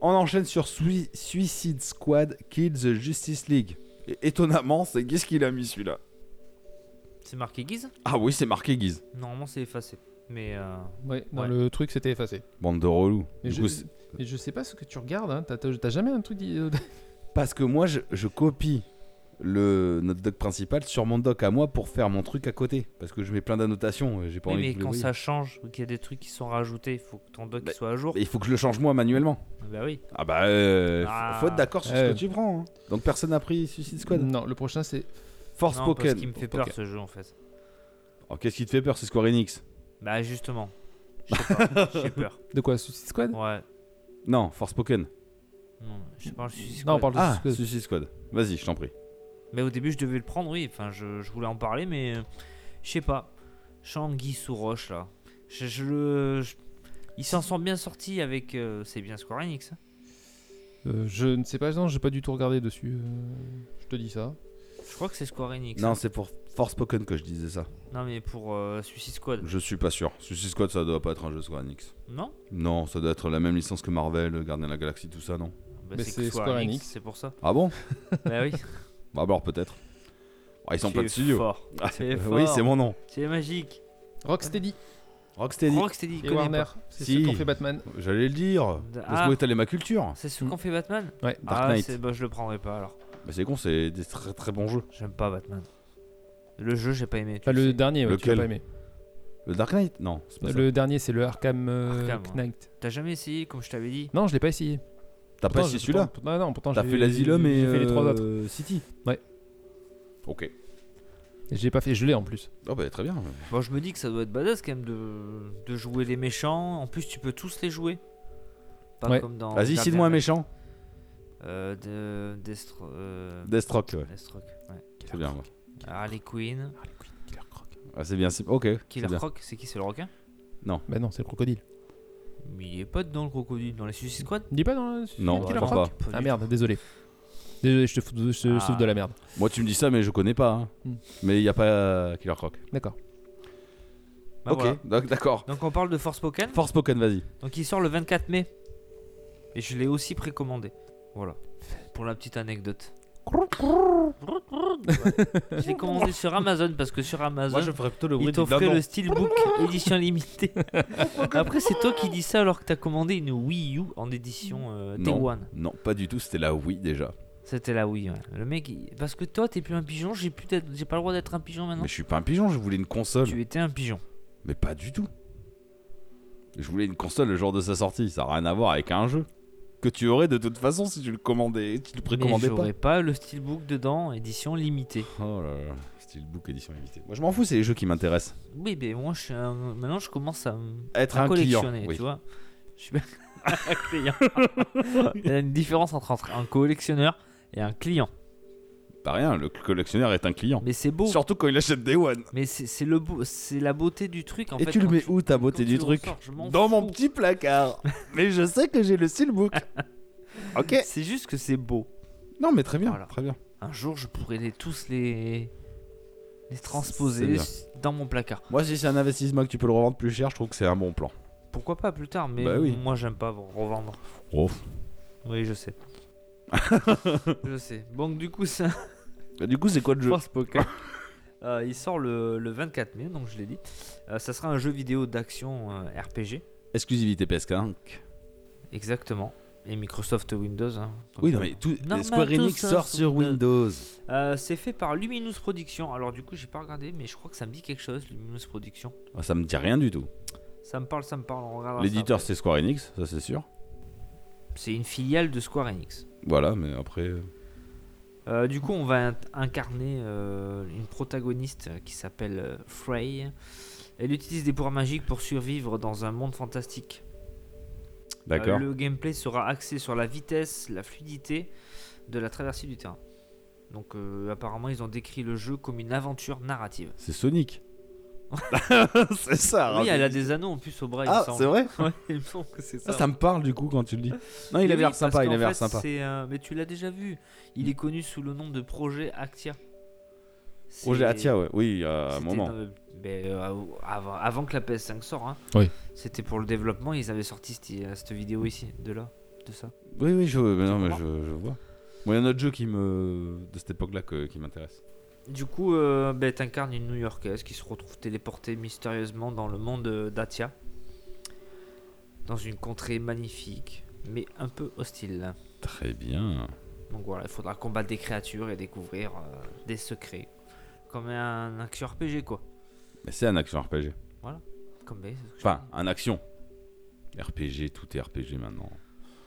S4: On enchaîne sur Sui- Suicide Squad Kill the Justice League. Et étonnamment, c'est qu'est-ce qu'il a mis celui-là
S5: C'est marqué Guise
S4: Ah oui, c'est marqué Guise.
S5: Normalement, c'est effacé. Mais. euh,
S6: Ouais, non,
S5: ouais.
S6: le truc c'était effacé.
S4: Bande de relous.
S6: Mais
S4: Du
S6: je,
S4: coup, c'est-
S6: mais je sais pas ce que tu regardes, hein. t'as- t'as t'as jamais un truc. euh, dit-
S4: Parce que moi, je, je copie le, notre doc principal sur mon doc à moi pour faire mon truc à côté. Parce que je mets plein d'annotations, euh, j'ai pas
S5: Oui,
S4: envie
S5: mais
S4: que vous les
S5: quand
S4: voyez.
S5: ça change, ou qu'il y a des trucs qui sont rajoutés, il faut que ton doc soit à jour.
S4: Bah, Mais Il faut que je le change moi manuellement.
S5: Bah oui.
S4: Ah bah, euh, faut-
S5: Ah.
S4: faut être d'accord sur
S5: Euh.
S4: ce que tu prends. hein. Donc personne n'a pris Suicide Squad
S6: Non, le prochain c'est
S4: Force
S5: Non,
S4: Pokémon.
S5: Parce qu'il me fait peur ce jeu en fait.
S4: Oh, Qu'est-ce qui te fait peur C'est Square Enix
S5: Bah justement. Je sais pas, J'ai peur.
S6: De quoi Suicide Squad
S5: Ouais.
S4: Non, Force Pokémon.
S5: Non, je parle Suicide
S6: Non, on
S5: Squad.
S6: parle de
S4: Ah, Suicide Squad. Vas-y, je t'en prie.
S5: Mais au début, je devais le prendre, oui. Enfin, je, je voulais en parler, mais euh, je sais pas. Shanghi sous roche là. Je, je le. je- Il s'en sont bien sorti avec. euh, c'est bien Square Enix. hein.
S6: Euh, je ne sais pas, non, j'ai pas du tout regardé dessus. euh, je te dis ça.
S5: Je crois que c'est Square Enix.
S4: Non,
S5: hein.
S4: c'est pour Force Pokémon que je disais ça.
S5: Non, mais pour euh, Suicide Squad.
S4: Je suis pas sûr. Suicide Squad, ça doit pas être un jeu Square Enix.
S5: Non
S4: Non, ça doit être la même licence que Marvel, Gardien de la Galaxie, tout ça, non
S5: Bah, Mais c'est c'est Square Square Enix, Enix. c'est pour ça.
S4: Ah bon
S5: Bah oui.
S4: Bah alors peut-être. Ah, ils sont
S5: Tu
S4: pas
S5: es
S4: de studio.
S5: fort.
S4: Ah,
S5: Tu es
S4: Oui,
S5: fort.
S4: c'est mon nom.
S5: C'est magique.
S6: Rocksteady.
S4: Ah, Rocksteady.
S5: Rocksteady, il
S6: Et
S5: connaît
S6: Warner,
S5: pas.
S6: c'est
S4: Si.
S6: ceux qui ont fait Batman.
S4: J'allais le dire. Laisse-moi
S5: Ah.
S4: étaler ma culture.
S5: C'est ce qu'on fait Batman
S4: Ouais, Dark
S5: ah,
S4: Knight.
S5: c'est- bah, je le prendrai pas alors.
S4: Bah, c'est con, c'est des très très bons jeux.
S5: J'aime pas Batman. Le jeu, j'ai pas aimé. tu
S4: Bah,
S6: Enfin, le
S5: sais.
S6: dernier, ouais, tu l'as
S4: Lequel
S6: pas aimé.
S4: Le Dark Knight Non, c'est pas
S5: Euh,
S4: ça.
S6: Le dernier, c'est le Arkham, euh,
S5: Arkham, hein.
S6: Knight.
S5: T'as jamais essayé, comme je t'avais dit
S6: Non, je l'ai pas essayé.
S4: T'as pas
S6: Pourtant,
S4: essayé
S6: j'ai-
S4: celui-là
S6: pourtant- pourtant- non, pourtant
S4: T'as
S6: j'ai-
S4: fait l'Asylum
S6: j'ai
S4: et
S6: fait les trois
S4: euh,
S6: autres.
S4: City.
S6: Ouais.
S4: Ok.
S6: Et J'ai pas fait, je l'ai en plus.
S4: Oh bah très bien.
S5: Bon, je me dis que ça doit être badass quand même de, de jouer les méchants. En plus, tu peux tous les jouer. Pas
S4: Ouais.
S5: comme dans.
S4: Vas-y,
S5: Gardien
S4: cite-moi un
S5: de la-
S4: méchant.
S5: Euh, de, Destro, euh,
S4: Deathstroke, ouais.
S5: Deathstroke, ouais.
S4: Très bien. ouais.
S5: Harley Quinn.
S4: Ah, c'est bien, c'est ok. Ah, c'est
S5: Killer
S4: bien.
S5: Croc, c'est qui C'est le requin
S4: Non.
S17: Bah non, c'est le crocodile.
S5: Mais il est pas dans le crocodile, dans les Suicide Squad
S17: Il est pas dans le
S4: Non, je
S17: Killer
S4: pense
S17: Croc
S4: pas.
S17: Ah merde, désolé. Désolé, je te fous de- je te
S5: Ah.
S17: sauve de la merde.
S4: Moi, tu me dis ça, mais je connais pas. hein.
S17: Hmm.
S4: Mais il n'y a pas euh, Killer Croc.
S17: D'accord.
S2: Ah,
S5: Bah
S4: ok,
S5: voilà.
S4: d'ac- d'accord.
S5: Donc on parle de Force Pokémon.
S4: Force Pokémon, vas-y.
S5: Donc il sort le 24 mai. Et je l'ai aussi précommandé. Voilà. Pour la petite anecdote. Je l'ai commandé sur Amazon parce que sur Amazon,
S2: Moi, je ferais plutôt le bruit
S5: ils
S2: du
S5: t'offraient
S2: blablan.
S5: le Steelbook édition limitée. Après, c'est toi qui dis ça alors que t'as commandé une Wii U en édition euh, Day
S4: Non,
S5: One.
S4: non, pas du tout, c'était la Wii déjà.
S6: Ah
S5: C'était la Wii. ouais. Le mec, il- parce que toi, t'es plus un pigeon, j'ai plus d'être- j'ai pas le droit d'être un pigeon maintenant.
S4: Mais je suis pas un pigeon, je voulais une console. Tu
S5: étais un pigeon.
S4: Mais pas du tout. Je voulais une console le jour de sa sortie, ça n'a rien à voir avec un jeu. Que tu aurais de toute façon si tu le commandais, tu le
S5: Mais
S4: précommandais pas.
S5: j'aurais pas le Steelbook dedans, édition limitée.
S4: Oh là là, Steelbook édition limitée. Moi je m'en fous, c'est les jeux qui m'intéressent.
S5: Oui, mais moi, je suis un- maintenant, je commence à m-
S4: Être
S5: à
S4: un client,
S5: collectionner,
S4: oui.
S5: tu vois. Je suis un client. Il y a une différence entre, entre un collectionneur et un client.
S4: Pas rien, le collectionneur est un client.
S5: Mais c'est beau.
S4: Surtout quand il achète des One.
S5: Mais c'est c'est le beau, c'est la beauté du truc. En
S4: Et
S5: fait,
S4: tu le
S5: quand
S4: mets où ta beauté
S5: quand
S4: du
S5: tu le
S4: truc
S5: ressors, je m'en
S4: Dans mon petit placard. mais je sais que j'ai le Steelbook. ok.
S5: C'est juste que c'est beau.
S4: Non, mais très bien, très bien.
S5: Un jour, je pourrais les tous les les
S4: C'est
S5: transposer
S4: bien.
S5: dans mon placard.
S4: Moi si c'est un investissement que tu peux le revendre plus cher, je trouve que c'est un bon plan.
S5: Pourquoi pas plus tard Mais
S4: Bah oui.
S5: moi, j'aime pas revendre.
S4: Oh.
S5: Oui, je sais. je sais. Donc du coup, ça.
S4: Bah, du coup, c'est quoi le jeu
S5: Force Poker. Euh, il sort le, le 24 mai, donc je l'ai dit. Euh, ça sera un jeu vidéo d'action euh, RPG,
S4: Exclusivité PS5.
S5: exactement. Et Microsoft Windows. hein.
S4: Oui, non, mais tout-
S5: Normal,
S4: Square
S5: tout
S4: Enix
S5: ça
S4: sort sur Windows.
S5: Euh, c'est fait par Luminous Productions. Alors du coup, j'ai pas regardé, mais je crois que ça me dit quelque chose, Luminous Productions.
S4: Ah, Ça me dit rien du tout.
S5: Ça me parle, ça me parle. on regardera Ah, ça
S4: L'éditeur
S5: après.
S4: c'est Square Enix, ça c'est sûr.
S5: c'est une filiale de Square Enix.
S4: Voilà, mais après. euh,
S5: Ah, Euh, du coup, on va in- incarner euh, une protagoniste euh, qui s'appelle euh, Frey. Elle utilise des pouvoirs magiques pour survivre dans un monde fantastique.
S4: D'accord.
S5: Euh, le gameplay sera axé sur la vitesse, la fluidité de la traversée du terrain. Donc, euh, apparemment, ils ont décrit le jeu comme une aventure narrative.
S4: C'est Sonic. c'est ça.
S5: Oui,
S4: hein,
S5: elle a
S4: c'est-
S5: des anneaux en plus au bras. il me
S4: Ah,
S5: semble.
S4: c'est vrai
S5: Ouais, il me semble que c'est ça.
S4: Ah, ça me parle du coup quand tu le dis. Non, il
S5: Mais
S4: avait
S5: oui,
S4: l'air
S5: parce
S4: sympa, il
S5: qu'en
S4: avait l'air
S5: fait,
S4: sympa. Mm.
S5: c'est un- Mais tu l'as déjà vu. Il est connu sous le nom de Projet Actia. C'est-
S4: Roger Oh, Atia, ouais. Oui, à un
S5: C'était
S4: moment.
S5: dans le- ben, euh, av- avant, avant que la PS5 sorte, hein.
S4: Oui.
S5: c'était pour le développement. Ils avaient sorti cette, euh, cette vidéo ici, de là, de ça.
S4: Oui, oui, je, mais non, mais je, je vois. Bon, il y a un autre jeu qui me... de cette époque-là que- qui m'intéresse.
S5: Du coup, euh, ben, t'incarnes une New-Yorkaise qui se retrouve téléportée mystérieusement dans le monde euh, d'Atia, dans une contrée magnifique, mais un peu hostile.
S4: Très bien.
S5: Donc voilà, il faudra combattre des créatures et découvrir euh, des secrets, comme un action RPG quoi.
S4: Mais c'est un action RPG.
S5: Voilà, comme ben, c'est ce que je
S4: Enfin, un action. RPG, tout est RPG maintenant.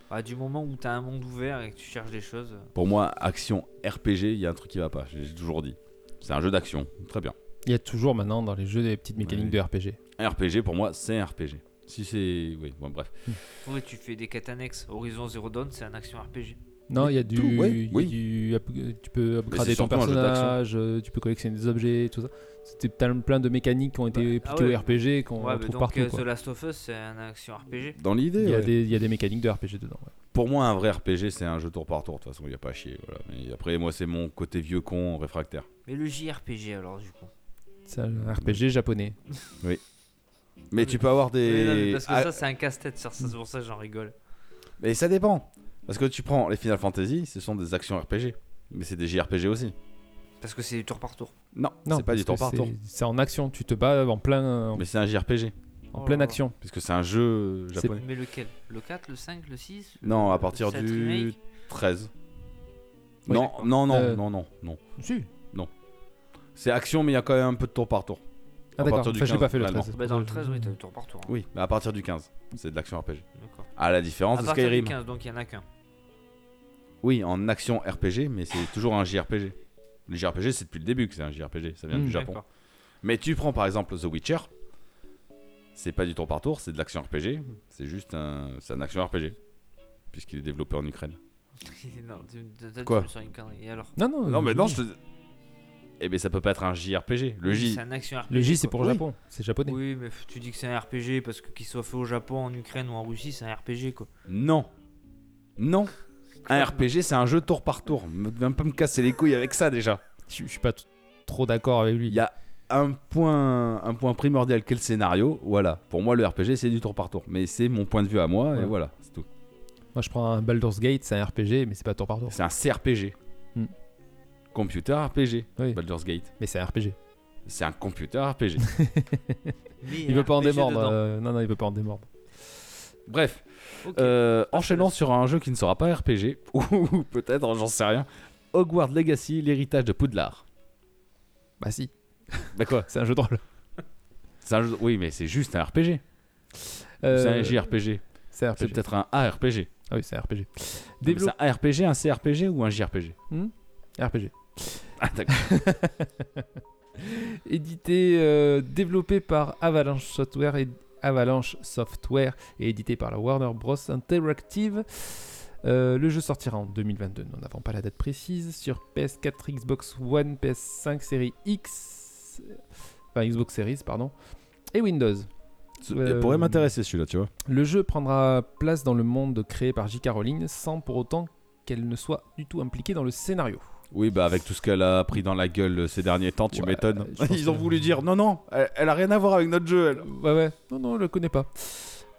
S5: Ah, du moment où tu as un monde ouvert et que tu cherches des choses.
S4: Pour moi, action RPG, il y a un truc qui va pas. J'ai j'ai toujours dit. C'est un jeu d'action. Très bien.
S17: Il y a toujours maintenant dans les jeux des petites mécaniques de RPG.
S4: Un RPG, pour moi, c'est un RPG. Si c'est. Oui, bon, bref.
S5: euh, Ouais, tu fais des quêtes annexes. Horizon Zero Dawn, c'est un action RPG.
S17: Non, il y a du,
S4: tout, ouais,
S17: il y a
S4: oui.
S17: du up- euh, tu peux
S4: c'est
S17: upgrader ton
S4: surtout un jeu d'action.
S17: personnage, euh, tu peux collectionner des objets, tout ça. C'était plein plein de mécaniques qui ont été
S4: Bah,
S5: Ah
S17: appliquées
S5: ouais.
S17: au RPG qu'on
S5: Ouais, mais
S17: retrouve
S5: donc,
S17: partout.
S5: euh,
S17: quoi.
S5: The Last of Us, c'est un action RPG.
S4: Dans l'idée,
S17: il y, a
S4: ouais.
S17: des, il y a des mécaniques de RPG dedans. ouais.
S4: Pour moi, un vrai RPG, c'est un jeu tour par tour. De toute façon, il n'y a pas à chier. Voilà. Mais après, moi, c'est mon côté vieux con réfractaire.
S5: Mais le JRPG alors, du coup.
S17: C'est un RPG japonais.
S4: Oui. Mais tu peux avoir
S5: Ah Oui, non, mais
S4: des.
S5: parce que
S4: Ah,
S5: ça, c'est un casse-tête, ça, c'est pour ça que j'en rigole.
S4: Mais ça dépend. Parce que tu prends les Final Fantasy, ce sont des actions RPG. Mais c'est des JRPG aussi.
S5: Parce que c'est du tour par tour.
S4: Non, c'est pas
S17: parce
S4: du
S17: que
S4: tour par
S17: c'est-
S4: tour.
S17: C'est en action, tu te bats en plein. en-
S4: Mais oh. c'est un JRPG.
S17: En pleine
S5: Oh.
S17: action.
S4: Puisque c'est un jeu japonais.
S5: Mais lequel Le 4, le 5, le 6 le-
S4: Non, à
S5: le
S4: partir
S5: 7
S4: du
S5: remake
S4: 13.
S5: Ouais,
S4: non,
S5: d'accord.
S4: non, non,
S5: Euh,
S4: non, non, non.
S17: Si.
S4: Non. C'est action, mais il y a quand même un peu de tour par tour.
S17: Ah,
S4: À
S17: d'accord.
S4: partir du
S17: Enfin, j'ai
S4: 15,
S17: pas fait le
S4: vraiment.
S17: 13.
S5: Bah, dans le 13, oui, t'as le tour par tour. hein.
S4: Oui, mais à partir du 15, c'est de l'action RPG.
S5: D'accord.
S4: À la différence
S5: À
S4: de
S5: partir du
S4: Skyrim.
S5: 15, donc il y en a qu'un.
S4: Oui, en action RPG, mais c'est toujours un JRPG. Le JRPG, c'est depuis le début que c'est un JRPG, ça vient
S5: Mm.
S4: du Japon.
S5: D'accord.
S4: Mais tu prends par exemple The Witcher, c'est pas du tour par tour, c'est de l'action RPG, c'est juste un, c'est un action RPG, puisqu'il est développé en Ukraine.
S5: non, tu, tu- tu
S4: Quoi
S6: Oh,
S5: me sors une connerie. Et alors
S4: Non, mais non, je te... Eh bien, ça peut pas être un JRPG. Le J.
S5: C'est un action RPG.
S6: Le J, c'est
S5: quoi.
S6: pour le
S5: Oui.
S6: Japon. C'est japonais.
S5: Oui, mais f- tu dis que c'est un RPG parce que qu'il soit fait au Japon, en Ukraine ou en Russie, c'est un RPG quoi.
S4: Non. Non. Un RPG, c'est un jeu tour par tour. Me- Viens pas me casser les couilles avec ça déjà.
S6: Je, suis pas t- trop d'accord avec lui.
S4: Il y a un point, un point primordial qui est le scénario. Voilà. Pour moi, le RPG, c'est du tour par tour. Mais c'est mon point de vue à moi et
S6: Voilà.
S4: voilà, c'est tout.
S6: Moi, je prends un Baldur's Gate, c'est un RPG, mais c'est pas tour par tour.
S4: C'est un CRPG.
S6: Hmm.
S4: Computer RPG. Baldur's Gate.
S6: Mais c'est un RPG.
S4: C'est un computer RPG.
S6: il veut pas en
S4: RPG
S6: démordre.
S4: dedans.
S6: euh, non, non, il veut pas en démordre.
S4: Bref, Euh, enchaînons sur un jeu qui ne sera pas RPG, ou peut-être, j'en sais rien. Hogwarts Legacy, l'héritage de Poudlard.
S6: Bah si.
S4: Bah quoi
S6: C'est un jeu de rôle.
S4: C'est un jeu- Oui, mais c'est juste un RPG. C'est
S6: Euh,
S4: un JRPG.
S6: C'est RPG.
S4: peut-être un ARPG.
S6: Ah oui, c'est un RPG.
S4: Mais
S6: Développe-
S4: C'est un ARPG, un CRPG ou un JRPG
S6: Hmm RPG.
S4: Ah d'accord.
S6: édité, euh, développé par Avalanche Software et Avalanche Software et édité par la Warner Bros Interactive. Euh, le jeu sortira en 2022, nous n'avons pas la date précise, sur PS4, Xbox One, PS5, série X, enfin Xbox Series, pardon, et Windows.
S4: Ça
S6: Euh,
S4: pourrait m'intéresser celui-là, tu vois.
S6: le jeu prendra place dans le monde créé par J.K. Rowling sans pour autant qu'elle ne soit du tout impliquée dans le scénario.
S4: Oui, bah avec tout ce qu'elle a pris dans la gueule euh, ces derniers temps, tu m'étonnes.
S6: euh, je pense
S4: Ils ont
S6: que-
S4: voulu dire non, non, elle, elle a rien à voir avec notre jeu. elle.
S6: Ouais, ouais. Non, non, je le connais pas.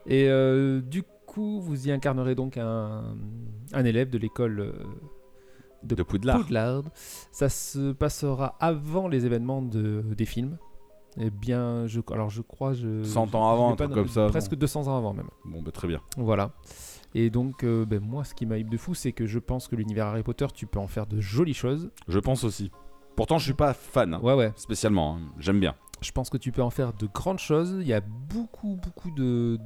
S6: Et euh, du coup, vous y incarnerez donc un, un élève de l'école euh, de,
S4: Poudlard.
S6: Ça se passera avant les événements de, des films. Eh bien, je, alors je crois... Je,
S4: 100
S6: je-
S4: ans
S6: je
S4: avant,
S6: l'ai
S4: un
S6: pas
S4: truc
S6: dans-
S4: comme ça,
S6: Presque
S4: bon.
S6: 200 ans avant même.
S4: Bon, bah très bien.
S6: Voilà. Et donc, euh, ben, moi, ce qui m'a hype de fou, c'est que je pense que l'univers Harry Potter, tu peux en faire de jolies choses.
S4: Je pense aussi. Pourtant, je suis pas fan.
S6: Ouais, ouais.
S4: Spécialement, hein. j'aime bien.
S6: Je pense que tu peux en faire de grandes choses. Il y a beaucoup, beaucoup de, de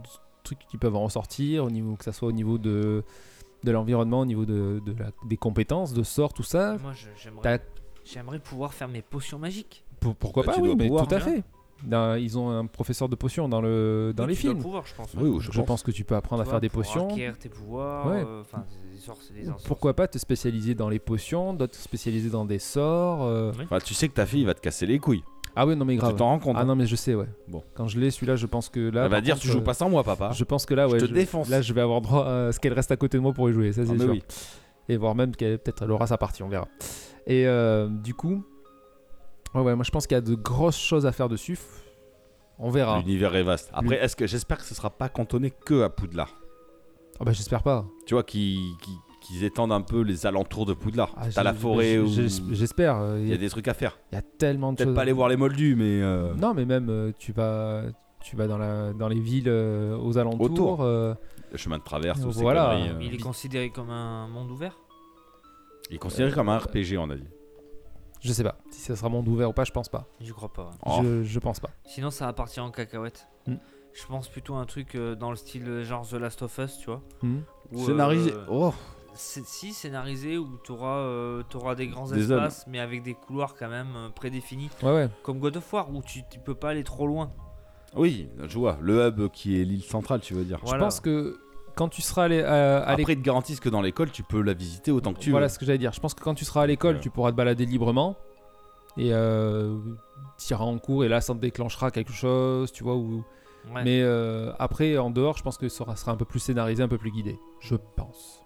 S6: trucs qui peuvent en ressortir, au niveau, que ce soit au niveau de, de l'environnement, au niveau de, de la- des compétences, de sorts, tout ça.
S5: Moi, je- j'aimerais,
S6: T'as-
S5: j'aimerais pouvoir faire mes potions magiques.
S6: pour- pourquoi
S5: Bah,
S6: pas
S5: tu
S6: Oui,
S5: dois
S6: mais
S5: pouvoir,
S6: tout à
S5: hein.
S6: fait. Dans- ils ont un professeur de potions dans, le, dans
S5: Oui,
S6: les
S5: tu dois
S6: films.
S5: pouvoir, je pense, ouais.
S6: Oui, ou je, pense. que tu peux apprendre
S5: Tu
S6: à
S5: vois,
S6: faire des
S5: pour
S6: potions.
S5: acquérir tes pouvoirs,
S6: Ouais.
S5: euh, enfin, c'est des sorts, c'est des instants.
S6: Pourquoi pas te spécialiser dans les potions, d'autres te spécialiser dans des sorts. euh.
S4: Enfin, tu sais que ta fille va te casser les couilles.
S6: Ah oui, non mais grave.
S4: Tu t'en rends compte.
S6: Ah non mais je sais, ouais.
S4: hein. Bon.
S6: Quand je l'ai, celui-là, je pense que là.
S4: Elle va
S6: par
S4: dire,
S6: contre,
S4: tu joues
S6: euh,
S4: pas sans moi, papa.
S6: Je pense que là, ouais.
S4: Je te défonce. Ah,
S6: Là, je vais avoir droit à ce qu'elle reste à côté de moi pour y jouer, ça c'est
S4: mais
S6: sûr.
S4: oui.
S6: Et voir même qu'elle peut-être elle aura sa partie, on verra. Et euh, du coup, ouais, ouais, moi je pense qu'il y a de grosses choses à faire dessus. On verra.
S4: L'univers est vaste. Après, est-ce que j'espère que ce sera pas cantonné que à Poudlard
S6: Ah bah j'espère pas.
S4: Tu vois, qui- qui- qu'ils étendent un peu les alentours de Poudlard.
S6: Ah,
S4: T'as
S6: j'ai-
S4: la forêt
S6: j'ai-
S4: où.
S6: j'ai- j'espère, euh,
S4: Il y
S6: y
S4: a
S6: a-
S4: des trucs à faire.
S6: Il y a tellement de
S4: Peut-être
S6: choses.
S4: pas aller voir les Moldus, mais. euh,
S6: Non, mais même euh, tu vas, tu vas dans la, dans les villes euh, aux alentours.
S4: Autour.
S6: euh,
S4: Le chemin de traverse, ou ces
S6: Voilà.
S4: conneries, euh.
S5: Il est considéré comme un monde ouvert
S4: Il est considéré comme un RPG, on a dit.
S6: Je sais pas si ça sera monde ouvert ou pas. Je pense pas.
S5: Je crois pas. ouais.
S4: Oh.
S6: Je, je pense pas.
S5: Sinon, ça va partir en cacahuète.
S6: Mm.
S5: Je pense plutôt à un truc euh, dans le style euh, genre The Last of Us, tu vois.
S4: Hmm.
S6: Mm.
S5: Où, euh,
S4: Scénarisé. Oh.
S5: c'est- Si, scénarisé, où tu auras, des grands
S4: Des zones.
S5: espaces, mais avec des couloirs quand même euh, prédéfinis.
S6: Ouais, ouais.
S5: Comme God of War, où tu, tu peux pas aller trop loin.
S4: Oui, je vois. Le hub qui est l'île centrale, tu veux dire.
S5: Voilà.
S6: Je pense que quand tu seras allé euh, à, à
S4: Après, ils te garantissent que dans l'école, tu peux la visiter autant que tu
S6: voilà
S4: veux.
S6: ce que j'allais dire. Je pense que quand tu seras à l'école,
S4: Ouais.
S6: tu pourras te balader librement et euh, tu iras en cours et là, ça te déclenchera quelque chose, tu vois. Ou...
S5: Ouais.
S6: Mais euh, après, en dehors, je pense que ça sera, sera un peu plus scénarisé, un peu plus guidé. Je pense.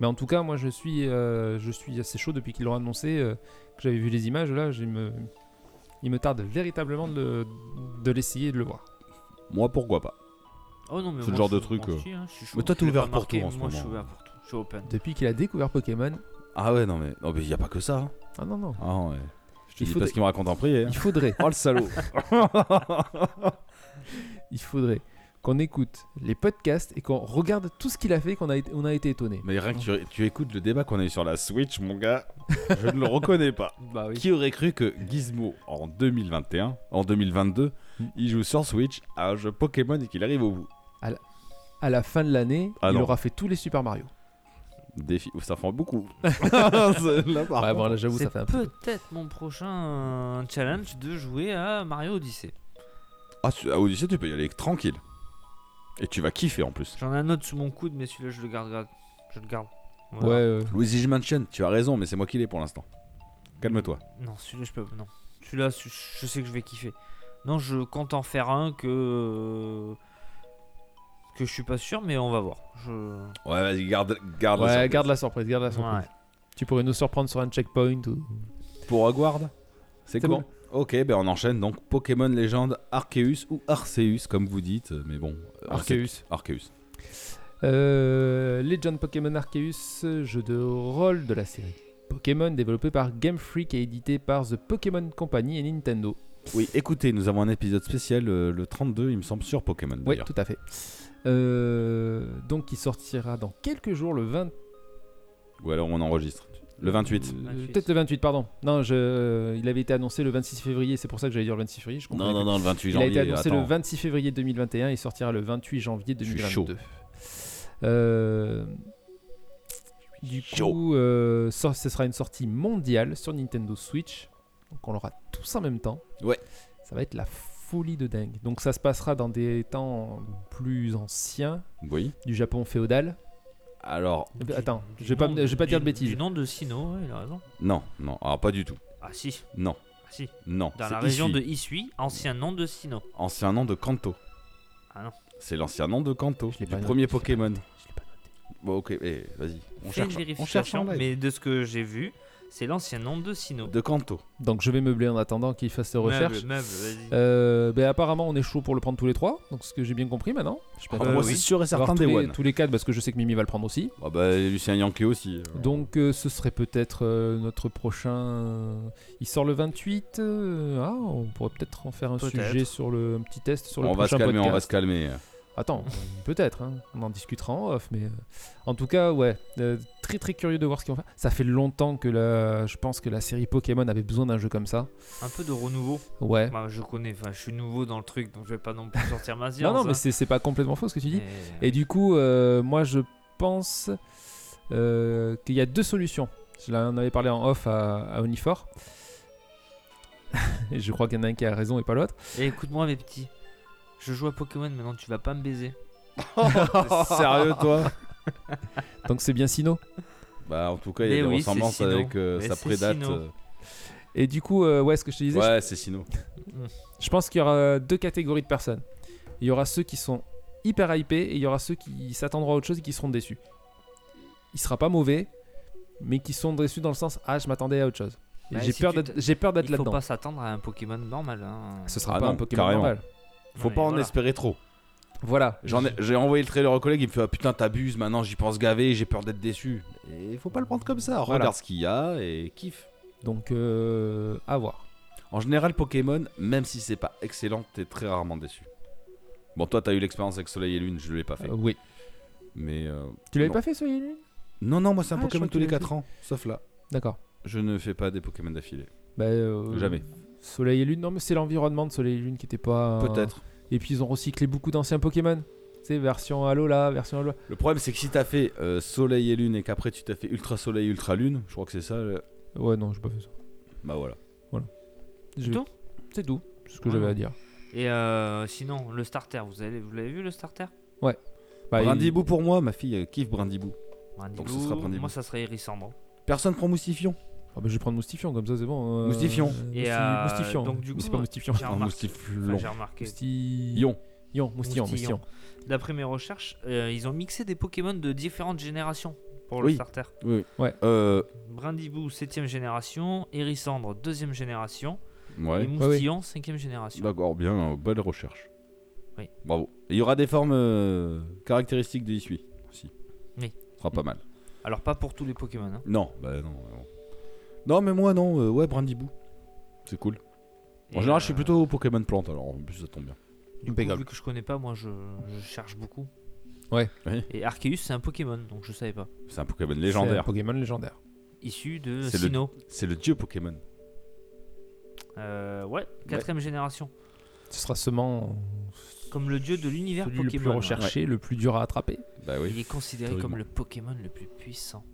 S6: Mais en tout cas, moi, je suis, euh, je suis assez chaud depuis qu'ils l'ont annoncé, euh, que j'avais vu les images. Là, je me... il me tarde véritablement de, le- de l'essayer et de le voir.
S4: Moi, pourquoi pas
S5: Oh non, mais
S4: C'est le
S5: moi,
S4: genre
S5: je
S4: de
S5: suis-
S4: truc.
S5: moi,
S4: euh.
S5: je suis, hein, je suis chaud.
S4: Mais toi,
S5: Tu
S4: t'es
S5: l'as
S4: ouvert
S5: pas
S4: pour tout
S5: marqué,
S4: en ce
S5: moi, je suis
S4: moment.
S5: ouvert pour tout. Je suis open.
S6: Depuis qu'il a découvert Pokémon,
S4: Ah ouais, non, mais il mais n'y a pas que ça. hein.
S6: Ah non, non.
S4: Ah ouais. Je te
S6: Il
S4: dis pas
S6: faudrait-
S4: ce qu'il me raconte en prière.
S6: Il faudrait.
S4: Oh le salaud.
S6: il faudrait qu'on écoute les podcasts et qu'on regarde tout ce qu'il a fait qu'on a été, on a été étonné.
S4: Mais rien que tu, tu écoutes le débat qu'on a eu sur la Switch, mon gars, je ne le reconnais pas.
S6: Bah
S4: Qui aurait cru que Gizmo, en 2021, en 2022, il joue sur Switch à un jeu Pokémon et qu'il arrive au bout
S6: À la, à la fin de l'année,
S4: Ah
S6: il
S4: non.
S6: aura fait tous les Super Mario.
S4: Défi, ça fait beaucoup. Là, par
S6: Ouais, Ah bon,
S4: contre,
S6: là, j'avoue,
S5: C'est
S6: ça fait un peu.
S5: peut-être mon prochain euh, challenge de jouer à Mario Odyssey.
S4: Ah, tu- à Odyssey, tu peux y aller tranquille. Et tu vas kiffer en plus.
S5: J'en ai un autre sous mon coude, mais celui-là, je le garde. garde- Je le garde.
S4: Luigi Mansion, tu as raison, mais c'est moi qui l'ai pour l'instant. Calme-toi.
S5: Non, celui-là, je peux. Non. Celui-là, je je sais que je vais kiffer. Non, je compte en faire un que. que je suis pas sûr, mais on va voir. Je...
S4: Ouais, vas-y, garde, garde
S6: ouais,
S4: la surprise.
S6: garde la surprise, garde la surprise.
S5: Ouais.
S6: Tu pourrais nous surprendre sur un checkpoint ou.
S4: Pour Hogwarts C'est
S6: C'est
S4: cool.
S6: bon.
S4: Ok, ben on enchaîne donc Pokémon légende Arceus ou Arceus comme vous dites, mais bon. euh,
S6: Arceus.
S4: Arceus.
S6: Euh, Legend Pokémon Arceus, jeu de rôle de la série Pokémon, développé par Game Freak et édité par The Pokémon Company et Nintendo.
S4: Oui, écoutez, nous avons un épisode spécial euh, le 32, il me semble, sur Pokémon.
S6: Oui,
S4: d'ailleurs.
S6: tout à fait. Euh, donc, qui sortira dans quelques jours, le 20.
S4: Ou alors on enregistre. Le 28.
S6: euh, Peut-être le 28, pardon. Non, je, euh, il avait été annoncé le 26 février, c'est pour ça que j'allais dire le 26 février. je comprenais
S4: Non, non, non, le
S6: plus.
S4: 28
S6: Il a
S4: janvier,
S6: été annoncé
S4: attends.
S6: le 26 février 2021 et sortira le 28 janvier
S4: Je suis
S6: 2022.
S4: chaud.
S6: Euh, du coup, euh, ça- ce sera une sortie mondiale sur Nintendo Switch. Donc on l'aura tous en même temps.
S4: Ouais.
S6: Ça va être la folie de dingue. Donc ça se passera dans des temps plus anciens.
S4: Oui.
S6: Du Japon féodal.
S4: Alors.
S6: Euh, Attends, je vais pas, me- je vais pas dire de bêtises.
S5: Du nom de Sino, ouais, il a raison.
S4: Non, non, alors pas du tout.
S5: Ah si.
S4: Non.
S5: Ah si.
S4: Non.
S5: Dans
S4: c'est
S5: la région
S4: Isui.
S5: de Isui, ancien nom de Sino.
S4: Ancien nom de Kanto.
S5: Ah non.
S4: C'est l'ancien nom de Kanto, du
S5: noté,
S4: premier Pokémon. Bon, ok, eh, vas-y. On
S5: Fais
S4: cherche.
S5: une
S4: On cherche
S5: vérification,
S4: en live.
S5: mais de ce que j'ai vu, c'est l'ancien nom de Sino.
S4: De Kanto.
S6: Donc je vais meubler en attendant qu'il fasse ses
S5: Meuble,
S6: recherches.
S5: meuble, vas-y.
S6: Euh, ben, apparemment on est chaud pour le prendre tous les trois, donc ce que j'ai bien compris maintenant. Je
S4: Ah, moi, c'est sûr et certain,
S6: Alors, tous,
S4: Day
S6: les,
S4: One.
S6: tous les quatre parce que je sais que Mimi va le prendre aussi.
S4: Ah bah, Lucien Yankee aussi.
S6: Donc euh, ce serait peut-être euh, notre prochain. euh, Il sort le 28. euh, Ah, on pourrait peut-être en faire un
S4: Peut-être.
S6: sujet sur le un petit test sur le
S4: on va se
S6: prochain
S4: calmer, on va
S6: podcast.
S4: se calmer.
S6: Attends, peut-être, hein. on en discutera en off, mais euh, en tout cas, ouais, euh, très très curieux de voir ce qu'ils vont faire. Ça fait longtemps que la, je pense que la série Pokémon avait besoin d'un jeu comme ça.
S5: Un peu de renouveau.
S6: Ouais.
S5: Bah, je connais, enfin, je suis nouveau dans le truc, donc je vais pas non plus sortir ma science.
S6: Non, non, mais
S5: hein.
S6: c'est c'est pas complètement faux ce que tu dis.
S5: Mais-
S6: Et du coup, euh, moi je pense euh, qu'il y a deux solutions. Je l'en avais parlé en off à, à Unifor. et je crois qu'il y en a un qui a raison et pas l'autre.
S5: Et eh, écoute-moi, mes petits. Je joue à Pokémon, maintenant tu vas pas me baiser.
S4: Sérieux, toi
S6: Donc c'est bien Sino.
S4: Bah, en tout cas, il y
S5: Mais
S4: a des
S5: oui, c'est
S4: ressemblances
S5: Sino.
S4: avec euh,
S5: Mais
S4: sa
S5: c'est
S4: prédate.
S5: Sino.
S4: euh,
S6: Et du coup, euh, ouais, ce que je te disais.
S4: Ouais,
S6: je-
S4: c'est Sino.
S6: Je pense qu'il y aura deux catégories de personnes. Il y aura ceux qui sont hyper hypés et il y aura ceux qui s'attendront à autre chose et qui seront déçus. Il sera pas mauvais, mais qui sont déçus dans le sens Ah, je m'attendais à autre chose. Et
S5: Bah,
S6: j'ai
S5: si
S6: peur
S5: tu
S6: d'être-
S5: te-
S6: j'ai peur d'être
S5: Il faut
S6: là-dedans.
S5: pas s'attendre à un Pokémon normal. hein.
S6: Ce sera
S4: Ah
S6: pas
S4: non,
S6: un Pokémon
S4: carrément.
S6: normal.
S4: Faut
S5: Non,
S4: pas
S5: mais
S4: en
S5: voilà.
S4: espérer trop.
S6: Voilà.
S4: J'en ai- J'ai envoyé le trailer au collègue, il me fait Ah putain, t'abuses, maintenant j'y pense gavé, j'ai peur d'être déçu. Et faut pas le prendre comme ça,
S6: Voilà.
S4: regarde ce qu'il y a et kiffe.
S6: Donc, euh, à voir.
S4: En général, Pokémon, même si c'est pas excellent, t'es très rarement déçu. Bon, toi, t'as eu l'expérience avec Soleil et Lune, je l'ai pas fait.
S6: Euh, oui.
S4: Mais. euh,
S6: Tu l'avais
S4: non.
S6: pas fait, Soleil et Lune
S4: Non, non, moi c'est un
S6: Ah, je
S4: Pokémon
S6: crois que
S4: tous
S6: tu
S4: les
S6: l'avais
S4: 4
S6: fait.
S4: ans, sauf là.
S6: D'accord.
S4: Je ne fais pas des Pokémon d'affilée.
S6: Bah, euh,
S4: Jamais.
S6: Soleil et Lune, non, mais c'est l'environnement de Soleil et Lune qui était pas.
S4: Peut-être.
S6: Et puis ils ont recyclé beaucoup d'anciens Pokémon. Tu sais, version Halo là, version Halo.
S4: Le problème, c'est que si t'as fait euh, Soleil et Lune et qu'après tu t'as fait Ultra Soleil, Ultra Lune, je crois que c'est ça. le-
S6: Ouais, non, j'ai pas fait ça.
S4: Bah voilà.
S6: Voilà.
S5: C'est tout
S6: C'est tout. C'est ce que
S5: Ouais,
S6: j'avais à
S5: non.
S6: dire.
S5: Et euh, sinon, le starter, vous avez- vous l'avez vu le starter
S6: Ouais. Bah,
S4: Brindibou pour moi, ma fille euh, kiffe Brindibou.
S5: Brindibou,
S4: Donc ce sera Brindibou.
S5: Moi, ça serait Hérissandre.
S4: Personne prend Moustifion
S6: Ah bah, je vais prendre Moustifion, comme ça c'est bon. euh,
S4: Moustifion.
S5: Et,
S6: Mousti-
S5: euh,
S6: Moustifion.
S5: donc, du
S6: Mais
S5: coup,
S6: c'est pas Moustifion.
S5: j'ai
S4: Non,
S5: remarqué-
S4: Moustiflon.
S5: enfin, j'ai remarqué.
S6: Mousti-
S4: Ion.
S6: Yon, Moustillon, Moustillon.
S5: D'après mes recherches, euh, ils ont mixé des Pokémon de différentes générations pour le
S4: Oui.
S5: starter.
S4: Oui, oui.
S6: Ouais.
S4: Euh,
S5: Brindibou, 7ème génération. Hérissandre, 2ème génération.
S4: Ouais.
S5: Et Moustillon, 5ème génération.
S4: D'accord, bien, euh, belle recherche.
S5: Oui.
S4: Bravo. Et Il y aura des formes euh, caractéristiques de Isui aussi.
S5: Oui.
S4: Ce sera pas mal.
S5: Alors, pas pour tous les Pokémon. hein.
S4: Non, bah non. euh, Non, Non, mais moi non, euh, ouais, Brindibou. C'est cool. En
S5: Et,
S4: général, je suis
S5: euh,
S4: plutôt Pokémon plante, alors en plus ça tombe bien.
S5: Du coup, vu que je connais pas, moi, je, je cherche beaucoup.
S6: Ouais.
S4: Oui.
S5: Et Arceus, c'est un Pokémon, donc je savais pas.
S4: C'est un Pokémon légendaire.
S6: Pokémon légendaire.
S5: Issu de
S4: C'est le,
S5: Sinnoh.
S4: c'est le dieu Pokémon.
S5: Euh, ouais, quatrième génération.
S6: Ce sera seulement
S5: Comme le dieu de l'univers
S6: celui
S5: Pokémon. hein.
S6: le plus recherché, le plus dur à attraper.
S4: Bah oui.
S5: Il est considéré
S6: Théoriquement.
S5: comme le Pokémon le plus puissant.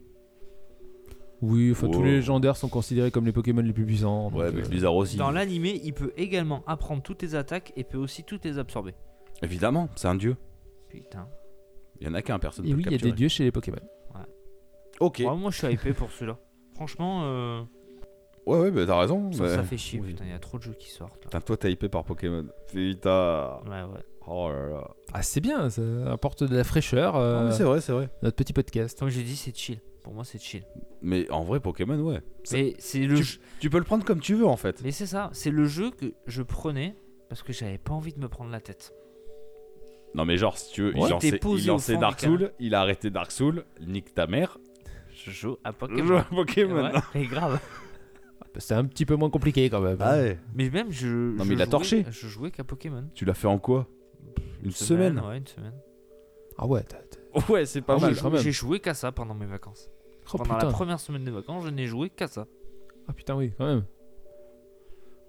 S6: Oui, enfin tous
S4: Wow.
S6: les légendaires sont considérés comme les Pokémon les plus puissants.
S4: Ouais,
S6: donc,
S4: mais
S6: euh,
S4: Blizzard aussi.
S5: Dans l'animé, il peut également apprendre toutes les attaques et peut aussi toutes les absorber.
S4: Évidemment, c'est un dieu.
S5: Putain.
S4: Il y en a qu'un, personne
S6: Et
S4: peut
S6: oui,
S4: le
S6: il y a
S4: capturer.
S6: des dieux chez les Pokémon.
S5: Ouais.
S4: Ok.
S5: Ouais, moi, je suis hypé pour celui-là. Franchement, euh,
S4: Ouais, ouais, bah, t'as raison.
S5: Ça,
S4: mais-
S5: ça fait chier, putain, il y a trop de jeux qui sortent.
S4: Putain, toi, t'es hypé par Pokémon. Putain.
S5: Ouais, ouais.
S4: Oh là là.
S6: Ah, c'est bien, ça apporte de la fraîcheur. euh,
S4: mais c'est vrai, c'est vrai.
S6: Notre petit podcast.
S5: Comme j'ai dit, c'est chill. Pour moi, c'est chill.
S4: Mais en vrai, Pokémon, ouais.
S5: Mais c'est le
S4: tu,
S5: jeu-
S4: tu peux le prendre comme tu veux, en fait.
S5: Mais c'est ça, c'est le jeu que je prenais parce que j'avais pas envie de me prendre la tête.
S4: Non, mais genre, si tu veux,
S5: Ouais.
S4: il lançait,
S5: T'es posé
S4: il
S5: au
S4: lançait
S5: fond du
S4: Dark
S5: canapé.
S4: Souls, il a arrêté Dark Souls, nique ta mère.
S5: Je joue à
S4: Je
S5: Pokémon.
S4: joue à Pokémon.
S5: Ouais, mais grave.
S6: C'est un petit peu moins compliqué quand même. hein.
S4: Ah ouais.
S5: Mais même, je.
S4: Non,
S5: je
S4: mais il a
S5: jouais-
S4: torché.
S5: Je jouais qu'à Pokémon.
S4: Tu l'as fait en quoi Une semaine
S5: Ouais, une semaine.
S6: Ah ouais,
S4: Ouais, c'est pas
S5: Ah,
S4: mal
S5: j'ai
S4: quand
S5: joué-
S4: même.
S5: J'ai joué qu'à ça pendant mes vacances.
S6: Oh,
S5: pendant
S6: putain.
S5: la première semaine des vacances, je n'ai joué qu'à ça.
S6: Ah putain, oui, quand même.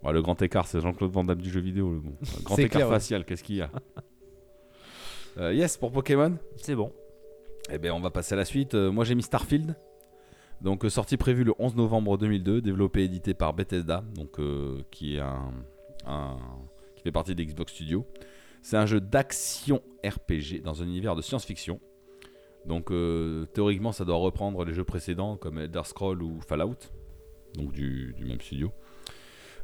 S4: Ouais, le grand écart, c'est Jean-Claude Van Damme du jeu vidéo. Le bon. Le grand
S6: C'est
S4: écart
S6: clair, ouais.
S4: facial, qu'est-ce qu'il y a Euh, Yes, pour Pokémon
S5: C'est bon.
S4: Eh bien, on va passer à la suite. Euh, moi, j'ai mis Starfield. Donc, euh, sortie prévue le 11 novembre 2002, développé et édité par Bethesda, donc, euh, qui, est un, un- qui fait partie d'Xbox Studio. C'est un jeu d'action RPG dans un univers de science-fiction. Donc, euh, théoriquement, ça doit reprendre les jeux précédents comme Elder Scrolls ou Fallout, donc du, du même studio.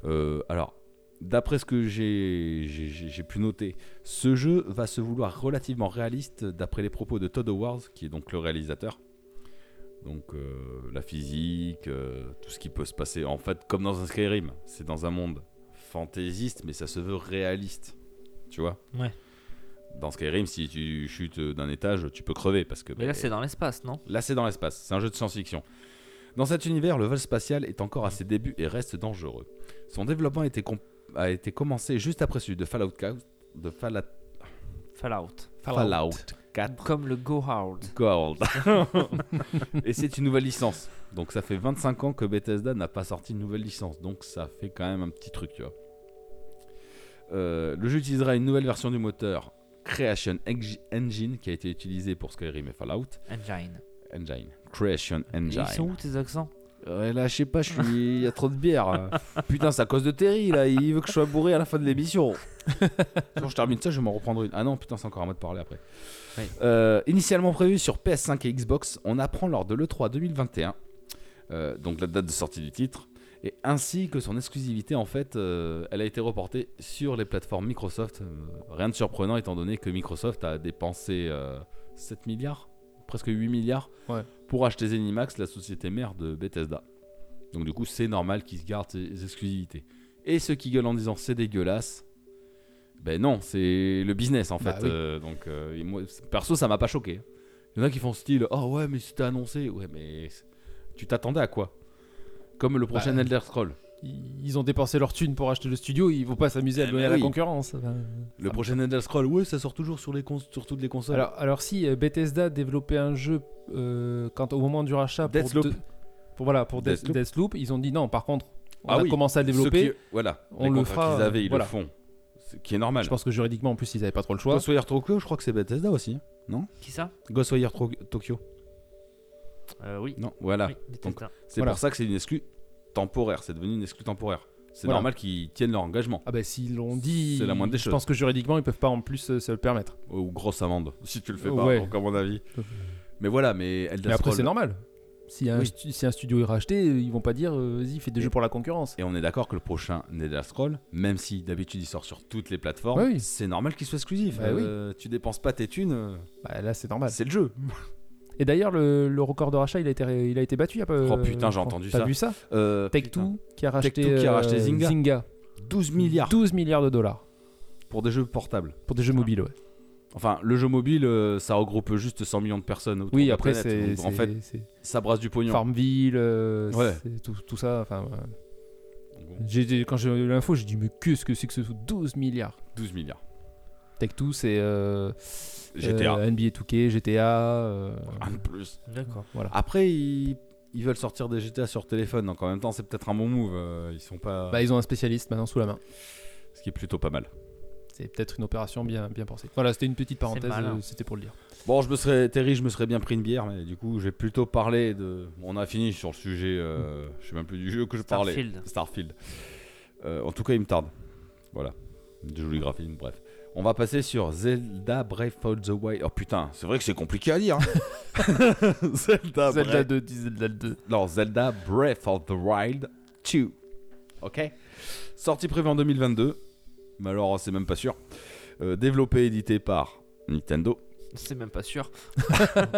S4: Euh, alors, d'après ce que j'ai- j'ai j'ai- j'ai pu noter, ce jeu va se vouloir relativement réaliste d'après les propos de Todd Howard, qui est donc le réalisateur. Donc euh, la physique, euh, tout ce qui peut se passer. En fait, comme dans un Skyrim, c'est dans un monde fantaisiste, mais ça se veut réaliste. Tu vois
S5: Ouais.
S4: Dans Skyrim, si tu chutes d'un étage, tu peux crever parce que. ben,
S5: Mais là, c'est dans l'espace, non
S4: Là, c'est dans l'espace. C'est un jeu de science-fiction. Dans cet univers, le vol spatial est encore à ses débuts et reste dangereux. Son développement a été, com- a été commencé juste après celui de Fallout 4. De Fallout.
S5: Fallout.
S4: Fallout 4.
S5: Comme le Go Hard.
S4: Gold. et c'est une nouvelle licence. Donc ça fait 25 ans que Bethesda n'a pas sorti une nouvelle licence. Donc ça fait quand même un petit truc, tu vois. Euh, le jeu utilisera une nouvelle version du moteur Creation Engi- Engine qui a été utilisé pour Skyrim et Fallout.
S5: Engine.
S4: Engine. Creation Engine.
S5: Ils sont où tes accents
S4: Ouais, là, je sais pas, je suis. Il y a trop de bière. Putain, c'est à cause de Terry, là. Il veut que je sois bourré à la fin de l'émission. Quand je termine ça, je vais m'en reprendre une. Ah non, putain, c'est encore à moi de parler après. Euh, initialement prévu sur PS5 et Xbox, on apprend lors de l'E3 2021, euh, donc la date de sortie du titre, et ainsi que son exclusivité, en fait, euh, elle a été reportée sur les plateformes Microsoft. Euh, rien de surprenant étant donné que Microsoft a dépensé euh, 7 milliards, presque 8 milliards, pour acheter Zenimax, la société mère de Bethesda. Donc du coup, c'est normal qu'ils se gardent ces exclusivités. Et ceux qui gueulent en disant c'est dégueulasse, ben non, c'est le business en fait.
S6: Bah oui.
S4: Euh, donc euh, et moi, perso, ça m'a pas choqué. Il y en a qui font style oh ouais mais c'était annoncé, ouais mais c'est- tu t'attendais à quoi Comme le prochain
S6: Bah,
S4: Elder Scroll.
S6: Ils ils ont dépensé leur thune pour acheter le studio, ils vont pas s'amuser à le donner à la
S4: Eh ben oui.
S6: concurrence. Enfin,
S4: Le prochain Elder Scroll, ouais, ça sort toujours sur les cons- sur toutes les consoles.
S6: Alors, alors si euh, Bethesda développait un jeu euh, quand au moment du rachat pour
S4: Deathloop.
S6: deux- pour voilà pour Death-
S4: Deathloop.
S6: Deathloop. ils ont dit non. Par contre, on
S4: Ah
S6: a
S4: oui,
S6: commencé à le
S4: ceux
S6: développer.
S4: qui- voilà,
S6: on
S4: les
S6: le
S4: contrats
S6: fera.
S4: qu'ils avaient, ils le
S6: voilà.
S4: font. Ce qui est normal.
S6: Je pense que juridiquement, en plus, ils avaient pas trop le choix.
S4: Ghostwire Tokyo, je crois que c'est Bethesda aussi, non
S5: Qui ça
S4: Ghostwire Tro- Tokyo.
S5: Euh, Oui.
S4: Non, voilà.
S5: Oui, Bethesda.
S4: Donc, c'est
S6: Voilà.
S4: pour ça que c'est une exclue temporaire. C'est devenu une exclue temporaire. C'est
S6: Voilà.
S4: normal qu'ils tiennent leur engagement.
S6: Ah bah s'ils l'ont dit,
S4: C'est la moindre des
S6: je
S4: choses.
S6: pense que juridiquement, ils peuvent pas en plus euh, se le permettre.
S4: Ou grosse amende, si tu le fais pas,
S6: Euh, Ouais.
S4: donc, à mon avis. Mais voilà, mais Elder
S6: Mais après,
S4: Scrolls-
S6: c'est normal. Si un,
S4: Oui.
S6: stu- si un studio est racheté, ils vont pas dire euh, vas-y, fais des jeux pour la concurrence.
S4: Et on est d'accord que le prochain Elder Scroll, même si d'habitude il sort sur toutes les plateformes,
S6: Bah oui.
S4: c'est normal qu'il soit exclusif.
S6: Bah oui.
S4: Euh, Tu dépenses pas tes thunes. euh,
S6: Bah, là, c'est normal.
S4: C'est le jeu.
S6: Et d'ailleurs, le, le record de rachat, il a été, ré- il a été battu. il y a pas-
S4: Oh putain, j'ai
S6: euh,
S4: entendu
S6: t'as
S4: ça.
S6: vu ça
S4: Euh,
S6: Take-Two qui a racheté,
S4: Take-Two qui a racheté
S6: euh,
S4: Zynga. 12 milliards.
S6: 12 milliards de dollars.
S4: Pour des jeux portables.
S6: Pour des jeux mobiles, ouais.
S4: Enfin, le jeu mobile, euh, ça regroupe juste 100 millions de personnes. autour
S6: Oui,
S4: de la
S6: après,
S4: planète.
S6: c'est.
S4: Donc, En
S6: c'est-
S4: fait,
S6: c'est-
S4: ça brasse du pognon.
S6: Farmville, euh,
S4: Ouais.
S6: c'est tout, tout ça. Enfin, ouais. J'ai- j'ai- Quand j'ai eu l'info, j'ai dit, mais qu'est-ce que c'est que ce 12 milliards
S4: 12 milliards.
S6: Tech2, c'est. euh,
S4: GTA.
S6: euh, NBA 2K, GTA. euh,
S4: Un de plus.
S5: D'accord.
S6: Voilà.
S4: Après, ils, ils veulent sortir des GTA sur téléphone, donc en même temps, c'est peut-être un bon move. euh, ils sont pas.
S6: Bah, ils ont un spécialiste maintenant sous la main.
S4: Ce qui est plutôt pas mal.
S6: C'est peut-être une opération bien, bien pensée. Voilà, c'était une petite parenthèse,
S5: malin.
S6: euh, c'était pour le dire.
S4: Bon, je me serais, Terry, je me serais bien pris une bière, mais du coup, j'ai plutôt parlé de. On a fini sur le sujet, euh, je sais même plus du jeu que je parlais.
S5: Starfield.
S4: Starfield. Euh, en tout cas, il me tarde. Voilà. Du joli graphisme, bref. On va passer sur Zelda Breath of the Wild. Oh putain, c'est vrai que c'est compliqué à dire. hein. Zelda,
S6: Zelda
S4: Breath-
S6: 2, dis Zelda 2.
S4: Non, Zelda Breath of the Wild 2. Ok. Sortie prévue en 2022. Mais alors, c'est même pas sûr. Euh, développé et édité par Nintendo.
S5: C'est même pas sûr.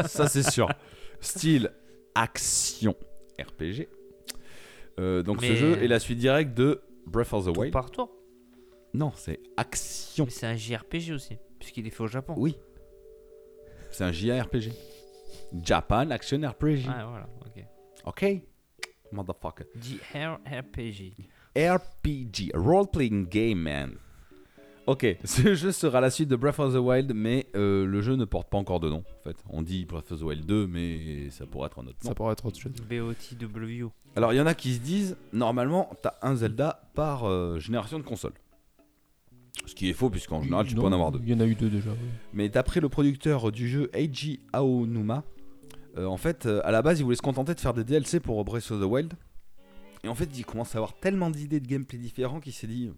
S4: Ça, c'est sûr. Style action RPG. Euh, donc, ce
S5: Mais-
S4: jeu est la suite directe de Breath of the Wild.
S5: par tour
S4: Non, c'est action.
S5: C'est un JRPG aussi, puisqu'il est fait au Japon.
S4: Oui. C'est un JRPG. Japan Action RPG.
S5: Ah, voilà, ok.
S4: Ok. Motherfucker.
S5: JRPG.
S4: RPG, Role Playing Game Man. Ok, ce jeu sera la suite de Breath of the Wild, mais euh, le jeu ne porte pas encore de nom. En fait, on dit Breath of the Wild 2, mais ça pourrait être un autre. nom.
S6: Ça pourrait être autre chose.
S5: BOTW.
S4: Alors, il y en a qui se disent, normalement, t'as un Zelda par euh, génération de console. Ce qui est faux, puisqu'en général, tu peux en avoir deux.
S6: Il y en a eu deux déjà. oui.
S4: Mais d'après le producteur du jeu Eiji Aonuma, euh, en fait, euh, à la base, il voulait se contenter de faire des DLC pour Breath of the Wild. Et en fait, il commence à avoir tellement d'idées de gameplay différents qu'il s'est dit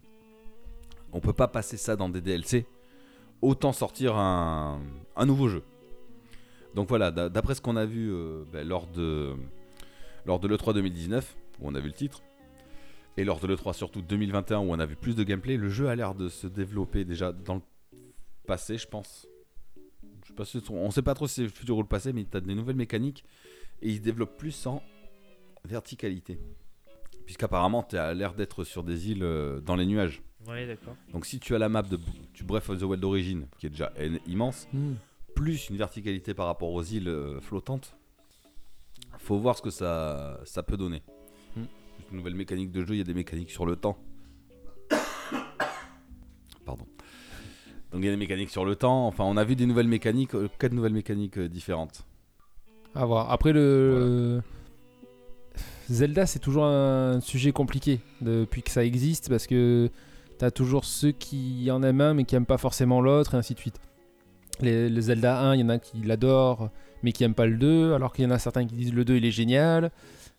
S4: on peut pas passer ça dans des DLC. Autant sortir un, un nouveau jeu. Donc voilà, d'a- d'après ce qu'on a vu euh, ben, lors de lors de l'E3 2019, où on a vu le titre, et lors de l'E3 surtout 2021, où on a vu plus de gameplay, le jeu a l'air de se développer déjà dans le passé, je pense. Je sais pas si- on sait pas trop si c'est le futur ou le passé, mais t'as des nouvelles mécaniques, et il se développe plus en verticalité. Puisqu'apparemment, tu as l'air d'être sur des îles euh, dans les nuages.
S5: Ouais, d'accord.
S4: Donc si tu as la map de, du Breath of the Wild d'origine, qui est déjà en- immense,
S6: Mm.
S4: plus une verticalité par rapport aux îles euh, flottantes, faut voir ce que ça, ça peut donner.
S6: Mm.
S4: Une nouvelle mécanique de jeu, il y a des mécaniques sur le temps. Pardon. Donc il y a des mécaniques sur le temps, enfin on a vu des nouvelles mécaniques, euh, quatre nouvelles mécaniques euh, différentes.
S6: À voir. Après le Zelda, c'est toujours un sujet compliqué depuis que ça existe parce que t'as toujours ceux qui en aiment un mais qui aiment pas forcément l'autre et ainsi de suite. Les, les Zelda 1, il y en a qui l'adorent mais qui aiment pas le 2, alors qu'il y en a certains qui disent le 2 il est génial.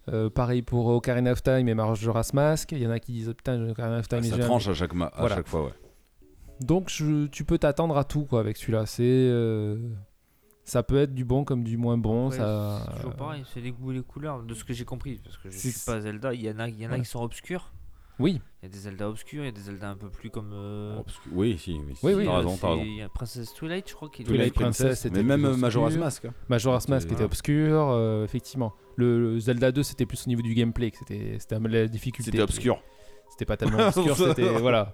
S6: Euh, pareil pour Ocarina of Time et Majora's Mask. Il y en a qui disent putain Ocarina of Time. est
S4: Ah, ça
S6: génial.
S4: tranche à chaque, ma- à
S6: Voilà.
S4: chaque fois, ouais.
S6: Donc je- tu peux t'attendre à tout quoi avec celui-là. C'est euh, ça peut être du bon comme du moins bon.
S5: Après,
S6: ça.
S5: C'est toujours pareil, c'est les goûts et les couleurs, de ce que j'ai compris, parce que je
S6: C'est-
S5: suis pas Zelda, il y en a, il y en a
S6: Voilà.
S5: qui sont obscurs.
S6: Oui.
S5: Il y a des Zelda obscurs, il y a des Zelda un peu plus comme... euh,
S4: Oui, si, oui, si,
S6: Oui, oui. euh,
S4: t'as raison,
S5: c'est-
S4: t'as raison.
S5: Il y a Princess Twilight, je crois qu'il
S4: Twilight Princess,
S6: c'était
S4: mais même,
S6: plus
S4: euh,
S6: obscur.
S4: Majora's Mask, hein.
S6: Majora's Mask
S4: C'était-
S6: était obscur, euh, effectivement. Le, le Zelda 2, c'était plus au niveau du gameplay, que c'était c'était un- la difficulté.
S4: C'était obscur.
S6: C'était pas tellement obscur, c'était. Voilà.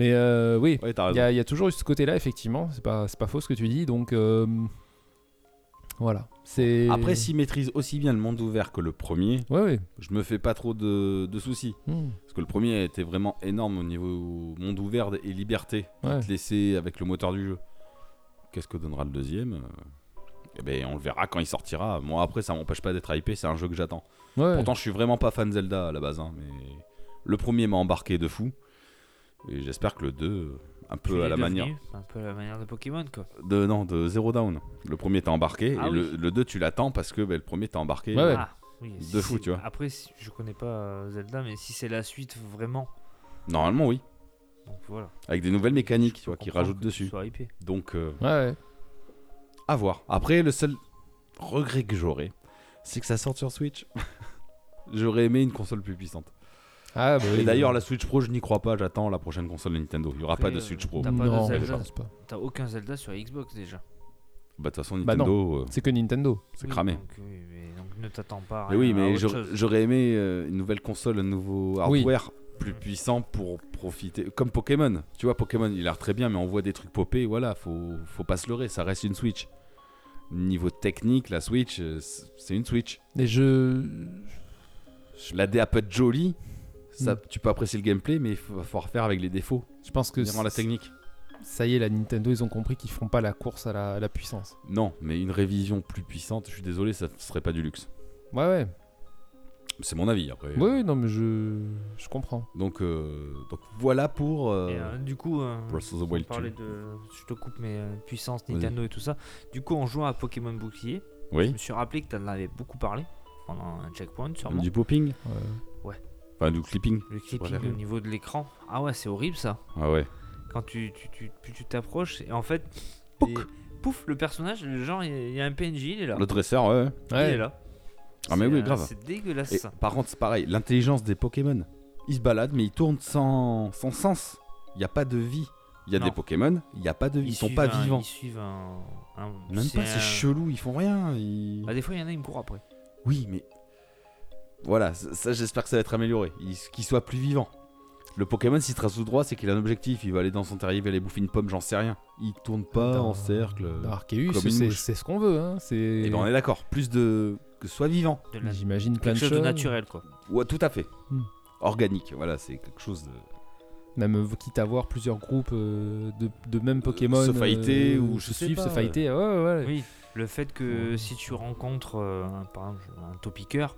S6: Mais euh, oui,
S4: il
S6: y, a- il y a toujours eu ce côté-là, effectivement. C'est pas, c'est pas faux ce que tu dis, donc. euh, voilà. C'est.
S4: Après, s'ils maîtrisent aussi bien le monde ouvert que le premier,
S6: ouais.
S4: je me fais pas trop de, de soucis.
S6: Hmm.
S4: Parce que le premier était vraiment énorme au niveau monde ouvert et liberté. qui
S6: Ouais.
S4: te laissait avec le moteur du jeu. Qu'est-ce que donnera le deuxième Euh, Eh ben, on le verra quand il sortira. Moi, après, ça m'empêche pas d'être hypé, c'est un jeu que j'attends.
S6: Ouais.
S4: Pourtant, je suis vraiment pas fan de Zelda à la base, hein, mais le premier m'a embarqué de fou. Et j'espère que le 2, un
S5: Tu
S4: peu à
S5: l'es
S4: la
S5: devenu,
S4: manière.
S5: Un peu à la manière de Pokémon, quoi.
S4: De, non, de Zero Down. Le premier t'a embarqué,
S5: Ah
S4: et
S5: oui.
S4: le- le 2, tu l'attends parce que ben, le premier t'a embarqué
S6: Ouais, ouais.
S5: Ah, oui, si
S4: de fou,
S5: c'est-
S4: tu vois.
S5: Après, si- je connais pas euh, Zelda, mais si c'est la suite, vraiment.
S4: Normalement, oui.
S5: Donc voilà.
S4: Avec des nouvelles mécaniques, tu vois, qui
S5: comprendre
S4: rajoutent
S5: que tu
S4: dessus.
S5: sois hypé.
S4: Donc, euh,
S6: Ouais, ouais.
S4: à voir. Après, le seul regret que j'aurais, c'est que ça sorte sur Switch. j'aurais aimé une console plus puissante.
S6: Ah, bah
S4: Et
S6: oui,
S4: d'ailleurs,
S6: oui.
S4: la Switch Pro, je n'y crois pas. J'attends la prochaine console de Nintendo. Il n'y aura
S5: Après,
S4: pas de
S5: euh,
S4: Switch Pro.
S5: T'as pas de
S6: Non,
S5: Zelda.
S6: je pense pas.
S5: T'as aucun Zelda sur Xbox déjà.
S4: Bah, de toute façon,
S6: Bah non,
S4: Nintendo, euh,
S6: c'est que Nintendo.
S4: c'est
S5: Oui,
S4: cramé.
S5: Donc, oui, mais donc ne t'attends pas. à
S4: Mais oui,
S5: rien- à
S4: mais
S5: Ah, autre
S4: j'aurais-
S5: chose.
S4: j'aurais aimé euh, une nouvelle console, un nouveau
S6: Oui.
S4: hardware plus puissant pour profiter. Comme Pokémon, tu vois, Pokémon, il a l'air très bien, mais on voit des trucs popés, voilà, faut, faut pas se leurrer, ça reste une Switch. Niveau technique, la Switch, euh, c'est c'est une Switch.
S6: Les jeux.
S4: La DA peut être jolie, ça,
S6: Mm.
S4: tu peux apprécier le gameplay, mais il faut- va falloir faire avec les défauts.
S6: Je pense que.
S4: Vraiment la
S6: c-
S4: technique.
S6: Ça y est, la Nintendo, ils ont compris qu'ils font pas la course à la- à la puissance.
S4: Non, mais une révision plus puissante, je suis désolé, ça serait pas du luxe.
S6: Ouais, ouais.
S4: C'est mon avis après.
S6: Oui, oui, non, mais je, je comprends.
S4: Donc, euh, donc voilà pour. euh,
S5: Et, euh, du coup, euh,
S4: Breath of the
S5: on
S4: Wild
S5: parlait
S4: 2.
S5: de, je te coupe mais euh, puissance
S4: Vas-y.
S5: Nintendo et tout ça. Du coup, en jouant à Pokémon Bouclier,
S4: Oui.
S5: je me suis rappelé que t'en avais beaucoup parlé pendant un checkpoint, sûrement.
S4: Du popping
S5: Ouais.
S4: Enfin, du clipping.
S5: Le clipping
S4: Voilà.
S5: au niveau de l'écran. Ah ouais, c'est horrible ça.
S4: Ah ouais.
S5: Quand tu tu- tu- plus tu t'approches et en fait, les- pouf, le personnage, le genre, il y a- il y a un PNJ, il est là.
S4: Le dresseur, ouais.
S5: Il est là.
S4: Ah mais
S5: C'est,
S4: oui,
S5: euh,
S4: grave.
S5: c'est dégueulasse,
S4: Et
S5: ça.
S4: par contre, c'est pareil, l'intelligence des Pokémon. Ils se baladent, mais ils tournent sans, sans sens. Il n'y a pas de vie. Il y a
S5: Non.
S4: des Pokémon, il n'y a pas de vie. Ils, sont
S5: suivent
S4: pas
S5: un-
S4: vivants.
S5: Ils suivent un. un-
S4: Même pas, c'est
S5: un-
S4: chelou, ils font rien. ils-
S5: Bah, des fois, il y en a, ils me courent après.
S4: Oui, mais voilà, ça, ça, j'espère que ça va être amélioré. Il- Qu'il soit plus vivant. Le Pokémon, s'il trace tout droit, c'est qu'il a un objectif. Il va aller dans son terrier, il va aller bouffer une pomme, j'en sais rien. Il tourne pas
S6: Dans-
S4: en cercle.
S6: dans Arceus,
S4: euh, comme une
S6: c'est
S4: mouche.
S6: c'est ce qu'on veut. Hein.
S4: Eh
S6: C'est.
S4: ben, on est d'accord. Plus de. que ce soit vivant.
S5: De la-
S6: J'imagine plein
S5: quelque
S6: de
S5: chose de
S6: choses.
S5: naturel, quoi.
S4: Ouais, tout à fait.
S6: Hmm.
S4: Organique, voilà, c'est quelque chose de.
S6: Même euh, quitte à avoir plusieurs groupes euh, de, de même Pokémon.
S4: se fighter
S6: euh,
S4: ou je
S6: se
S4: sais
S6: suivre,
S4: pas, euh.
S6: se fighter. ouais, ouais, ouais.
S5: Oui, le fait que si tu rencontres euh, un- par exemple un topiqueur,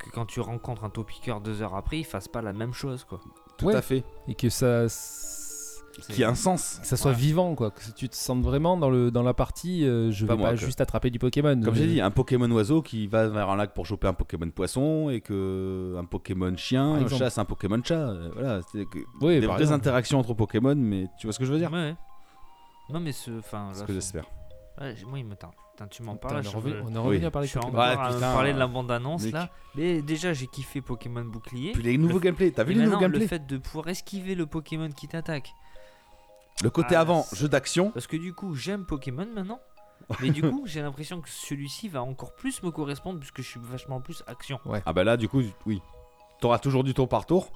S5: que quand tu rencontres un topiqueur deux heures après, il fasse pas la même chose quoi.
S4: Tout
S6: Ouais.
S4: à fait.
S6: Et que ça. s-
S4: Qu'il y ait un sens.
S6: Que ça soit
S4: Voilà.
S6: vivant, quoi. Que tu te sentes vraiment dans, le, dans la partie. euh, je
S4: Pas
S6: vais
S4: Bah, moi,
S6: pas
S4: quoi.
S6: juste attraper du Pokémon.
S4: Comme j'ai
S6: mais-
S4: dit, un Pokémon oiseau qui va vers un lac pour choper un Pokémon poisson et que un Pokémon
S6: Par
S4: chien
S6: exemple.
S4: chasse un Pokémon chat. euh, Voilà, c'est que
S6: Oui,
S4: des
S6: par
S4: vraies
S6: exemple.
S4: interactions entre Pokémon, mais tu vois ce que je veux dire
S5: Ouais, ouais. Non mais ce, enfin.
S4: C'est
S5: là,
S4: ce
S5: ça-
S4: que j'espère.
S5: Ouais, j- moi il me tarde. Putain, tu m'en
S6: Putain,
S5: parles.
S6: on
S5: là,
S6: est
S5: je-
S6: revenu- on est
S5: je-
S6: revenu à parler
S5: Je
S6: de
S5: suis
S6: Pokémon.
S5: encore
S6: Ouais,
S5: à me
S6: putain. euh,
S5: parler de la bande annonce
S6: Nick.
S5: là. Mais déjà j'ai kiffé Pokémon bouclier.
S4: Puis les nouveaux
S5: Le-
S4: gameplays, t'as vu
S5: Et
S4: les nouveaux
S5: maintenant, Le
S4: gameplays
S5: fait de pouvoir esquiver le Pokémon qui t'attaque.
S4: Le côté
S5: Ah,
S4: avant,
S5: c'est-
S4: jeu d'action.
S5: Parce que du coup, j'aime Pokémon maintenant. Mais du coup, j'ai l'impression que celui-ci va encore plus me correspondre puisque je suis vachement plus action.
S4: Ah bah là, du coup, oui. T'auras toujours du tour par tour,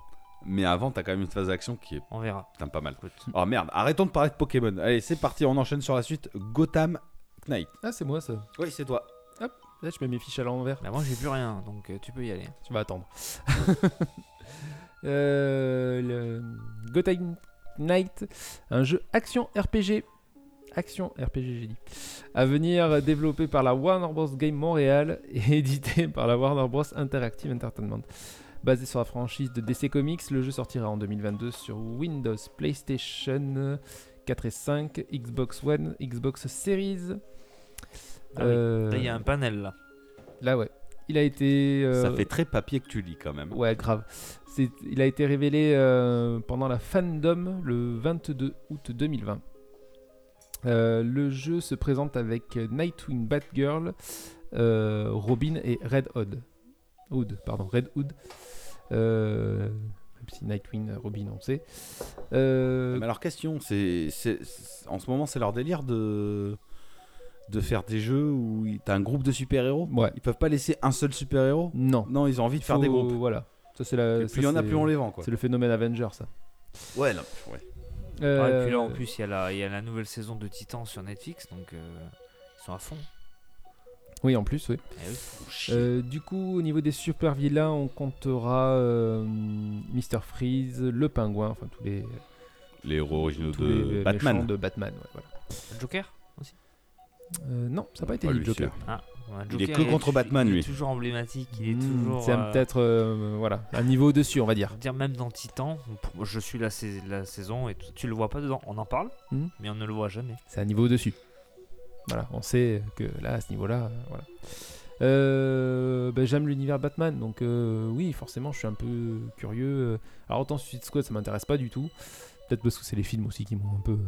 S4: mais avant, t'as quand même une phase d'action qui est.
S5: On verra.
S4: Putain, pas mal. Oh merde, arrêtons de parler de Pokémon. Allez, c'est parti, on enchaîne sur la suite. Gotham Knight.
S6: Ah, c'est moi ça.
S4: Oui, c'est toi.
S6: Hop, là je mets mes fiches à l'envers.
S5: Bah, moi j'ai plus rien, donc euh, tu peux y aller.
S6: Tu vas attendre. Euh, le Gotham Knight, un jeu action RPG. Action RPG, j'ai dit. À venir développé par la Warner Bros. Game Montréal et édité par la Warner Bros. Interactive Entertainment. Basé sur la franchise de DC Comics, le jeu sortira en 2022 sur Windows, PlayStation 4 et 5, Xbox One, Xbox Series. Euh,
S5: Ah
S4: Euh,
S5: oui. Là, il y a un panel là.
S6: Là, ouais. Il a été. euh,
S4: Ça fait très papier que tu lis quand même.
S6: Ouais, grave. C'est- Il a été révélé euh, pendant la fandom le 22 août 2020. Euh, le jeu se présente avec Nightwing, Batgirl, euh, Robin et Red Hood. Hood, pardon, Red Hood. Euh, même si Nightwing, Robin, on sait. Euh,
S4: Mais alors, question, c'est, c'est- c'est- en ce moment, c'est leur délire de de faire des jeux où il- t'as un groupe de super-héros.
S6: Ouais.
S4: Ils peuvent pas laisser un seul super-héros.
S6: Non.
S4: Non, ils ont envie de faire des
S6: faut-
S4: groupes.
S6: Voilà. Ça, c'est la,
S4: Et
S6: Euh, ça,
S4: plus il y en a,
S6: c'est-
S4: plus on les vend, quoi.
S6: C'est le phénomène Avenger, ça.
S4: Ouais, non, ouais.
S5: Ah, et
S6: Euh,
S5: puis là en plus, il y, a la- il y a la nouvelle saison de Titan sur Netflix, donc euh, ils sont à fond.
S6: Oui, en plus, oui.
S5: Eh oui.
S4: Oh,
S6: Euh, du coup, au niveau des super vilains, on comptera euh, Mr. Freeze, le pingouin, enfin tous les,
S4: Les héros originaux
S6: tous
S4: de
S6: les méchants
S4: Batman.
S6: de Batman. ouais, voilà.
S5: Un Joker aussi
S6: Euh, non, ça n'a pas été
S4: Pas
S6: dit
S4: lui,
S6: Joker.
S5: Ah, un
S4: Il est
S5: Joker,
S4: que contre
S5: tu-
S4: Batman,
S5: il est
S4: lui.
S5: toujours emblématique, il est
S6: Hmm,
S5: toujours.
S6: c'est
S5: euh,
S6: peut-être euh, voilà, un niveau au-dessus, on va dire.
S5: dire même dans Titan, pour- je suis la, sais- la saison et tu, tu le vois pas dedans. On en parle,
S4: Hmm.
S6: Mhm.
S5: mais on ne le voit jamais.
S6: C'est un niveau au-dessus. Voilà, on sait que là, à ce niveau-là, euh, voilà. Euh, ben, J'aime l'univers Batman, donc euh, oui, forcément, je suis un peu curieux. Alors autant Suicide Squad, ça m'intéresse pas du tout. Peut-être parce que c'est les films aussi qui m'ont un peu,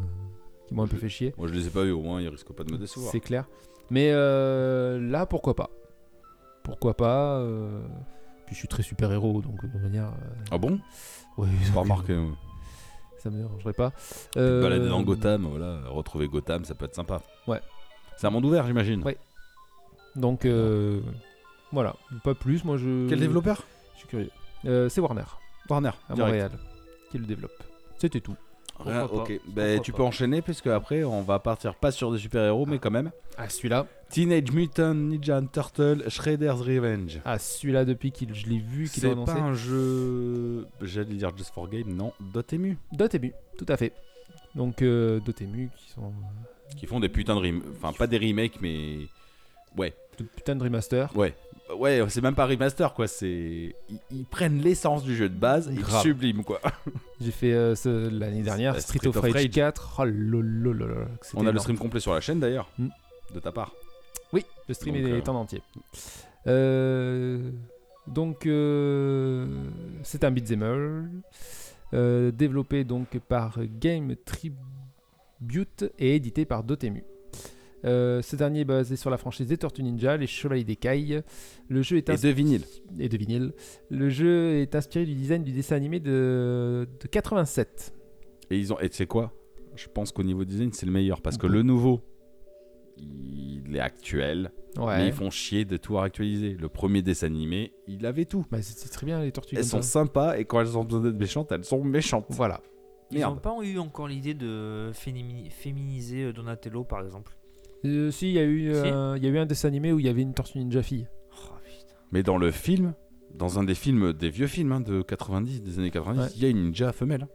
S6: qui m'ont un peu fait chier.
S4: Moi, je les ai pas eu, au moins, ils risquent pas de me décevoir.
S6: C'est clair. Mais euh, là, pourquoi pas Pourquis pas euh, Puis je suis très super-héros, donc de manière. euh,
S4: Ah bon
S6: Oui,
S4: J'ai pas
S6: donc,
S4: remarqué.
S6: euh,
S4: ouais.
S6: Ça me dérangerait pas.
S4: Peut-être Balader dans
S6: Euh,
S4: Gotham, voilà, retrouver Gotham, ça peut être sympa.
S6: Ouais.
S4: C'est un monde ouvert, j'imagine.
S6: Ouais. Donc euh, voilà, pas plus. Moi, je.
S4: Quel développeur
S6: Je suis curieux. Euh, c'est Warner
S4: Warner,
S6: à
S4: direct.
S6: Montréal qui le développe. C'était tout.
S4: Rien,
S6: Pourquoi
S4: ok.
S6: pas.
S4: Ben,
S6: Pourquoi
S4: tu
S6: pas.
S4: peux enchaîner, puisque après, on va partir pas sur des super-héros, mais quand même.
S6: Ah, celui-là.
S4: Teenage Mutant Ninja Turtle Shredder's Revenge.
S6: Ah, celui-là depuis qu'il je l'ai vu, qu'il a
S4: C'est
S6: annoncé.
S4: pas un jeu. J'allais dire Just for Game, non. Dotemu.
S6: Dotemu, tout à fait. Donc euh, Dotemu qui sont
S4: Qui font des putains de remakes. Enfin, pas des remakes, mais. Ouais.
S6: de putain de remaster.
S4: Ouais. Euh, Ouais, c'est même pas remaster, quoi. C'est. Ils, ils prennent l'essence du jeu de base, ils
S6: Grave.
S4: subliment, quoi.
S6: J'ai fait euh, ce- l'année dernière
S4: Euh,
S6: Street,
S4: Street
S6: of,
S4: of
S6: Rage,
S4: Rage.
S6: 4. Oh, lolo, lolo, lolo, que c'était
S4: On a le
S6: énorme.
S4: stream complet sur la chaîne, d'ailleurs.
S6: Hmm.
S4: De ta part.
S6: Oui, le stream
S4: Donc,
S6: est,
S4: euh,
S6: est en entier. Euh, donc, euh, c'est un beat'em all, euh, développé donc par Game Tribute et édité par Dotemu. Euh, ce dernier est basé sur la franchise des Tortues Ninja, les Chevaliers d'Écaille. Le jeu est
S4: Et de vinyle.
S6: Et de vinyle. Le jeu est inspiré du design du dessin animé de, de 87.
S4: Et ils ont. Et tu sais quoi Je pense qu'au niveau design, c'est le meilleur parce que
S6: Mmh.
S4: le nouveau, il est actuel.
S6: Ouais.
S4: Mais ils font chier de tout actualiser. Le premier dessin animé, il avait tout.
S6: Bah, c'était très bien les Tortues
S4: elles
S6: Ninja.
S4: sont sympas et quand elles ont besoin d'être méchantes, elles sont méchantes.
S6: Voilà.
S5: Ils n'ont
S4: Merde.
S5: pas eu encore l'idée de fémini- féminiser euh, Donatello par exemple.
S6: Euh, si, il y, a eu,
S5: Si.
S6: euh, il y a eu un dessin animé où il y avait une Tortue Ninja fille.
S5: Oh,
S4: Mais dans le film, dans un des films, des vieux films hein, de 90, des années 90,
S6: Ouais.
S4: il y a une ninja femelle.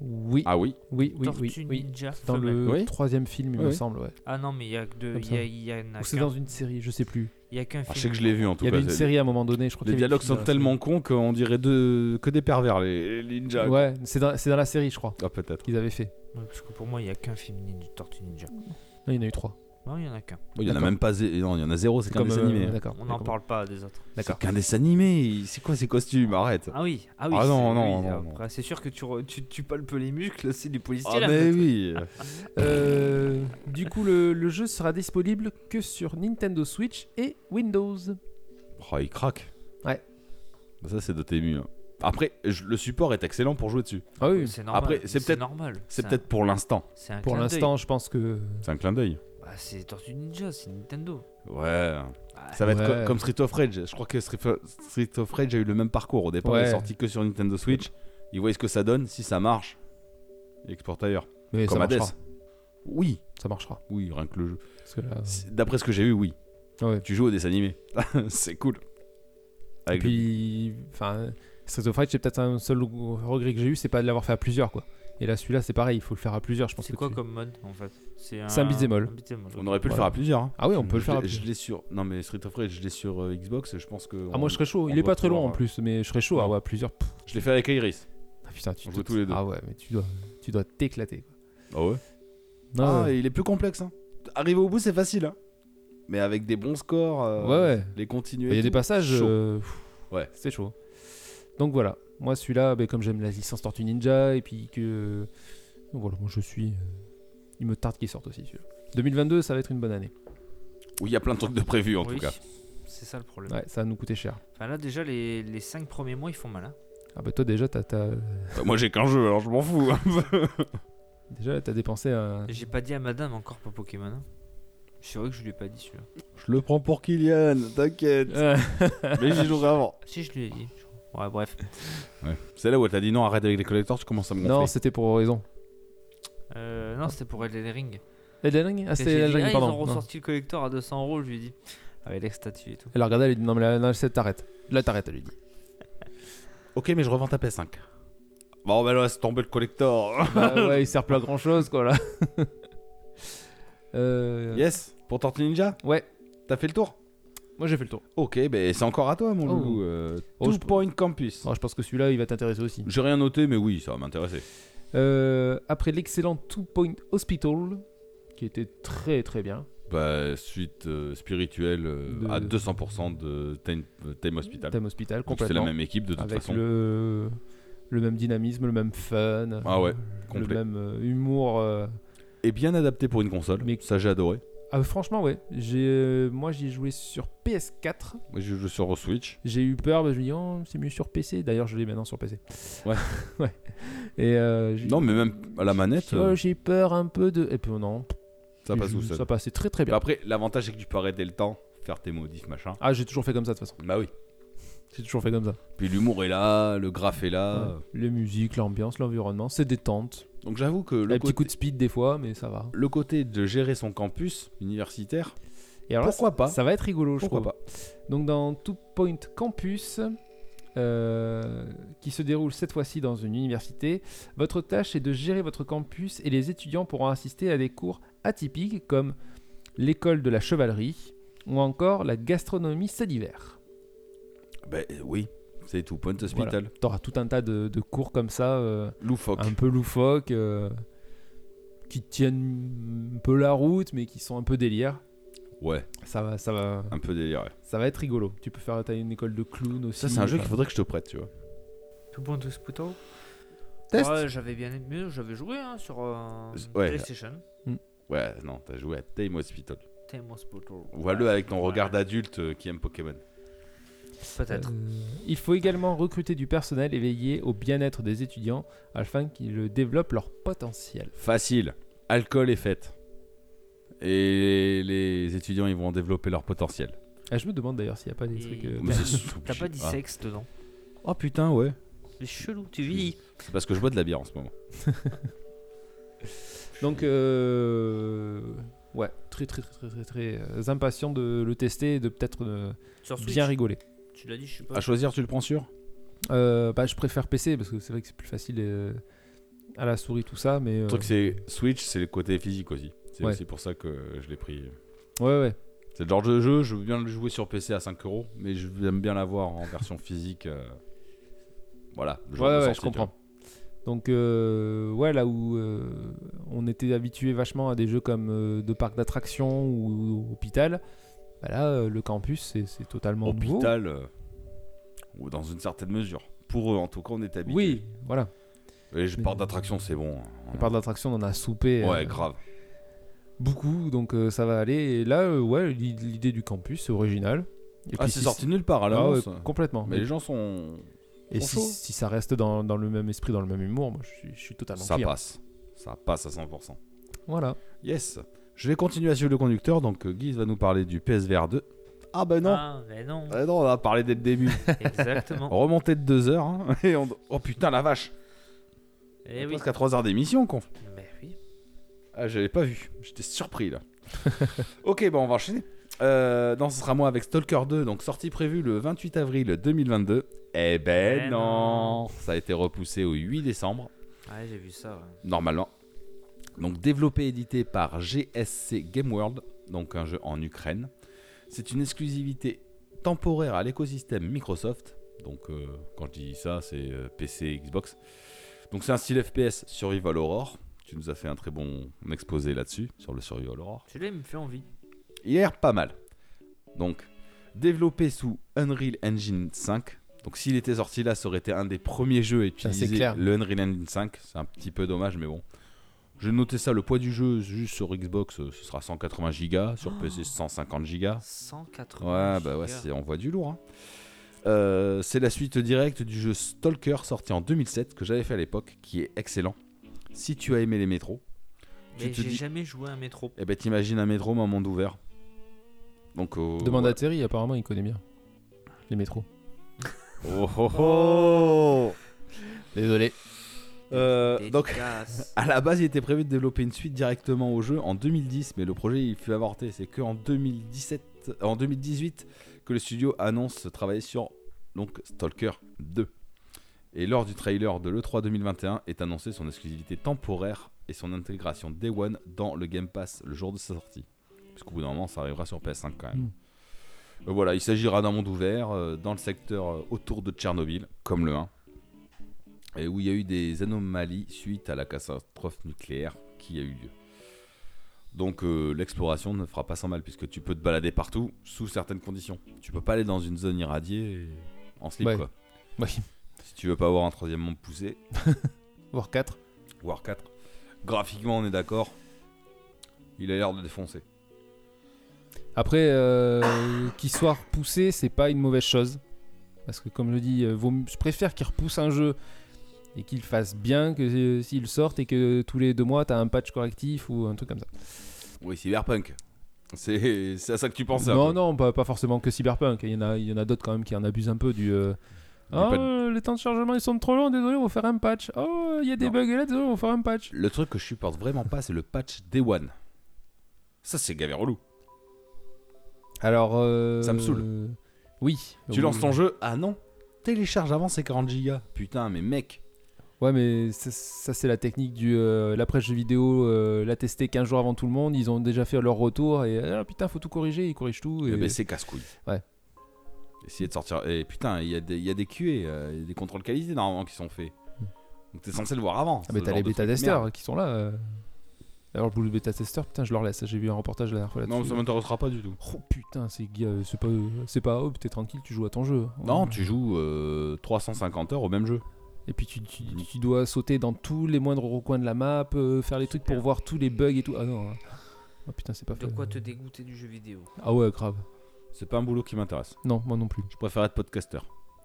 S6: Oui.
S4: Ah oui.
S6: Oui, oui,
S5: Tortue
S6: oui, oui.
S5: Ninja
S6: Dans le
S5: femelle. Oui.
S6: troisième film, il
S5: Oui,
S6: me
S5: oui.
S6: semble, ouais.
S5: Ah non, mais il y a que deux-
S6: Comme
S5: il
S6: ça.
S5: y a- il y en a
S6: Ou c'est
S5: qu'un.
S6: dans une série, je sais plus.
S5: Il y a qu'un
S4: Ah, je sais que je l'ai vu en tout
S6: Il y
S4: cas.
S6: avait une série à un moment donné, je crois.
S4: Les
S6: qu'il y avait
S4: dialogues
S6: une
S4: sont
S6: série dans la
S4: tellement cons qu'on dirait de... que des pervers, les, les ninjas.
S6: Ouais, c'est dans, c'est dans la série, je crois.
S4: Ah, peut-être.
S6: Qu'ils avaient fait.
S5: Ouais, Parce que pour moi, il n'y a qu'un film nin- Tortue Ninja.
S6: Non, il y en a eu trois.
S5: Non, il n'y en a qu'un.
S4: Il y en a
S6: D'accord.
S4: même pas. zé- Non, il y en a zéro, c'est qu'un
S6: Comme,
S4: dessin
S6: euh,
S4: animé. hein.
S6: d'accord.
S5: On n'en parle pas des autres.
S4: C'est qu'un dessin animé. C'est quoi ces costumes Arrête.
S5: Ah oui, ah oui.
S4: Ah non,
S5: c'est-
S4: non,
S5: oui,
S4: non,
S5: après, C'est sûr que tu, re- tu, tu palpes les muscles, c'est du policier
S4: Ah,
S5: là.
S4: mais
S5: peut-être.
S4: oui.
S6: Euh, du coup, le, le jeu sera disponible que sur Nintendo Switch et Windows.
S4: Oh, il craque.
S6: Ouais.
S4: Bah, Ça, c'est de tes murs. Après, je- le support est excellent pour jouer dessus.
S6: Ah oui.
S5: C'est normal,
S4: Après,
S5: c'est
S4: c'est peut-être
S5: normal.
S4: C'est
S5: C'est un-
S4: peut-être pour l'instant.
S5: c'est un
S6: Pour
S5: clin
S6: l'instant,
S5: d'œil.
S6: je pense que.
S4: C'est un clin d'œil.
S5: Bah, c'est Tortue Ninja, c'est Nintendo.
S4: Ouais. Ça va être
S6: Ah, Ouais.
S4: co- comme Street of Rage. Je crois que Street of- Street of Rage a eu le même parcours. Au départ,
S6: Ouais.
S4: il est sorti que sur Nintendo Switch. Ils voient ce que ça donne. Si ça marche, ils exportent ailleurs.
S6: Mais
S4: comme
S6: ça
S4: Hades.
S6: marchera.
S4: Oui.
S6: Ça marchera.
S4: Oui, rien que le jeu.
S6: que là-
S4: C'est- D'après ce que j'ai vu, oui. Tu joues au dessin animé. c'est cool.
S6: Et
S4: Avec le-
S6: puis, enfin, Street of Rage, c'est peut-être un seul regret que j'ai eu, c'est pas de l'avoir fait à plusieurs, quoi. Et là, celui-là, c'est pareil, il faut le faire à plusieurs, je pense.
S5: C'est
S6: que
S5: quoi
S6: tu-
S5: comme mode en fait C'est
S6: C'est un beat'em all.
S4: On aurait pu le
S6: Voilà.
S4: faire à plusieurs. hein.
S6: Ah oui, on peut le
S4: Je
S6: faire à
S4: l'ai-
S6: plusieurs.
S4: Je l'ai sur. Non, mais Street of Rage, je l'ai sur euh, Xbox. Je pense que.
S6: Ah, moi, je serais chaud. Il est pas très long en plus, mais je serais chaud. Ah ouais, à plusieurs. pff,
S4: Je l'ai fait avec Iris.
S6: Ah putain, tu
S4: On
S6: dois-
S4: joue tous les deux.
S6: Ah ouais, mais tu dois, tu dois t'éclater. quoi.
S4: Ah ouais
S6: Ah
S4: Ah,
S6: ouais.
S4: et il est plus complexe. Hein. Arriver au bout, c'est facile. hein. Mais avec des bons scores, euh,
S6: Ouais, ouais.
S4: les
S6: Il
S4: continuer.
S6: y a
S4: et
S6: des
S4: tout,
S6: passages.
S4: chaud.
S6: euh, pff,
S4: Ouais.
S6: C'est chaud. Donc voilà. Moi, celui-là, ben, comme j'aime la licence Tortue Ninja, et puis que. donc voilà, moi je suis. euh, Il me tarde qu'il sorte aussi celui-là. 2022, ça va être une bonne année.
S4: Où il y a plein de trucs de prévus en
S5: Oui,
S4: tout cas.
S5: C'est ça le problème.
S6: Ouais, ça va nous coûter cher.
S5: Enfin, là, déjà, les, les 5 premiers mois, ils font mal. hein.
S6: Ah bah toi, déjà, t'as. t'as-
S4: Bah, moi j'ai qu'un jeu alors je m'en fous. hein.
S6: Déjà, t'as dépensé un.
S5: Et J'ai pas dit à madame encore pour Pokémon. hein. C'est vrai que je lui ai pas dit celui-là.
S4: je le prends pour Kylian, t'inquiète.
S6: Euh,
S4: Mais j'y jouerai avant.
S5: Si, je lui ai dit. je crois. Ouais, bref.
S4: C'est là où elle t'a dit non, arrête avec les collecteurs, tu commences à me
S6: Non,
S4: gonfler.
S6: c'était pour Horizon.
S5: Euh, non, c'était pour Elden Ring.
S6: Elden Ring Ah,
S5: Et
S6: c'est
S5: j'ai dit,
S6: Elden Ring,
S5: ah,
S6: pardon.
S5: Ils ont
S6: Non.
S5: ressorti le collector à 200 euros, je lui ai dit. Avec les statues et tout.
S6: Elle a regardé, elle a dit non, mais là, là, c'est- t'arrêtes. Là, t'arrêtes, elle lui dit.
S4: Ok, mais je revends ta PS5. Bon, bah là, c'est tombé le collector.
S6: Bah ouais, il sert plus à grand chose quoi là. Euh,
S4: yes, pour Tortue Ninja
S6: Ouais.
S4: T'as fait le tour
S6: Moi j'ai fait le tour.
S4: Ok, ben c'est encore à toi, mon
S6: Oh.
S4: loulou. euh,
S6: Oh,
S4: Two
S6: je-
S4: Point Campus.
S6: Oh, je pense que celui-là il va t'intéresser aussi.
S4: J'ai rien noté, mais oui, ça va m'intéresser.
S6: Euh, après l'excellent Two Point Hospital qui était très très bien.
S4: Bah, suite euh, spirituelle euh,
S6: De-
S4: à 200% de Time, euh, Time Hospital.
S6: Time Hospital
S4: Donc
S6: complètement.
S4: C'est la même équipe de toute
S6: avec
S4: façon.
S6: le le même dynamisme, le même fun.
S4: Ah ouais,
S6: Le
S4: complet.
S6: même euh, humour. euh.
S4: Et bien adapté pour une console. Ça, j'ai adoré.
S6: Ah, franchement ouais, j'ai euh, moi j'ai joué sur PS4.
S4: Moi, je joue sur Switch.
S6: J'ai eu peur, mais je me dis oh, c'est mieux sur PC. D'ailleurs je l'ai maintenant sur PC.
S4: Ouais.
S6: ouais. Et euh, j'ai-
S4: Non, mais même à la manette,
S6: Oh,
S4: euh,
S6: j'ai peur un peu de. Et puis oh, non.
S4: ça
S6: Et
S4: passe
S6: je-
S4: tout seul.
S6: Ça passait très très bien.
S4: Après, l'avantage, c'est que tu peux arrêter le temps, faire tes modifs, machin.
S6: Ah, j'ai toujours fait comme ça de toute façon.
S4: Bah oui.
S6: J'ai toujours fait comme ça.
S4: Puis l'humour est là, le graphe est là.
S6: Ouais. Les musiques, l'ambiance, l'environnement, c'est détente.
S4: Donc j'avoue que le
S6: Un petit
S4: côté-
S6: coup de speed des fois, mais ça va.
S4: Le côté de gérer son campus universitaire,
S6: Et alors là,
S4: pourquoi
S6: ça-
S4: pas
S6: Ça va être rigolo, je
S4: Pourquoi
S6: trouve. Donc dans Two Point Campus, euh, qui se déroule cette fois-ci dans une université, votre tâche est de gérer votre campus et les étudiants pourront assister à des cours atypiques comme l'école de la chevalerie ou encore la gastronomie salivaire.
S4: Bah euh, oui, c'est tout. Point Hospital.
S6: Voilà. T'auras tout un tas de, de cours comme ça, euh,
S4: Loufoque.
S6: un peu loufoques, euh, qui tiennent un peu la route, mais qui sont un peu délire.
S4: Ouais,
S6: Ça va, ça va,
S4: un peu délire. ouais.
S6: ça va être rigolo. Tu peux faire t'as une école de clown aussi.
S4: Ça, c'est un jeu
S6: enfin.
S4: qu'il faudrait que je te prête, tu vois.
S5: Tout bon, tout sputo
S6: Test.
S5: Ouais, j'avais bien aimé, j'avais joué hein, sur euh,
S4: ouais.
S5: PlayStation.
S6: Mm.
S4: Ouais, non, t'as joué à Time Hospital.
S5: Time Hospital.
S4: Vois-le avec ton regard Euh, d'adulte euh, qui aime Pokémon.
S5: Peut-être.
S6: Euh, Il faut également recruter du personnel et veiller au bien-être des étudiants afin qu'ils développent leur potentiel.
S4: Facile. Alcool et fête. Et les étudiants, ils vont développer leur potentiel.
S6: Ah, je me demande d'ailleurs s'il n'y a pas des trucs. euh,
S4: Mais c'est
S5: T'as pas dit
S4: Ah.
S5: sexe dedans.
S4: Oh putain, ouais.
S5: C'est chelou, tu vis.
S4: C'est parce que je bois de la bière en ce moment.
S6: Donc, euh, ouais, très très très très très, euh, impatient de le tester et de peut-être euh,
S5: Sur Switch.
S6: bien rigoler.
S5: Tu l'as dit, je sais pas.
S4: À choisir, tu le prends sûr
S6: Euh, bah, je préfère PC parce que c'est vrai que c'est plus facile euh, à la souris tout ça, mais. euh,
S4: Le truc, c'est Switch, c'est le côté physique aussi. C'est
S6: Ouais.
S4: aussi pour ça que je l'ai pris.
S6: Ouais, ouais.
S4: C'est le genre de jeu, je veux bien le jouer sur PC à 5 euros, mais je- j'aime bien l'avoir en version physique. euh, Voilà. le
S6: Ouais,
S4: jour de
S6: ouais,
S4: sortie,
S6: je
S4: tu vois.
S6: comprends. Donc, euh, ouais, là où euh, on était habitué vachement à des jeux comme euh, de parc d'attractions ou, hôpital, bah là, euh, le campus, c'est- c'est totalement nouveau.
S4: Hôpital, euh, ou dans une certaine mesure. Pour eux, en tout cas, on est habitué.
S6: Oui, voilà.
S4: Et je pars d'attraction, c'est bon. hein.
S6: Les parcs d'attraction, on en a soupé.
S4: Ouais,
S6: euh,
S4: grave.
S6: Beaucoup, donc euh, ça va aller. Et là, euh, ouais, l'i- l'idée du campus, c'est original. Et
S4: Ah,
S6: puis
S4: c'est
S6: si
S4: sorti nulle part, alors.
S6: Ah ouais, complètement.
S4: Mais les gens sont.
S6: Et
S4: sont
S6: si,
S4: chauds.
S6: si ça reste dans, dans le même esprit, dans le même humour, moi je suis, je suis totalement
S4: Ça
S6: client.
S4: passe. Ça passe à 100%.
S6: Voilà.
S4: Yes. Je vais continuer à suivre le conducteur, donc euh, Guy va nous parler du PSVR 2. Ah bah non
S5: Ah, mais non.
S4: Ah non, on a parlé dès le début.
S5: Exactement.
S4: Remonté de 2 heures. hein, et on- Oh putain, la vache
S5: Eh
S4: On est
S5: oui.
S4: Presque à 3 heures d'émission, con.
S5: Mais oui.
S4: Ah, j'avais pas vu. J'étais surpris, là. ok, bon, on va enchaîner. Euh, non, ce sera moi avec Stalker 2, donc sortie prévue le 28 avril 2022. Eh ben
S5: Eh
S4: non.
S5: non.
S4: Ça a été repoussé au 8 décembre,
S5: Ouais, j'ai vu ça. ouais.
S4: normalement. Donc développé et édité par GSC Game World, donc un jeu en Ukraine. C'est une exclusivité temporaire à l'écosystème Microsoft. Donc euh, quand je dis ça, c'est euh, PC, Xbox. Donc c'est un style FPS Survival Horror. Tu nous as fait un très bon exposé là-dessus, sur le Survival Horror.
S5: Celui-là, il me fait envie.
S4: Il a l'air pas mal. Donc, développé sous Unreal Engine 5. Donc, s'il était sorti là, ça aurait été un des premiers jeux à utiliser
S6: c'est clair.
S4: le Unreal Engine 5. C'est un petit peu dommage, mais bon. Je notais ça, le poids du jeu, juste sur Xbox, euh, ce sera 180 Go, sur
S6: Oh.
S4: PC 150 Go.
S5: 180
S4: Ah. Ouais, bah ouais,
S5: gigas.
S4: c'est- on voit du lourd. hein. Euh, c'est la suite directe du jeu Stalker sorti en 2007 que j'avais fait à l'époque, qui est excellent. Si tu as aimé les métros,
S5: Mais
S4: tu te
S5: j'ai
S4: dis,
S5: jamais joué à un métro.
S4: eh ben t'imagines un métro mais en monde ouvert. Donc euh,
S6: Demande
S4: voilà.
S6: à Terry, apparemment il connaît bien les métros.
S4: Oh, oh, oh.
S6: Désolé.
S4: Euh, donc,
S5: Dédicace.
S4: à la base, il était prévu de développer une suite directement au jeu en 2010, mais le projet il fut avorté. C'est que en 2017, euh, en 2018, que le studio annonce travailler sur donc Stalker 2. Et lors du trailer de l'E3 2021 est annoncée son exclusivité temporaire et son intégration Day One dans le Game Pass le jour de sa sortie. Parce qu'au bout d'un moment, ça arrivera sur PS5 quand même. Euh, Voilà, il s'agira d'un monde ouvert euh, dans le secteur euh, autour de Tchernobyl, comme le 1, et où il y a eu des anomalies suite à la catastrophe nucléaire qui a eu lieu. Donc euh, l'exploration ne fera pas sans mal puisque tu peux te balader partout sous certaines conditions. Tu peux pas aller dans une zone irradiée et- en slip
S6: Ouais.
S4: quoi.
S6: Oui.
S4: Si tu veux pas avoir un troisième monde poussé,
S6: Voir 4.
S4: voire 4. Graphiquement on est d'accord. Il a l'air de défoncer.
S6: Après, euh, qu'il soit repoussé, c'est pas une mauvaise chose. Parce que, comme je dis, euh, vaut mieux- je préfère qu'il repousse un jeu et qu'il fasse bien que euh, s'il sorte et que tous les deux mois, t'as un patch correctif ou un truc comme ça.
S4: Oui, cyberpunk. C'est c'est à ça que tu penses. hein,
S6: non,
S4: quoi.
S6: non, pas, pas forcément que Cyberpunk. Il y en a, il y en a d'autres quand même qui en abusent un peu du. euh, Ah,
S4: patch.
S6: euh, les temps de chargement ils sont trop longs, désolé, on va faire un patch. Oh, il y a des
S4: Non.
S6: bugs et là, désolé, on va faire un patch.
S4: Le truc que je supporte vraiment pas, c'est le patch Day One. Ça, c'est gavé relou.
S6: Alors. euh,
S4: Ça me saoule.
S6: Oui.
S4: Tu lances
S6: Oui.
S4: ton jeu, ah non, télécharge avant c'est 40 gigas. Putain, mais mec,
S6: Ouais, mais ça, ça, c'est la technique du. euh, L'après-jeu vidéo, euh, l'a testé 15 jours avant tout le monde, ils ont déjà fait leur retour et. Ah putain, faut tout corriger, ils corrigent tout.
S4: Eh
S6: Et... Ah,
S4: ben, c'est casse-couille.
S6: Ouais.
S4: Essayer de sortir. Et putain, il y, a des- il y a des QA, euh, il y a des contrôles qualité normalement qui sont faits. Donc t'es censé le voir avant.
S6: Hmm. Ah, mais
S4: ce
S6: t'as
S4: genre
S6: les
S4: de truc.
S6: bêta-testeurs
S4: Merde.
S6: qui sont là. euh. Alors, pour le bêta-testeur, putain, je leur laisse, j'ai vu un reportage la dernière fois là-dessus.
S4: Non, ça m'intéressera pas du tout.
S6: Oh putain, c'est euh, c'est pas, c'est pas hop, t'es tranquille, tu joues à ton jeu. Hein.
S4: Non, tu joues euh, 350 heures au même jeu.
S6: Et puis tu, tu- tu dois sauter dans tous les moindres recoins de la map, euh, faire les trucs pour voir tous les bugs et tout. Ah non. hein. Oh putain, c'est pas
S5: De
S6: fait.
S5: quoi te dégoûter du jeu vidéo.
S6: Ah ouais, grave.
S4: C'est pas un boulot qui m'intéresse.
S6: Non, moi non plus.
S4: Je préfère être podcaster.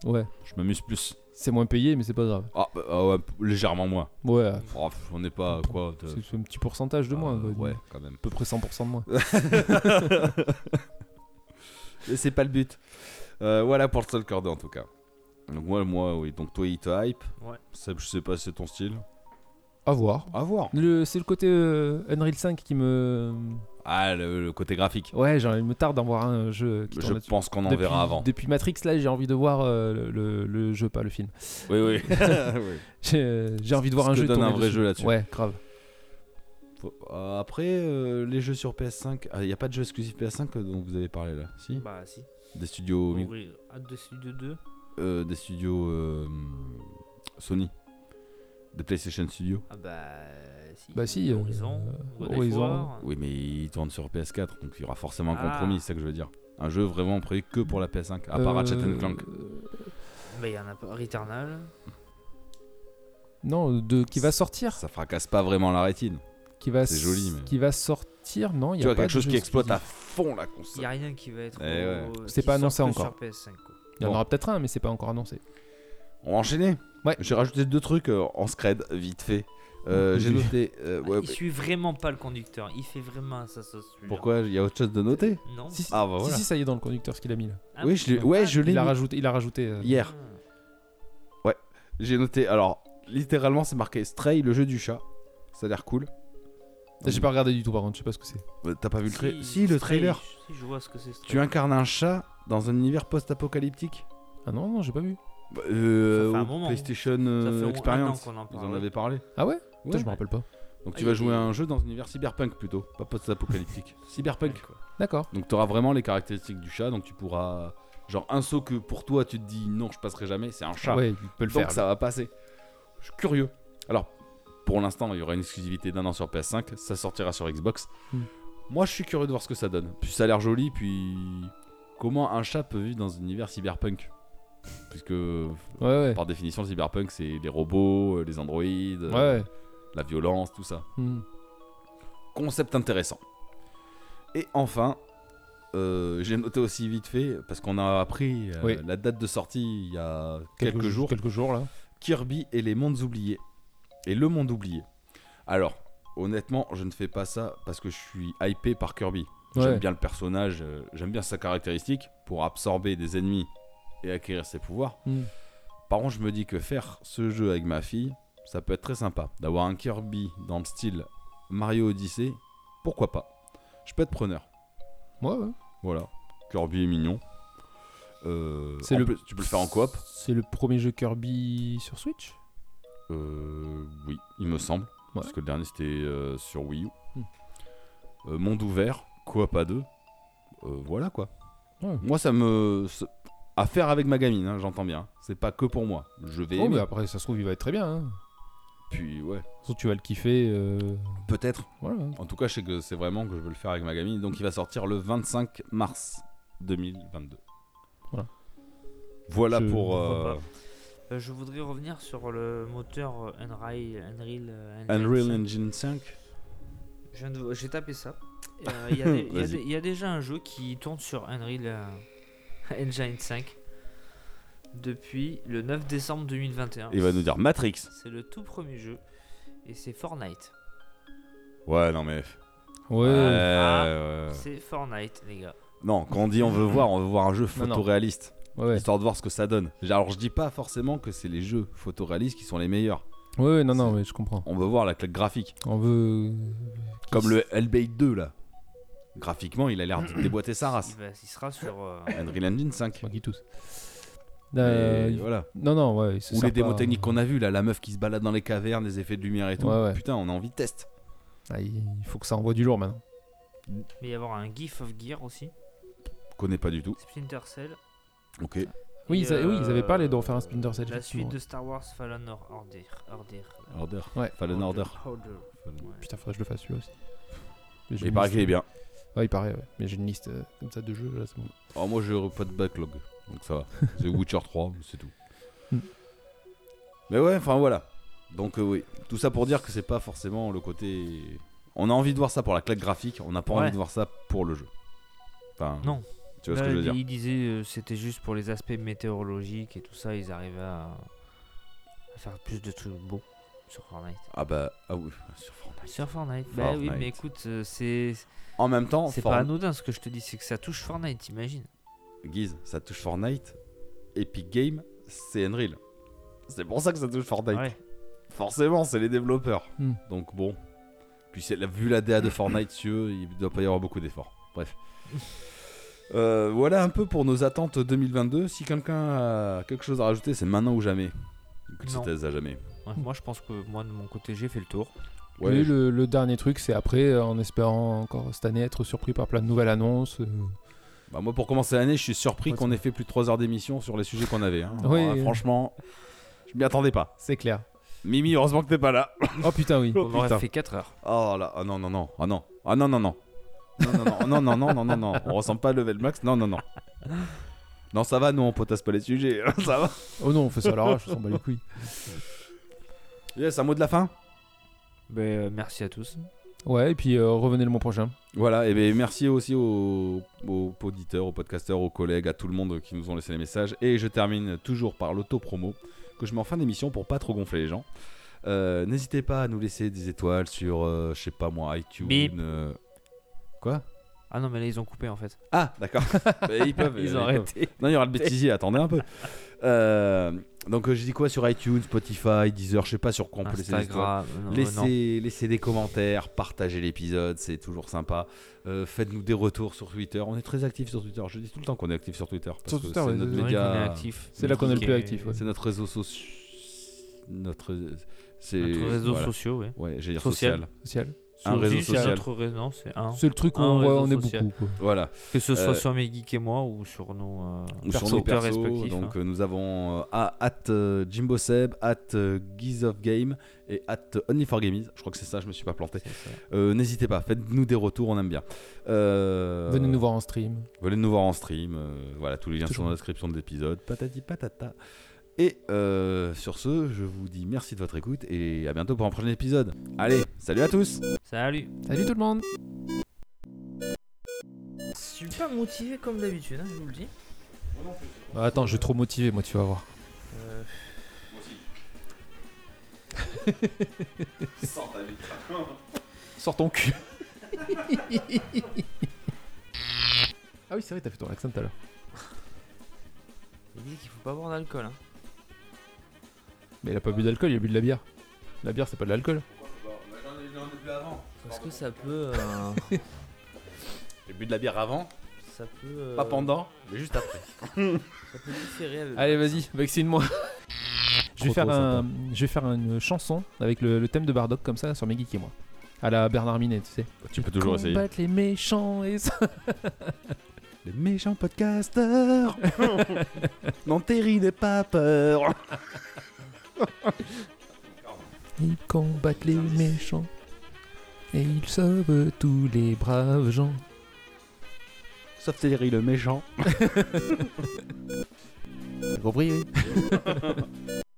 S6: Ouais.
S4: Je m'amuse plus.
S6: C'est moins payé, mais c'est pas grave.
S4: Ah, bah, ah ouais, p- légèrement moins.
S6: Ouais.
S4: Oh, pff, on n'est pas à quoi de- Ah,
S6: C'est c'est un petit pourcentage de moins. quoi.
S4: Euh, ouais, quand même.
S6: À peu près 100% de moins.
S4: Mais C'est pas le but. Euh, voilà pour le seul cordé en tout cas. Donc moi, moi, oui. Donc toi, il te hype.
S5: Ouais.
S4: Seb, je sais pas, c'est ton style.
S6: À voir.
S4: À voir.
S6: Le, c'est le côté euh, Unreal 5 qui me.
S4: Ah, le, le côté graphique.
S6: Ouais, genre, il me tarde d'en voir un euh, jeu qui
S4: Je
S6: tourne là-dessus.
S4: pense qu'on en
S6: Depuis-
S4: verra avant.
S6: Depuis Matrix, là, j'ai envie de voir euh, le, le- le jeu, pas le film.
S4: Oui, oui. Oui.
S6: j'ai, euh, j'ai envie de voir
S4: Ce
S6: un
S4: que
S6: jeu.
S4: donne
S6: tourner
S4: un vrai
S6: dessus.
S4: jeu là-dessus.
S6: Ouais, grave.
S4: Faut- euh, Après, euh, les jeux sur PS5, il n'y ah, a pas de jeu exclusif PS5 euh, dont vous avez parlé là, si
S5: Bah, si.
S4: Des studios,
S5: Oui, hâte de Studio 2.
S4: euh, des studios euh, Sony, des PlayStation Studios.
S5: Ah bah si.
S6: Bah si, euh,
S5: Horizon.
S6: euh,
S5: God of
S6: Horizon.
S5: War.
S4: Oui, mais ils tournent sur PS4, donc il y aura forcément un
S5: Ah.
S4: compromis, c'est ça que je veux dire. Un jeu vraiment prévu que pour la PS5, à part
S6: Euh,
S4: Ratchet and Clank.
S5: Mais il y en a pas. Returnal.
S6: Non, de, qui va sortir.
S4: Ça fracasse pas vraiment la rétine.
S6: Qui va
S4: C'est
S6: s-
S4: joli, mais-
S6: Qui va sortir, non, il y
S4: Tu
S6: a
S4: vois,
S6: pas
S4: quelque
S6: de
S4: chose
S6: jeu
S4: qui exploite à
S6: exclusif.
S4: fond la console.
S5: Il n'y a rien qui va être. au-
S4: Eh ouais.
S6: C'est
S5: qui
S6: pas
S5: sort
S6: annoncé
S5: que
S6: encore.
S5: Sur PS5. quoi.
S6: Il y en
S4: Bon.
S6: aura peut-être un, mais c'est pas encore annoncé.
S4: On va enchaîner
S6: Ouais.
S4: J'ai rajouté deux trucs euh, en scred, vite fait. Euh, J'ai noté. euh, ouais,
S5: Ah, Il suit vraiment pas le conducteur. Il fait vraiment ça, ça. celui-là.
S4: pourquoi Il y a autre chose de noter
S5: Non.
S6: Si, si,
S4: Ah bah
S6: si,
S4: voilà.
S6: si, ça y est dans le conducteur ce qu'il a mis là.
S5: Ah
S4: Oui, je l'ai- ouais, je l'ai
S6: Il a
S4: mis.
S6: rajouté. Il a rajouté euh,
S4: Hier. Ouais. J'ai noté. Alors, littéralement, c'est marqué Stray, le jeu du chat. Ça a l'air cool.
S6: J'ai pas regardé du tout par contre, je sais pas ce que c'est.
S4: Euh, T'as pas vu le trailer
S5: Si,
S4: Si, le
S5: Stray,
S4: trailer.
S5: je- si, je vois ce que c'est, Stray.
S4: Tu incarnes un chat dans un univers post-apocalyptique
S6: Ah non, non, j'ai pas vu.
S4: Bah, euh,
S5: Ça fait un
S4: au
S5: moment. hein.
S4: PlayStation
S5: Ça fait au
S4: euh,
S5: moins
S4: Experience.
S5: un an qu'on en
S4: Vous
S5: parle,
S4: en
S5: ouais.
S4: avez parlé
S6: Ah ouais Putain,
S4: Ouais.
S6: je me rappelle pas.
S4: Donc
S5: Ah,
S4: tu
S5: il
S4: vas
S5: est-
S4: jouer à un jeu dans un univers cyberpunk plutôt, pas post-apocalyptique. cyberpunk.
S6: D'accord.
S4: Donc tu auras vraiment les caractéristiques du chat, donc tu pourras... Genre un saut que pour toi tu te dis non je passerai jamais, c'est un chat.
S6: Ouais, il peut le
S4: donc
S6: faire,
S4: ça
S6: lui.
S4: va passer. Je suis curieux. Alors pour l'instant il y aura une exclusivité d'un an sur PS5, ça sortira sur Xbox.
S6: Hmm.
S4: Moi je suis curieux de voir ce que ça donne. Puis ça a l'air joli, puis comment un chat peut vivre dans un univers cyberpunk Puisque
S6: ouais.
S4: par définition le cyberpunk c'est les robots, euh, les androïdes, euh,
S6: Ouais.
S4: la violence, tout ça.
S6: Hmm.
S4: Concept intéressant. Et enfin, euh, j'ai noté aussi vite fait, parce qu'on a appris euh,
S6: Oui.
S4: la date de sortie il y a quelques,
S6: Quelques jou-
S4: jours.
S6: quelques jours, là.
S4: Kirby et les mondes oubliés. Et le monde oublié. Alors, honnêtement, je ne fais pas ça parce que je suis hypé par Kirby.
S6: Ouais.
S4: J'aime bien le personnage, euh, j'aime bien sa caractéristique pour absorber des ennemis et acquérir ses pouvoirs.
S6: Mm.
S4: Par contre, je me dis que faire ce jeu avec ma fille, ça peut être très sympa. D'avoir un Kirby dans le style Mario Odyssey, pourquoi pas Je peux être preneur.
S6: Ouais, ouais.
S4: Voilà. Kirby est mignon. Euh,
S6: C'est
S4: en
S6: le-
S4: plus, tu peux le faire en coop.
S6: C'est le premier jeu Kirby sur Switch
S4: Euh, oui, il me semble. Parce que le dernier c'était euh, sur Wii U.
S6: Hmm.
S4: Euh, monde ouvert, coop à deux. Euh, voilà quoi.
S6: Ouais.
S4: Moi ça me. ça- À faire avec ma gamine, hein, j'entends bien. C'est pas que pour moi. Je vais.
S6: Oh,
S4: aimer.
S6: mais après, ça se trouve, il va être très bien. hein.
S4: Puis ouais.
S6: Surtout, tu vas le kiffer. euh,
S4: Peut-être.
S6: Voilà.
S4: En tout cas, je sais que c'est vraiment que je veux le faire avec ma gamine. Donc il va sortir le 25 mars 2022.
S6: Voilà.
S4: Voilà
S6: Je-
S4: pour.
S5: Pourquoi
S4: euh,
S5: pas. Euh, je voudrais revenir sur le moteur euh, Unreal, Unreal, euh,
S4: Unreal
S5: cinq.
S4: Engine 5.
S5: Je viens de- J'ai tapé ça. Et, euh, Il y a des- il y, a
S4: Vas-y.
S5: des- il y a déjà un jeu qui tourne sur Unreal euh, Engine 5 depuis le 9 décembre 2021.
S6: Ah.
S4: Il va nous dire Matrix.
S5: C'est le tout premier jeu et c'est Fortnite.
S4: Ouais, non mais.
S6: Ouais.
S5: Ah,
S4: ouais.
S5: C'est Fortnite, les gars.
S4: Non, quand on dit on veut voir, on veut voir un jeu
S5: Non, non.
S4: photoréaliste.
S6: Ouais, ouais.
S4: Histoire de voir ce que ça donne. Alors, je dis pas forcément que c'est les jeux photoréalistes qui sont les meilleurs.
S6: Ouais, ouais, non, non, mais je comprends.
S4: On veut voir la claque graphique.
S6: On veut.
S4: Comme le Hellbait 2, là. Graphiquement, il a l'air de déboîter sa race.
S5: Il, va- il sera sur. euh,
S4: Unreal Engine 5.
S6: Euh,
S4: Et
S6: il-
S4: voilà.
S6: Non, non, ouais. il se
S4: Ou
S6: sert
S4: les démos
S6: pas-
S4: techniques qu'on a vu là, la meuf qui se balade dans les cavernes, les effets de lumière et tout.
S6: Ouais, ouais.
S4: Putain, on a envie de test.
S6: Ah, il il faut que ça envoie du lourd maintenant.
S5: Il va y avoir un GIF of Gear aussi.
S4: Connais pas du tout.
S5: Splinter Cell.
S4: Ok.
S6: Oui,
S5: Et,
S6: ils, a- oui, ils avaient
S5: euh,
S6: parlé de refaire un Splinter Cell.
S5: La
S6: effectivement.
S5: suite de Star Wars Fallen Or- Order. Order.
S4: Order.
S6: Ouais.
S4: Fallen Order.
S5: Order. Ouais.
S6: Putain, faudrait que je le fasse lui aussi. Mais j'ai
S4: Mais il
S6: une
S4: paraît
S6: liste.
S4: qu'il est bien.
S6: Ouais, il paraît, ouais. Mais j'ai une liste euh, comme ça de jeux là, c'est bon.
S4: Oh, moi, j'ai pas de backlog. Donc ça va. C'est Witcher 3, c'est tout.
S6: Hmm.
S4: Mais ouais, enfin voilà. Donc euh, oui, tout ça pour dire que c'est pas forcément le côté On a envie de voir ça pour la claque graphique, on n'a pas
S5: Ouais.
S4: envie de voir ça pour le jeu. Enfin,
S5: Non.
S4: Tu vois ce
S5: Là,
S4: que je veux dire
S5: Il disait euh, c'était juste pour les aspects météorologiques et tout ça, ils arrivaient à, à faire plus de trucs beaux sur Fortnite.
S4: Ah bah, ah oui, sur Fortnite.
S5: Sur Fortnite. Bah oui,
S4: Fortnite.
S5: mais écoute, euh, c'est.
S4: En même temps,
S5: c'est
S4: Fortnite-
S5: pas anodin ce que je te dis, c'est que ça touche Fortnite, t'imagines
S4: Guise, ça touche Fortnite. Epic Game, c'est Unreal. C'est pour ça que ça touche Fortnite. Forcément, c'est les développeurs.
S17: Hmm.
S4: Donc bon. Puis c'est la, vu la DA de Fortnite, si tu veux, il doit pas y avoir beaucoup d'efforts. Bref. Euh, voilà un peu pour nos attentes 2022. Si quelqu'un a quelque chose à rajouter, c'est maintenant ou jamais. Une
S5: Non.
S4: thèse à jamais.
S5: Ouais, Moi, je pense que moi, de mon côté, j'ai fait le tour.
S4: Ouais,
S6: Mais
S4: je-
S6: le, le dernier truc, c'est après, euh, en espérant encore cette année être surpris par plein de nouvelles annonces. euh.
S4: Bah, moi, pour commencer l'année, je suis surpris qu'on ait fait plus de 3 heures d'émission sur les sujets qu'on avait. hein.
S6: Oui.
S4: Alors là, franchement, je m'y attendais pas.
S6: C'est clair.
S4: Mimi, heureusement que t'es pas là.
S6: Oh putain, oui.
S4: Oh,
S5: On aurait
S4: putain.
S5: fait 4 heures.
S4: Oh là, ah non, non, non, ah non, ah non, non, non. Non, non, non, non, non, non, non, non, non, on ressemble pas à level max, non, non, non. Non, ça va, nous, on potasse pas les sujets, hein, ça va.
S6: Oh non, on fait ça à l'arrache, on s'en bat les couilles.
S4: Yes, un mot de la fin
S5: Ben, euh, merci à tous.
S6: Ouais, et puis euh, revenez le mois prochain.
S4: Voilà, et ben merci aussi aux, aux auditeurs, aux podcasteurs, aux collègues, à tout le monde qui nous ont laissé les messages. Et je termine toujours par l'auto-promo que je mets en fin d'émission pour pas trop gonfler les gens. Euh, N'hésitez pas à nous laisser des étoiles sur, euh, je sais pas moi, iTunes.
S5: Bip.
S4: euh, Quoi
S5: Ah non, mais là, ils ont coupé en fait.
S4: Ah, d'accord. Bah, ils peuvent.
S5: Ils
S4: euh,
S5: ont
S4: peuvent.
S5: arrêté.
S4: Non, il y aura le bêtisier, attendez un peu. Euh, donc, euh, je dis quoi sur iTunes, Spotify, Deezer, je sais pas sur quoi on peut laisser des
S5: Instagram, euh,
S4: étoiles.
S5: non,
S4: laissez, laissez des commentaires, partagez l'épisode, c'est toujours sympa. Euh, Faites-nous des retours sur Twitter. On est très actifs sur Twitter. Je dis tout le temps qu'on est actifs sur Twitter. Parce
S6: Sur
S4: que
S6: Twitter,
S4: c'est
S6: ouais,
S4: notre
S6: c'est vrai
S4: média-
S6: qu'on est actif. C'est là qu'on est le plus actif, ouais.
S4: C'est notre réseau social. Notre, c'est-
S5: Notre réseau
S4: voilà.
S5: social, ouais.
S4: Ouais, j'allais dire social.
S5: Social.
S4: Un
S5: Sur-
S4: réseau
S5: si, c'est
S4: social.
S5: notre ré- non, c'est un.
S6: C'est le truc où
S5: Un
S6: on voit-
S5: réseau
S6: on est
S5: social.
S6: beaucoup, quoi.
S4: Voilà.
S5: Que ce soit
S4: Euh,
S5: sur mes geeks et moi ou sur nos, euh,
S4: ou sur
S5: persos,
S4: nos
S5: auteurs
S4: persos.
S5: respectifs,
S4: donc
S5: hein.
S4: euh, nous avons euh, à- at euh, Jimbo Seb, at euh, Geese of Game et at euh, Only for Gamies. Je crois que c'est ça, je me suis pas planté. Euh, N'hésitez pas, faites-nous des retours, on aime bien. Euh,
S6: Venez nous voir en stream.
S4: Venez nous voir en stream. euh, voilà, tous les liens sont
S6: Toujours.
S4: dans la description de l'épisode. Patati patata. Et euh, sur ce, je vous dis merci de votre écoute et à bientôt pour un prochain épisode. Allez, salut à tous.
S5: Salut.
S6: Salut tout le monde.
S5: Super motivé comme d'habitude, hein, je vous le dis.
S6: Bah, attends, je suis trop motivé, moi, tu vas voir.
S5: Euh,
S6: Sors ton cul. ah oui, c'est vrai, t'as fait ton accent tout à l'heure.
S5: il dit qu'il faut pas boire d'alcool. Hein.
S6: Mais il a pas bu d'alcool, il a bu de la bière. La bière, c'est pas de l'alcool.
S5: Parce que ça peut. euh,
S4: J'ai bu de la bière avant,
S5: ça peut. euh,
S4: pas pendant, mais juste après.
S5: Ça peut différer avec.
S6: Allez, vas-y, vaccine-moi. Je vais,
S5: Trop,
S6: faire
S5: trop
S6: un, je vais faire une chanson avec le, le thème de Bardock comme ça sur mes geeks et moi. À la Bernard Minet, tu sais.
S4: Tu peux toujours essayer.
S6: Combattre les méchants et ça.
S4: Les méchants podcasteurs Non, Terry n'est pas peur
S2: Ils combattent les méchants et ils sauvent tous les braves gens.
S4: Sauf Terry le méchant
S2: T'as compris, oui